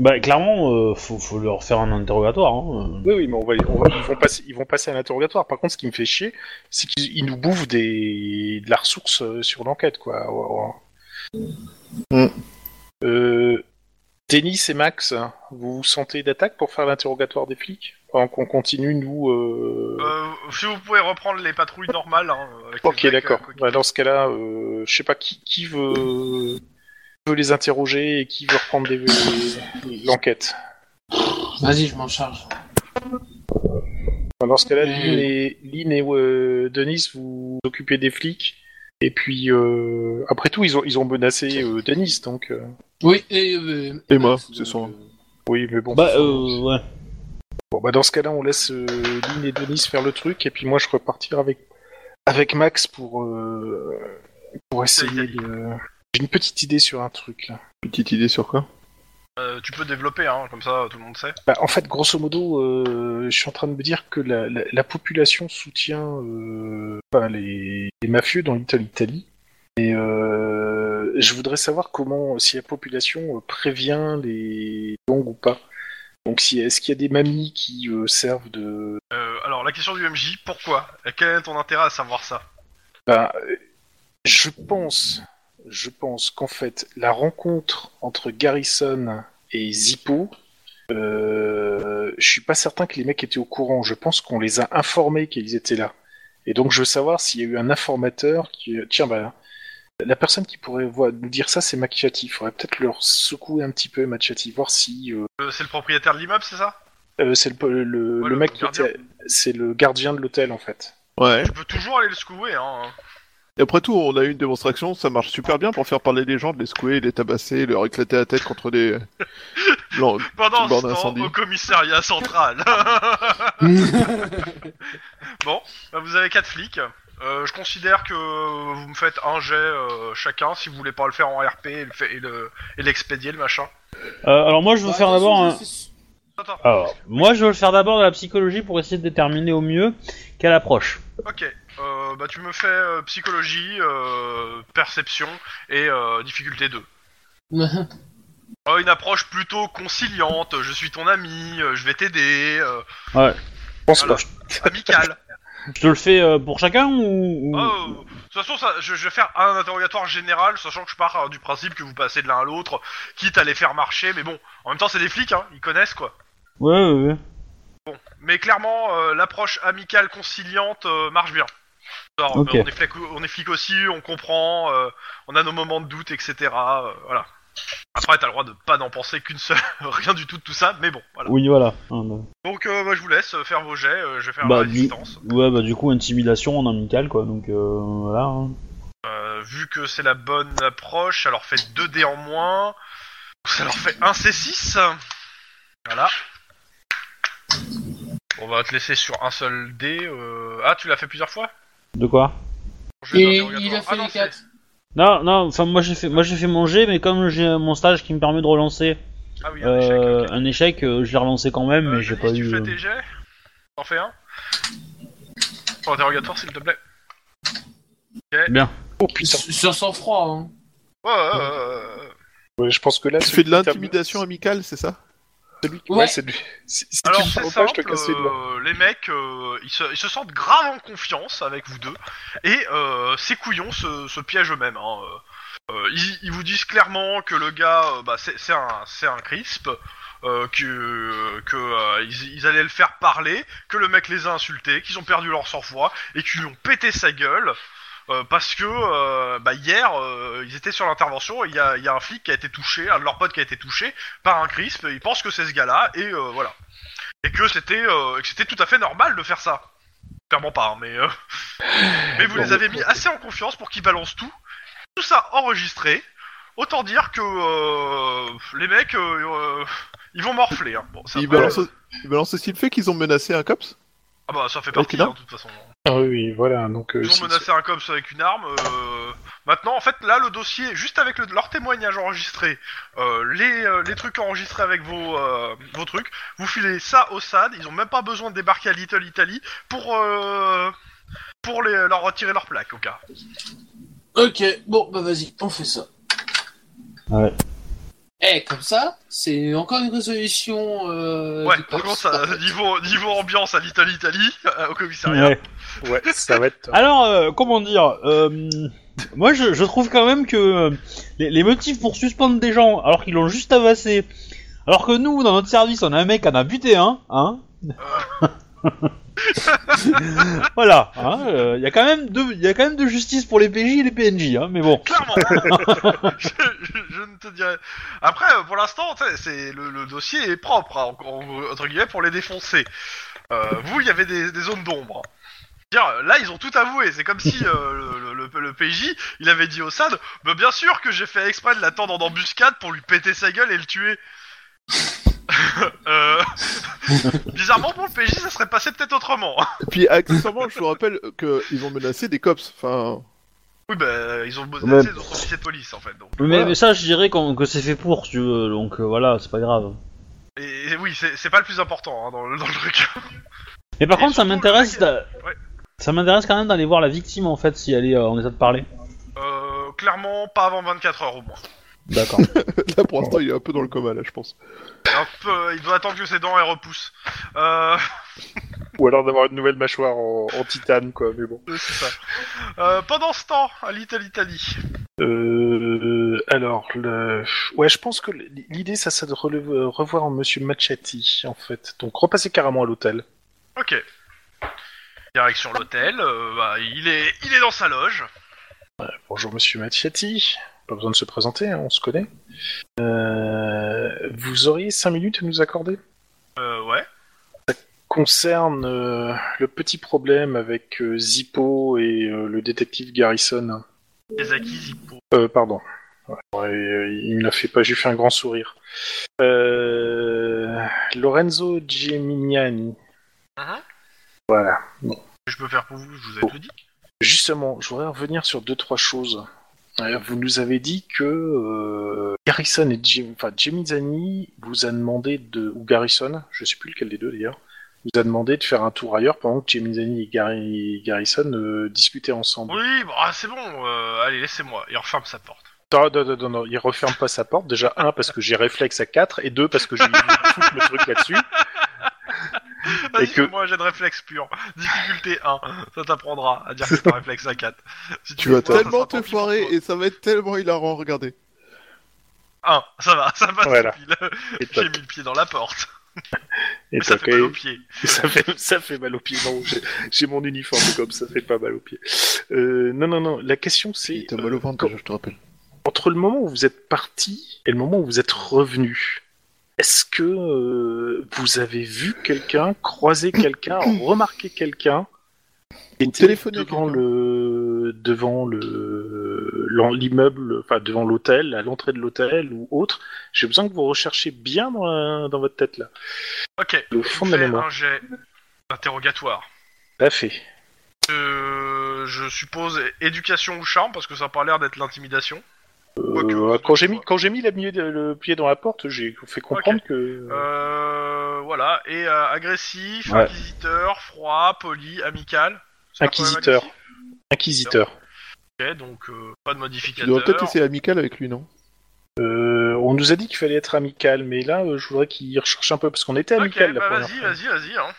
B: Bah, clairement, euh, faut, faut leur faire un interrogatoire. hein.
A: Oui, oui, mais on va, on va- ils, vont passer, ils vont passer à l'interrogatoire. Par contre, ce qui me fait chier, c'est qu'ils ils nous bouffent des, de la ressource euh, sur l'enquête, quoi. Ouais, ouais.
D: Mm.
A: Euh, Denis et Max, vous vous sentez d'attaque pour faire l'interrogatoire des flics Pendant qu'on continue, nous... euh,
C: Euh, si vous pouvez reprendre les patrouilles normales. Hein, avec les
A: Ok,
C: mecs,
A: d'accord.
C: euh, quoi qu'il-
A: Bah, dans ce cas-là, euh, je sais pas qui, qui veut, veut les interroger et qui veut reprendre des- l'enquête.
E: Vas-y, je m'en charge.
A: Bah, Dans ce cas-là,
E: Mm.
A: Lynn et, Lynn et, euh, Denis, vous vous occupez des flics. Et puis, euh, après tout, ils ont, ils ont menacé euh, Denis, donc... euh,
E: Oui, et. euh,
D: Et moi,
E: Max,
D: ce soir.
E: euh,
A: oui, mais bon...
B: Bah, euh, ouais.
A: Bon, bah dans ce cas-là, on laisse euh, Lynn et Denis faire le truc, et puis moi, je repartir avec, avec Max pour, euh, pour essayer de... J'ai une petite idée sur un truc, là.
D: Petite idée sur quoi
C: Euh, tu peux développer, hein, comme ça tout le monde sait.
A: Bah, en fait, grosso modo, euh, je suis en train de me dire que la, la- la population soutient euh, enfin, les, les mafieux dans l'Italie. Italie. Et euh, je voudrais savoir comment, si la population euh, prévient les gangs ou pas. Donc, si, est-ce qu'il y a des mamies qui euh, servent de,
C: Euh, alors la question du MJ, pourquoi Et Quel est ton intérêt à savoir ça
A: Ben, euh, je pense, je pense qu'en fait, la rencontre entre Garrison et Zippo, euh, je suis pas certain que les mecs étaient au courant. Je pense qu'on les a informés qu'ils étaient là. Et donc, je veux savoir s'il y a eu un informateur qui, tiens, ben, la personne qui pourrait voir- nous dire ça, c'est Machiati. Il faudrait peut-être leur secouer un petit peu, Machiati, voir si euh,
C: Euh, C'est le propriétaire de l'immeuble, c'est ça
A: euh, c'est le, le- le
C: Ouais, le
A: mec qui
C: gardien.
A: était- c'est le gardien de l'hôtel en fait.
D: Ouais.
C: Tu peux toujours aller le secouer, hein.
D: Et après tout, on a eu une démonstration, ça marche super bien pour faire parler des gens, de les secouer, les tabasser, leur éclater la tête contre *laughs* des... Non,
C: Pendant ce
D: Borne
C: temps,
D: incendie.
C: au commissariat central. Bah, vous avez quatre flics. Euh, je considère que vous me faites un jet euh, chacun si vous voulez pas le faire en RP et le fa- et le- et l'expédier, le, machin.
B: Euh, alors moi, je veux
E: Bah,
B: faire
E: attention,
B: d'abord
E: *laughs*
B: un...
E: je suis-
C: Attends,
B: Alors, moi, je veux le faire d'abord de la psychologie pour essayer de déterminer au mieux quelle approche.
C: ok. Euh, bah, tu me fais euh, psychologie, euh, perception et euh, difficulté 2. Euh, une approche plutôt conciliante, je suis ton ami, euh, je vais t'aider, euh,
A: Je pense
C: Voilà.
A: pas.
C: amicale.
B: Je te le fais euh, pour chacun ou... ou-
C: Oh, de toute façon, ça, je, je vais faire un interrogatoire général, sachant que je pars euh, du principe que vous passez de l'un à l'autre, quitte à les faire marcher, mais bon, en même temps, c'est des flics, hein, ils connaissent quoi.
B: Ouais, ouais, ouais.
C: Mais clairement, euh, l'approche amicale conciliante euh, marche bien. Alors,
B: Ok.
C: euh, on, est flic, on est flic aussi, on comprend, euh, on a nos moments de doute, etc. euh, voilà. Après, t'as le droit de pas n'en penser qu'une seule, *laughs* rien du tout de tout ça, mais bon, voilà.
B: Oui, voilà. Un, euh,
C: Donc, euh, bah, je vous laisse euh, faire vos jets, euh, je vais faire
B: Bah,
C: la
B: du-
C: résistance.
B: Ouais, bah du coup, intimidation en amical, quoi, donc euh, voilà. hein.
C: Euh, vu que c'est la bonne approche, ça leur fait 2 dés en moins. Ça leur fait 1 C6. Voilà. On va te laisser sur un seul dé. euh. Ah, tu l'as fait plusieurs fois
B: De quoi
C: Je vais
E: Et
C: l'interrogatoire.
E: il a
C: Ah
E: fait
C: non,
E: les
C: c'est-
E: quatre.
B: Non, non, enfin, moi j'ai fait, moi, j'ai fait mon jet, mais comme j'ai euh, mon stage qui me permet de relancer
C: Ah oui, un
B: euh,
C: échec. ok.
B: un échec, euh, je l'ai relancé quand même, mais
C: Euh,
B: j'ai
C: Denis,
B: pas
C: tu
B: eu.
C: fais
B: euh,
C: tes jets T'en fais un Pour interrogatoire, s'il te plaît.
A: Oh putain.
E: Sur sur sang-froid, hein.
C: Ouais, ouais, ouais, ouais, ouais.
A: Ouais, Je pense que là,
D: tu
A: celui
D: fais de
A: qui t'a-
D: l'intimidation amicale, c'est ça
A: Celui qui...
E: Ouais.
A: Ouais, c'est lui. Si, si
C: Alors,
A: tu
C: c'est
A: me parles pas,
C: simple,
A: je te casse les doigts.
C: euh, les mecs, euh, ils, se, ils se sentent grave en confiance avec vous deux, et euh, ces couillons se, se piègent eux-mêmes. hein, euh. Euh, ils, ils vous disent clairement que le gars, euh, bah, c'est c'est un, c'est un crisp, euh, que, que euh, ils, ils allaient le faire parler, que le mec les a insultés, qu'ils ont perdu leur sang-froid, et qu'ils lui ont pété sa gueule. euh, parce que euh, bah, hier, euh, ils étaient sur l'intervention, et il y a, il y a un flic qui a été touché, un de leurs potes qui a été touché par un crisp, et ils pensent que c'est ce gars-là, et euh, voilà et que c'était euh, que c'était tout à fait normal de faire ça. Clairement pas, hein, mais euh, *laughs* mais vous les avez mis assez en confiance pour qu'ils balancent tout, tout ça enregistré. Autant dire que euh, les mecs, euh, euh, ils vont morfler. Hein. Bon, ça,
D: Ils
C: après,
D: balancent ils balancent aussi le fait qu'ils ont menacé un cops
C: Ah bah ça fait partie,
D: Ok, non
C: hein, de toute façon.
A: Ah oui, oui, voilà. Donc, euh,
C: Ils
A: si-
C: ont menacé un copse avec une arme. euh, Maintenant, en fait, là, le dossier, juste avec le, leur témoignage enregistré, euh, les, euh, les trucs enregistrés avec vos, euh, vos trucs, vous filez ça au SAD. Ils ont même pas besoin de débarquer à Little Italy pour, euh, pour les, leur retirer leur plaque, au cas.
E: Ok, bon, bah vas-y, on fait ça.
B: Ouais.
E: Eh, comme ça, c'est encore une résolution. Euh,
C: ouais,
E: du
C: par contre,
E: corps.
C: ça- niveau, niveau ambiance à *laughs* Little Italy, euh, au commissariat,
B: Ouais.
A: Ouais, ça va être.
B: Alors, euh, comment dire euh, Moi, je, je trouve quand même que euh, les, les motifs pour suspendre des gens alors qu'ils l'ont juste avassé, alors que nous, dans notre service, on a un mec qui en a buté un,
C: *laughs*
B: hein Voilà, il hein, euh, y, a quand même de- y a quand même de justice pour les PJ et les PNJ, hein, mais bon.
C: Clairement *laughs* je, je- je ne te dirais. Après, euh, pour l'instant, tu sais, c'est le, le dossier est propre, hein, en- entre guillemets, pour les défoncer. Euh, vous, il y avait des, des zones d'ombre. Dire, Là, ils ont tout avoué. C'est comme si euh, le, le- le- le PJ, il avait dit au SAD Bah, Bien sûr que j'ai fait exprès de l'attendre en embuscade pour lui péter sa gueule et le tuer. *laughs* Euh, *laughs* Bizarrement, pour le PJ, ça serait passé peut-être autrement. *laughs*
D: Et puis, accessoirement, je vous rappelle qu'ils ont menacé des cops. Enfin, *laughs*
C: oui, bah, ils ont bossé
B: Mais-
C: les autres officiers de police, en fait. Donc.
B: Mais,
D: Voilà.
B: mais ça, je dirais qu'on- que c'est fait pour, si tu veux, donc euh, voilà, c'est pas grave.
C: Et, et oui, c'est c'est pas le plus important hein, dans, le- dans le truc. *laughs*
B: Mais par
C: Et
B: contre, ça
C: surtout, le
B: m'intéresse.
C: mec, euh,
B: d'a-
C: ouais.
B: Ça m'intéresse quand même d'aller voir la victime en fait, si elle est euh, en état de parler.
C: Euh, clairement, pas avant 24 heures au moins.
B: D'accord.
D: là, pour l'instant, il est un peu dans le coma, là, je pense.
C: Un peu, euh, il doit attendre que ses dents elles repoussent. Euh,
A: Ou alors d'avoir une nouvelle mâchoire en, en titane, quoi, mais bon.
C: c'est ça. Euh, pendant ce temps, à l'Italie, l'Italie.
A: Euh, alors, le... ouais, je pense que l'idée, ça, c'est de releve- revoir Monsieur Machati, en fait. Donc, repasser carrément à l'hôtel.
C: Ok. Direction l'hôtel. euh, bah, il est, il est dans sa loge.
A: Bonjour Monsieur Machati, pas besoin de se présenter, hein, on se connaît. Euh, vous auriez cinq minutes à nous accorder
C: Euh, ouais.
A: Concerne euh, le petit problème avec euh, Zippo et euh, le détective Garrison.
C: Les acquis, Zippo.
A: Euh, pardon. Ouais, euh, il me l'a fait pas, j'ai fait un grand sourire. Euh, Lorenzo Gemignani.
C: Mhm.
A: Voilà.
C: Je peux faire pour vous, je vous ai tout dit.
A: Justement, je voudrais revenir sur deux trois choses. Euh, Vous nous avez dit que euh, Garrison et Jim, enfin Gemignani vous a demandé de ou Garrison, je sais plus lequel des deux d'ailleurs, vous a demandé de faire un tour ailleurs pendant que Gemignani et Garri- Garrison euh, discutaient ensemble.
C: Oui, bon, ah, c'est bon. euh, allez, laissez-moi. Il referme sa porte.
A: Non, non, non, non, non, il referme pas sa porte. Déjà, un, parce que j'ai réflexe à 4, et deux, parce que j'ai eu le truc là-dessus.
C: Vas-y,
A: que-
C: fais-moi un jet de réflexe pur. Difficulté 1. Ça t'apprendra à dire que t'as un réflexe à 4. Si
D: Tu vas
C: fais moins, ça
D: tellement
C: sera
D: te
C: tant pis pour
D: foirer
C: toi.
D: et ça va être tellement hilarant, regardez.
C: 1. Ah, Ça va, ça passe
A: Voilà.
C: pile.
A: Et
C: J'ai
A: toc,
C: mis le pied dans la porte.
A: et
C: Mais ça
A: toc,
C: fait mal
A: et-
C: au pied.
A: ça fait, ça fait mal aux pieds. Non, j'ai- j'ai mon uniforme comme ça fait pas mal aux pieds. Euh, non, non, non. La question c'est
D: Il t'a
A: euh,
D: mal au ventre,
A: quand-
D: déjà, je te rappelle.
A: entre le moment où vous êtes parti et le moment où vous êtes revenu. Est-ce que euh, vous avez vu quelqu'un, croisé
D: *coughs*
A: quelqu'un, remarqué quelqu'un qui
D: Ou
A: était
D: téléphoné à
A: devant
D: quelqu'un.
A: le devant le l'en- l'immeuble, enfin devant l'hôtel, à l'entrée de l'hôtel ou autre J'ai besoin que vous recherchiez bien dans, la- dans votre tête là,
C: Ok.
A: le fond de la
C: Fais
A: mémoire.
C: un jet d'interrogatoire.
A: Tout à fait.
C: Euh, je suppose é- éducation ou charme, parce que ça n'a pas l'air d'être l'intimidation. Quoique,
A: Euh,
C: ça
A: quand j'ai
C: se
A: mis
C: voit.
A: quand j'ai mis la mi- le pied dans la porte, j'ai fait comprendre que
C: Euh, voilà. Et euh, agressif,
B: Ouais.
C: inquisiteur, froid, poli, amical. C'est un
A: Inquisiteur.
C: problème
A: inquisiteur.
C: agressif Ok, donc euh, pas de
D: Tu
C: modificateur.
D: devrais peut-être essayer amical avec lui, non
A: Euh, on nous a dit qu'il fallait être amical, mais là, euh, je voudrais qu'il recherche un peu parce qu'on était amical
C: Ok,
A: la
C: bah
A: première
C: vas-y,
A: fois.
C: vas-y, vas-y. Hein.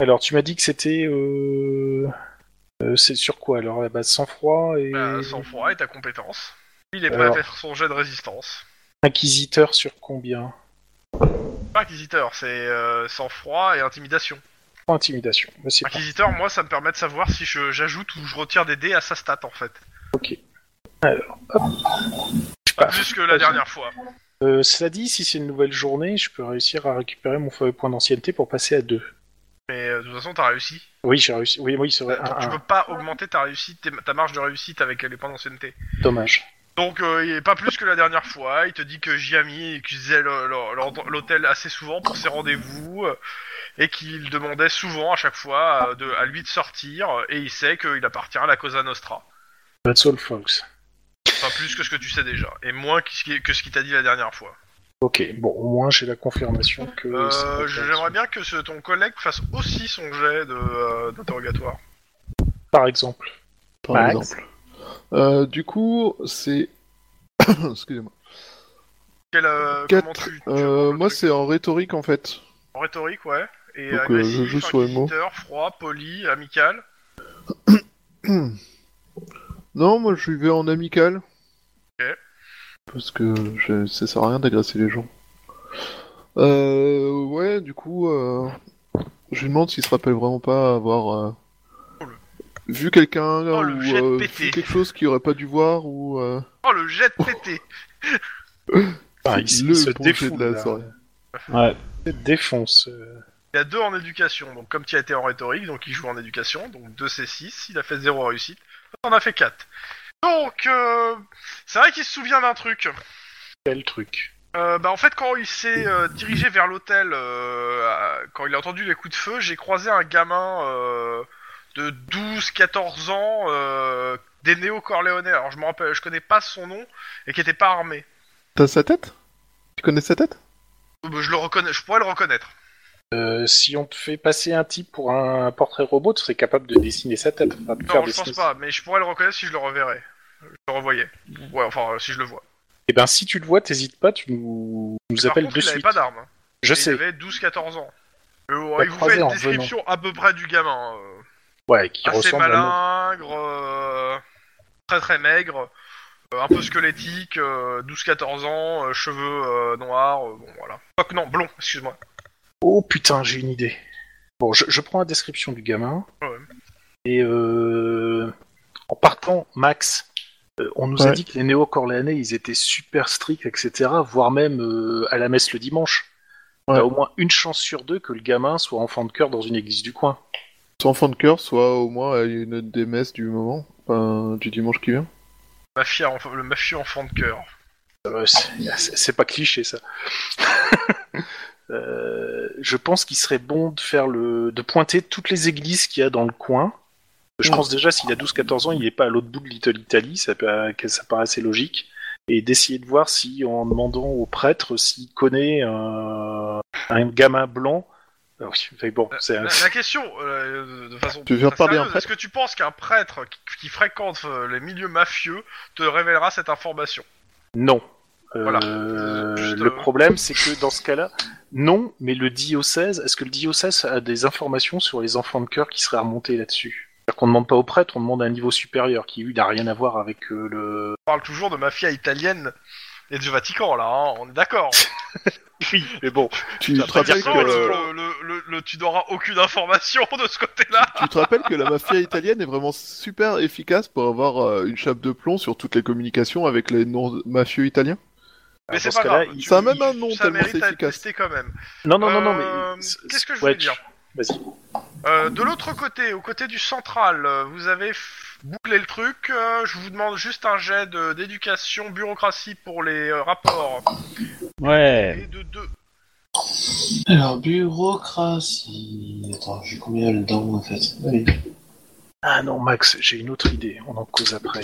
A: Alors, tu m'as dit que c'était euh... euh, c'est sur quoi alors la base sans froid et
C: Bah, sans froid et ta compétence. Il est prêt
A: Alors.
C: à faire son jet de résistance.
A: inquisiteur sur combien
C: Pas inquisiteur, c'est euh, sans froid et intimidation.
A: Pas intimidation. mais c'est pas-
C: Inquisiteur, moi, ça me permet de savoir si je- j'ajoute ou je retire des dés à sa stat, en fait.
A: Ok. Alors, hop. Je pars.
C: Plus que la dernière fois.
A: Euh, cela dit, si c'est une nouvelle journée, je peux réussir à récupérer mon fameux point d'ancienneté pour passer à 2.
C: Mais euh, de toute façon, t'as réussi.
A: Oui, j'ai réussi. Oui, oui, c'est vrai.
C: Donc,
A: un,
C: tu
A: un.
C: peux pas augmenter ta réussite, tes- ta marge de réussite avec euh, les points d'ancienneté.
A: Dommage.
C: Donc, euh, il est pas plus que la dernière fois. Il te dit que Jamy utilisait le- le- l'ordre- l'hôtel assez souvent pour ses rendez-vous euh, et qu'il demandait souvent à chaque fois euh, de, à lui de sortir. euh, Et il sait qu'il appartient à la Cosa Nostra.
A: That's all, folks.
C: Pas plus que ce que tu sais déjà. Et moins que ce qui- que ce qu'il t'a dit la dernière fois.
A: Ok, bon, au moins j'ai la confirmation que.
C: Euh,
A: c'est pas
C: je-
A: clair.
C: J'aimerais bien que ce- ton collègue fasse aussi son jet de, euh, d'interrogatoire.
A: Par exemple. hein.
D: Par
A: Max.
D: exemple. Euh, du coup, c'est. *coughs* Excusez-moi.
C: Quel, euh,
D: Quatre,
C: comment tu, tu
D: Euh,
C: abordes le
D: moi,
C: truc
D: c'est en rhétorique en fait.
C: En rhétorique, ouais. Et
D: Donc, euh,
C: agressif,
D: je joue sur les mots.
C: inquisiteur, froid, poli, amical.
D: Non, moi je vais en amical.
C: Ok.
D: Parce que je... ça sert à rien d'agresser les gens. Euh, ouais, du coup, euh, je lui demande s'il se rappelle vraiment pas avoir euh,
C: Oh le-
D: vu quelqu'un
C: Oh, le
D: ou
C: jet de
D: euh,
C: pété.
D: vu quelque chose qu'il aurait pas dû voir ou euh,
C: Oh, le jet de pété
A: Enfin, Ah, il, il se
D: bon jet
A: défoule,
D: de la
A: là.
D: soirée.
B: Ouais.
A: Il se défonce. euh.
C: Il a 2 en éducation, donc comme tu as été en rhétorique, donc il joue en éducation, donc 2 c'est 6, il a fait 0 réussite, on a fait 4. Donc, euh, c'est vrai qu'il se souvient d'un truc.
A: Quel truc.
C: Euh, bah, en fait, quand il s'est euh, dirigé vers l'hôtel, euh, à- quand il a entendu les coups de feu, j'ai croisé un gamin euh, de 12-14 ans euh, des néo-corléonais. Alors, je me rappelle, je connais pas son nom et qui était pas armé.
D: T'as sa tête Tu connais sa tête
C: Euh, bah, Je le reconnais, je pourrais le reconnaître.
A: Euh, si on te fait passer un type pour un portrait robot, tu serais capable de dessiner sa tête. enfin, de faire
C: Non, je pense
A: dessiner-
C: pas, mais je pourrais le reconnaître si je le reverrais. Je le revoyais. Ouais, enfin, euh, si je le vois.
A: Eh ben, si tu le vois, t'hésites pas, tu nous, nous
C: Par
A: appelles
C: contre,
A: de
C: il avait
A: suite.
C: pas d'arme.
A: Je
C: Et
A: sais.
C: Il avait 12-14 ans. Euh,
A: l'a
C: il vous
A: croisé
C: fait une
A: en
C: description à peu près du gamin. euh,
A: Ouais, qui
C: assez
A: ressemble à
C: malingre, euh, très très maigre, euh, un peu squelettique, euh, 12-14 ans, euh, cheveux euh, noirs, euh, bon voilà. Quoique non, blond, excuse-moi.
A: Oh putain, j'ai une idée. Bon, je, je prends la description du gamin.
C: Ouais.
A: Et euh, en partant, Max, euh, on nous a
D: Ouais.
A: dit que les néo-corléanais, ils étaient super stricts, etc., voire même euh, à la messe le dimanche. On
D: Ouais.
A: a au moins une chance sur deux que le gamin soit enfant de cœur dans une église du coin.
D: Soit enfant de cœur, soit au moins à une des messes du moment, enfin, du dimanche qui vient.
C: Mafia, enf- le mafieux enfant de cœur.
A: Euh, c'est- c'est c'est pas cliché, ça. *laughs* Euh, je pense qu'il serait bon de faire le, de pointer toutes les églises qu'il y a dans le coin. Je
D: Ouais.
A: pense déjà s'il a 12-14 ans, il n'est pas à l'autre bout de Little Italy, ça, pa- que ça paraissait logique. Et d'essayer de voir si, en demandant au prêtre s'il connaît euh, un gamin blanc. Ah oui, mais bon, c'est
C: La,
A: un-
C: la question, euh, de façon
D: Tu veux
C: très
D: parler en
C: sérieuse,
D: fait
C: est-ce que tu penses qu'un prêtre qui, qui fréquente euh, les milieux mafieux te révélera cette information
A: Non. Euh,
C: Voilà. Juste,
A: le
C: euh,
A: problème, c'est que dans ce cas-là, non, mais le diocèse, est-ce que le diocèse a des informations sur les enfants de cœur qui seraient remontées là-dessus C'est-à-dire qu'on ne demande pas au prêtre, on demande à un niveau supérieur qui, lui, n'a rien à voir avec euh,
C: *laughs*
A: le.
C: On parle toujours de mafia italienne et du Vatican là, hein, on est d'accord.
A: Oui, mais bon.
D: Tu te
A: Après,
D: rappelles
A: garçon,
C: Sinon,
D: que
A: euh,
D: le-
C: le- le- le- le- tu n'auras aucune information de ce côté-là.
A: Bah,
D: Tu te rappelles que la mafia italienne est vraiment super efficace pour avoir euh, une chape de plomb sur toutes les communications avec les noms mafieux italiens
C: Mais
A: dans
C: c'est
A: ce
C: pas
A: cas-là,
C: grave,
A: il-
C: tu-
D: Ça a même un nom
C: ça
D: tellement
C: mérite
D: c'est
C: à être
D: efficace.
C: testé quand même.
A: Non, non, non, non, mais.
C: Euh,
A: c'est-
C: qu'est-ce que je
A: ouais,
C: voulais dire
A: tu- Vas-y.
C: Euh, de l'autre côté, au côté du central, euh, vous avez f- bouclé le truc. euh, je vous demande juste un jet de- d'éducation, bureaucratie pour les euh, rapports.
B: Ouais.
C: Et de deux.
E: *laughs* Alors, bureaucratie. Attends, j'ai combien là-dedans en fait Allez.
A: Ah non, Max, j'ai une autre idée, on en cause après.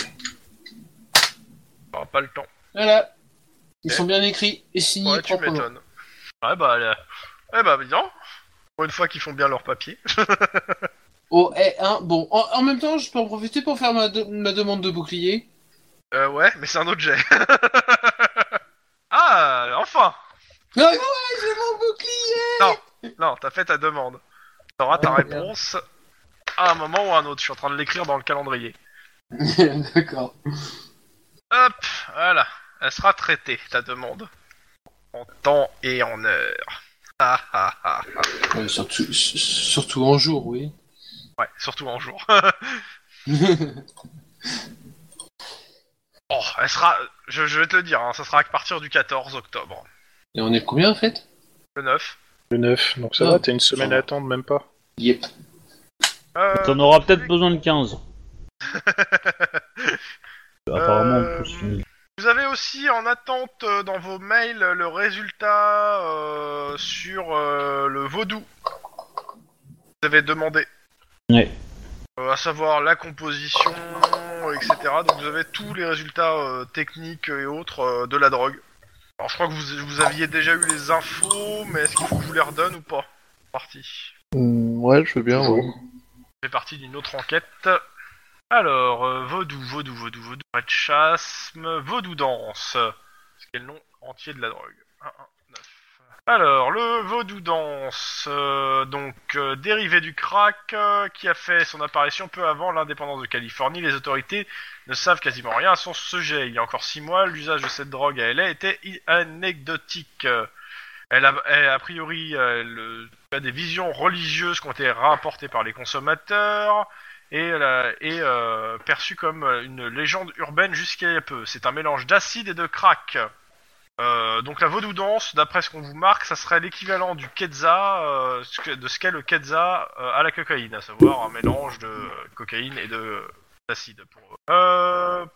C: Enfin, Bah, pas le temps.
E: Voilà. Ils
C: Eh.
E: sont bien écrits et signés
C: Ouais, tu
E: proprement.
C: m'étonnes. Ouais, bah, euh, ouais, bah, bien. Pour une fois qu'ils font bien leur papier.
E: Oh, eh, hein, bon. En, en même temps, je peux en profiter pour faire ma, de- ma demande de bouclier.
C: Euh, ouais, mais c'est un autre jet. *laughs* ah, enfin
E: Non, mais ouais, j'ai mon bouclier
C: Non, t'as fait ta demande. T'auras ta
E: Ah, merde.
C: réponse à un moment ou à un autre. Je suis en train de l'écrire dans le calendrier.
E: D'accord.
C: Hop, voilà. Elle sera traitée, ta demande. En temps et en heure. Ah, ah, ah.
E: Ouais, surtout, su- surtout en jour, oui. *laughs*
C: Ouais, surtout en jour. *laughs*
E: D'accord.
C: oh, elle sera... Je, je vais te le dire, hein, ça sera à partir du 14 octobre.
E: Et on est combien en fait
C: Le 9.
A: Le 9, donc ça
E: Ah.
A: va, t'as une semaine
E: Ça va.
A: à attendre, même pas.
E: Yep.
C: Euh,
B: T'en auras
C: *laughs*
B: peut-être besoin de 15. Apparemment,
C: Euh,
B: en plus,
C: Vous avez aussi en attente euh, dans vos mails le résultat euh, sur euh, le vaudou. Vous avez demandé.
B: Ouais.
C: Euh, à savoir la composition, euh, etc. Donc vous avez tous les résultats euh, techniques et autres euh, de la drogue. Alors je crois que vous, vous aviez déjà eu les infos, mais est-ce qu'il faut que je vous les redonne ou pas C'est Parti.
D: Hmm, Ouais, je veux bien.
B: Ah
D: ouais.
C: C'est parti d'une autre enquête. Alors, euh, vaudou, vaudou, vaudou, vaudou, pas de chasme, vaudou danse. C'est quel nom entier de la drogue 1, 1, 9. Alors, le vaudou danse, euh, donc euh, dérivé du crack euh, qui a fait son apparition peu avant l'indépendance de Californie, les autorités ne savent quasiment rien à son sujet. Il y a encore six mois, l'usage de cette drogue à LA était i- anecdotique. Euh, Elle a, elle, a priori euh, elle, euh, a des visions religieuses qui ont été rapportées par les consommateurs et elle a- est euh, perçue comme euh, une légende urbaine jusqu'à il y a peu. C'est un mélange d'acide et de crack. Euh, donc la vaudou danse, d'après ce qu'on vous marque, ça serait l'équivalent du quetza, euh, ce que- de ce qu'est le quetza euh, à la cocaïne, à savoir un mélange de euh, cocaïne et de d'acide. Pour, eux. Euh,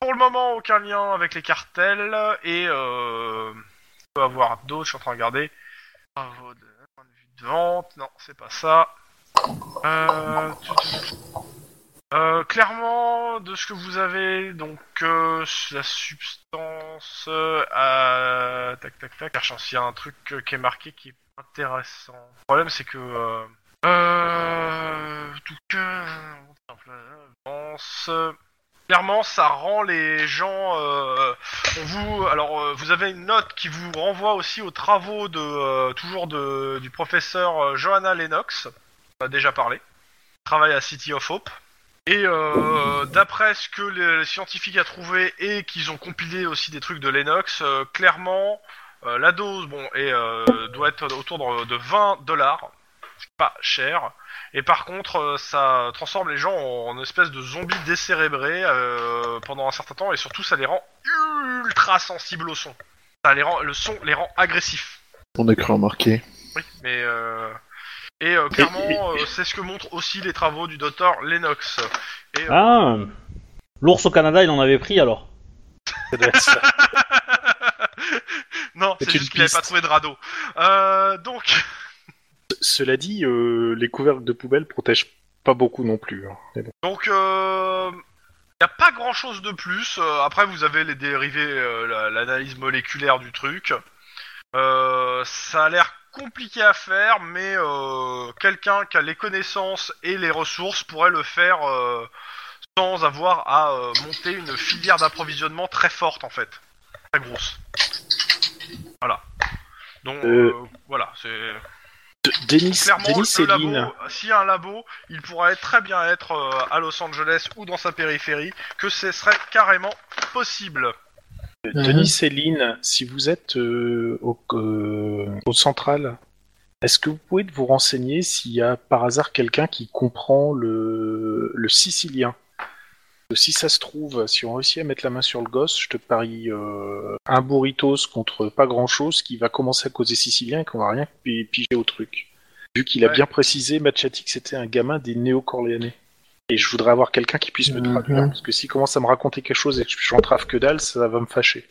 C: pour le moment, aucun lien avec les cartels et euh, on peut avoir d'autres. Je suis en train de regarder. Ah, vaud- point de vue de vente, non, c'est pas ça. Euh, euh, clairement, de ce que vous avez, donc euh, la substance, euh, tac tac tac, cherche s'il y a un truc euh, qui est marqué qui est intéressant. Le problème c'est que, euh, euh, tout que, simple, euh, pense, euh, clairement ça rend les gens, euh, on vous, alors euh, vous avez une note qui vous renvoie aussi aux travaux de euh, toujours de du professeur euh, Johanna Lennox, on en a déjà parlé, travaille à City of Hope. Et euh, d'après ce que les, les scientifiques a trouvé et qu'ils ont compilé aussi des trucs de Lennox, euh, clairement, euh, la dose bon, est, euh, doit être autour de, de 20 dollars, pas cher. Et par contre, euh, ça transforme les gens en, espèces de zombies décérébrés euh, pendant un certain temps et surtout ça les rend ultra sensibles au son. Ça les rend, le son les rend agressifs.
D: On a cru remarquer.
C: Oui, mais euh, et euh, clairement, euh, c'est ce que montrent aussi les travaux du docteur Lennox. Et, euh,
B: Ah L'ours au Canada, il en avait pris alors.
A: Ça doit être ça.
C: non,
A: C'est
C: c'est
A: une
C: juste qu'il n'avait
A: piste.
C: pas trouvé de radeau. Euh, donc,
A: Cela dit, euh, les couvercles de poubelle protègent pas beaucoup non plus. hein. Mais bon.
C: donc, euh, y a pas grand chose de plus. Euh, Après, vous avez les dérivés, euh, la- l'analyse moléculaire du truc. Euh, ça a l'air compliqué à faire, mais euh, quelqu'un qui a les connaissances et les ressources pourrait le faire euh, sans avoir à euh, monter une filière d'approvisionnement très forte en fait, très grosse. Voilà. Donc
A: Euh.
C: euh, voilà, c'est
A: De- Denis,
C: clairement,
A: Denis
C: le
A: Céline.
C: labo, s'il y a un labo, il pourrait très bien être euh, à Los Angeles ou dans sa périphérie, que ce serait carrément possible. *laughs*
A: Denis Céline, si vous êtes euh, au, euh, au central, est-ce que vous pouvez vous renseigner s'il y a par hasard quelqu'un qui comprend le, le sicilien Que Si ça se trouve, si on réussit à mettre la main sur le gosse, je te parie euh, un burritos contre pas grand-chose qui va commencer à causer sicilien et qu'on va rien pi- piger au truc. Vu qu'il a
C: Ouais.
A: bien précisé, Machati, que c'était un gamin des néo-corléanais. Et je voudrais avoir quelqu'un qui puisse me
D: Mhm.
A: traduire, parce que s'il commence à me raconter quelque chose et que je n'entrave que dalle, ça va me fâcher.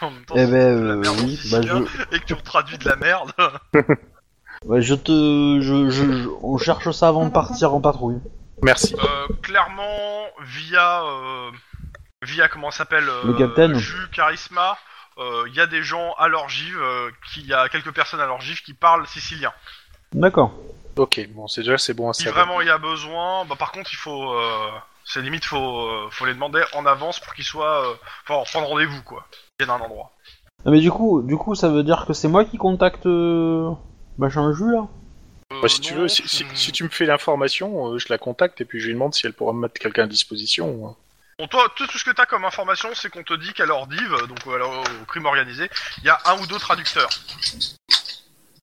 C: en même temps,
B: Eh
C: si
B: ben,
C: tu fais de la
B: euh,
C: merde en
B: oui,
C: Sicile,
B: bah je,
C: et que tu retraduis de la merde. *laughs*
B: ouais, je te. Je, je- je- on cherche ça avant de partir en patrouille.
A: Merci.
C: Euh, clairement, via euh, via comment ça s'appelle euh,
B: Le capitaine.
C: Jus Charisma, il y a des gens à l'orgive, euh, qui- il y a quelques personnes à l'orgive qui parlent sicilien.
B: D'accord.
A: Ok, bon, c'est déjà c'est bon à
C: Si
A: savoir.
C: vraiment il y a besoin, bah par contre il faut, euh, c'est limite faut, euh, faut les demander en avance pour qu'ils soient, euh, enfin prendre rendez-vous quoi, Ils viennent à un endroit.
B: Ah, mais du coup, du coup, ça veut dire que c'est moi qui contacte. euh, Machin jus là
C: Euh,
A: Moi, Bah, si tu
C: non,
A: veux, si, si-
C: hmm.
A: si tu me fais l'information, euh, je la contacte et puis je lui demande si elle pourra me mettre quelqu'un à disposition. hein.
C: Bon, toi, tout tout ce que t'as comme information, c'est qu'on te dit qu'à l'ordive, donc euh, alors, au crime organisé, il y a un ou deux traducteurs.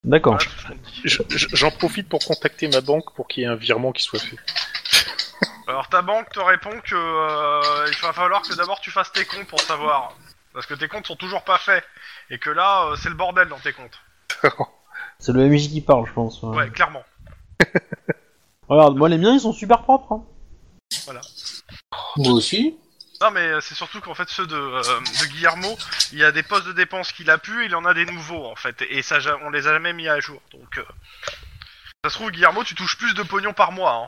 B: D'accord.
C: Voilà tout ce qu'on te dit.
A: Je- je- J'en profite pour contacter ma banque pour qu'il y ait un virement qui soit fait.
C: Alors ta banque te répond que euh, il va falloir que d'abord tu fasses tes comptes pour savoir, parce que tes comptes sont toujours pas faits et que là euh, c'est le bordel dans tes comptes.
B: C'est le MJ qui parle, je pense. ouais.
C: Ouais, clairement.
B: Regarde, moi les miens ils sont super propres.
C: *coughs*
B: hein.
E: Moi aussi.
C: Non, mais euh, c'est surtout qu'en fait, ceux de, euh, de Guillermo, il y a des postes de dépenses qu'il a pu, il en a des nouveaux en fait, et ça, ja- on les a jamais mis à jour. Donc, euh, ça se trouve, Guillermo, tu touches plus de pognon par mois. Hein.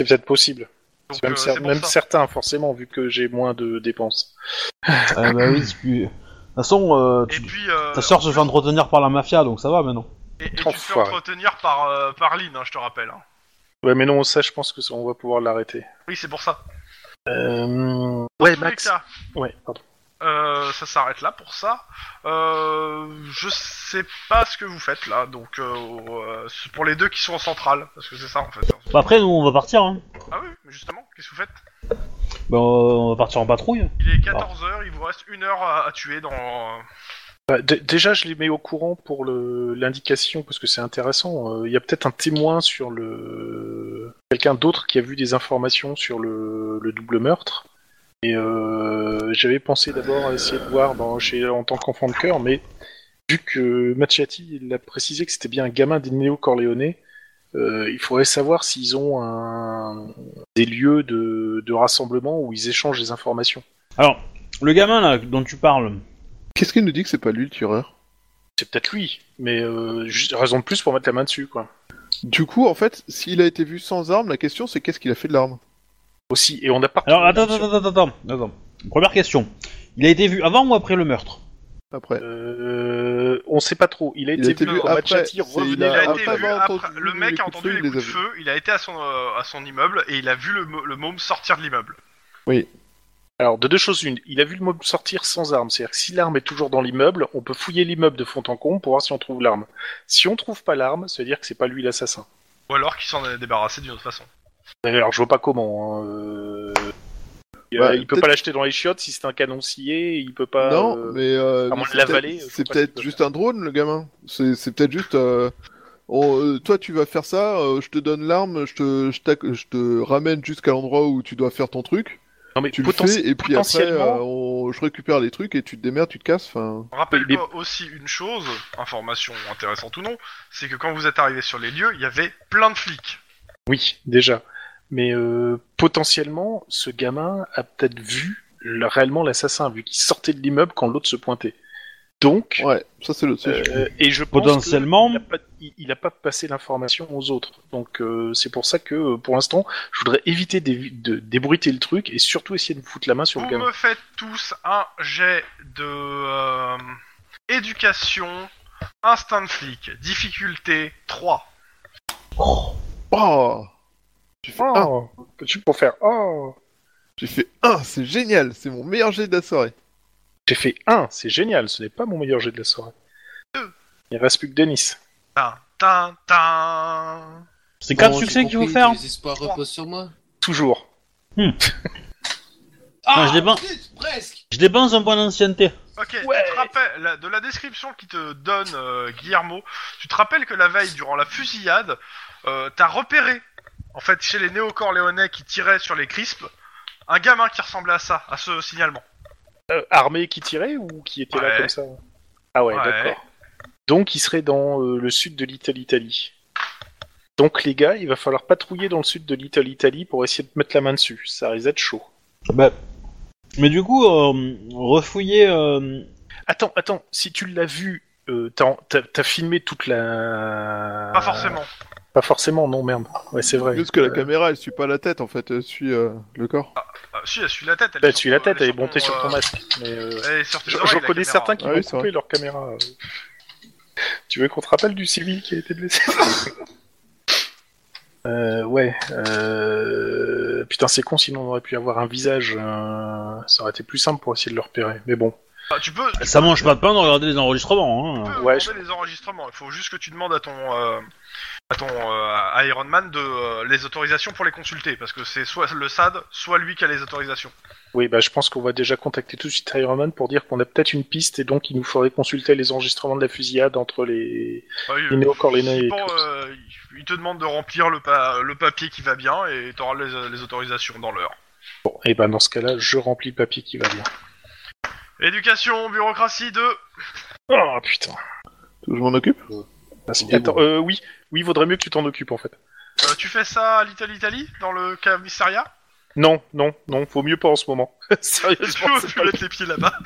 A: C'est peut-être possible.
C: Donc,
A: C'est même,
C: euh,
A: cer-
C: c'est pour
A: même
C: ça.
A: certain, forcément, vu que j'ai moins de dépenses.
B: Ah bah oui, tu... De toute façon, euh,
C: Et
B: tu-
C: puis, euh,
B: ta soeur se fait entretenir par la mafia, donc ça va maintenant.
C: et, et tu te fais
A: Enfoiré.
C: entretenir par, euh, par Lynn, hein, je te rappelle. hein.
A: Ouais, mais non, ça, je pense que ça, on va pouvoir l'arrêter.
C: Oui, c'est pour ça.
A: Euh...
C: Dans
A: Ouais,
C: tous les
A: Max.
C: cas,
A: Ouais, pardon.
C: Euh, ça s'arrête là pour ça. Euh, je sais pas ce que vous faites là, donc euh, c'est pour les deux qui sont en centrale, parce que c'est ça en fait.
B: Bah après, nous, on va partir. Hein.
C: Ah oui, mais justement, qu'est-ce que vous faites
B: Bah, on va partir en patrouille.
C: Il
D: Ah.
C: est 14h, il vous reste une heure à, à tuer
D: Euh,
C: dans.
A: Bah, dé- déjà, je les mets au courant pour le- l'indication, parce que c'est intéressant. Euh, Il y a peut-être un témoin sur le. Quelqu'un d'autre qui a vu des informations sur le, le double meurtre. Et euh, j'avais pensé d'abord à essayer de voir dans- chez, en tant qu'enfant de cœur, mais vu que Machiati il a précisé que c'était bien un gamin des néo-corléonais, euh, il faudrait savoir s'ils ont un, des lieux de, de rassemblement où ils échangent des informations.
B: Alors, le gamin là dont tu parles,
D: Qu'est-ce qu'il nous dit que c'est pas lui le tireur
A: C'est peut-être lui, mais euh, juste raison de plus pour mettre la main dessus, quoi.
D: Du coup, en fait, s'il a été vu sans arme, la question c'est qu'est-ce qu'il a fait de l'arme
A: aussi. Et on n'a pas.
B: Alors attends, attends, attends, attends, attends. Première question. Il a été vu avant ou après le meurtre
D: après
A: Euh, on sait pas trop. Il a
D: Il
A: été
D: a été
A: vu
D: vu
A: quand
D: après,
A: Machati
D: c'est-
A: revenait
D: il
C: Il a,
D: a
A: là.
C: été
D: après
C: vu
D: avoir
C: après-
D: ah, entendu
C: le mec
D: les
C: a
D: coups de
C: entendu
D: feu,
C: les
D: il les
C: coups de
D: a
C: feu, il a été à son, euh, à son immeuble et il a vu le, mo- le môme sortir de l'immeuble.
A: Alors, de deux choses une, il a vu le mob sortir sans arme. C'est-à-dire que si l'arme est toujours dans l'immeuble, on peut fouiller l'immeuble de fond en comble pour voir si on trouve l'arme. Si on trouve pas l'arme, ça veut dire que c'est pas lui l'assassin.
C: Ou alors qu'il s'en est débarrassé d'une autre façon.
A: Alors, je vois pas comment. hein, euh, il-
D: Bah,
A: il peut
D: peut-être-
A: pas l'acheter dans les chiottes si c'est un canon scié. Il peut pas.
D: Non,
A: euh,
D: mais euh,
A: à moins
D: c'est
A: de la
D: peut-être-
A: vallée, je sais
D: C'est
A: pas ce qu'il
D: peut-être
A: peut
D: juste un drone, le gamin. C'est c'est peut-être juste. euh, on- euh, toi, tu vas faire ça. euh, je te donne l'arme. Je te, je, t'ac- je te ramène jusqu'à l'endroit où tu dois faire ton truc.
A: non, mais
D: Tu le
A: poten-
D: fais et puis après,
A: potentiellement-
D: euh, on- je récupère les trucs et tu te démerdes, tu te casses. Enfin,
A: Mais-
C: Rappelle-toi aussi une chose, information intéressante ou non, c'est que quand vous êtes arrivé sur les lieux, il y avait plein de flics.
A: Oui, déjà. Mais euh, potentiellement, ce gamin a peut-être vu le- réellement l'assassin, vu qu'il sortait de l'immeuble quand l'autre se pointait. Donc,
D: ouais, ça c'est l'autre. c'est-
A: euh, et je pense
B: Potentiellement.
A: que il a pas- il- il n'a pas, passé l'information aux autres. Donc, euh, c'est pour ça que, euh, pour l'instant, je voudrais éviter d'évi- de débruiter le truc et surtout essayer de me foutre la main sur
C: Vous
A: le gamin.
C: me faites tous un jet de euh, éducation, instinct de flic, difficulté 3.
D: Oh J'ai fait un.
A: Oh, tu pour faire oh.
D: J'ai fait un. C'est génial. C'est mon meilleur jet de la soirée.
A: J'ai fait un, c'est génial. Ce n'est pas mon meilleur jet de la soirée.
C: Deux.
A: Il reste plus que Denis.
C: Tin, tin, tin.
B: C'est quatre succès qu'il faut faire. hein.
E: Les espoirs reposent sur moi.
A: Toujours.
B: Ah, je l'ai pas.
E: zut, Ah, Presque
B: Je dépense un point d'ancienneté.
C: Ok,
A: Ouais.
C: tu te rappelles, la- de la description qui te donne euh, Guillermo, tu te rappelles que la veille, durant la fusillade, euh, t'as repéré, en fait, chez les néo-corléonais qui tiraient sur les crisps, un gamin qui ressemblait à ça, à ce signalement.
A: Euh, armé qui tirait ou qui était là
C: Ouais.
A: comme ça Ah ouais,
C: Ouais.
A: d'accord. Donc il serait dans euh, le sud de l'Italie. Donc les gars, il va falloir patrouiller dans le sud de l'Italie pour essayer de mettre la main dessus. Ça risque d'être chaud.
B: Bah. Mais du coup, euh, refouiller. euh,
A: Attends, attends, si tu l'as vu, euh, t'as t'as- t'as filmé toute la...
C: Pas forcément.
A: Pas forcément, non, merde. Ouais, c'est vrai.
D: Juste que la
A: Euh,
D: caméra, elle suit pas la tête en fait. Elle suit euh, le corps.
C: Euh, si, elle suit la tête. Elle
A: bah,
C: est sur
A: tu la
C: ton-
A: tête, elle est
C: sur
A: montée sur ton
C: euh,
A: masque. Mais, euh,
C: elle est sur tes
A: je-
C: oreilles,
A: je
C: la
A: reconnais
C: caméra.
A: certains qui
D: Ah
A: vont
D: oui, c'est
A: couper leur caméra. euh. Tu veux qu'on te rappelle du civil qui a été
C: *laughs*
A: blessé Euh, ouais. euh, Putain, c'est con, sinon on aurait pu avoir un visage. euh, Ça aurait été plus simple pour essayer de le repérer. Mais bon.
C: Bah, tu peux, tu
B: Ça mange pas de pain de regarder les enregistrements.
C: peux
B: Hein.
A: Ouais,
C: demander les enregistrements. Il faut juste que tu demandes à ton, euh, à ton euh, à Iron Man de euh, les autorisations pour les consulter, parce que c'est soit le SAD, soit lui qui a les autorisations.
A: Oui, bah je pense qu'on va déjà contacter tout de suite Iron Man pour dire qu'on a peut-être une piste et donc il nous faudrait consulter les enregistrements de la fusillade entre les.
C: Bah, euh,
A: Les néo-corléonais
C: si
A: et
C: bon,
A: tout.
C: euh, il te demande de remplir le, pa- le papier qui va bien et t'auras les, les autorisations dans l'heure.
A: Bon, et ben dans ce cas-là, je remplis le papier qui va bien.
C: Éducation, bureaucratie euh, 2.
A: Oh putain.
D: Je m'en occupe.
A: Attends, euh, oui, oui, vaudrait mieux que tu t'en occupes en fait.
C: Euh, tu fais ça à Little Italy dans le commissariat
A: Non, non, non, faut mieux pas en ce moment. *laughs*
C: Tu
A: Sérieusement,
C: peux
A: c'est
C: plus
A: pas le-
C: mettre les pieds là-bas.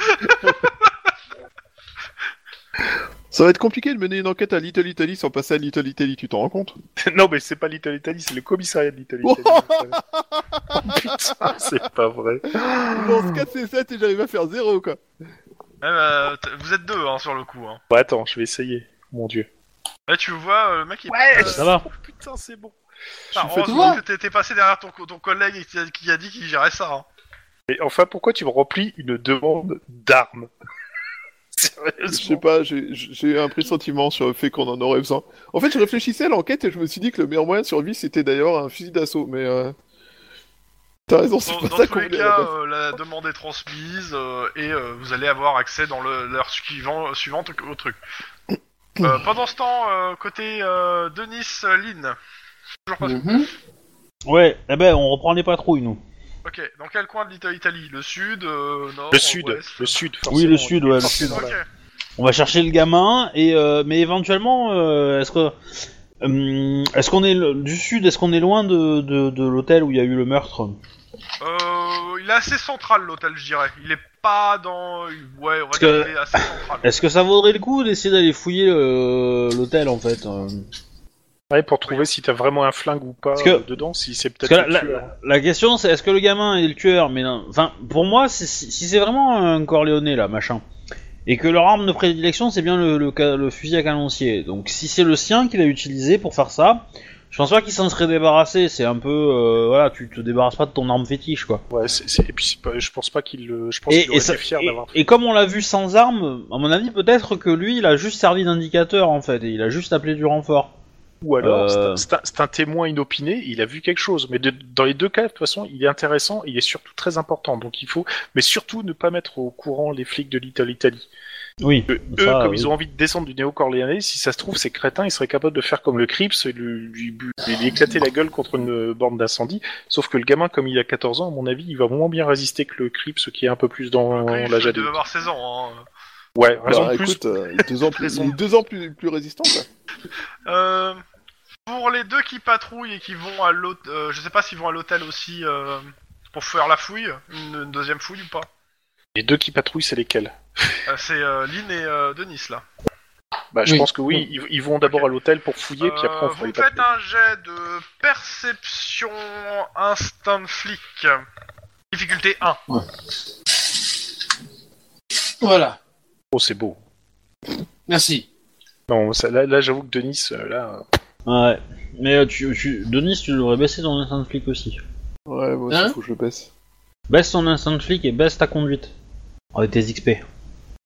D: Ça va être compliqué de mener une enquête à Little Italy sans passer à Little Italy. Tu t'en rends compte
A: Non, mais c'est pas l'Italie, Italie, c'est le commissariat de l'Italie.
D: Oh
B: Oh
A: *laughs* Putain, c'est pas vrai.
D: lance 4 C7 et j'arrive à faire 0 quoi.
C: Eh ben, t- vous êtes deux hein, sur le coup. Hein.
A: Bon, attends, je vais essayer. Mon dieu.
C: Là, tu vois, euh, le mec il
A: Ouais,
B: Ça va.
A: putain, c'est bon.
C: Ah,
D: suis
C: heureusement
E: fatigué.
C: que t'es- t'es passé derrière ton, co- ton collègue qui a, qui a dit qu'il gérait ça. hein.
A: Mais enfin, pourquoi tu me remplis une demande d'armes *laughs*
D: Je
A: Sérieusement.
D: sais pas, j'ai- j'ai un pressentiment sur le fait qu'on en aurait besoin. En fait, je réfléchissais à l'enquête et je me suis dit que le meilleur moyen de survie, c'était d'ailleurs un fusil d'assaut, mais... euh, T'as raison, c'est
C: Dans,
D: pas
C: dans
D: ça
C: tous
D: qu'on
C: les
D: voulait
C: cas,
D: là-bas.
C: euh, la demande est transmise euh, et euh, vous allez avoir accès dans le- l'heure suivant- suivante au truc. Euh, pendant ce temps, euh, côté euh, Denis euh, Lynn. Toujours pas-
E: Mhm.
B: Ouais, eh ben on reprend les patrouilles nous.
C: Ok, dans quel coin de l'Italie Le sud, euh, nord,
A: Le sud,
C: ouest
A: le sud,
B: Oui, le sud, ouais, le
A: forcément, là.
B: sud.
C: Ok.
B: On va chercher le gamin et euh, mais éventuellement euh, est-ce que hum, est-ce qu'on est le- du sud Est-ce qu'on est loin de, de, de l'hôtel où il y a eu le meurtre
C: Euh, il est assez central l'hôtel, je dirais. Il est pas dans. Ouais, on va
B: Parce
C: dire
B: que-
C: qu'il est assez central.
B: Est-ce que ça vaudrait le coup d'essayer d'aller fouiller euh, l'hôtel en fait euh
A: Ouais, pour trouver si t'as vraiment un flingue ou pas
B: Parce que-
A: euh, dedans, si c'est
B: Parce
A: peut-être
B: que la,
A: le
B: la-
A: tueur.
B: la question c'est est-ce que le gamin est le tueur Mais non, enfin pour moi si, si- si c'est vraiment un Corléonais là machin et que leur arme de prédilection c'est bien le, le ca- le fusil à canoncier. Donc si c'est le sien qu'il a utilisé pour faire ça, je pense pas qu'il s'en serait débarrassé. C'est un peu euh, voilà tu te débarrasses pas de ton arme fétiche quoi.
A: Ouais, c'est- c'est- et puis c'est pas- je pense pas qu'il le. Je pense
B: Et,
A: qu'il aurait
B: et ça-
A: été fier
B: et-
A: d'avoir.
B: et comme on l'a vu sans arme, à mon avis, peut-être que lui, il a juste servi d'indicateur en fait, et il a juste appelé du renfort.
A: Ou alors, c'est un-
B: Euh.
A: c'est un, c'est un témoin inopiné, il a vu quelque chose. Mais de- dans les deux cas, de toute façon, il est intéressant, il est surtout très important. Donc il faut, mais surtout ne pas mettre au courant les flics de l'Italie.
B: Oui.
A: Euh, Eux, comme ils ont envie de descendre du néo-corléanais, si ça se trouve, ces crétins, ils seraient capables de faire comme le Crips et lui, lui, bu- lui- lui éclater la gueule contre une euh, borne d'incendie. Sauf que le gamin, comme il a 14 ans, à mon avis, il va moins bien résister que le Crips qui est un peu plus dans
C: Après, il
A: l'âge
C: devait
A: adulte.
C: avoir 16 ans. hein.
A: Ouais, raison
D: Bah,
A: de plus.
D: écoute, euh, deux ans, plus,
A: Raison.
D: il est deux ans plus, plus résistant, quoi.
C: Euh, pour les deux qui patrouillent et qui vont à l'hôtel, euh, je sais pas s'ils vont à l'hôtel aussi euh, pour faire la fouille, une, une deuxième fouille ou pas.
A: Les deux qui patrouillent, c'est lesquels
C: Euh, c'est euh, Lynn et euh, Denis là.
A: Bah, je
E: Oui.
A: pense que oui, ils, ils vont d'abord à l'hôtel pour fouiller, puis après on
C: Euh,
A: fera
C: vous
A: les
C: faites
A: papiers.
C: un jet de perception instinct de flic. Difficulté 1.
E: Voilà.
A: Oh, c'est beau.
E: Merci.
A: Non, ça- là, là, j'avoue que Denis, euh, là.
B: Ouais. Mais euh, tu, tu- Denis, tu devrais baisser ton instinct de flic aussi.
D: Ouais, moi aussi,
E: Hein
D: faut que je le baisse.
B: Baisse ton instinct de flic et baisse ta conduite. Avec tes XP.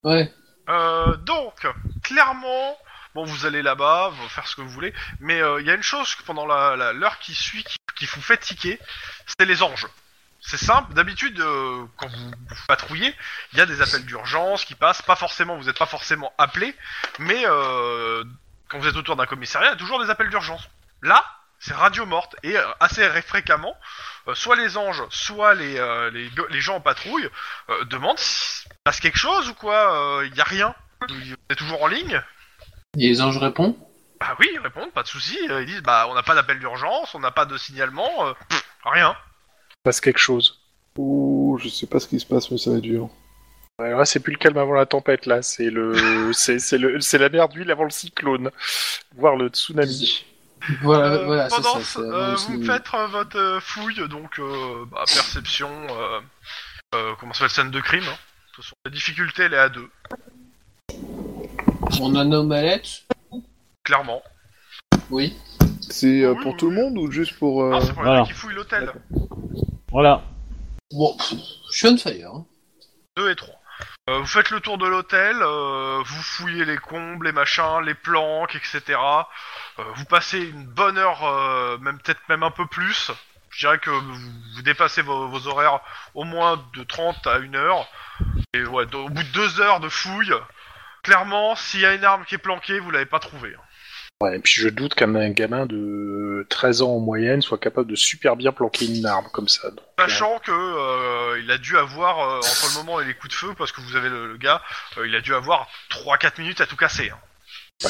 E: Ouais.
C: Euh, donc, clairement, bon, vous allez là-bas, vous faire ce que vous voulez, mais euh, il y a une chose que pendant la- la- l'heure qui suit qui, qui vous fait tiquer, c'est les anges. C'est simple, d'habitude, euh, quand vous, vous patrouillez, il y a des appels d'urgence qui passent, pas forcément, vous n'êtes pas forcément appelé, mais euh, quand vous êtes autour d'un commissariat, il y a toujours des appels d'urgence. Là, c'est radio morte, et euh, assez fréquemment, euh, soit les anges, soit les, euh, les, go- les gens en patrouille euh, demandent si, passe quelque chose ou quoi euh, Il y a rien. Vous êtes toujours en ligne
E: Et les anges répondent
C: Bah oui, ils répondent, pas de souci. Euh, Ils disent bah on n'a pas d'appel d'urgence, on n'a pas de signalement, euh, pff, rien.
A: passe quelque chose.
D: Ouh, je sais pas ce qui se passe, mais ça va être dur.
A: Ouais, là, c'est plus le calme avant la tempête, là. C'est le, c'est, c'est le, c'est la mer d'huile avant le cyclone, voire le tsunami.
E: Voilà,
C: Euh,
E: voilà, c'est
C: pendant
E: ça.
C: ce-
E: c'est-
C: euh,
E: c'est-
C: vous faites euh, votre euh, fouille, donc euh, bah, perception, euh, euh, comment ça s'appelle, scène de crime. hein. De toute façon, La difficulté elle est à deux,
E: On a nos mallettes
C: clairement.
E: Oui.
D: C'est euh,
C: Oui,
D: pour
C: oui,
D: tout le monde ou juste pour... euh,
C: Non, Ah, c'est pour les
B: voilà.
C: mecs qui fouillent l'hôtel.
D: d'accord.
B: Voilà.
E: Bon, pff, je suis on fire. hein.
C: 2 et 3. Euh, vous faites le tour de l'hôtel, euh, vous fouillez les combles, les machins, les planques, etc. Euh, vous passez une bonne heure, euh, même peut-être même un peu plus. Je dirais que vous, vous dépassez vos, vos horaires au moins de 30 à 1 heure. Et ouais, do- au bout de 2 heures de fouille, clairement, s'il y a une arme qui est planquée, vous l'avez pas trouvée.
A: Ouais, et puis je doute qu'un un gamin de 13 ans en moyenne soit capable de super bien planquer une arme comme ça. Donc, euh,
C: Sachant que euh, il a dû avoir, euh, entre le moment et les coups de feu, parce que vous avez le, le gars, euh, il a dû avoir 3-4 minutes à tout casser. hein.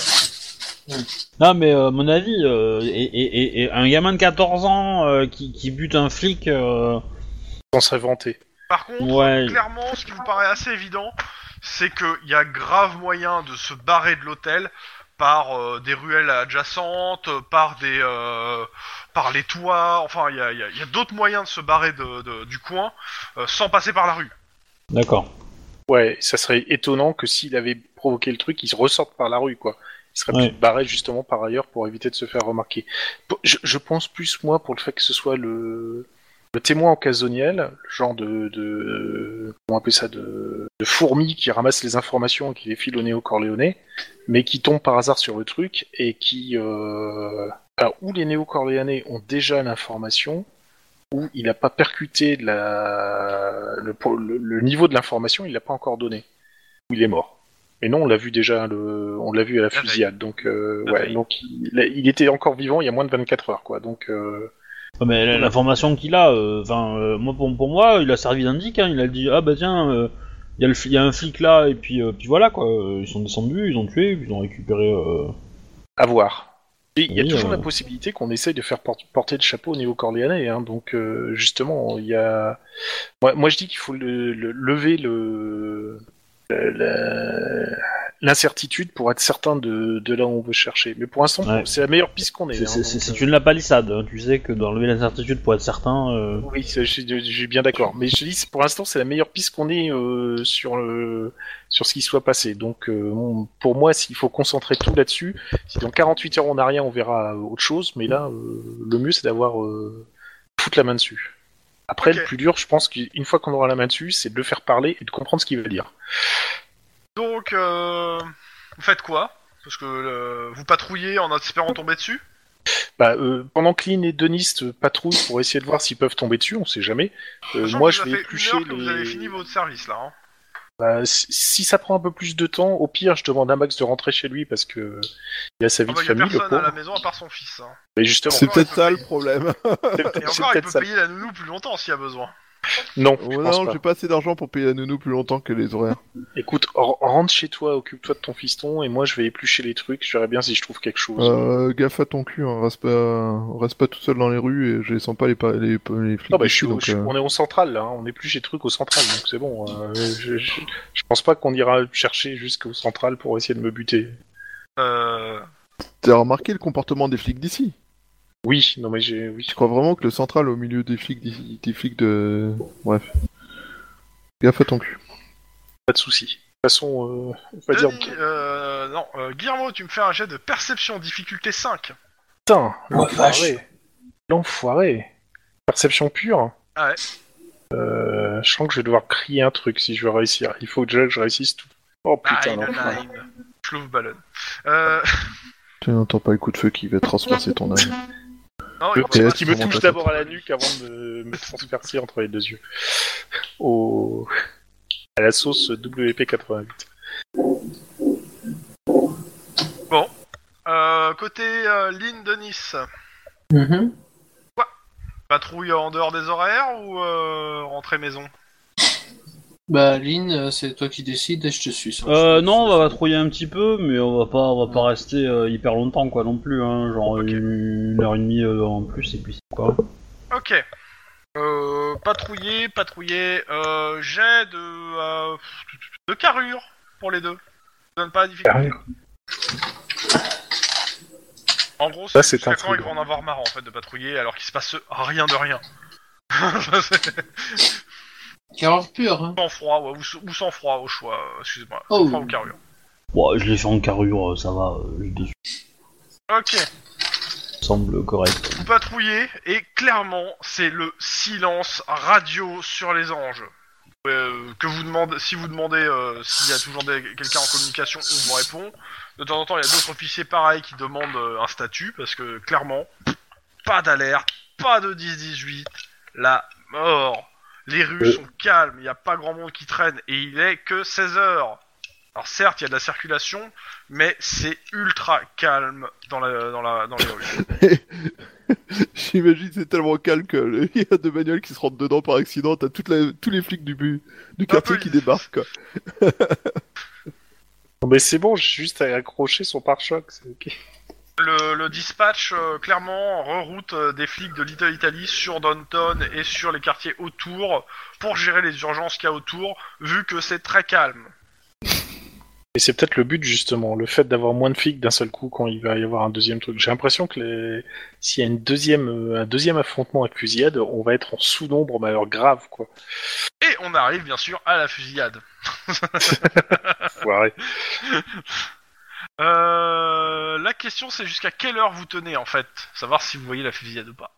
B: Non, mais euh, à mon avis, euh, et, et- et- et un gamin de 14 ans euh, qui, qui bute un flic. euh,
A: on serait vanté.
C: Par contre,
B: Ouais.
C: clairement, ce qui vous paraît assez évident, c'est qu'il y a grave moyen de se barrer de l'hôtel par euh, des ruelles adjacentes, par des, euh, par les toits. Enfin, il y a, il y a- il y a d'autres moyens de se barrer de- de- du coin euh, sans passer par la rue.
B: D'accord.
A: Ouais, ça serait étonnant que s'il avait provoqué le truc, il se ressorte par la rue, quoi. Il serait
B: Ouais.
A: peut-être barré justement par ailleurs pour éviter de se faire remarquer. P- Je, je pense plus moi pour le fait que ce soit le le témoin occasionnel, le genre de, de comment on appelle ça, de, de fourmi qui ramasse les informations et qui les file au néo-corléonais, mais qui tombe par hasard sur le truc et qui, euh, enfin, où les néo-corléanais ont déjà l'information, où il n'a pas percuté de la, le, po- le- le niveau de l'information, il l'a pas encore donné, où il est mort. Mais non, on l'a vu déjà, le, on l'a vu à la
C: veille.
A: fusillade, donc euh,
C: La
A: ouais,
C: veille.
A: donc il, il était encore vivant il y a moins de 24 heures, quoi, donc. euh,
B: Ouais, mais la, la formation qu'il a, euh, enfin, euh, moi pour, pour moi, il a servi d'indice. Hein, il a dit ah bah tiens, euh, il y, a le fli- il y a un flic là et puis euh, puis voilà quoi. euh, Ils sont descendus, ils ont tué, puis ils ont récupéré. euh,
A: À voir. Et Il y a
B: Oui,
A: toujours
B: euh.
A: la possibilité qu'on essaye de faire por- porter le chapeau au néo-corléanais. hein. Donc, euh, justement, il y a. Moi, moi, je dis qu'il faut le- le- lever le. le- la- L'incertitude pour être certain de, de là où on veut chercher. Mais pour l'instant,
B: Ouais.
A: c'est la meilleure piste qu'on ait.
B: C'est
A: hein.
B: c'est- c'est-
A: Donc,
B: c'est une la palissade. hein, tu sais que d'enlever l'incertitude pour être certain. euh,
A: oui, ça, je, suis- je suis bien d'accord. Mais je dis, c'est- pour l'instant, c'est la meilleure piste qu'on ait euh, sur, le- sur ce qui soit passé. Donc, euh, on- pour moi, s'il faut concentrer tout là-dessus, si dans 48 heures on n'a rien, on verra euh, autre chose. Mais là, euh, le mieux, c'est d'avoir euh, toute la main dessus. Après,
C: Ok.
A: le plus dur, je pense qu'une fois qu'on aura la main dessus, c'est de le faire parler et de comprendre ce qu'il veut dire.
C: Donc, euh, vous faites quoi Parce que euh, vous patrouillez en espérant tomber dessus
A: Bah, euh, pendant que Lynn et Denis euh, patrouillent pour essayer de voir s'ils peuvent tomber dessus, on sait jamais.
C: De toute
A: Euh,
C: façon,
A: moi,
C: ça
A: je vais
C: fait
A: éplucher
C: une heure que vous
A: les-
C: avez fini votre service là. hein.
A: Bah, si- si ça prend un peu plus de temps, au pire, je demande à Max de rentrer chez lui parce que euh, il a sa
C: Ah
A: vie
C: bah,
A: de
C: y a
A: famille, le
C: personne à la
A: pauvre.
C: maison à part son fils. hein.
A: Mais justement,
D: C'est
C: Encore,
D: peut-être
C: il peut
D: ça le
C: payer.
D: problème.
A: c'est peut-être *laughs*
C: Et encore, il peut
A: ça.
C: payer la nounou plus longtemps s'il y a besoin.
A: Non, je
D: Oh
A: pense
D: non,
A: pas.
D: j'ai pas assez d'argent pour payer la nounou plus longtemps que les horaires.
A: Écoute, r- rentre chez toi, occupe-toi de ton fiston, et moi, je vais éplucher les trucs. Je verrai bien si je trouve quelque chose.
D: Euh, gaffe à ton cul, hein, reste pas, reste pas tout seul dans les rues et je les sens pas les, pa- les, les flics.
A: Non, bah, je
D: dessus,
A: suis, au-
D: donc,
A: je suis-
D: euh,
A: on est au central là. hein, On épluche les trucs au central, donc c'est bon. euh, je, je- je pense pas qu'on ira chercher jusqu'au central pour essayer de me buter.
C: Euh...
D: T'as remarqué le comportement des flics d'ici
A: Oui, non mais j'ai, oui.
D: Tu crois vraiment que le central au milieu des flics, d'ici- des flics de... Bref. Gaffe à ton cul.
A: Pas de souci. De toute façon, euh, on va dire
C: Denis, euh, non, euh, Guillermo, tu me fais un jet de perception, difficulté 5.
A: putain,
E: Oh, vache.
A: l'enfoiré, l'enfoiré, perception pure.
C: Ah ouais.
A: Euh, je sens que je vais devoir crier un truc si je veux réussir. Il faut déjà que je réussisse tout. Oh putain,
C: Nine,
A: l'enfoiré.
C: nine. Je l'ouvre ballonne. Euh,
D: Tu n'entends pas le coup de feu qui va transpercer ton âme.
C: non,
A: Le
C: il
D: PS
A: petit qui me
D: Comment
A: touche
D: t'as
A: d'abord à la nuque avant de me-
C: *laughs*
A: me transpercer entre les deux yeux. Au... À la sauce WP88.
C: Euh, côté euh, Lynn de Nice,
E: Mhm.
C: patrouille en dehors des horaires ou euh, rentrée maison
E: Bah, Lynn, euh, c'est toi qui décides et je te suis. sur-
B: Euh, non, on va patrouiller un petit peu, mais on va pas, on va pas rester euh, hyper longtemps quoi non plus. Hein, genre
C: Ok.
B: une heure et demie euh, en plus et puis c'est quoi.
C: Ok. Euh, patrouiller, patrouiller, euh, jet de, euh, de carrure pour les deux. Je donne pas la difficulté. En gros,
A: Ça,
C: c'est
A: c'est
C: jusqu'à
A: un
C: quand
A: truc.
C: ils vont en avoir marre en fait de patrouiller alors qu'il se passe rien de rien. *laughs* Ça, c'est-
B: bah.
E: Carole pure, hein.
C: sans froid ouais, ou, s- ou sans froid au choix, euh, excusez-moi.
E: Oh.
C: Sans froid ou carrure.
B: Bon, je l'ai fait en carrure, euh, ça va, euh, je déçu,
C: Ok.
B: ça me semble correct.
C: Vous patrouillez et clairement c'est le silence radio sur les anges. Euh, que vous demandez, si vous demandez euh, s'il y a toujours des- quelqu'un en communication, on vous répond. De temps en temps, il y a d'autres officiers pareils qui demandent euh, un statut parce que clairement, pas d'alerte, pas de 10-18, la mort. Les rues
A: Euh.
C: sont calmes, il n'y a pas grand monde qui traîne et il est que 16 heures. Alors certes, il y a de la circulation, mais c'est ultra calme dans, la, dans, la, dans les rues.
D: *laughs* J'imagine c'est tellement calme que le- *laughs* il y a deux bagnoles qui se rentrent dedans par accident, t'as toute la- tous les flics du, bu-
A: Ah,
D: du quartier qui
C: police.
D: débarquent. Quoi.
A: *laughs* Non, mais c'est bon, j'ai juste à accrocher son pare-choc. c'est ok.
C: Le, le dispatch, euh, clairement, reroute euh, des flics de Little Italy sur Downton et sur les quartiers autour pour gérer les urgences qu'il y a autour, vu que c'est très calme.
A: Et c'est peut-être le but justement, le fait d'avoir moins de flics d'un seul coup quand il va y avoir un deuxième truc. J'ai l'impression que les... s'il y a une deuxième, euh, un deuxième affrontement avec fusillade, on va être en sous-nombre, mais alors grave quoi.
C: Et on arrive, bien sûr, à la fusillade.
A: Foiré.
C: Euh, la question, c'est jusqu'à quelle heure vous tenez, en fait Savoir si vous voyez la fusillade ou pas.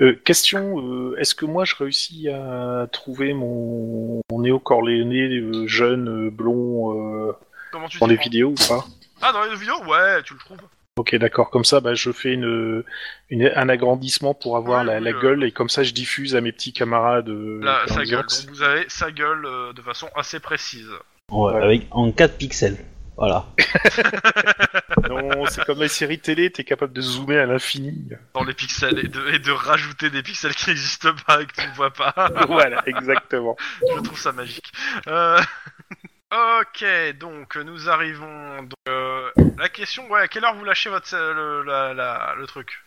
A: Euh, question, euh, est-ce que moi je réussis à trouver mon, mon néocorléoné euh, jeune, euh, blond, euh,
C: Comment tu
A: dans
C: dis
A: les vidéos ou pas
C: Ah, dans les vidéos Ouais, tu le trouves.
A: Ok, d'accord, comme ça bah, je fais une, une- un agrandissement pour avoir
C: Ouais,
A: la,
C: oui,
A: la
C: euh.
A: gueule et comme ça je diffuse à mes petits camarades. euh,
C: Là,
A: dans
C: sa
A: les
C: gueule.
A: orcs.
C: Donc vous avez sa gueule euh, de façon assez précise.
B: Ouais,
A: Ouais.
B: avec en 4 pixels. Voilà.
A: Non, c'est comme les séries télé, t'es capable de zoomer à
C: *laughs*
A: l'infini.
C: Dans les pixels et de, et de rajouter des pixels qui n'existent pas et que tu ne vois pas.
A: voilà, exactement.
C: Je trouve ça magique. Euh, *laughs* ok, donc nous arrivons. donc, euh, la question, ouais, à quelle heure vous lâchez votre euh, le, la- la- le truc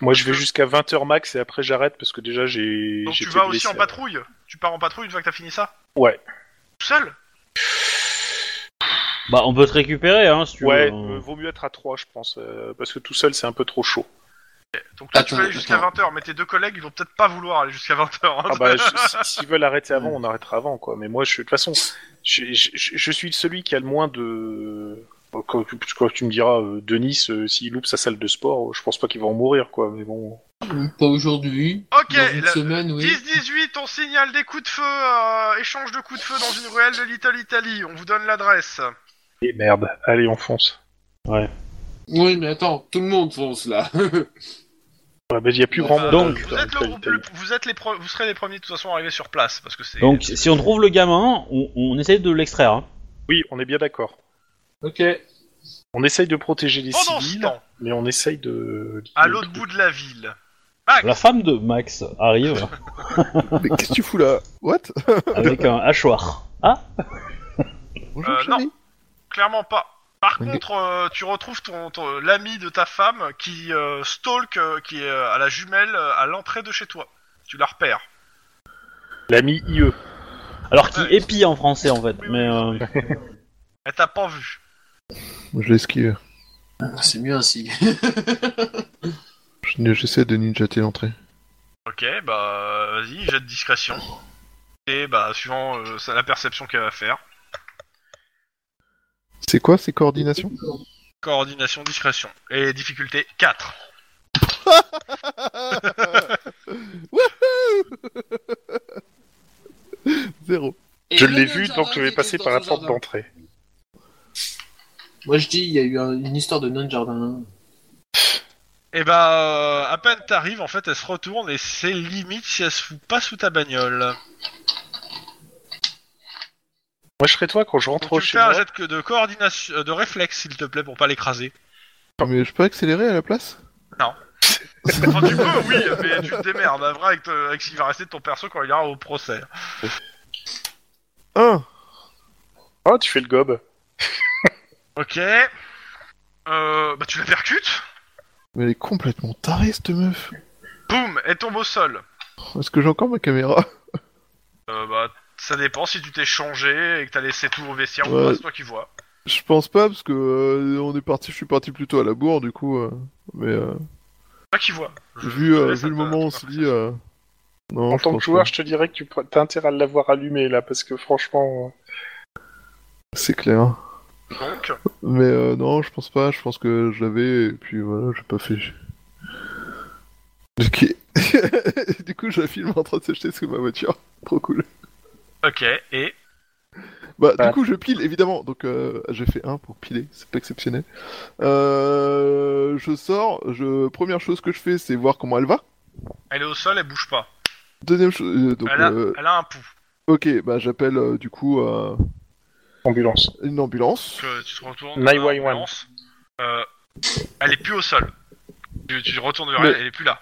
A: Moi je vais jusqu'à 20h max et après j'arrête parce que déjà j'ai.
C: Donc tu
A: j'étais
C: vas aussi
A: blessé.
C: en patrouille Tu pars en patrouille une fois que t'as fini ça
A: Ouais.
C: Tout seul
B: Bah, on peut te récupérer, hein, si tu
A: Ouais,
B: veux.
A: euh, vaut mieux être à 3 je pense, euh, parce que tout seul c'est un peu trop chaud.
C: Donc
A: Ah,
C: là, tu
D: Attends,
C: vas aller jusqu'à
D: attends.
C: 20h, mais tes deux collègues ils vont peut-être pas vouloir aller jusqu'à hein. 20h.
A: Ah
C: *laughs*
A: bah, je- si- s'ils veulent arrêter avant, on arrêtera avant, quoi. Mais moi, je, de toute façon, je, je- je- je suis celui qui a le moins de. Quand tu, quand tu me diras, euh, Denis, euh, s'il loupe sa salle de sport, euh, je pense pas qu'il va en mourir, quoi. Mais bon.
E: Pas aujourd'hui.
C: Ok,
E: dans une
C: la-
E: semaine, oui.
C: 10-18, on signale des coups de feu, euh, échange de coups de feu dans une ruelle de Little Italy. On vous donne l'adresse.
A: Et merde, allez, on fonce.
E: Oui, mais attends, tout le monde fonce là. *laughs*
A: Ouais, bah, il y a plus
E: Ouais,
A: grand
E: bah,
A: monde. hein,
B: donc,
C: Euh, Vous
A: putain,
C: êtes, le-
A: Italie, Italie.
C: le- vous êtes les pro- vous serez les premiers de toute façon arrivés sur place parce que c'est.
B: Donc, si on trouve le gamin, on, on essaye de l'extraire. Hein.
A: Oui, on est bien d'accord.
E: ok.
A: On essaye de protéger les
C: pendant ce
A: civils,
C: temps,
A: mais on essaye de.
C: à l'autre bout de la ville. Max,
B: La femme de Max
C: *laughs*
B: arrive
D: Mais qu'est-ce que tu fous là What
B: avec un hachoir. Ah
D: Bonjour,
C: Euh, non.
D: chérie.
C: clairement pas. Par
D: Oui.
C: contre, euh, tu retrouves ton, ton- l'ami de ta femme qui euh, stalk, euh, qui est euh, à la jumelle euh, à l'entrée de chez toi. Tu la repères.
A: L'ami E. IE.
B: Alors qui
C: Ouais.
B: épie en français en fait, mais euh,
C: Elle t'a pas vu.
D: Je l'esquive.
E: Ah, C'est mieux ainsi.
D: Je- J'essaie de ninjater l'entrée.
C: Ok, bah vas-y, jet de discrétion. Et bah suivant euh, ça- la perception qu'elle va faire.
D: C'est quoi ces coordinations
A: *laughs*
C: Coordination, discrétion. Et difficulté 4.
D: Zéro.
A: Je l'ai vu, donc je vais passer par la porte d'entrée.
E: Moi je dis, il y a eu un- une histoire de nain de jardin.
C: Et bah, euh, à peine t'arrives, en fait, elle se retourne et c'est limite si elle se fout pas sous ta bagnole.
A: Moi, je serais toi quand je rentre
C: Donc, tu
A: chez
C: fais un
A: moi.
C: jet de- de coordination, euh, de réflexe, s'il te plaît, pour pas l'écraser.
D: Mais je peux accélérer à la place
C: *laughs* Enfin, tu peux, oui, mais tu te démerdes, à vrai, avec, te- avec ce qui va rester de ton perso quand il ira au procès.
D: Un
A: Ah, tu fais le gobe.
C: Ok. Euh, bah, tu la percutes.
D: Mais elle est complètement tarée cette meuf
C: Boum, elle tombe au sol.
D: Est-ce que j'ai encore ma caméra *laughs*
C: Euh, bah, ça dépend si tu t'es changé et que t'as laissé tout au vestiaire ou
D: Ouais.
C: pas, c'est toi qui vois.
D: Je pense pas parce que euh, on est parti, je suis parti plutôt à la bourre du coup. euh, mais euh,
C: C'est toi qui vois.
D: vu, euh,
C: Ouais, ça
D: vu le
C: t'a-
D: moment où on
C: ça
D: se dit... euh, Non,
A: en
D: je
A: tant que
D: pense
A: joueur,
D: pas.
A: je te dirais que tu pr- t'as intérêt à l'avoir allumé, là, parce que franchement. euh,
D: c'est clair.
C: Donc,
D: Mais euh, non, je pense pas. Je pense que je l'avais et puis voilà, j'ai pas fait. *laughs* Ok. *laughs* du coup, je la filme en train de s'acheter sous ma voiture. Trop cool.
C: ok, et.
D: Bah,
A: Ah.
D: du coup, je pile évidemment. Donc, euh, j'ai fait un pour piler. C'est pas exceptionnel. Euh, je sors. Je première chose que je fais, c'est voir comment elle va.
C: Elle est au sol, elle bouge pas.
D: Deuxième chose. euh, donc,
C: elle, a,
D: euh,
C: elle a un pouls.
D: ok. Bah, j'appelle euh, du coup euh,
A: Ambulance.
D: une ambulance.
C: que tu te retournes.
A: 911.
C: dans l'ambulance, Euh, elle est plus au sol. Tu, tu retournes vers
D: Mais-
C: elle, elle est plus là.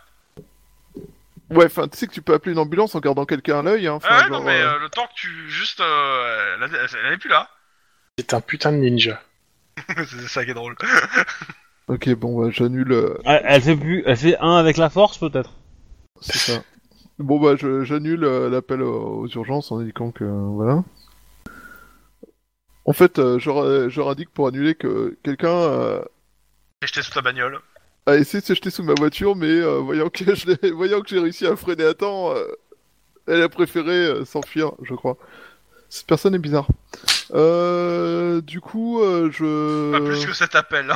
D: Ouais, enfin, tu sais que tu peux appeler une ambulance en gardant quelqu'un à l'œil. Hein,
C: ah
D: enfin,
C: ouais, non,
D: genre,
C: mais
D: euh,
C: euh, le temps que tu. Juste. euh, elle, a- elle est plus là.
A: C'est un putain de ninja.
C: *laughs* c'est ça qui est drôle.
D: Ok, bon, bah, j'annule. euh,
B: elle, elle fait plus, elle fait un avec la force peut-être.
C: *laughs*
D: C'est ça. Bon bah je- j'annule euh, l'appel aux aux urgences en indiquant que euh, voilà. En fait, euh, je, ra- je indique pour annuler que quelqu'un euh,
C: Et jeté sous ta bagnole.
D: a essayé de se jeter sous ma voiture, mais euh, voyant que je l'ai- *laughs* voyant que j'ai réussi à freiner à temps, euh, elle a préféré euh, s'enfuir, je crois. Cette personne est bizarre. Euh, du coup, euh, je.
C: Pas plus que cet appel.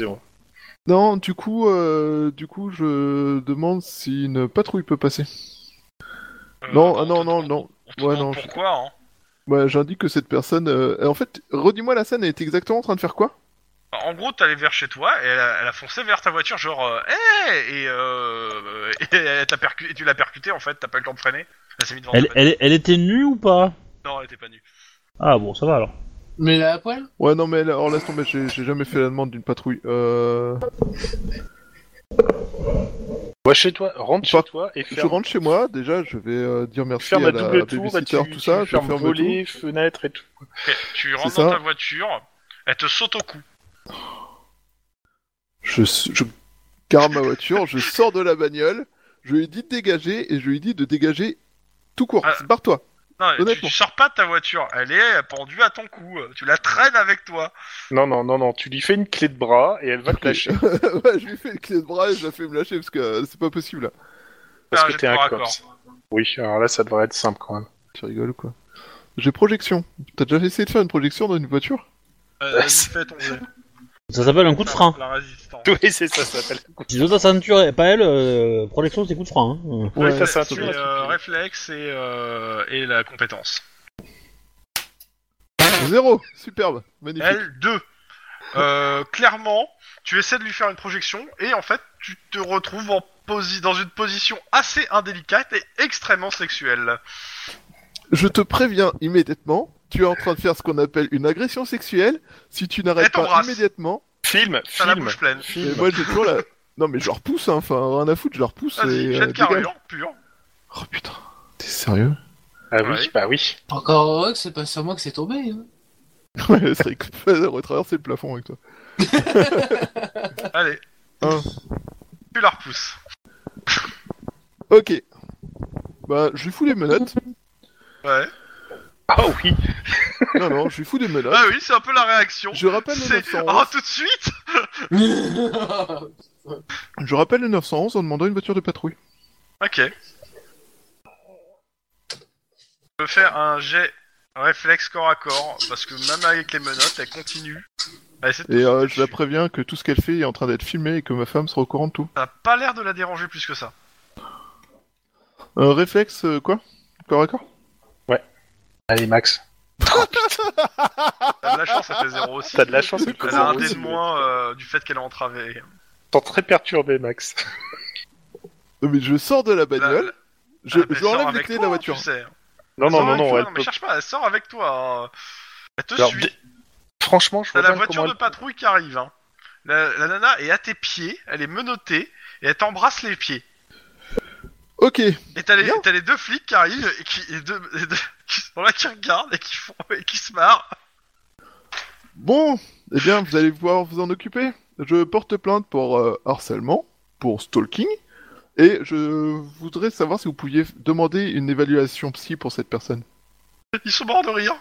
C: hein.
D: Non, du coup, euh, du coup, je demande si une patrouille peut passer.
C: Euh,
D: Non,
C: on
D: ah,
C: te-
D: non, non,
C: on-
D: non.
C: on te
D: Ouais,
C: demande
D: non, je-
C: Pourquoi hein
D: Ouais, Bah, j'indique que cette personne. euh, En fait, redis-moi la scène, elle était exactement en train de faire quoi
C: En gros, t'allais vers chez toi et elle a, elle a foncé vers ta voiture, genre, euh, Hey et, euh, *laughs* et, elle t'a percu- et tu l'as percuté en fait, t'as pas eu le temps de freiner. Elle s'est mise devant
B: Elle,
C: ta
B: elle,
C: voiture.
B: elle était nue ou pas
C: Non, elle était pas nue.
B: Ah bon, ça va alors.
E: Mais là, à poil
D: Ouais, non, mais alors laisse tomber, j'ai j'ai jamais fait la demande d'une patrouille. Euh...
A: Va chez toi, rentre chez
D: Pas-
A: toi et
D: Je
A: ferme,
D: rentre chez moi, déjà, je vais euh, dire merci
A: ferme
D: à
A: à
D: la
A: double tour, bah,
D: babysitter,
A: tu,
D: tout ça,
A: tu
D: je
A: fermes
D: ferme tout.
A: volets, fenêtres et tout.
C: Ok, tu rentres
D: C'est
C: dans
D: ça.
C: ta voiture, elle te saute au cou.
D: Je, je garde ma voiture, je sors de la bagnole, je lui dis de dégager et je lui dis de dégager tout court,
C: Ah.
D: barre-toi. *laughs*
C: Non, tu,
D: Honnêtement.
C: tu sors pas de ta voiture, elle est pendue à ton cou, tu la traînes avec toi.
A: Non, non, non, non, tu lui fais une clé de bras et elle va te lâcher.
C: Ah,
D: ouais, je lui fais le clé de bras et je la fais me lâcher parce que euh, c'est pas possible là.
A: Parce
C: Ah,
A: que
C: j'ai
A: t'es un
C: pas
A: corps. Oui, alors là, ça devrait être simple quand même.
D: Tu rigoles ou quoi J'ai projection. T'as déjà essayé de faire une projection dans une voiture
C: Euh,
A: Ah, c'est-
C: fais ton jet.
B: Ça s'appelle un coup de frein.
C: La résistance.
A: Oui, c'est ça, ça s'appelle.
B: Si l'autre a ceinture et pas elle, euh, protection c'est coup de frein. hein.
A: Ouais,
C: C'est-
A: ta ceinture,
C: c'est,
A: là, tu
C: euh,
A: peux-
C: réflexe et, euh, et la compétence.
D: Zéro Superbe Magnifique
C: L2. Euh, clairement, tu essaies de lui faire une projection et en fait, tu te retrouves en posi dans une position assez indélicate et extrêmement sexuelle.
D: Je te préviens immédiatement, tu es en train de faire ce qu'on appelle une agression sexuelle. Si tu
C: Elle
D: n'arrêtes pas
C: t'embrasse.
D: immédiatement,
A: Film,
C: T'as la
A: film,
C: bouche pleine.
D: et
A: film.
D: moi j'ai toujours la. Non mais je leur pousse, hein, enfin rien à foutre, je leur pousse.
C: Vas-y,
D: et,
C: jet
D: euh,
C: de
D: dégage.
C: carrure, pur.
D: Oh putain, t'es sérieux
A: Ah oui,
C: Ouais.
A: bah oui.
E: Encore heureux que c'est pas sur moi que c'est tombé. Hein.
D: *laughs* Ouais, c'est vrai que je retraverser le plafond avec toi.
C: Allez.
D: Un.
C: Tu la repousses.
D: Ok. Bah, je lui fous des menottes.
C: Ouais.
A: Ah oui.
D: Non, non, je lui fous des menottes.
C: Ah oui, c'est un peu la réaction.
D: Je rappelle le
C: C'est...
D: 911.
C: Oh, tout de suite
D: Je rappelle le 911 en demandant une voiture de patrouille.
C: Ok. Je peux faire un jet réflexe corps à corps, parce que même avec les menottes, elle continue. Bah, Elle essaie de te
D: Et euh,
C: sauter
D: je la
C: dessus.
D: préviens que tout ce qu'elle fait est en train d'être filmé et que ma femme sera au courant de tout.
C: Ça a pas l'air de la déranger plus que ça.
D: Un réflexe, euh, quoi Corps à corps
A: Allez, Max.
C: T'as de la chance, ça fait 0 aussi.
A: T'as de la chance. c'est
C: Elle a un
A: cool.
C: dé de moins euh, du fait qu'elle est entravée.
A: T'es très perturbé, Max.
D: Non, mais je sors de la bagnole, Bah, je,
C: elle
D: je
C: sort
D: enlève les
C: Ah, avec
D: clés de
C: toi,
D: la voiture.
C: Tu sais.
A: Non, non,
C: Elle sort
A: non,
C: avec
A: non,
C: toi,
A: elle
C: mais
A: peut...
C: cherche pas, elle sort avec toi. hein. Elle te
A: Alors,
C: suit.
A: dé- Franchement, je
C: T'as
A: vois
C: la
A: bien
C: voiture
A: comment
C: de patrouille qui arrive. hein. La, la nana est à tes pieds, elle est menottée, et elle t'embrasse les pieds.
D: Ok,
C: Et t'as les,
D: Bien.
C: t'as les deux flics qui arrivent, et qui, et deux, et deux- *laughs* qui sont là, qui regardent, et qui, font, et qui se marrent.
D: bon, eh bien, vous allez pouvoir vous en occuper. Je porte plainte pour euh, harcèlement, pour stalking, et je voudrais savoir si vous pouviez demander une évaluation psy pour cette personne.
C: Ils sont morts de rire.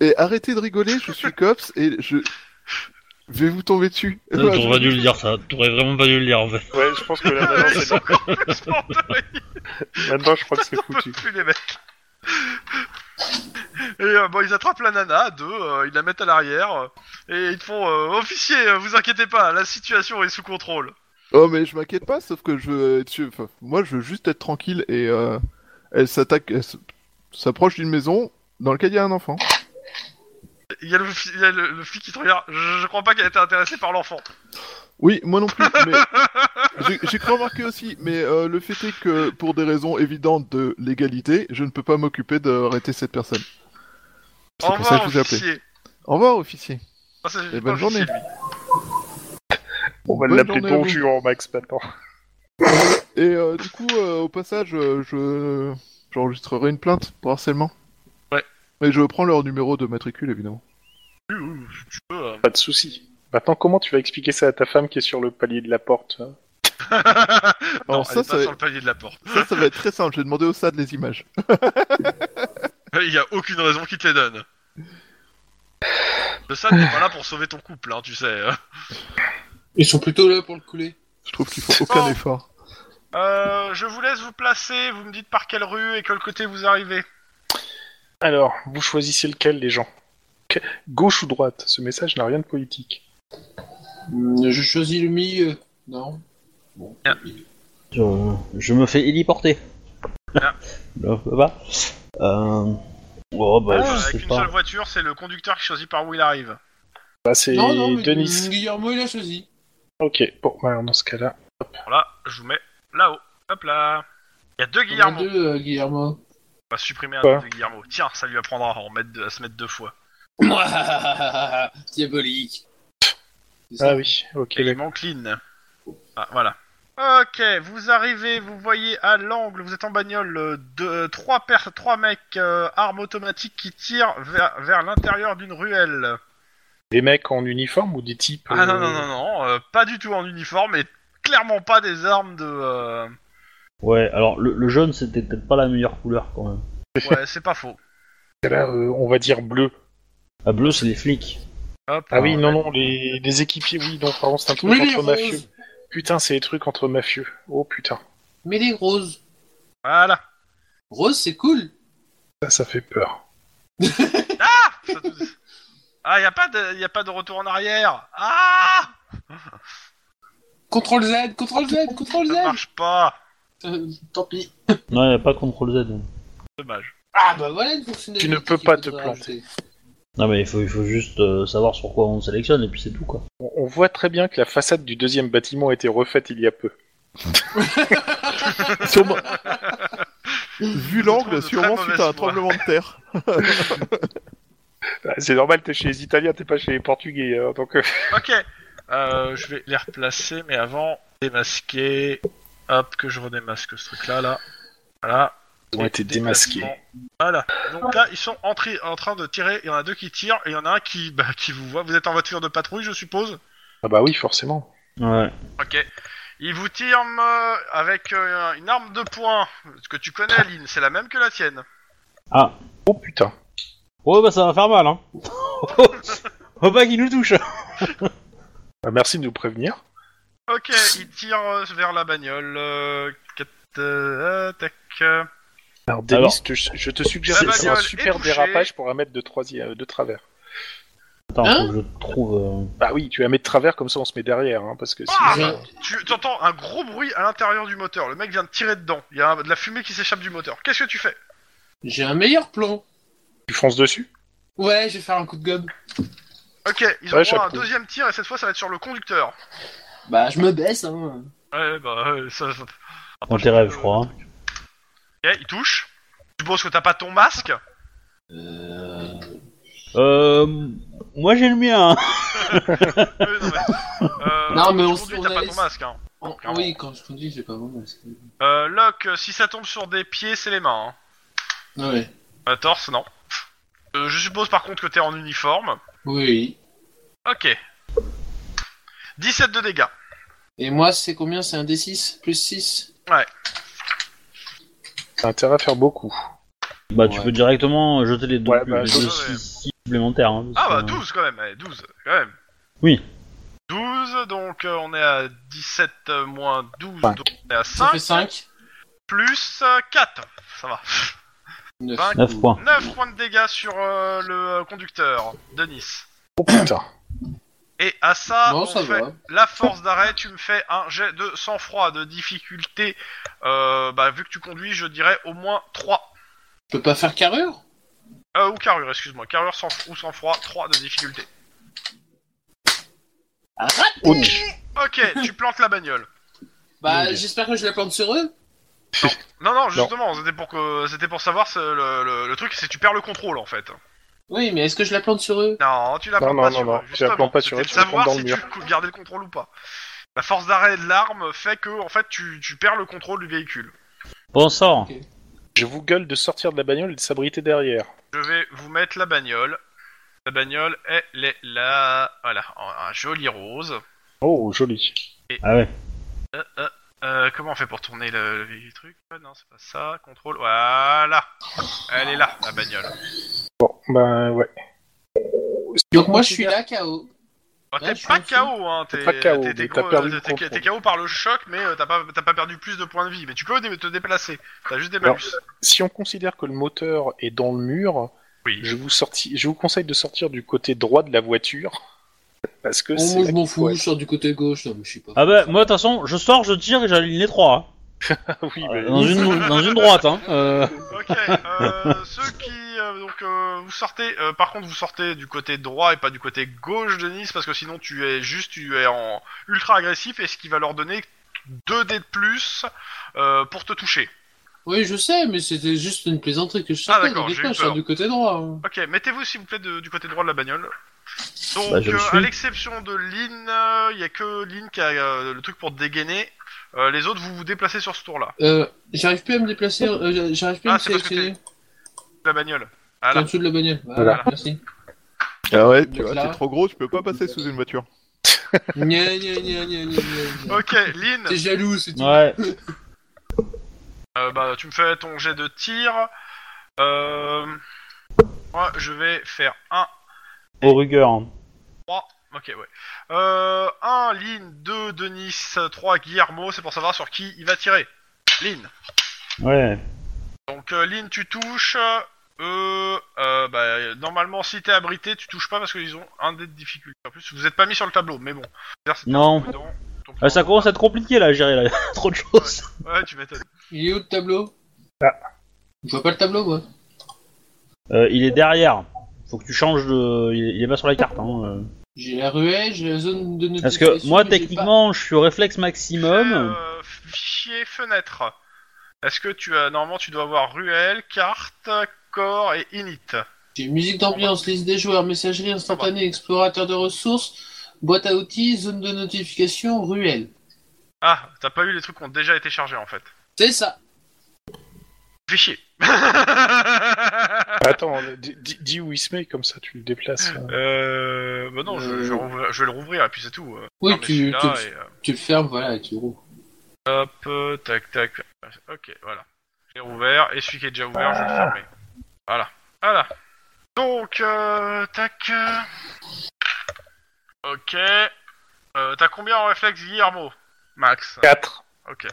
D: Et arrêtez de rigoler, je suis cops et je je vais vous tomber dessus. Voilà, je-
B: *laughs* T'aurais dû le dire ça, t'aurais vraiment pas dû le dire en fait.
A: elle... Ouais, je pense que là, maintenant,
C: Ils
A: c'est-
C: sont encore plus morts de rire.
A: maintenant, je crois que
C: *laughs*
A: c'est
C: J'en
A: *laughs*
C: peux
A: foutu.
C: plus les mecs. Et euh, bon, ils attrapent la nana, à deux, euh, ils la mettent à l'arrière, euh, et ils te font euh, Officier, euh, vous inquiétez pas, la situation est sous contrôle.
D: Oh mais je m'inquiète pas, sauf que je veux être sûr- enfin, moi je veux juste être tranquille et euh, elle s'attaque, elle s- s'approche d'une maison dans laquelle il y a un enfant.
C: Il y a le, fi- il y a le- le flic qui te regarde, je, je crois pas qu'elle était intéressée par l'enfant.
D: Oui, moi non plus. *laughs* Mais j'ai- j'ai cru remarquer aussi, mais euh, le fait est que pour des raisons évidentes de légalité, je ne peux pas m'occuper d'arrêter cette personne. C'est
C: Au
D: pour ça
C: revoir,
D: que je vous ai appelé.
C: officier.
D: Au revoir officier.
C: Ah, c'est-
D: Et bonne
C: pas officier,
D: journée.
C: lui.
A: On va
D: Bonne
A: l'appeler
D: journée à vous.
A: bah, Bonjour, Max, maintenant.
D: Et euh, du coup, euh, au passage, euh, je j'enregistrerai une plainte pour harcèlement.
C: Ouais.
D: Mais je prends leur numéro de matricule, évidemment.
C: Oui, oui, oui, tu peux,
D: *laughs*
C: euh.
A: Pas de souci. Maintenant, comment tu vas expliquer ça à ta femme qui est sur le palier de la porte hein
C: Non,
D: Alors
C: elle
D: Oh, ça,
C: est pas
D: ça va-
C: sur le palier de la porte.
D: Ça, ça va être très simple. J'ai demandé au SAD les images.
C: Il y a aucune raison qui te les donne. Le SAD n'est pas là pour sauver ton couple, hein, tu sais.
E: *laughs* Ils sont plutôt là pour le couler.
D: Je trouve qu'ils font aucun
C: Oh.
D: effort.
C: Euh, je vous laisse vous placer, vous me dites par quelle rue et quel côté vous arrivez.
A: Alors, vous choisissez lequel, les gens Que- Gauche ou droite Ce message n'a rien de politique.
E: Hmm, Je choisis le milieu. Non. Bon.
C: Ah.
B: Je, je me fais héliporter.
C: Ah.
B: Là, ça va Euh, Oh bah
C: Euh,
B: je
C: avec
B: sais
C: une
B: pas.
C: seule voiture, c'est le conducteur qui choisit par où il arrive.
A: Bah, c'est
E: non, non, mais hmm,
A: Denis.
E: Guillermo, il a choisi.
A: Ok, bon, bah, alors, dans ce cas-là.
C: Bon, là, je vous mets là-haut. Hop là. Il y a deux Guillermo.
E: Il y en a deux, euh, Guillermo.
C: On va supprimer un
A: Quoi
C: de Guillermo. Tiens, ça lui apprendra à, en mettre deux- à se mettre deux fois.
E: Mouah, *laughs* Diabolique. C'est ça
A: Ah oui, ok.
C: Et il manque Lynn. Ah, voilà. Ok, vous arrivez, vous voyez à l'angle, vous êtes en bagnole, euh, deux, trois, per- trois mecs euh, armes automatiques qui tirent vers, vers l'intérieur d'une ruelle.
A: Des mecs en uniforme ou des types
C: Ah non,
A: euh,
C: non, non, non, euh, pas du tout en uniforme et clairement pas des armes de... euh,
B: Ouais, alors le, le jaune c'était peut-être pas la meilleure couleur quand même.
C: Ouais, c'est pas faux.
A: dans ce cas-là, euh, on va dire bleu.
B: Ah bleu c'est les flics.
C: Hop,
A: Ah oui,
C: euh,
A: non, non, les, les équipiers, oui, donc pardon, c'est un truc
E: Mais les
A: entre mafieux.
E: roses.
A: Putain, c'est des trucs entre mafieux. Oh putain,
E: Mais les roses.
C: Voilà.
E: Rose, c'est cool.
A: ça, ça fait peur.
C: Ça tout- Ah, y a, pas de, y a pas de retour en arrière. Ah
E: Contrôle Z, contrôle Z, contrôle
C: Ça
E: Z.
C: marche pas.
E: Euh, tant pis.
B: Non, y a pas contrôle Z.
C: Dommage.
E: Ah bah voilà une fonctionnalité.
A: Tu ne peux
E: qu'il
A: pas te
E: faudrait
A: planter.
E: rajouter.
B: Non mais il faut, il faut juste euh, savoir sur quoi on sélectionne et puis c'est tout quoi.
A: On, on voit très bien que la façade du deuxième bâtiment a été refaite il y a peu.
C: *laughs*
D: Sûrement- Vu l'angle,
C: de très
D: sûrement suite à un
C: mauvaise foi.
D: tremblement de terre.
A: Ah, C'est normal, t'es chez les Italiens, t'es pas chez les Portugais, hein, donc... euh,
C: Ok. Euh, je vais les replacer, mais avant, démasquer. Hop, que je redémasque ce truc-là, là. Voilà.
A: Ils ont été démasqués.
C: Déplacement. Voilà. Donc là, ils sont en, tri- en train de tirer. Il y en a deux qui tirent et il y en a un qui, bah, qui vous voit. Vous êtes en voiture de patrouille, je suppose
A: Ah bah oui, forcément.
B: Ouais.
C: Ok. Il vous tire euh, avec euh, une arme de poing. Ce que tu connais, Lynn, c'est la même que la tienne.
B: Ah.
A: Oh putain.
B: Ouais bah ça va faire mal hein. *laughs* Faut pas qu'il nous touche.
A: Bah, merci de nous prévenir.
C: Ok, il tire euh, vers la bagnole. euh, quatre- euh, tac. euh.
A: Alors, Denis,
B: Alors-
A: je te- je te suggère
C: La
A: de faire un
C: bagnole est
A: super
C: touchée.
A: dérapage pour un mètre de, troisi- euh, de travers.
B: Attends,
E: Hein
B: faut que je trouve. euh,
A: Bah oui, tu la mets de travers, comme ça on se met derrière, hein, parce que sinon...
C: Ah
A: euh,
C: Tu entends un gros bruit à l'intérieur du moteur. Le mec vient de tirer dedans. Il y a un- de la fumée qui s'échappe du moteur. Qu'est-ce que tu fais
E: J'ai un meilleur plan.
A: Tu fonces dessus
E: Ouais, je vais faire un coup de gomme.
C: Ok, ils
A: Ouais,
C: envoient un
A: chapeau.
C: deuxième tir et cette fois ça va être sur le conducteur.
E: Bah je me baisse hein.
C: Ouais, bah, ouais, ça. ça...
B: Dans tes rêves, je crois. hein.
C: Ok, il touche. Tu penses que t'as pas ton masque
E: Euh...
B: Euh, moi j'ai le mien. hein.
C: Euh, non, mais, euh,
E: Non, mais
C: tu
E: on
C: conduis,
E: se
C: T'as pas
E: tourne à
C: ton masque. Hein.
E: oh,
C: clairement.
E: oui, quand je conduis, j'ai pas mon masque.
C: Euh, Locke, euh, si ça tombe sur des pieds, c'est les mains.
E: Ouais.
C: Hein. Euh, torse, non. Euh, je suppose par contre que t'es en uniforme.
E: Oui.
C: Ok. 17 de dégâts.
E: Et moi, c'est combien C'est un D6 Plus 6
A: T'as intérêt à faire beaucoup.
B: Bah tu
E: Ouais.
B: peux directement jeter les deux,
A: Ouais, bah,
B: les
A: je-
B: deux
C: ouais.
B: six supplémentaires. hein, parce
C: Ah bah
B: que-
C: 12 quand même, eh, 12 quand même.
B: Oui.
C: 12, donc euh, on est à 17 euh, moins 12,
A: Cinq.
C: donc on est à 5.
E: Ça fait 5
C: Plus euh, 4, ça va.
E: 9.
C: Vingt.
B: 9 euh, points.
C: 9 points de dégâts sur euh, le euh, conducteur, Denis.
A: Oh putain.
C: Et à ça,
E: Non,
C: on
E: ça
C: fait
E: va.
C: la force d'arrêt, tu me fais un jet de sang-froid, de difficulté. Euh, bah, vu que tu conduis, je dirais au moins 3.
E: Je peux pas faire carrure
C: Euh, ou carrure, excuse-moi. Carrure sans, ou sang-froid, 3 de difficulté.
E: Arrête
A: Ouch.
C: Ok, tu plantes la bagnole.
E: Bah,
A: Oui.
E: j'espère que je la plante sur eux.
C: Non, non, justement, c'était pour que c'était pour savoir c'est le, le- le truc, c'est que tu perds le contrôle en fait.
E: Oui, mais est-ce que je la plante sur eux
C: Non, tu la
A: Non,
C: prends
A: non,
C: pas
A: non,
C: sur
A: non,
C: eux,
A: tu la
C: justement.
A: prends pas sur
C: C'était
A: eux, tu
C: de
A: la
C: savoir
A: prends dans
C: si
A: le
C: tu gardais le contrôle ou pas. La force d'arrêt de l'arme fait que en fait tu, tu perds le contrôle du véhicule.
B: Bon sort.
A: Je vous gueule de sortir de la bagnole et de s'abriter derrière.
C: Je vais vous mettre la bagnole. La bagnole, elle est là. Voilà, un joli rose.
A: Oh, joli.
B: Ah ouais.
C: Euh, euh, euh, comment on fait pour tourner le, le truc Non, c'est pas ça. Contrôle. Voilà. Elle est là, la bagnole.
A: Bon, ben ouais.
E: Donc moi, je suis là, KO.
C: Bah,
E: Ouais,
C: t'es
E: je
C: pas
E: suis en
C: KO, hein, t'es
A: pas KO,
C: t'es- t'es
A: mais
C: gros- euh,
A: t'as perdu le
C: t'es-
A: contrôle.
C: t'es KO par le choc, mais euh, t'as pas, t'as pas perdu plus de points de vie. Mais tu peux dé- te déplacer, t'as juste des
A: Alors,
C: malus.
A: Si on considère que le moteur est dans le mur,
C: Oui.
A: je vous, sorti- je vous conseille de sortir du côté droit de la voiture *laughs* Parce que
E: Oh,
A: c'est.
E: moi, je
A: la
E: m'en
A: qui
E: fous,
A: faut
E: je sors du côté gauche, non, mais je suis pas.
B: Ah bah, moi, de toute façon, je sors, je tire et j'aligne les *laughs* trois.
A: être. oui,
B: hein.
A: mais-
B: Dans, une, dans une droite, hein. Euh,
C: Ok, euh, ceux qui... euh, donc euh, vous sortez... euh, par contre, vous sortez du côté droit et pas du côté gauche de Nice, parce que sinon tu es juste... Tu es en ultra agressif, et ce qui va leur donner 2 dés de plus euh, pour te toucher.
E: Oui, je sais, mais c'était juste une plaisanterie que je
C: Ah,
E: sortais.
C: d'accord,
E: t'inquiète
C: j'ai
E: pas,
C: eu
E: je sors
C: peur.
E: du côté droit. hein.
C: Ok, mettez-vous s'il vous plaît de- du côté droit de la bagnole. Donc,
B: Bah, je le
C: euh,
B: suis.
C: à l'exception de Lynn, il y a que Lynn qui a euh, le truc pour dégainer. Euh, les autres, vous vous déplacez sur ce tour-là.
E: Euh, j'arrive plus à me déplacer, euh, j'arrive plus à
C: Ah,
E: me
C: c'est parce que
E: sélectionner.
C: La bagnole.
E: T'es en
C: Voilà.
E: dessous de la bagnole. Voilà,
A: Voilà.
E: merci.
D: Ah ouais,
E: Donc
D: tu vois,
E: là-
D: t'es trop gros, tu peux pas passer sous une voiture.
E: Gna, gna, gna, gna, gna, gna.
C: Ok, Lynn,
E: T'es jaloux, c'est tout.
B: ouais.
C: euh, bah, tu me fais ton jet de tir. Euh, Moi, je vais faire un.
B: Au rugueur. hein.
C: Ok, ouais. Euh, 1 Lynn, 2 Denis, 3 Guillermo, c'est pour savoir sur qui il va tirer. Lynn.
B: Ouais.
C: Donc euh, Lynn, tu touches. Euh, euh, bah, normalement, si t'es abrité, tu touches pas parce qu'ils ont un dé de difficulté. En plus, vous êtes pas mis sur le tableau, mais bon. C'est-à-dire, c'est
B: Non.
C: prudent. Donc,
B: Euh, ça commence à être compliqué, là, à gérer, là. *laughs* Trop de choses.
C: Ouais, tu m'étonnes.
E: Il est où le tableau
A: Ah.
E: Je vois pas le tableau, moi.
B: Euh, il est derrière. Faut que tu changes de... Il est- il est pas sur la carte, hein. euh.
E: J'ai la ruée, j'ai la zone de notification.
B: Parce que moi,
E: mais j'ai
B: techniquement, je suis au réflexe maximum.
C: Euh, fichier fenêtre. Est-ce que tu as normalement tu dois avoir ruelle, carte, corps et init.
E: pas- J'ai musique d'ambiance, liste des joueurs, messagerie instantanée, explorateur de ressources, boîte à outils, zone de notification, ruelle.
C: Ah, t'as pas eu les trucs qui ont déjà été chargés en fait.
E: C'est ça.
C: Fichier.
A: Attends, dis- dis dis où il se met, comme ça tu le déplaces. hein.
C: euh, bah non, je, je vais rouvrir- je vais le rouvrir et puis c'est tout. Euh,
E: Oui,
C: Non, mais
E: tu,
C: celui-là
E: tu,
C: et, euh,
E: tu le fermes, voilà, et tu roules.
C: Hop, euh, tac, tac. Ok, voilà. J'ai rouvert, et celui qui est déjà ouvert, je vais le fermer. Voilà. Voilà. Donc, euh, tac. euh. Ok. Euh, T'as combien en réflexe, Guillermo Max.
A: 4.
C: Ok.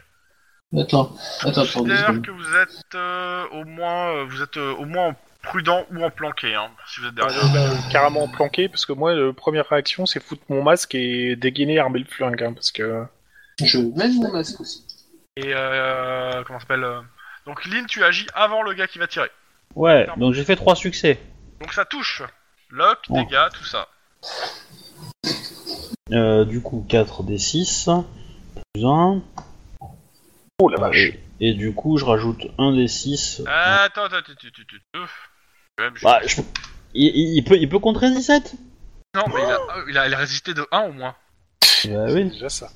E: Attends, attends, attends, deux
C: Considère
E: secondes.
C: que vous êtes euh, au moins, euh, vous êtes euh, au moins en prudent ou en planqué, hein, si vous êtes derrière.
A: Ah, carrément planqué, parce que moi, la première réaction, c'est foutre mon masque et dégainer, armer le flingue, hein, parce que...
E: Je mets mon masque aussi.
C: Et euh, comment ça s'appelle euh, Donc, Lynn, tu agis avant le gars qui va tirer.
B: Ouais, donc j'ai fait trois succès.
C: Donc, ça touche. Lock,
B: Oh.
C: dégâts, tout ça.
B: Euh, du coup, 4 des 6. Plus 1.
A: Oh
E: Ah
A: la vache
B: Et, et du coup, je rajoute 1 des 6.
C: Ah, Attends, attends, attends, attends, attends, attends. Même, je-
B: Bah, je- il, il- il peut, il peut contrer 17
C: Non, mais il a, il a- il a résisté de 1 au moins. *laughs*
E: Ah
B: Bah
A: C'est
B: oui.
A: déjà ça.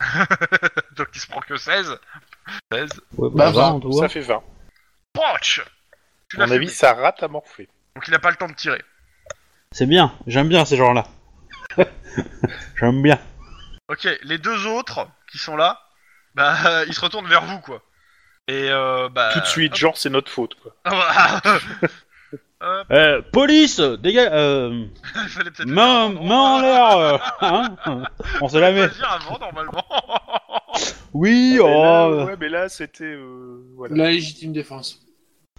C: Donc il se prend que 16. 16.
B: Ouais,
E: Bah,
B: voilà,
E: bah,
B: en tout cas.
A: Ça fait 20.
C: Poch Tu
A: À
C: l'as
A: mon avis,
C: fait.
A: ça rate à morfler.
C: Donc il a pas le temps de tirer.
B: C'est bien, j'aime bien ces gens-là. *laughs* j'aime bien.
C: Ok, les deux autres qui sont là, bah *laughs* euh, ils se retournent vers vous quoi. Et euh, bah.
A: Tout de suite, genre, c'est notre faute, quoi.
C: *laughs* Ah, bah, *laughs*
B: Euh, police Dégage euh,
C: il fallait peut-être.
B: Main,
C: le dire avant,
B: main en
C: hein.
B: l'air
A: *laughs*
B: euh, hein On se la
C: Il fallait
B: met.
C: le dire avant normalement. *laughs*
B: Oui,
A: Mais là,
B: oh.
A: ouais, mais là, c'était... euh, voilà.
E: La légitime défense.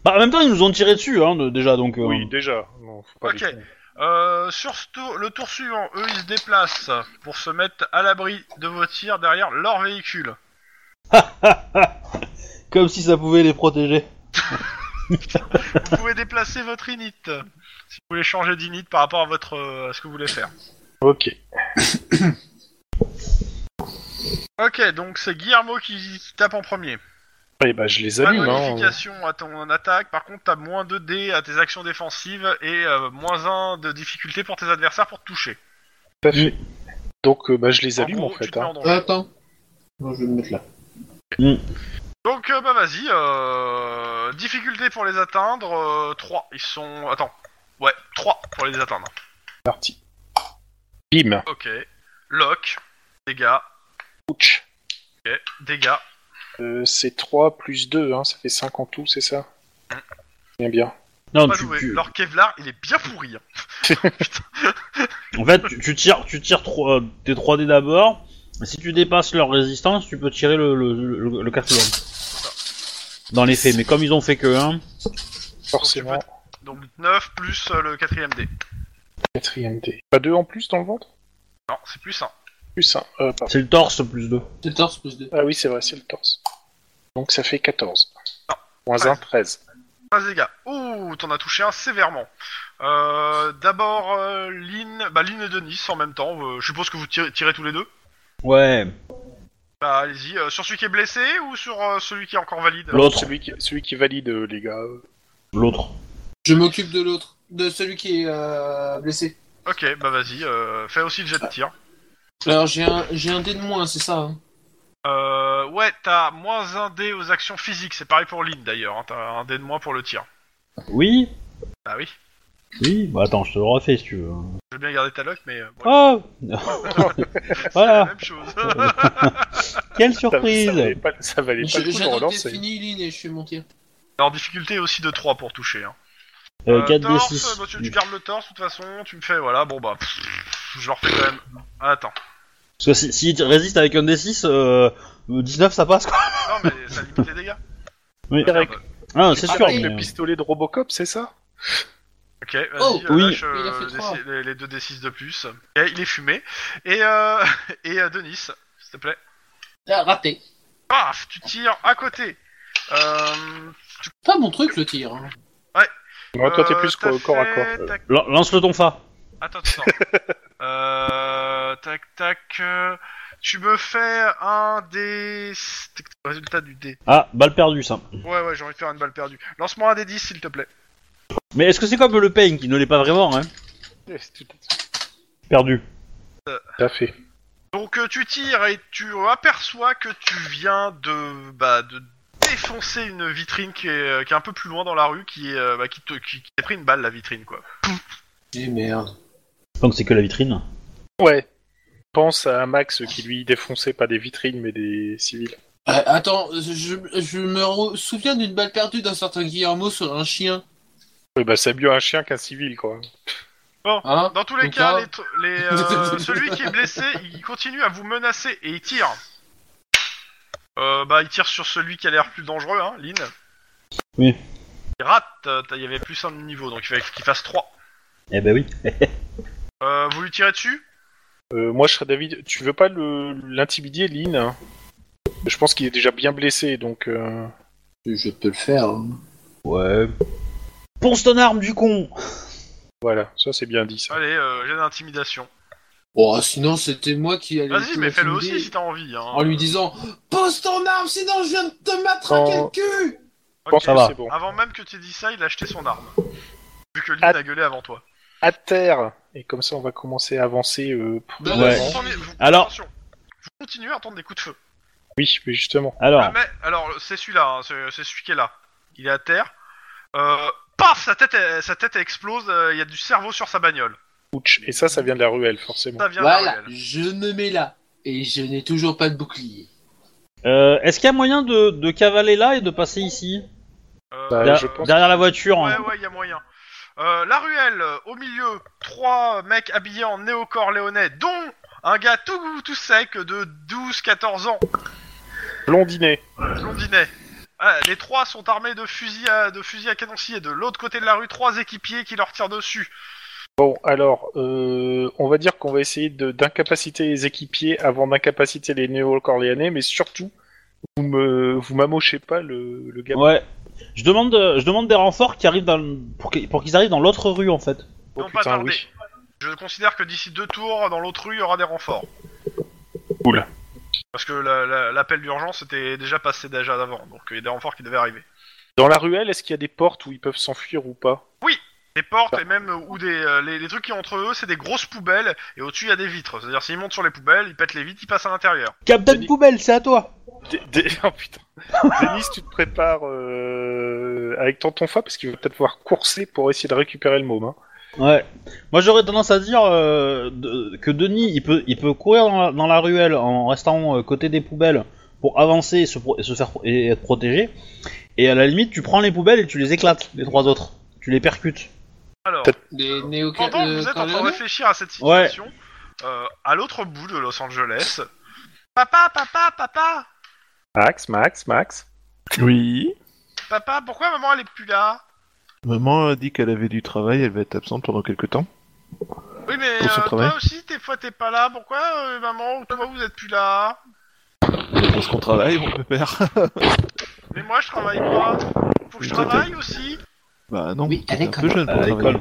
B: Bah, en même temps, ils nous ont tiré dessus, hein, de- déjà, donc... euh,
A: Oui, déjà. Non, faut pas
C: Ok.
A: déconner.
C: Euh, sur ce tour- le tour suivant, eux ils se déplacent pour se mettre à l'abri de vos tirs derrière leur véhicule.
B: *laughs* Comme si ça pouvait les protéger.
C: Vous pouvez déplacer votre init si vous voulez changer d'init par rapport à votre euh, à ce que vous voulez faire.
A: Ok.
C: Ok, donc c'est Guillermo qui, qui tape en premier.
A: Et bah, je les
C: Pas de
A: allume, hein.
C: modification à ton attaque, par contre t'as moins 2 dés à tes actions défensives et euh, moins 1 de difficulté pour tes adversaires pour te toucher.
A: Tout à fait. Donc, euh, bah, je les allume, en,
C: gros, tu
A: fait.
C: te mets
A: Hein.
C: en danger.
E: Attends. Non, je vais me mettre là.
C: Donc euh, bah vas-y, euh, difficulté pour les atteindre, 3. Ils sont... Attends. Ouais, 3 pour les atteindre.
A: Parti. Bim.
C: Ok. Lock. Dégâts.
A: Ouch.
C: Ok. Dégâts.
A: Euh, c'est 3 plus 2, hein, ça fait 5 en tout, c'est ça
C: Mm.
A: Bien, bien.
B: Non,
C: Pas
B: tu-
C: doué.
B: tu-
C: Leur Kevlar, il est bien pourri. hein.
B: En fait, tu, tu tires, tu tires trois- euh, tes 3 dés d'abord. Si tu dépasses leur résistance, tu peux tirer le, le, le- le quatrième. Dans les faits, mais comme ils ont fait que 1,
A: Forcément,
C: Donc, Donc 9 plus euh, le quatrième dé.
A: quatrième dé. Pas 2 en plus dans le ventre
C: Non, c'est plus ça.
A: Plus un. Euh, pardon.
B: C'est le torse plus 2.
E: 14 plus 2.
A: Ah oui, c'est vrai, c'est le torse. Donc ça fait 14.
C: Non.
A: Moins
C: Ouais.
A: 1, 13.
C: Pas dégâts. Ouh, t'en as touché un sévèrement. Euh, D'abord, euh, Lynn, bah, Lynn et Denis en même temps. Euh, je suppose que vous tirez, tirez tous les deux.
B: Ouais,
C: Bah, allez-y. Euh, sur celui qui est blessé ou sur euh, celui qui est encore valide
B: l'autre.
A: Celui qui, celui qui valide, euh, les gars. euh.
B: L'autre.
E: Je m'occupe de l'autre, de celui qui est euh, blessé.
C: Ok, bah vas-y. euh, fais aussi le jet de tir.
E: Alors j'ai un, j'ai un dé de moins, c'est ça hein
C: Euh, ouais, t'as moins un dé aux actions physiques. C'est pareil pour Lynn d'ailleurs. hein, T'as un dé de moins pour le tir.
B: Oui
C: Bah oui.
B: Oui Bah attends, je te le refais si
A: *laughs*
B: tu veux.
C: Je veux bien garder ta loc, mais euh, bon,
B: Ah *laughs*
C: c'est la
B: Voilà
C: même chose. *laughs*
B: Quelle
A: Ça, ça valait
B: surprise
A: pas, ça valait pas
E: Je-
A: le coup de
E: J'attends que t'aies
A: relancer.
E: fini Lynn et je fais mon tir.
C: Alors, difficulté aussi de 3 pour toucher. Hein.
B: euh,
C: Euh,
B: 4 d
C: torse, bah, tu, tu
B: 6.
C: gardes le torse, de toute façon, tu me fais, voilà, bon bah, pff, je le refais quand même. Ah, Attends.
B: Parce que si- s'il te résiste avec un D6, euh, 19 ça passe quoi
C: Non, mais ça limite les
B: *laughs*
C: dégâts.
B: Oui.
C: Ah, merde.
B: Ah, c'est
A: Ah,
B: sûr,
A: avec
B: mais...
A: le pistolet de Robocop, c'est ça
C: Ok, vas-y,
E: Oh,
C: euh,
B: oui.
C: lâche euh,
E: Il a fait
C: les-
E: trois.
C: les, les deux D6 de plus. Et il est fumé. Et, euh, *laughs* et euh, Denis, s'il te plaît.
E: Ah, raté.
C: Paf, tu tires à côté. Euh,
E: Pas mon truc le tir. hein.
A: Non, toi, t'es
C: euh,
A: plus
C: t'as
A: qu'au corps à corps. euh.
C: fait- t'as-
B: Lan- euh, Lance le tonfa.
C: Attends, attends.
A: *laughs*
C: euh, tac, tac. euh, tu me fais un des. Résultat du dé.
B: Ah, balle perdue ça.
C: Ouais, ouais, j'ai envie de faire une balle perdue. Lance-moi un des 10, s'il te plaît.
B: Mais est-ce que c'est comme le Pain qui ne l'est pas vraiment, hein
A: Tout
B: Perdu.
A: à fait.
C: Donc, euh, tu tires et tu aperçois que tu viens de. Bah, de défoncer une vitrine qui est, euh, qui est un peu plus loin dans la rue, qui, est, euh, bah, qui, te, qui, qui t'a pris une balle, la vitrine, quoi.
E: Eh merde.
B: Donc c'est que la vitrine.
A: Ouais. Pense à Max qui lui défonçait pas des vitrines mais des civils.
E: Euh, attends, je, je me re- souviens d'une balle perdue d'un certain Guillermo sur un chien.
A: Oui, bah c'est mieux un chien qu'un civil quoi.
E: Hein
C: Dans tous les
E: Donc
C: cas,
E: là-
C: les tr- les,
E: *laughs*
C: euh, celui qui est blessé, il continue à vous menacer et il tire. Euh, bah, il tire sur celui qui a l'air plus dangereux, hein, Lynn.
B: Oui.
C: Il rate, euh, t'as- il y avait plus un niveau, donc il fallait qu'il fasse 3.
B: Eh ben oui.
C: Euh, vous lui tirez dessus
A: Euh, moi je serais David, tu veux pas le l'intimider Lynn hein Je pense qu'il est déjà bien blessé donc. euh,
E: Je peux le faire. hein.
B: Ouais. Ponce ton arme du con
A: Voilà, ça c'est bien dit ça.
C: Allez, euh, j'ai d'intimidation.
E: Oh, sinon c'était moi qui allais.
C: Vas-y,
E: tout
C: mais fais-le
E: intimider
C: aussi si t'as envie. Hein.
E: En lui disant Pose ton arme, sinon je viens de te matraquer
A: Quand-
E: le cul
A: Je pense
C: Ok.
B: ça
A: que
B: va.
A: c'est bon.
C: Avant même que t'aies dit ça, il a acheté son arme. Vu que Lynn
A: Ah.
C: a gueulé avant toi.
A: À terre Et comme ça on va commencer à avancer. euh, pour-
E: Bah,
B: Ouais.
E: vas-y.
C: Vous entendez- vous-
B: Alors-
C: attention, vous continuez à entendre des coups de feu.
A: Oui, mais justement.
B: Alors,
C: Ah, mais, alors, c'est celui-là, hein, c'est c'est celui qui est là. Il est à terre. Euh, paf, sa tête, elle- sa tête elle explose, euh, il y a du cerveau sur sa bagnole.
A: Ouch. Et ça, ça vient de la ruelle forcément.
C: Ça vient de la
E: Voilà,
C: ruelle.
E: je me mets là. Et je n'ai toujours pas de bouclier.
B: euh, est-ce qu'il y a moyen de, de cavaler là et de passer ici
C: Euh,
A: Bah,
B: Der-
A: je pense-
B: Derrière la voiture.
C: Ouais,
B: hein.
C: ouais, il y a moyen. Euh, la ruelle, euh, au milieu, trois mecs habillés en néocorps léonais, dont un gars tout, tout sec de 12-14 ans,
A: Blondinet.
C: blondinet. Ah, les trois sont armés de fusils à, de fusils à canon scié. De l'autre côté de la rue, trois équipiers qui leur tirent dessus.
A: Bon, alors, euh, on va dire qu'on va essayer de- d'incapaciter les équipiers avant d'incapaciter les néo-corléanais, mais surtout, vous me, vous m'amochez pas le, le gamin.
B: Ouais. Je demande, euh, je demande des renforts qui arrivent dans, le- pour qu'ils pour qu'ils arrivent dans l'autre rue en fait.
A: Oh,
C: Ils vont pas
A: putain,
C: tarder.
A: oui.
C: Je considère que d'ici deux tours, dans l'autre rue, il y aura des renforts.
A: Cool.
C: Parce que la- la- l'appel d'urgence était déjà passé déjà d'avant, donc il y a des renforts qui devaient arriver.
A: Dans la ruelle, est-ce qu'il y a des portes où ils peuvent s'enfuir ou pas
C: Des portes et même euh, ou des euh, les, les trucs qui entre eux, c'est des grosses poubelles et au-dessus il y a des vitres. C'est-à-dire s'ils montent sur les poubelles, ils pètent les vitres, ils passent à l'intérieur.
B: Capitaine
A: Denis.
B: Poubelle, c'est à toi.
A: Dé- dé- *laughs* Oh putain. Denis, tu te prépares euh, avec Tonton Fa, parce qu'il va peut-être pouvoir courser pour essayer de récupérer le môme. hein.
B: Ouais. Moi j'aurais tendance à dire euh, de- que Denis, il peut, il peut courir dans la, dans la ruelle en restant euh, côté des poubelles pour avancer et se, pro- et se faire pro- et être protégé. Et à la limite, tu prends les poubelles et tu les éclates, les trois autres. Tu les percutes.
C: Alors,
A: Peut-être-
E: Des néo
C: pendant que vous êtes en train de réfléchir à cette
B: Ouais.
C: situation, euh, à l'autre bout de Los Angeles, papa, papa, papa,
A: Max, Max, Max.
D: Oui.
C: papa, pourquoi maman elle est plus là
D: Maman a dit qu'elle avait du travail, elle va être absente pendant quelques temps.
C: Oui, mais
D: Pour son
C: euh,
D: travail.
C: toi aussi, des fois, t'es pas là. Pourquoi, euh, maman ou toi, vous êtes plus là
D: Parce qu'on travaille, on peut faire.
C: Mais moi, je travaille pas. Faut que je
D: Mais toi,
C: travaille aussi.
D: *laughs* Bah non,
E: Oui, à
D: t'es un
E: l'école.
D: peu jeune pour
B: À
D: travailler.
B: l'école.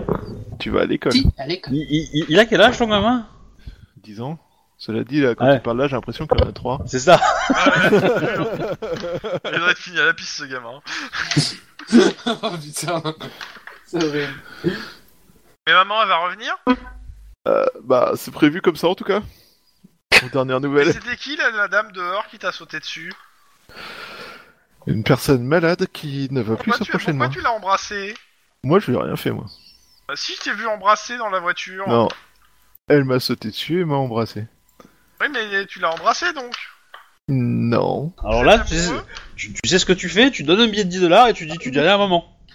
D: Tu vas à l'école.
E: Si, à l'école.
B: Il, il- il a quel âge ton gamin
D: 10 ans. Cela dit, là, quand
B: Ouais.
D: tu parles là, j'ai l'impression qu'on a 3.
B: C'est ça.
C: Ah,
D: *laughs*
C: Il doit être fini à la piste, ce gamin.
E: *laughs* oh putain. C'est *laughs* horrible.
C: Mais maman, elle va revenir
D: Bah, c'est prévu comme ça en tout cas. Aux dernières
C: Mais
D: nouvelles.
C: C'était qui, la, la dame dehors qui t'a sauté dessus
D: Euh, Une personne malade qui ne va plus
C: Pourquoi tu,
D: s'approcher de
C: pourquoi
D: moi.
C: tu l'as embrassée
D: Moi, je lui ai rien fait, moi.
C: Bah, Si, je t'ai vu embrasser dans la voiture.
D: Non. Elle m'a sauté dessus et m'a embrassé.
C: Oui, mais tu l'as embrassée, donc.
D: Non.
B: Alors là,
C: Vous
B: tu
C: êtes
B: sais,
C: amoureux
B: tu- tu sais ce que tu fais Tu donnes un billet de 10 dollars et tu dis tu dis rien à maman.
D: *laughs*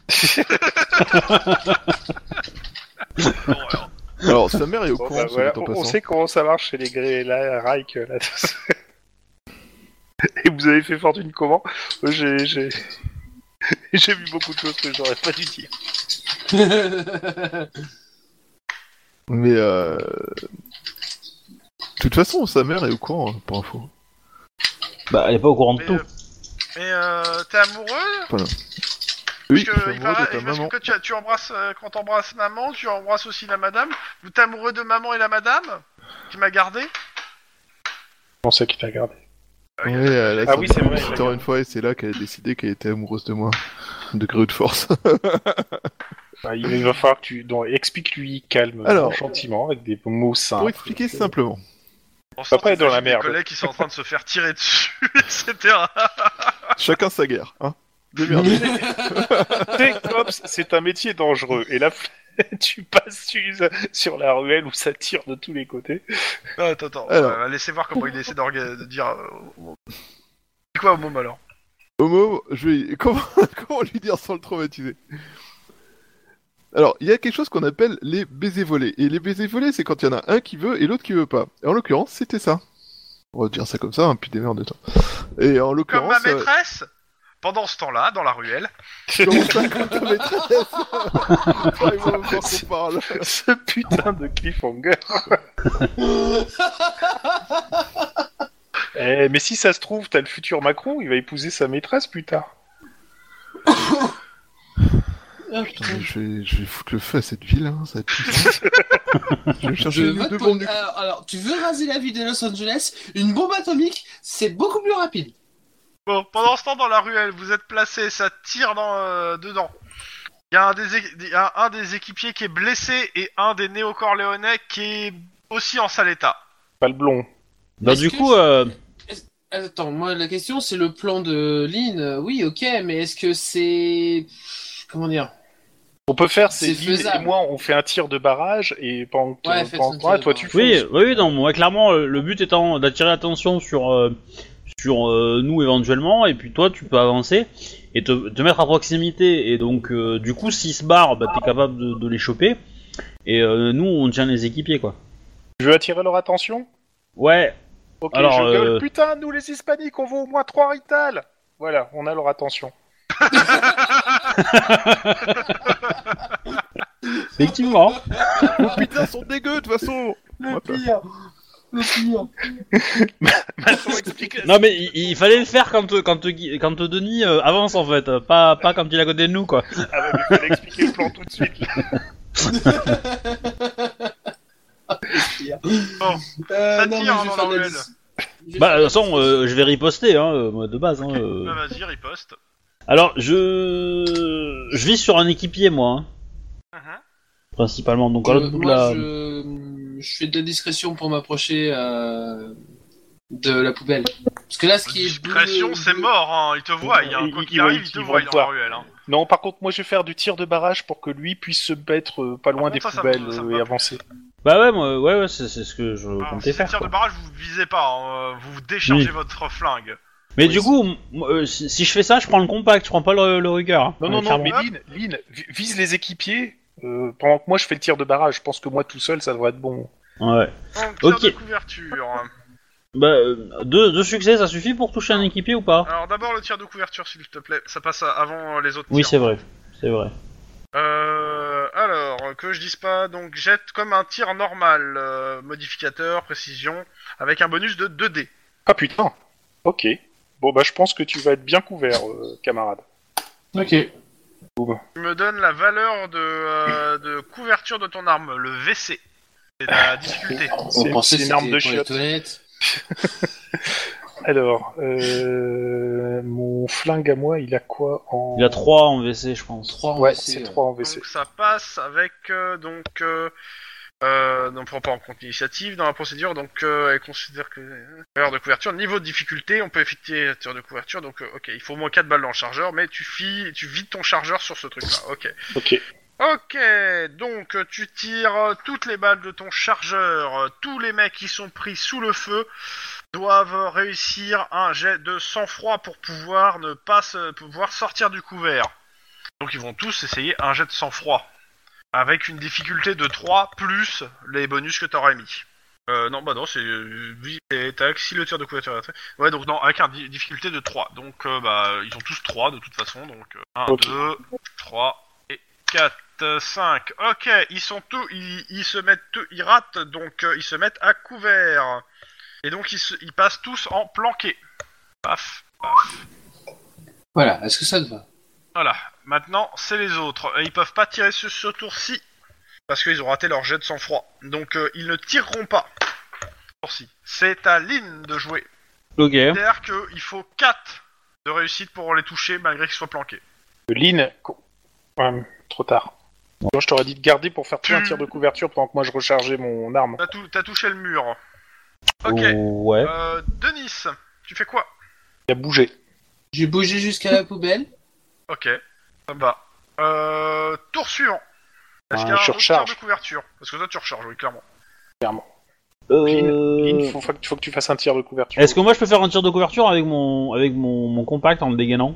C: Bon, alors.
D: Alors, sa mère est au
A: Bon,
D: courant,
A: bah,
D: soit
A: voilà.
D: dit en
A: On, on
D: passant.
A: sait comment ça marche chez les gré la Reich. Là, *laughs* Et vous avez fait fortune comment Moi, J'ai j'ai *laughs* j'ai vu beaucoup de choses que j'aurais pas dû dire.
D: Mais euh... De toute façon, sa mère est au courant, hein, pour info.
B: Bah, elle est pas au courant de
C: Mais,
B: tout.
C: euh, mais euh, t'es amoureux
D: Oui,
C: Parce
D: je
C: que, il
D: suis amoureux
C: paraît-
D: de ta
C: parce que
D: maman.
C: quand tu, tu embrasses, euh, quand t'embrasses maman, tu embrasses aussi la madame. Vous t'es amoureux de maman et la madame Qui m'a gardé
A: Bon, c'est qui t'a gardé.
C: que-
D: Ouais, elle a
A: Ah oui, c'est vrai,
D: sorti
A: elle a
D: Encore une fois, et c'est là qu'elle a décidé qu'elle était amoureuse de moi. De gré ou de force.
A: Bah, il va falloir que tu donc, explique-lui calme,
D: Alors.
A: gentiment, avec des mots
D: Pour
A: simples.
D: expliquer simplement.
C: On sent
A: Papa est
C: que
A: dans la
C: j'ai des
A: merde.
C: collègues qui sont en train de se faire tirer dessus, *laughs* etc.
D: Chacun sa guerre, hein. De merde.
A: T'es cops, c'est un métier dangereux. Et là, *laughs* tu passes sur- sur la ruelle où ça tire de tous les côtés.
C: Non, attends, attends.
D: Alors.
C: Euh, laissez voir comment il essaie d'orga- de dire. euh, au- C'est quoi au môme alors
D: Homo, je vais... *laughs* comment, comment lui dire sans le traumatiser Alors, il y a quelque chose qu'on appelle les baisers volés. Et les baisers volés, c'est quand il y en a un qui veut et l'autre qui veut pas. Et en l'occurrence, c'était ça. On va dire ça comme ça, hein, puis des merdes de temps. Et en
C: Comme
D: l'occurrence...
C: ma
D: euh,
C: maîtresse Pendant ce temps-là, dans la ruelle.
D: comment ça, comme ta *laughs* maîtresse Parlez-moi au moment qu'on parle.
A: *laughs* Ce putain de cliffhanger. Eh, mais si ça se trouve, t'as le futur Macron, il va épouser sa maîtresse plus tard.
E: Ah,
D: Putain,
E: putain.
D: mais je, vais, je vais foutre le feu à cette ville, hein, ça va être puissant. *laughs* Je vais me
E: Je
D: chercher
E: veux
D: une de
E: te-
D: bombe nucléaire.
E: euh, alors, tu veux raser la ville de Los Angeles Une bombe atomique, c'est beaucoup plus rapide.
C: Bon, pendant ce temps, dans la ruelle, vous êtes placé, ça tire dans, euh, dedans. Il y a un des, é- il y a un des équipiers qui est blessé et un des néo-corléonais qui est aussi en sale état.
A: Pas le blond.
B: Donc
E: Est-ce
B: du
E: que
B: coup,
E: je-
B: euh,
E: Attends, moi la question c'est le plan de Lynn. Euh, Oui, ok, mais est-ce que c'est. Comment dire
A: On peut faire, c'est
E: C'est
A: Lynn et
E: faisable.
A: moi, on fait un tir de barrage, et pendant que
E: Ouais, faites
A: pendant
E: un
A: que moi,
E: tir de
A: toi tu
E: barrage.
B: oui,
A: fonces.
B: oui, oui, non, ouais, clairement, euh, le but étant d'attirer l'attention sur euh, sur euh, nous éventuellement, et puis toi, tu peux avancer et te, te mettre à proximité. Et donc, euh, du coup, s'ils se barrent, bah, t'es capable de, de les choper. Et euh, nous, on tient les équipiers, quoi.
A: Je veux attirer leur attention
B: Ouais,
A: Ok,
B: Alors,
A: je gueule.
B: euh,
A: Putain, nous les hispaniques, on vaut au moins trois rital Voilà, on a leur attention.
B: effectivement.
D: Oh putain, ils sont dégueux de toute façon
E: Le
D: Hop là.
E: pire Le pire
B: Non mais il, il fallait le faire quand quand quand Denis euh, avance en fait, euh, pas pas quand il est à côté de nous quoi.
A: Ah ouais, mais fallait expliquer le plan tout de suite. là.
E: Euh,
C: Ça
E: non,
C: tire,
E: mais
C: hein, dans la
E: je vais faire la
C: ruelle.
E: Je vais
B: Bah de
E: faire
B: toute façon euh, je vais riposter hein euh, moi, de base. Hein, euh.
C: Bah, vas-y, riposte.
B: Alors je je vis sur un équipier moi hein,
C: Mhm.
B: principalement donc
E: Euh,
B: à l'autre bout de
E: moi,
B: la.
E: je... je fais de la discrétion pour m'approcher euh, de la poubelle. Parce que là, ce qui est. bleu-
C: Discrétion, c'est
E: bleu-
C: mort, hein. il te voit, il y a un
A: Il-
C: quoi
A: il-
C: qu'il arrive,
A: il-
C: il te
A: il
C: voit,
A: va
C: il est
A: me
C: dans la
A: voir.
C: ruelle. Hein.
A: Non, par contre, moi je vais faire du tir de barrage pour que lui puisse se battre euh, pas loin
E: Ah,
C: contre,
A: des
C: ça, ça me-
A: poubelles
C: ça
A: euh,
C: me va
A: et
C: plus.
A: avancer.
B: Bah ouais moi, ouais ouais c'est c'est ce que je
C: Alors,
B: comptais
C: si Ah, c'est
B: faire.
C: tir de
B: quoi.
C: barrage, vous visez pas, hein, euh, vous déchargez
B: Oui.
C: votre flingue.
B: Mais
A: Oui,
B: du coup m- moi, euh, si, si je fais ça je prends le compact, je prends pas le, le Ruger. hein,
A: Non, non, non,
B: clairement.
A: mais Lynn, Lynn, vi- vise les équipiers euh, pendant que moi je fais le tir de barrage. Je pense que moi tout seul ça devrait être bon.
B: Ouais.
C: Donc,
B: Ok.
C: tir de couverture.
B: Bah euh, deux deux succès ça suffit pour toucher un équipier ou pas
C: Ah, Alors d'abord le tir de couverture, s'il te plaît, ça passe à- avant euh, les autres
B: Oui
C: tirs.
B: c'est vrai c'est vrai.
C: Euh, alors, que je dise pas, donc jette comme un tir normal, euh, modificateur, précision, avec un bonus de 2D.
A: Ah putain Ok. Bon bah je pense que tu vas être bien couvert, euh, camarade.
E: Ok.
C: Tu me donnes la valeur de, euh, de couverture de ton arme, le VC. C'est la difficulté.
A: C'est- c'est une arme de chiottes.
E: toilette.
A: Alors, euh, mon flingue à moi, il a quoi en...
B: Il a 3 en VC, je pense.
E: 3
A: Ouais, c'est 3 en VC.
C: Donc ça passe avec euh, donc euh, euh, non prend pas en compte l'initiative dans la procédure donc euh, elle considère que euh, valeur de couverture niveau de difficulté on peut effectuer la tir de couverture donc euh, ok il faut au moins 4 balles dans le chargeur mais tu fies tu vides ton chargeur sur ce truc là ok
B: hein.
A: Ok.
C: ok donc euh, tu tires euh, toutes les balles de ton chargeur Euh, tous les mecs qui sont pris sous le feu doivent réussir un jet de sang-froid pour pouvoir ne pas se, pour pouvoir sortir du couvert donc ils vont tous essayer un jet de sang-froid. Avec une difficulté de 3 plus les bonus que t'aurais mis. Euh, non, bah non, c'est. euh, Oui, c'est- t'as si le tir de couverture. est- Ouais, donc non, avec une difficulté de 3. Donc, euh, bah, ils ont tous 3 de toute façon. Donc, euh, 1,
A: Ok.
C: 2, 3 et 4, 5. Ok, ils sont tous. Ils, ils se mettent. tous- Ils ratent, donc euh, ils se mettent à couvert. Et donc, ils, se- ils passent tous en planqué. Paf.
E: Voilà, est-ce que ça te va
C: Voilà, maintenant c'est les autres. Euh, Ils peuvent pas tirer sur ce tour-ci parce qu'ils ont raté leur jet de sang-froid. Donc euh, ils ne tireront pas. Tour-ci. C'est à Lynn de jouer.
B: Ok.
C: C'est-à-dire qu'il faut 4 de réussite pour les toucher malgré qu'ils soient planqués.
A: Lynn, co- ouais, trop tard. Moi, je t'aurais dit de garder pour faire tout un tir de couverture pendant que moi je rechargeais mon arme.
C: T'as, tou- t'as touché le mur. Ok,
B: Ouais.
C: euh, Denis, tu fais quoi
A: Il a bougé.
E: J'ai bougé jusqu'à la poubelle.
C: Ok, ça me va. Euh, tour suivant. Est-ce
A: Ah,
C: qu'il y a un
A: je
C: autre tir
A: recharge.
C: de couverture Parce que toi tu recharges, oui, clairement.
B: Euh,
A: Lynn, faut, faut que- faut que tu fasses un tir de couverture.
B: Est-ce que moi je peux faire un tir de couverture avec mon avec mon, mon compact en le dégainant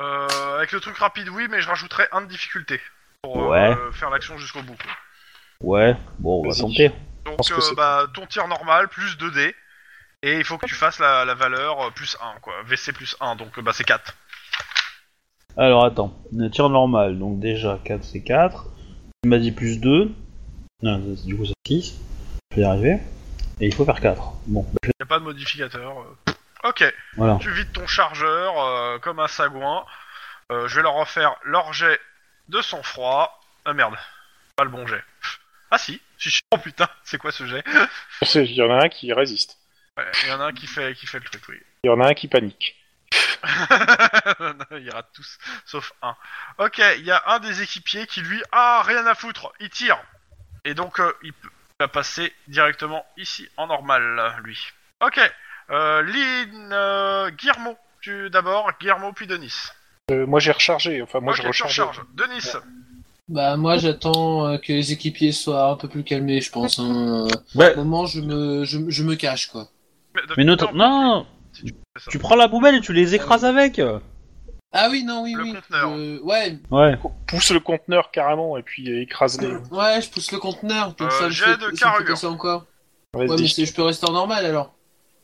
C: Euh, avec le truc rapide, oui, mais je rajouterai un de difficulté pour euh,
B: Ouais.
C: euh, faire l'action jusqu'au bout. quoi.
B: Ouais. Bon, on va
A: Vas-y.
B: tenter.
C: Donc,
A: pense que
C: euh,
A: c'est-
C: bah, ton tir normal plus 2D, et il faut que tu fasses la, la valeur euh, plus 1, quoi. VC plus 1, donc euh, bah, c'est 4.
B: Alors attends, le tir normal, donc déjà 4 c'est 4. Tu m'as dit plus 2. Non, c'est- du coup c'est 6. Je vais y arriver. Et il faut faire 4. Bon, bah, je vais-
C: Y a pas de modificateur. euh. Ok,
B: voilà.
C: tu vides ton chargeur euh, comme un sagouin. Euh, je vais leur refaire leur jet de sang-froid. Ah merde, pas le bon jet. Ah si, si, si. oh putain, *laughs* c'est quoi ce jet
A: *laughs* Il y en a un qui résiste.
C: Ouais, Il y en a un qui fait, qui fait le truc, oui. *laughs*
A: Il y en a un qui panique.
C: Non, il rate tous, sauf un. Ok, il y a un des équipiers qui lui ah rien à foutre, il tire. Et donc euh, il peut- il va passer directement ici en normal lui. Ok, euh, Lynn, euh, Guillermo, tu d'abord Guillermo puis Denis.
A: Euh, moi j'ai rechargé, enfin moi
C: Ok,
A: je
C: tu
A: recharge.
C: recharges. Denis,
E: Bah moi j'attends euh, que les équipiers soient un peu plus calmés, je pense. hein.
B: Ouais.
E: Euh, Moment, je me, je, je me cache quoi.
C: mais, de-
B: Mais notre... Non
C: c'est ça.
B: Tu prends la poubelle et tu les écrases avec
E: Ah oui, non, oui,
C: Le
E: oui.
C: conteneur.
E: Euh, ouais,
B: Ouais.
A: Pousse le conteneur carrément et puis euh, écrase-les.
E: ouais, je pousse le conteneur. Donc
C: Euh,
E: ça me
C: jet
E: fait,
C: de
E: ça me fait
C: carrure.
E: passer encore. Ouais, mais
A: Vas-y,
E: c'est- je peux rester en normal alors.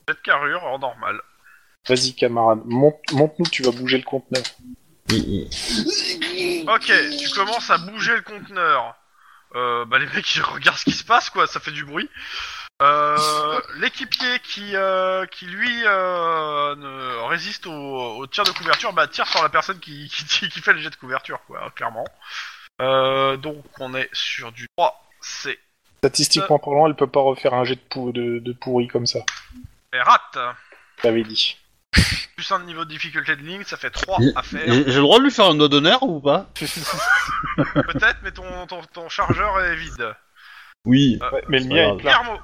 C: Jet de carrure en normal.
A: vas-y, camarade, monte- monte-nous, tu vas bouger le conteneur.
C: Ok, tu commences à bouger le conteneur. Euh, bah les mecs ils regardent ce qui se passe quoi, ça fait du bruit. Euh, L'équipier qui euh, qui lui euh, ne résiste au, au tir de couverture, bah tire sur la personne qui, qui, qui fait le jet de couverture quoi, clairement. Euh, donc on est sur du 3 C. Euh.
A: Statistiquement parlant, elle peut pas refaire un jet de, pou- de, de pourri comme ça.
C: Et rate
A: T'avais
C: *laughs*
A: dit.
C: Plus un niveau de difficulté de ligne, ça fait 3 à faire.
B: J'ai j'ai le droit de lui faire un doigt d'honneur ou pas
C: Peut-être, mais ton, ton, ton chargeur est vide.
B: Oui.
A: Ouais, mais le
B: c'est pas
A: mien
B: grave.
A: est plein.
C: Guillermo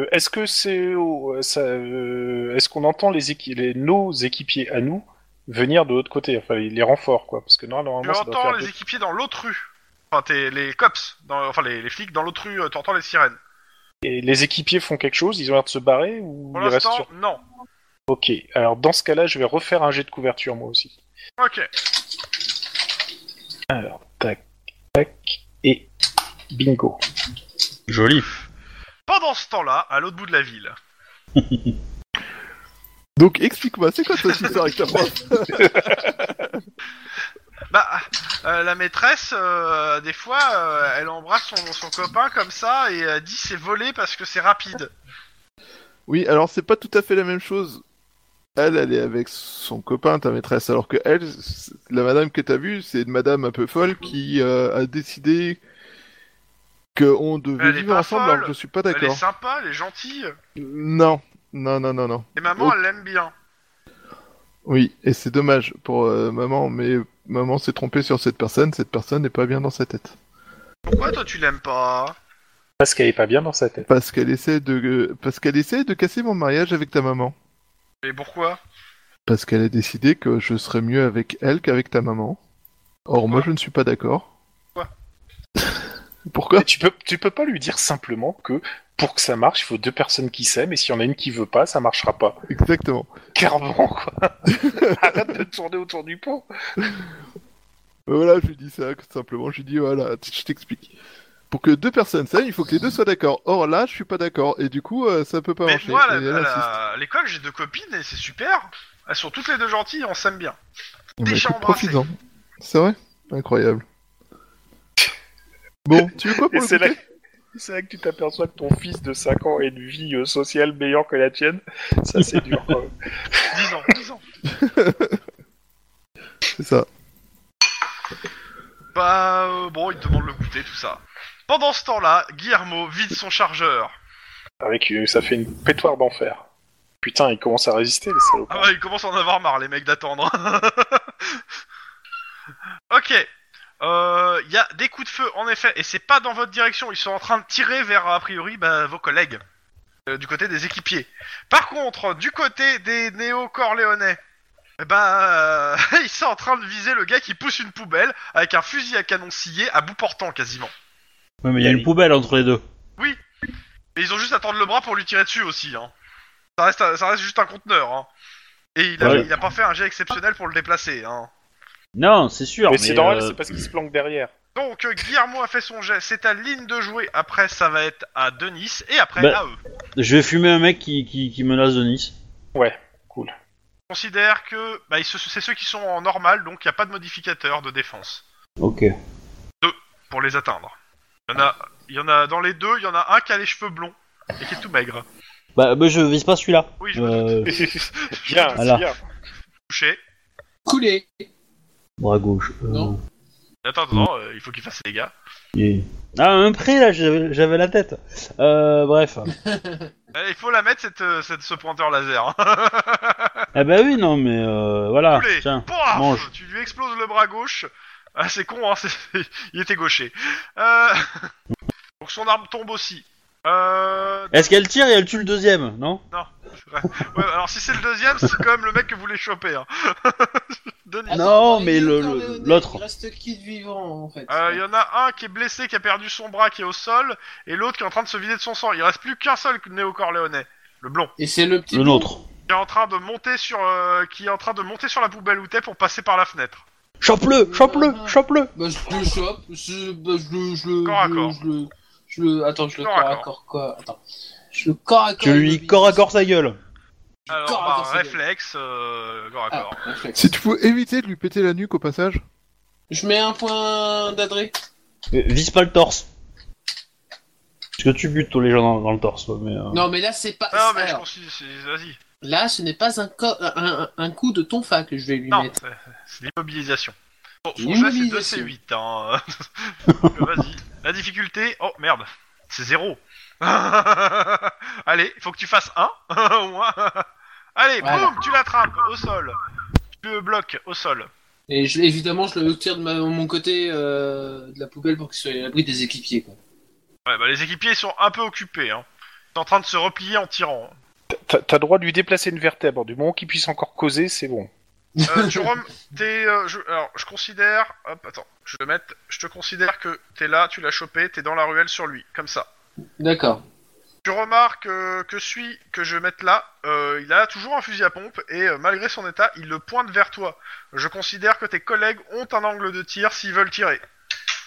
A: Euh, Est-ce que c'est au- ça, euh, est-ce qu'on entend les, équi- les- nos équipiers à nous venir de l'autre côté, enfin les, les renforts quoi, parce que non,
C: Tu
A: normalement ça doit
C: entends
A: faire
C: les
A: deux.
C: équipiers dans l'autre rue. Enfin, t'es les cops, dans- enfin les, les flics dans l'autre rue, euh, t'entends les sirènes.
A: Et les équipiers font quelque chose, ils ont l'air de se barrer ou
C: Pour
A: ils restent
C: l'instant,
A: sur.
C: non.
A: Ok, alors dans ce cas-là, je vais refaire un jet de couverture moi aussi.
C: Ok.
A: Alors tac, tac et bingo.
B: Joli.
C: Pendant ce temps-là, à l'autre bout de la ville.
D: Donc explique-moi, c'est quoi cette histoire avec ta prof
C: Bah, euh, la maîtresse, euh, des fois, euh, elle embrasse son, son copain comme ça et elle dit c'est volé parce que c'est rapide.
D: Oui, alors c'est pas tout à fait la même chose. Elle, elle est avec son copain, ta maîtresse, alors que elle, c'est- la madame que t'as vue, c'est une madame un peu folle qui euh, a décidé qu'on devait
C: Elle est
D: vivre
C: pas
D: ensemble,
C: folle.
D: alors que je suis pas
C: Elle est
D: d'accord.
C: sympa, elle est gentille.
D: Non, non, non, non, non.
C: Et maman,
D: Oh.
C: elle l'aime bien.
D: Oui, et c'est dommage pour euh, maman, mais maman s'est trompée sur cette personne, cette personne n'est pas bien dans sa tête.
C: Pourquoi toi tu l'aimes pas
A: Parce qu'elle est pas bien dans sa tête.
D: Parce qu'elle essaie de... euh, Parce qu'elle essaie de casser mon mariage avec ta maman.
C: Et pourquoi
D: Parce qu'elle a décidé que je serais mieux avec elle qu'avec ta maman. Or, moi, je ne suis pas d'accord.
C: Pourquoi
D: *laughs* Pourquoi
A: Tu peux, tu peux pas lui dire simplement que pour que ça marche, il faut deux personnes qui s'aiment et s'il y en a une qui veut pas, ça marchera pas.
D: Exactement.
A: Clairement, quoi. Arrête de tourner autour du pot.
D: Ben Voilà, je lui dis ça, que simplement, je lui dis, voilà, t- je t'explique. Pour que deux personnes s'aiment, il faut que les deux soient d'accord. Or, là, je suis pas d'accord, et du coup, euh, ça peut pas
C: Mais
D: marcher.
C: moi, à
D: Et elle
C: la- à
D: insiste.
C: la- à l'école, j'ai deux copines et c'est super. Elles sont toutes les deux gentilles et on s'aime bien.
D: Bon, bah,
C: Déjà
D: écoute,
C: embrassé.
D: profites-en. C'est vrai Incroyable. Bon, tu veux quoi pour
A: Et
D: le
A: c'est là,
D: goûter
A: c'est là que tu t'aperçois que ton fils de 5 ans a une vie euh, sociale meilleure que la tienne. Ça, c'est dur, quoi.
C: 10 ans, 10 ans.
D: C'est ça.
C: Bah, euh, bon, il te demande le goûter, tout ça. Pendant ce temps-là, Guillermo vide son chargeur.
A: Avec, euh, ça fait une pétoire d'enfer. Putain, il commence à résister, les
C: Ah
A: salopards.
C: ouais, ils commencent à en avoir marre, les mecs, d'attendre. *laughs* ok. Euh, Il y a des coups de feu, en effet, et c'est pas dans votre direction. Ils sont en train de tirer vers, a priori, bah, vos collègues. Euh, du côté des équipiers. Par contre, du côté des néo-corléonais, eh ben, euh, *laughs* ils sont en train de viser le gars qui pousse une poubelle avec un fusil à canon scié à bout portant, quasiment.
B: Ouais, mais il y a une poubelle entre les deux.
C: Mais ils ont juste à tendre le bras pour lui tirer dessus aussi. Hein. Ça, reste, un- ça reste juste un conteneur. Hein. Et il a,
B: Ouais.
C: il a pas fait un jet exceptionnel pour le déplacer. Hein.
B: Non, c'est sûr.
A: Mais c'est normal,
B: euh,
A: c'est parce qu'il se planque derrière.
C: Donc euh, Guillermo a fait son jet, c'est à ligne de jouer, après ça va être à Denis, et après
B: Bah.
C: à eux.
B: Je vais fumer un mec qui, qui, qui menace de Nice.
C: Je Considère que bah, ils se- c'est ceux qui sont en normal, donc il n'y a pas de modificateur de défense
B: Ok.
C: pour les atteindre. Il y en a, il y en a dans les deux, il y en a un qui a les cheveux blonds et qui est tout maigre.
B: Bah, bah, je vise pas celui-là.
C: Oui, je
B: euh,
A: bien, c'est
B: Voilà.
A: bien.
C: Touché.
E: Coulé.
B: Bras gauche. euh,
E: Non.
C: Attends, attends, euh, il faut qu'il fasse les gars.
B: et- Ah, un prix là, j'avais j'avais la tête. Euh, bref.
C: Euh, il faut la mettre cette, euh, cette- ce pointeur laser. hein.
B: ah bah oui, non, mais euh, voilà.
C: Coulé.
B: Tiens.
C: Pouah,
B: mange.
C: Tu lui exploses le bras gauche. Ah, c'est con, hein, *laughs* c'est- il était gaucher. Euh, *laughs* Donc son arme tombe aussi. Euh...
B: Est-ce qu'elle tire et elle tue le deuxième, non
C: Ouais, alors si c'est le deuxième, c'est quand même le mec que vous voulez choper. Hein. *laughs* Denis.
B: Ah
C: Euh,
B: non, mais le- le- l'autre.
E: Il reste qui de vivant en fait
C: Ah, Euh, Il y en a un qui est blessé, qui a perdu son bras, qui est au sol, et l'autre qui est en train de se vider de son sang. Il reste plus qu'un seul néo-corléonais, le blond,
E: Et c'est le petit.
B: Le nôtre.
C: qui est en train de monter sur, euh, qui est en train de monter sur la poubelle où t'es pour passer par la fenêtre.
B: Chope-le, chope-le, chope-le.
E: Bah, je le chope. Je, bah, je le. Je le.
C: Corps à
E: je,
C: corps.
E: je le. Je le. Attends, je le
C: Corps
E: corps
C: à
E: à corps quoi. Attends. Je le corps à corps.
B: Tu lui
E: immobilise.
B: corps à corps sa gueule.
E: Je le
C: Alors,
E: corps à
C: bah,
E: corps, c'est bien.
C: réflexe, euh, corps à
E: Ah,
C: corps.
E: réflexe.
D: Si tu pouvais éviter de lui péter la nuque au passage.
E: Je mets un point d'adré.
B: Euh, Vise pas le torse. Parce que tu butes tous les gens dans, dans le torse, ouais, mais. euh,
E: Non, mais là, c'est pas.
C: Non, mais je
E: alors,
C: considère. c'est- Vas-y.
E: Là, ce n'est pas un, co- un, un- un coup de ton fac que je vais lui
C: Non,
E: mettre.
C: c'est c'est l'immobilisation. Bon, son jeu, c'est 2
E: L'immobilisation.
C: C8. Hein. *laughs* Donc, Vas-y. La difficulté. Oh merde, c'est 0. *laughs* Allez, faut que tu fasses 1 *laughs* au moins. Allez,
E: Voilà.
C: boum, tu l'attrapes au sol. Tu le bloques au sol.
E: Et je, évidemment, je le tire de ma- mon côté euh, de la poubelle pour qu'il soit à l'abri des équipiers. Quoi.
C: Ouais, bah les équipiers sont un peu occupés. Hein. Ils sont en train de se replier en tirant.
A: T'as t'as droit de lui déplacer une vertèbre. Du moment qu'il puisse encore causer, c'est bon.
C: Euh,
E: *laughs*
C: tu rem... t'es, euh, je... Alors, je considère. Hop, attends. Je vais mettre. Je te considère que t'es là, tu l'as chopé, t'es dans la ruelle sur lui. Comme ça.
E: D'accord.
C: Tu remarques euh, que celui que je vais mettre là, euh, il a toujours un fusil à pompe et euh, malgré son état, il le pointe vers toi. Je considère que tes collègues ont un angle de tir s'ils veulent tirer.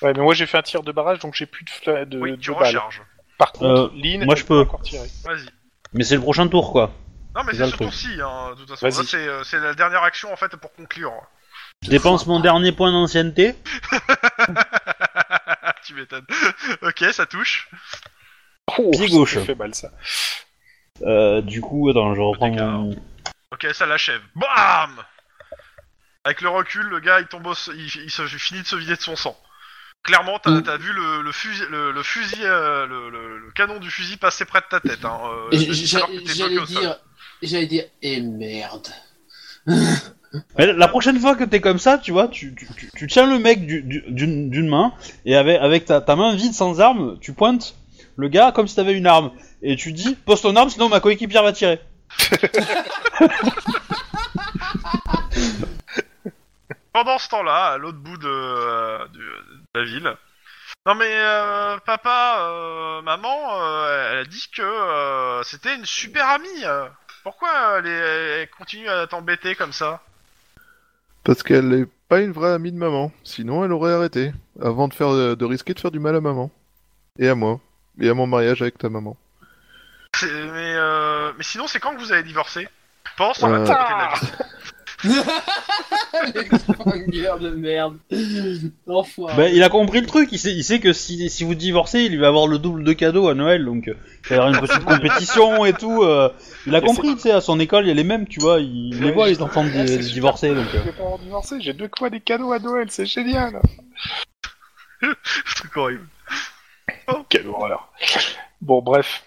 A: Ouais, mais moi j'ai fait un tir de barrage, donc j'ai plus de, fla- de,
C: oui,
A: de
C: tu
A: balles.
C: recharges.
A: Par contre,
B: Euh,
A: Lynn,
B: moi,
A: elle
B: je peux.
A: encore tirer.
C: Vas-y.
B: Mais c'est le prochain tour, quoi.
C: Non, mais
B: C'est
C: c'est
B: ça,
C: ce
B: le truc.
C: tour-ci, hein, de toute façon.
A: Vas-y.
C: Là, c'est, euh, c'est la dernière action en fait pour conclure. *laughs*
B: Je dépense mon dernier point d'ancienneté.
C: tu m'étonnes. *laughs* ok, ça touche.
A: Oh,
B: Pied
A: ça
B: gauche.
A: me fait mal ça.
B: Euh, du coup, attends, je reprends
C: Dégâts.
B: mon...
C: Ok, ça l'achève. Bam Avec le recul, le gars, il tombe, au s- il, il se il finit de se vider de son sang. Clairement, t'as
E: Mm.
C: t'as vu le, le fusil, le, le fusil, euh, le, le- le canon du fusil passer près de ta tête. Hein, euh,
E: J-
C: je- alors que
E: j-
C: t'es
E: J'allais
C: bloqué au sol.
E: dire, j'allais dire, eh merde. *laughs*
B: Mais la prochaine fois que t'es comme ça, tu vois, tu, tu, tu- tu tiens le mec du- du- d'une d'une main, et avec, avec ta, ta main vide sans arme, tu pointes le gars comme si t'avais une arme. Et tu dis, pose ton arme, sinon ma coéquipière va tirer.
C: Pendant ce temps-là, à l'autre bout de, euh, du- de la ville. Non mais euh, papa, euh, maman, euh, elle a dit que euh, c'était une super amie. euh. Pourquoi elle, est- elle continue à t'embêter comme ça
D: Parce qu'elle n'est pas une vraie amie de maman, sinon elle aurait arrêté, avant de, faire, de risquer de faire du mal à maman. Et à moi. Et à mon mariage avec ta maman.
C: C'est- mais, euh, mais sinon, c'est quand que vous avez divorcé Pense à
D: Euh.
C: la totalité de Ah.
A: Ah.
C: la vie. *laughs*
E: Les cliffhangers de merde. Enfoiré.
B: Bah, il a compris le truc, il sait, il sait que si, si vous divorcez, il va avoir le double de cadeaux à Noël, donc euh, il va y avoir une petite compétition et tout. euh, il a
A: Et
B: compris, tu sais, à son école, il y a les mêmes, tu vois, il, il les voit les enfants
A: Ah,
B: di-
A: c'est
B: divorcés,
A: super.
B: donc... euh.
A: Je vais pas en divorcer, j'ai deux fois des cadeaux à Noël, c'est génial.
C: truc horrible.
A: Quelle horreur. Bon, bref.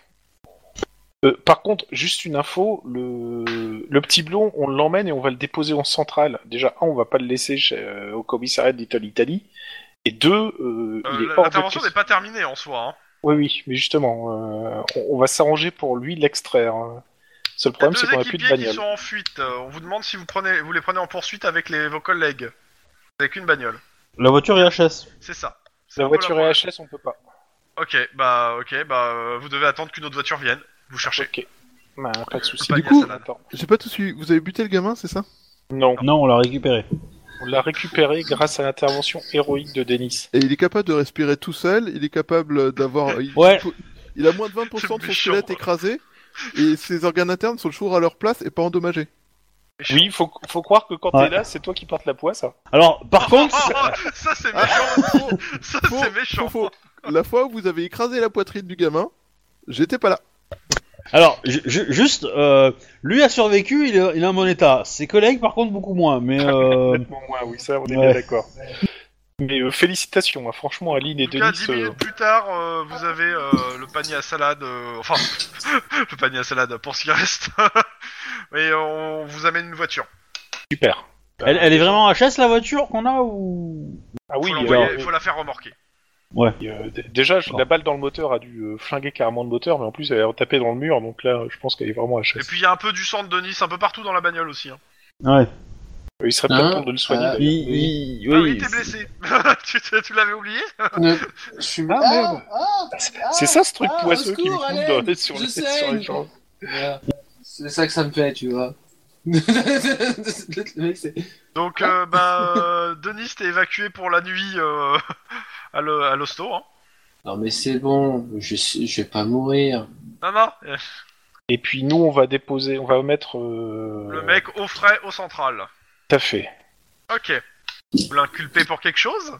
A: Euh, par contre, juste une info, le, le petit blond, on l'emmène et on va le déposer en centrale. Déjà, un, on va pas le laisser chez- euh, au commissariat de Little Italy. Et deux, euh,
C: Euh,
A: il est
C: la-
A: hors de
C: L'intervention n'est
A: question-
C: pas terminée en soi. hein.
A: Oui, oui, mais justement, euh, on, on va s'arranger pour lui l'extraire. hein. Seul
C: Il y a
A: problème, c'est
C: deux
A: qu'on a plus de
C: équipiers qui
A: bagnole.
C: sont en fuite. Euh, On vous demande si vous, prenez, vous les prenez en poursuite avec les, vos collègues. Vous n'avez qu'une bagnole.
B: La voiture IHS.
C: C'est ça. C'est
A: La
C: un peu
A: voiture
C: problème.
A: EHS, on peut pas.
C: Ok, bah ok, bah euh, vous devez attendre qu'une autre voiture vienne. Vous
A: *laughs*
C: cherchez.
A: Ok. Bah, pas de soucis.
C: Pas
D: Du coup-
C: salade.
A: Attends.
D: J'ai pas tout suivi. Vous avez buté le gamin, c'est ça
A: non,
B: Non, on l'a récupérée.
A: on l'a récupéré grâce à l'intervention héroïque de Denis.
D: Et il est capable de respirer tout seul, il est capable d'avoir. il-
B: Ouais.
D: il- Il a moins de 20% de son
C: C'est méchant.
D: squelette écrasé, et ses organes internes sont toujours à leur place et pas endommagés.
A: Oui, faut, faut croire que quand
B: Ouais.
A: t'es là, c'est toi qui portes la poisse. hein.
B: Alors, par contre...
C: *laughs* ça c'est
D: Ah,
C: méchant.
D: faux,
C: ça
D: faux,
C: *laughs* c'est méchant.
D: faux, faux. La fois où vous avez écrasé la poitrine du gamin, j'étais pas là.
B: Alors, ju- ju- juste, euh, lui a survécu, il est, il est en bon état. Ses collègues, par contre, beaucoup moins. Mais euh,
A: Complètement moins, oui, ça, on est
B: ouais.
A: bien d'accord. Mais euh, félicitations, hein, franchement, Aline et
C: En tout cas,
A: Denis.
C: 10
A: euh,
C: minutes plus tard, euh, vous avez euh, le panier à salade, euh, enfin, *laughs* le panier à salade pour ce qui reste. *laughs* Mais on vous amène une voiture.
A: super.
B: elle, elle est vraiment HS la voiture qu'on a ou
A: Ah oui,
C: faut,
A: euh,
C: l'envoyer- faut la faire remorquer.
A: euh, d- déjà, je- la balle dans le moteur a dû euh, flinguer carrément le moteur, mais en plus, elle a tapé dans le mur, donc là, je pense qu'elle est vraiment
C: Et
A: HS.
C: puis il y a un peu du sang de Denis un peu partout dans la bagnole aussi. Hein.
B: Ouais.
A: Euh, Il serait peut-être
E: Hein
A: temps de le soigner.
E: Ah,
A: d'ailleurs.
B: Il, il- oui,
C: ah oui, t'es
B: c'est-
C: blessé. *laughs* tu tu- tu l'avais oublié
E: Ne- Je suis
A: Ah, merde.
E: ah, ah,
A: C'est ça, ce truc
E: ah,
A: poisseux
E: au
A: qui lui
E: secours,
A: coule
E: Alain,
A: dans- sur,
E: je
A: les, sur
E: saigne.
A: les jambes.
E: Voilà. C'est ça que ça me fait, tu vois. *laughs* Le mec, c'est-
A: *laughs*
C: Donc, euh, bah, euh, Denis t'es évacué pour la nuit euh, *laughs* à le- à l'hosto. Hein.
E: non mais c'est bon, je, sais- je vais pas mourir.
C: Non, non, euh,
A: Et puis, nous, on va déposer, on va mettre. euh,
C: le mec au frais au central.
A: Tout à fait.
C: Ok. Vous l'inculpez pour quelque chose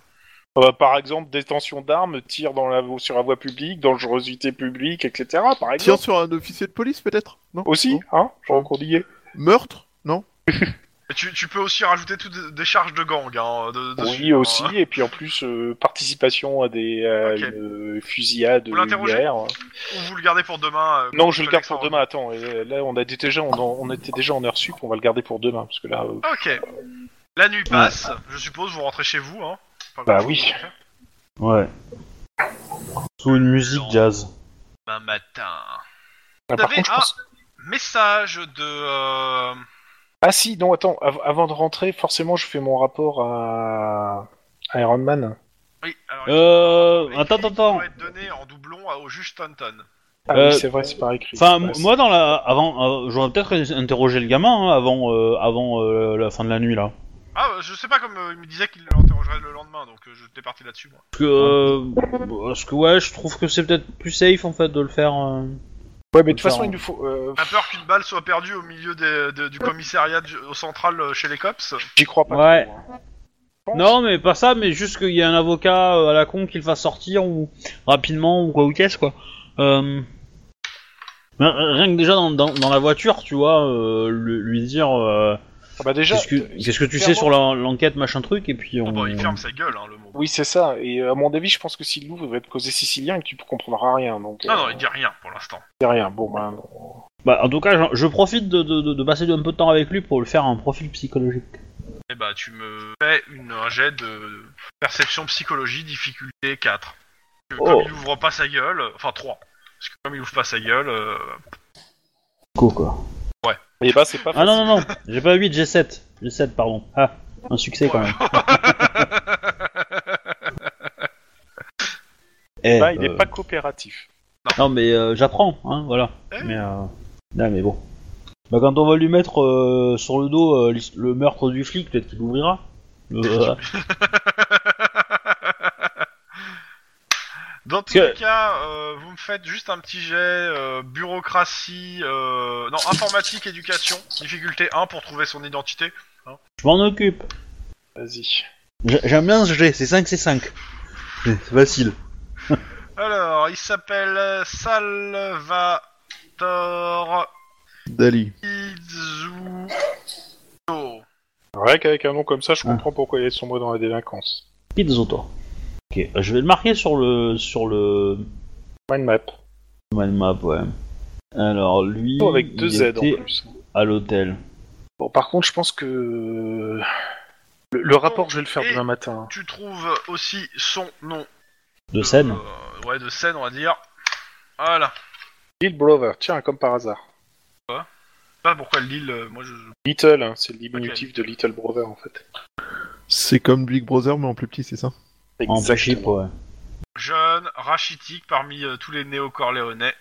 A: Euh, par exemple, détention d'armes, tir dans la, sur la voie publique, dangerosité publique, etc. Par exemple.
D: Tire sur un officier de police, peut-être Non
A: Aussi,
D: Non.
A: hein, Jean Courdier.
D: Meurtre Non
C: Et tu, tu peux aussi rajouter toutes des charges de gang. Hein, de, de-
A: Oui,
C: dessus, hein.
A: aussi, et puis en plus, euh, participation à des à
C: Ok.
A: une euh, fusillade
C: Vous l'interrogez
A: hier.
C: Ou vous le gardez pour demain euh,
A: Non, je le garde
C: Alexandre.
A: pour demain, attends, et là on, a dit déjà, on, en- on était déjà en heure sup, on va le garder pour demain, parce que là... euh,
C: Ok. La nuit passe. Je suppose vous rentrez chez vous. Hein. Pas
A: Bah
C: grand-chose
A: oui.
C: à faire.
B: Ouais. Sous une musique jazz.
C: Demain matin.
A: ah,
C: Vous
A: par
C: avez
A: contre, je
C: un-
A: pense-
C: Message de. euh,
A: Ah si, non, attends, av- avant de rentrer, forcément je fais mon rapport à, à Iron Man.
C: Oui. Alors,
B: Euh,
C: il-
B: attends, attends, attends.
C: Il être donné en doublon à- au juge Stanton.
A: Ah
B: Euh,
A: oui, c'est vrai, c'est par écrit.
B: Enfin,
A: Ouais,
B: m- moi, dans la, avant, euh, j'aurais peut-être interrogé le gamin hein, avant, euh, avant euh, la fin de la nuit là.
C: Ah, euh, je sais pas comme euh, il me disait qu'il l'interrogerait le lendemain, donc euh, j'étais parti là-dessus moi.
B: Parce que, euh, parce que ouais, je trouve que c'est peut-être plus safe en fait de le faire. euh.
A: Ouais, mais de toute
B: Faut
A: façon,
B: faire
A: il nous faut. euh,
C: T'as peur qu'une balle soit perdue au milieu des- de- du commissariat du- au central euh, chez les cops
A: J'y crois pas.
B: Ouais.
A: trop, hein. pense.
B: Non, mais pas ça, mais juste qu'il y a un avocat euh, à la con qu'il fasse sortir ou rapidement ou quoi ou qu'est-ce quoi. Euh, ben, Rien que déjà dans, dans- dans la voiture, tu vois, euh, lui, lui dire euh,
A: Ah bah déjà.
B: qu'est-ce que, qu'est-ce que tu sais
A: clairement-
B: sur la- l'enquête machin truc et puis on.
C: Bon, bah, il ferme sa gueule, hein, le mot.
A: Oui, c'est ça. Et euh, à mon avis, je pense que s'il l'ouvre, il va te causer sicilien et que tu comprendras rien. Donc,
C: Ah, Non,
A: euh,
C: non, il dit rien pour l'instant.
A: c'est rien. Bon, ben. non.
B: Bah, en tout cas, je, je profite de, de- de- de passer un peu de temps avec lui pour le faire un profil psychologique.
C: Eh bah, tu me fais une, un jet de perception psychologie, difficulté 4. Parce
B: Oh.
C: que Comme il ouvre pas sa gueule, euh, enfin 3. Parce que comme il ouvre pas sa gueule, euh,
B: *laughs* Quoi, quoi.
A: Et bah, c'est pas.
B: Ah non, non, non, j'ai pas 8, j'ai 7. J'ai 7, pardon. Ah, un succès quand même. Eh,
A: Bah, il
B: euh,
A: est pas coopératif.
B: Non, mais euh, j'apprends, hein, voilà.
C: Eh.
B: Mais, euh, non, mais bon. Bah, quand on va lui mettre euh, sur le dos euh, l'his- le meurtre du flic, peut-être qu'il ouvrira.
A: *laughs*
B: Euh,
C: Dans tous
B: Que-
C: les cas, euh, vous me faites juste un petit jet euh, bureaucratie, euh, non informatique, éducation, difficulté 1 pour trouver son identité.
B: je m'en occupe.
A: Vas-y.
B: J'a- J'aime bien ce jet, c'est 5, c'est 5. C'est facile.
C: Alors, il s'appelle Salvatore
D: Dali.
C: Izzuto.
A: Rien qu'avec un nom comme ça, je
B: Ah.
A: comprends pourquoi il est sombré dans la délinquance.
B: Pizzo, toi. Ok, euh, je vais le marquer sur le. sur le.
A: Mind map.
B: mind map, ouais. Alors, lui.
A: Oh, Avec deux
B: il
A: Z en
B: était
A: plus.
B: À l'hôtel.
A: Bon, par contre, je pense que. Le, le rapport, je vais le faire
C: Et-
A: demain matin. hein.
C: Tu trouves aussi son nom.
B: De scène
C: Euh, Ouais, de scène, on va dire. Voilà.
A: Little Brother, tiens, comme par hasard.
C: Je sais Pas pourquoi Lille, euh, moi je.
A: Little, hein, c'est le diminutif de Little Brother en fait.
D: C'est comme Big Brother, mais en plus petit, c'est ça
B: En Chip, ouais.
C: Jeune, rachitique parmi euh, tous les néo-corléonais.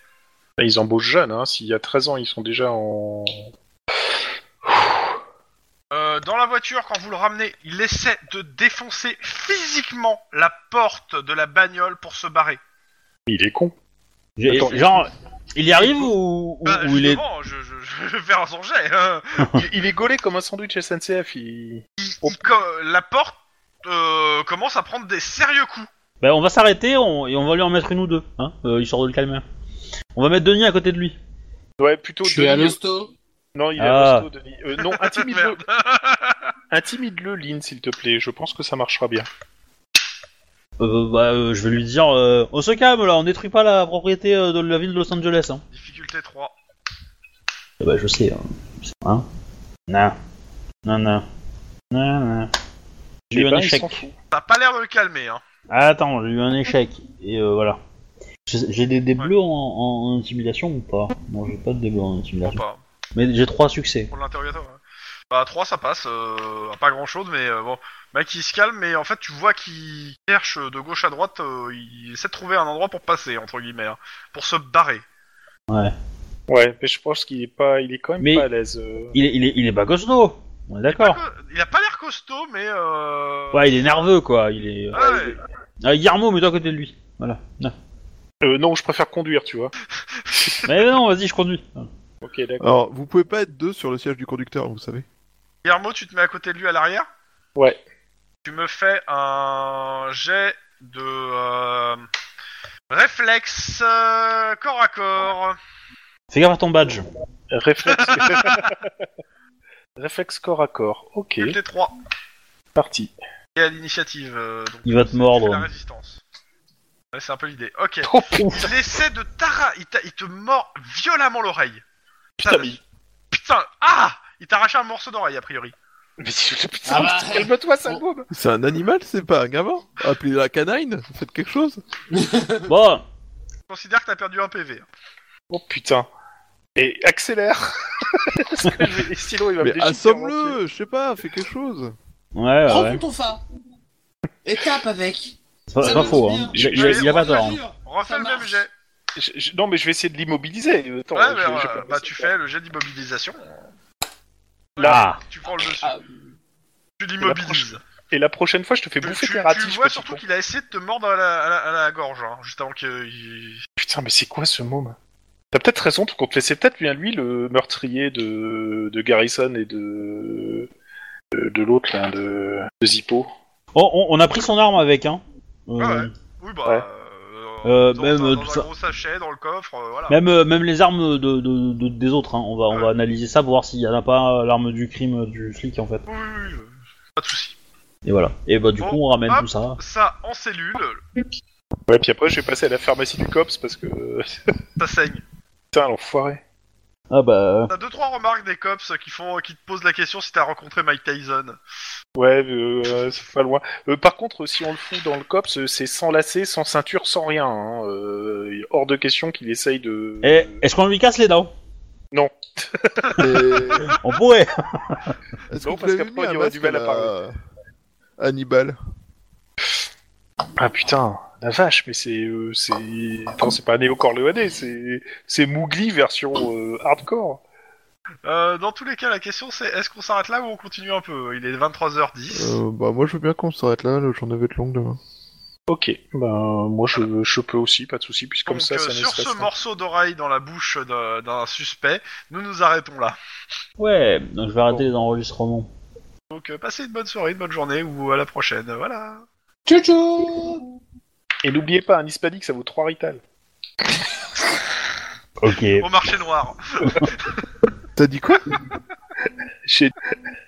A: Et Ils embauchent jeunes, hein. s'il y a 13 ans, ils sont déjà en.
C: Euh, dans la voiture, quand vous le ramenez, il essaie de défoncer physiquement la porte de la bagnole pour se barrer.
A: Il est con.
B: J'ai-
A: Attends.
B: Genre, il y arrive ou, ou-
C: Bah,
B: ou il est.
C: justement, je, je, je vais faire un jet. hein.
A: il, il est gaulé comme un sandwich SNCF. Il...
C: Il-
B: Oh.
C: il co- la porte euh, commence à prendre des sérieux coups.
B: Bah, on va s'arrêter on- et on va lui en mettre une ou deux, hein, euh, histoire de le calmer. On va mettre Denis à côté de lui.
A: Ouais, plutôt.
E: Je suis à
A: Denis-
E: l'hosto.
A: Non, il est
B: Ah.
A: à l'hosto, Denis. Euh, non, intimide-le.
C: *laughs* Merde.
A: Intimide-le, Lynn, s'il te plaît. Je pense que ça marchera bien.
B: Euh, bah, euh, je vais lui dire, euh, on se calme là, on détruit pas la propriété euh, de la ville de Los Angeles. Hein.
C: Difficulté 3.
B: Eh Bah, je sais, hein. hein. Non, non, non, non, non. J'ai
A: Eh
B: eu un
A: ben, il
B: échec. Ah,
A: s'en fout.
C: T'as pas l'air de le calmer, hein.
B: Attends, j'ai eu un échec et euh, voilà. J'ai j'ai des, des
C: Ouais.
B: bleus en, en intimidation ou pas Non, j'ai pas de des bleus en
C: Bon,
B: intimidation.
C: pas
B: Mais j'ai trois succès.
C: pour l'interrogatoire. ouais. Bah 3 ça passe, euh, pas grand chose, mais euh, bon. Mec il se calme, mais en fait tu vois qu'il cherche de gauche à droite, euh, il essaie de trouver un endroit pour passer, entre guillemets, hein, pour se barrer.
B: Ouais.
A: Ouais, mais je pense qu'il est pas, il est quand même
B: Mais-
A: pas à l'aise. euh.
B: Il est, il est, il est pas costaud. On est d'accord.
C: Pas que- Il a pas l'air costaud, mais euh...
B: Ouais, il est nerveux, quoi. Il est. euh,
C: ah ouais.
B: Ah, Guillermo, mets-toi à côté de lui. Voilà. Non.
A: Euh, non, je préfère conduire, tu vois.
B: Mais non, vas-y, je conduis.
A: Ok, d'accord.
D: Alors, vous pouvez pas être deux sur le siège du conducteur, vous savez.
C: Guillermo, tu te mets à côté de lui à l'arrière
A: Ouais.
C: Tu me fais un jet de euh, réflexe euh, corps à corps.
B: Fais gaffe à ton badge.
A: Réflexe. *laughs* Réflexe corps à corps. Ok,
C: Toutes les trois.
A: parti.
C: Et à l'initiative. euh, donc,
B: Il va te
C: c'est
B: mordre.
C: La résistance. Ouais, c'est un peu l'idée. Ok.
A: Oh
C: Il essaie de tara... Il, t'a- il te mord violemment l'oreille.
A: putain, mais,
C: Putain. Ah Il t'a arraché un morceau d'oreille, a priori.
A: *laughs* mais putain,
E: Ah bah.
A: putain, calme-toi, sale boum.
D: C'est un animal, c'est pas un gamin Appelez la canine, faites quelque chose
B: Bon,
C: Je considère que t'as perdu un PV.
A: Oh putain. Et accélère. *laughs* Parce que je vais- sinon, il va me
D: Mais
A: déchiqueter en entier.
D: assomme-le, je sais pas, fais quelque chose
B: ouais, ouais.
E: Prends
B: ouais.
E: ton phare. Et tape avec.
B: C'est pas,
E: Ça
B: c'est pas
E: me
B: faux,
E: dit
B: hein.
E: bien.
B: Il, a- il a- il a pas tort. hein.
C: Refais
E: Ça
C: le
E: marche.
C: même jet.
A: Je- je- Non, mais je vais essayer de l'immobiliser. Attends,
C: Ouais,
A: je-
C: mais,
A: je-
C: euh,
A: je-
C: bah, tu fais le jet d'immobilisation.
B: Ah.
C: Tu prends le dessus.
E: Ah.
C: Tu l'immobilises.
A: Et la prochaine fois, je te fais
C: Tu,
A: bouffer
C: tu-
A: tes
C: tu
A: ratifs.
C: vois
A: petit
C: surtout
A: con.
C: qu'il a essayé de te mordre à la, à la- à la gorge, hein, juste avant qu'il...
A: Putain, mais c'est quoi ce môme T'as peut-être raison, tout compte fait. C'est peut-être bien lui le meurtrier de, de Garrison et de de, de l'autre, là, de, de Zippo.
B: Oh, on, on a pris son arme avec, hein. Euh,
C: Ah ouais. Oui, bah.
A: Ouais.
C: Euh,
B: Euh,
C: dans
B: même,
C: un,
B: euh,
C: dans
B: tout
C: un
B: ça.
C: gros sachet, dans le coffre, euh, voilà.
B: Même, euh, même les armes de, de- de- des autres, hein. on, va, on
C: Ouais.
B: va analyser ça pour voir s'il y en a pas euh, l'arme du crime euh, du flic en fait.
C: Oui, oui, oui, euh, pas de soucis.
B: Et voilà. Et bah du
C: Bon,
B: coup on ramène
C: hop.
B: tout ça.
C: Ça, en cellule,
A: Ouais, puis après, je vais passer à la pharmacie du COPS parce que. euh,
C: ça saigne.
A: *laughs* Putain, l'enfoiré.
B: Ah bah.
C: T'as deux trois remarques des cops qui font, qui te posent la question si t'as rencontré Mike Tyson.
A: Ouais, euh, euh, c'est pas loin. Euh, par contre, si on le fout dans le COPS, euh, c'est sans lacet, sans ceinture, sans rien. hein. Euh, il est hors de question qu'il essaye de.
B: Et est-ce qu'on lui casse les dents *laughs*
D: Et-
B: On pourrait.
D: Est-ce
A: Non,
D: que
A: parce
D: vous avez
A: qu'après,
D: mis
A: il y
D: un
A: aura
D: masque
A: du mal à
D: à la... Hannibal
A: Ah putain, la vache, mais c'est. euh, c'est... Attends, c'est pas un néo-corléonais, c'est. C'est Mowgli version euh, hardcore.
C: Euh, dans tous les cas, la question c'est est-ce qu'on s'arrête là ou on continue un peu Il est 23h10.
D: Euh, Bah moi je veux bien qu'on s'arrête là, la journée va être longue demain.
A: Ok, ben moi je, je peux aussi, pas de souci, puisque comme
C: Donc,
A: ça,
C: euh,
A: ça ne
C: sur
A: stresse
C: ce
A: pas.
C: morceau d'oreille dans la bouche d'un d'un suspect, nous nous arrêtons là.
B: Ouais, donc je vais arrêter les enregistrements.
C: Donc euh, passez une bonne soirée, une bonne journée ou à la prochaine. Voilà.
E: Tchou tchou
A: Et n'oubliez pas, un hispanique ça vaut 3 rital.
B: Ok.
C: Au marché noir.
D: T'as dit quoi
A: J'ai